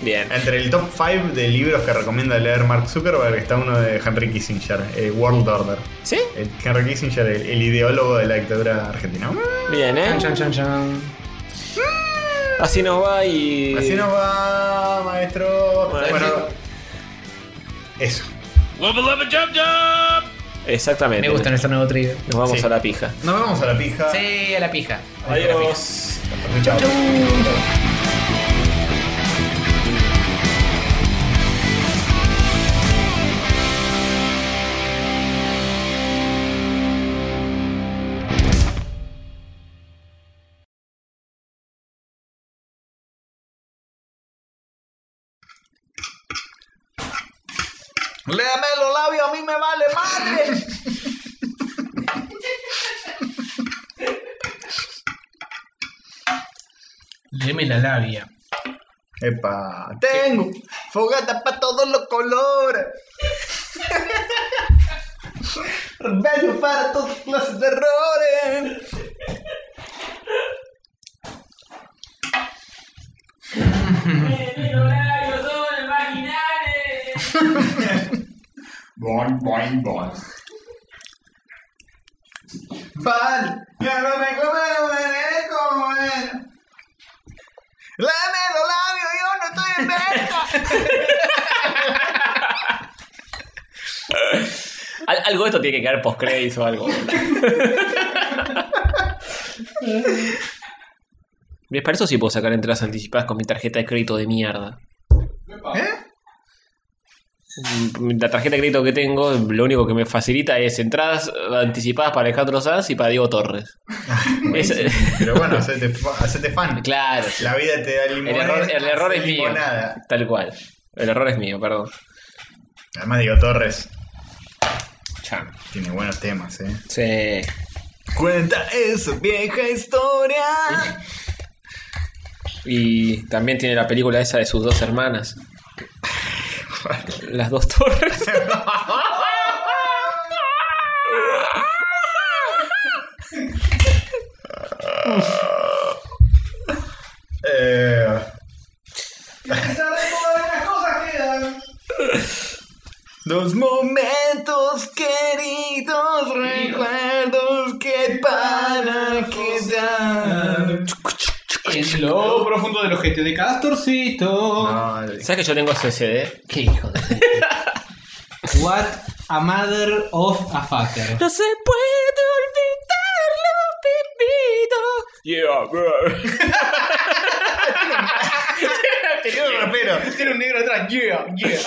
S3: Bien.
S4: Entre el top 5 de libros que recomienda leer Mark Zuckerberg está uno de Henry Kissinger, eh, World Order.
S3: ¿Sí?
S4: El Henry Kissinger, el, el ideólogo de la dictadura argentina.
S3: Bien,
S2: Chan,
S3: ¿eh?
S2: chan, chan, chan.
S3: Así nos va y.
S4: Así nos va, maestro.
S3: Bueno,
S4: Bueno,
S3: sí.
S4: eso.
S3: Exactamente.
S2: Me gusta nuestro nuevo trío.
S3: Nos vamos
S4: Sí.
S3: a la pija.
S4: Nos vamos a la pija.
S2: Sí, a la pija.
S3: Adiós.
S4: Chau. Léame los labios, a mí me vale madre.
S2: lame la labia.
S4: Epa. Tengo fogata para todos los colores. Remedio para todas clases de errores. Bon, bon, bon. Vale, ya no me como me merezco, bueno. Lame los labios, yo no estoy en
S3: Al- algo de esto tiene que quedar post o algo. ¿Ves? Para eso sí puedo sacar entradas anticipadas con mi tarjeta de crédito de mierda.
S4: ¿Eh?
S3: Mm, La tarjeta de crédito que tengo, lo único que me facilita es entradas anticipadas para Alejandro Sanz y para Diego Torres. Es- eh,
S4: Pero bueno, hacete, fa- hacete fan.
S3: Claro.
S4: La vida te da limón.
S3: el error, el error es mío.
S4: Limonada.
S3: Tal cual. El error es mío, perdón.
S4: Además, Diego Torres.
S3: Chan.
S4: Tiene buenos temas, eh.
S3: Sí.
S4: Cuenta esa vieja historia.
S3: Y también tiene la película esa de sus dos hermanas. Las dos torres.
S4: Eh, los momentos queridos, recuerdos que para quedar.
S2: En lo profundo del ojete de Castorcito.
S3: ¿Sabes que yo tengo ese CD?
S2: ¿Qué hijo de What a mother of a fucker.
S3: No se puede olvidar lo vivido. Yeah, bro.
S4: Tiene un rapero.
S2: Tiene un negro atrás. Yeah, yeah.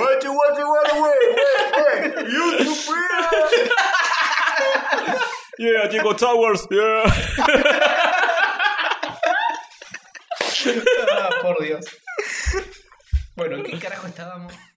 S4: What you, what you, what you, wait, wait, wait. You superhero.
S3: Yeah, Diego Towers. Yeah.
S2: Ah, por Dios. Bueno, ¿en qué carajo estábamos?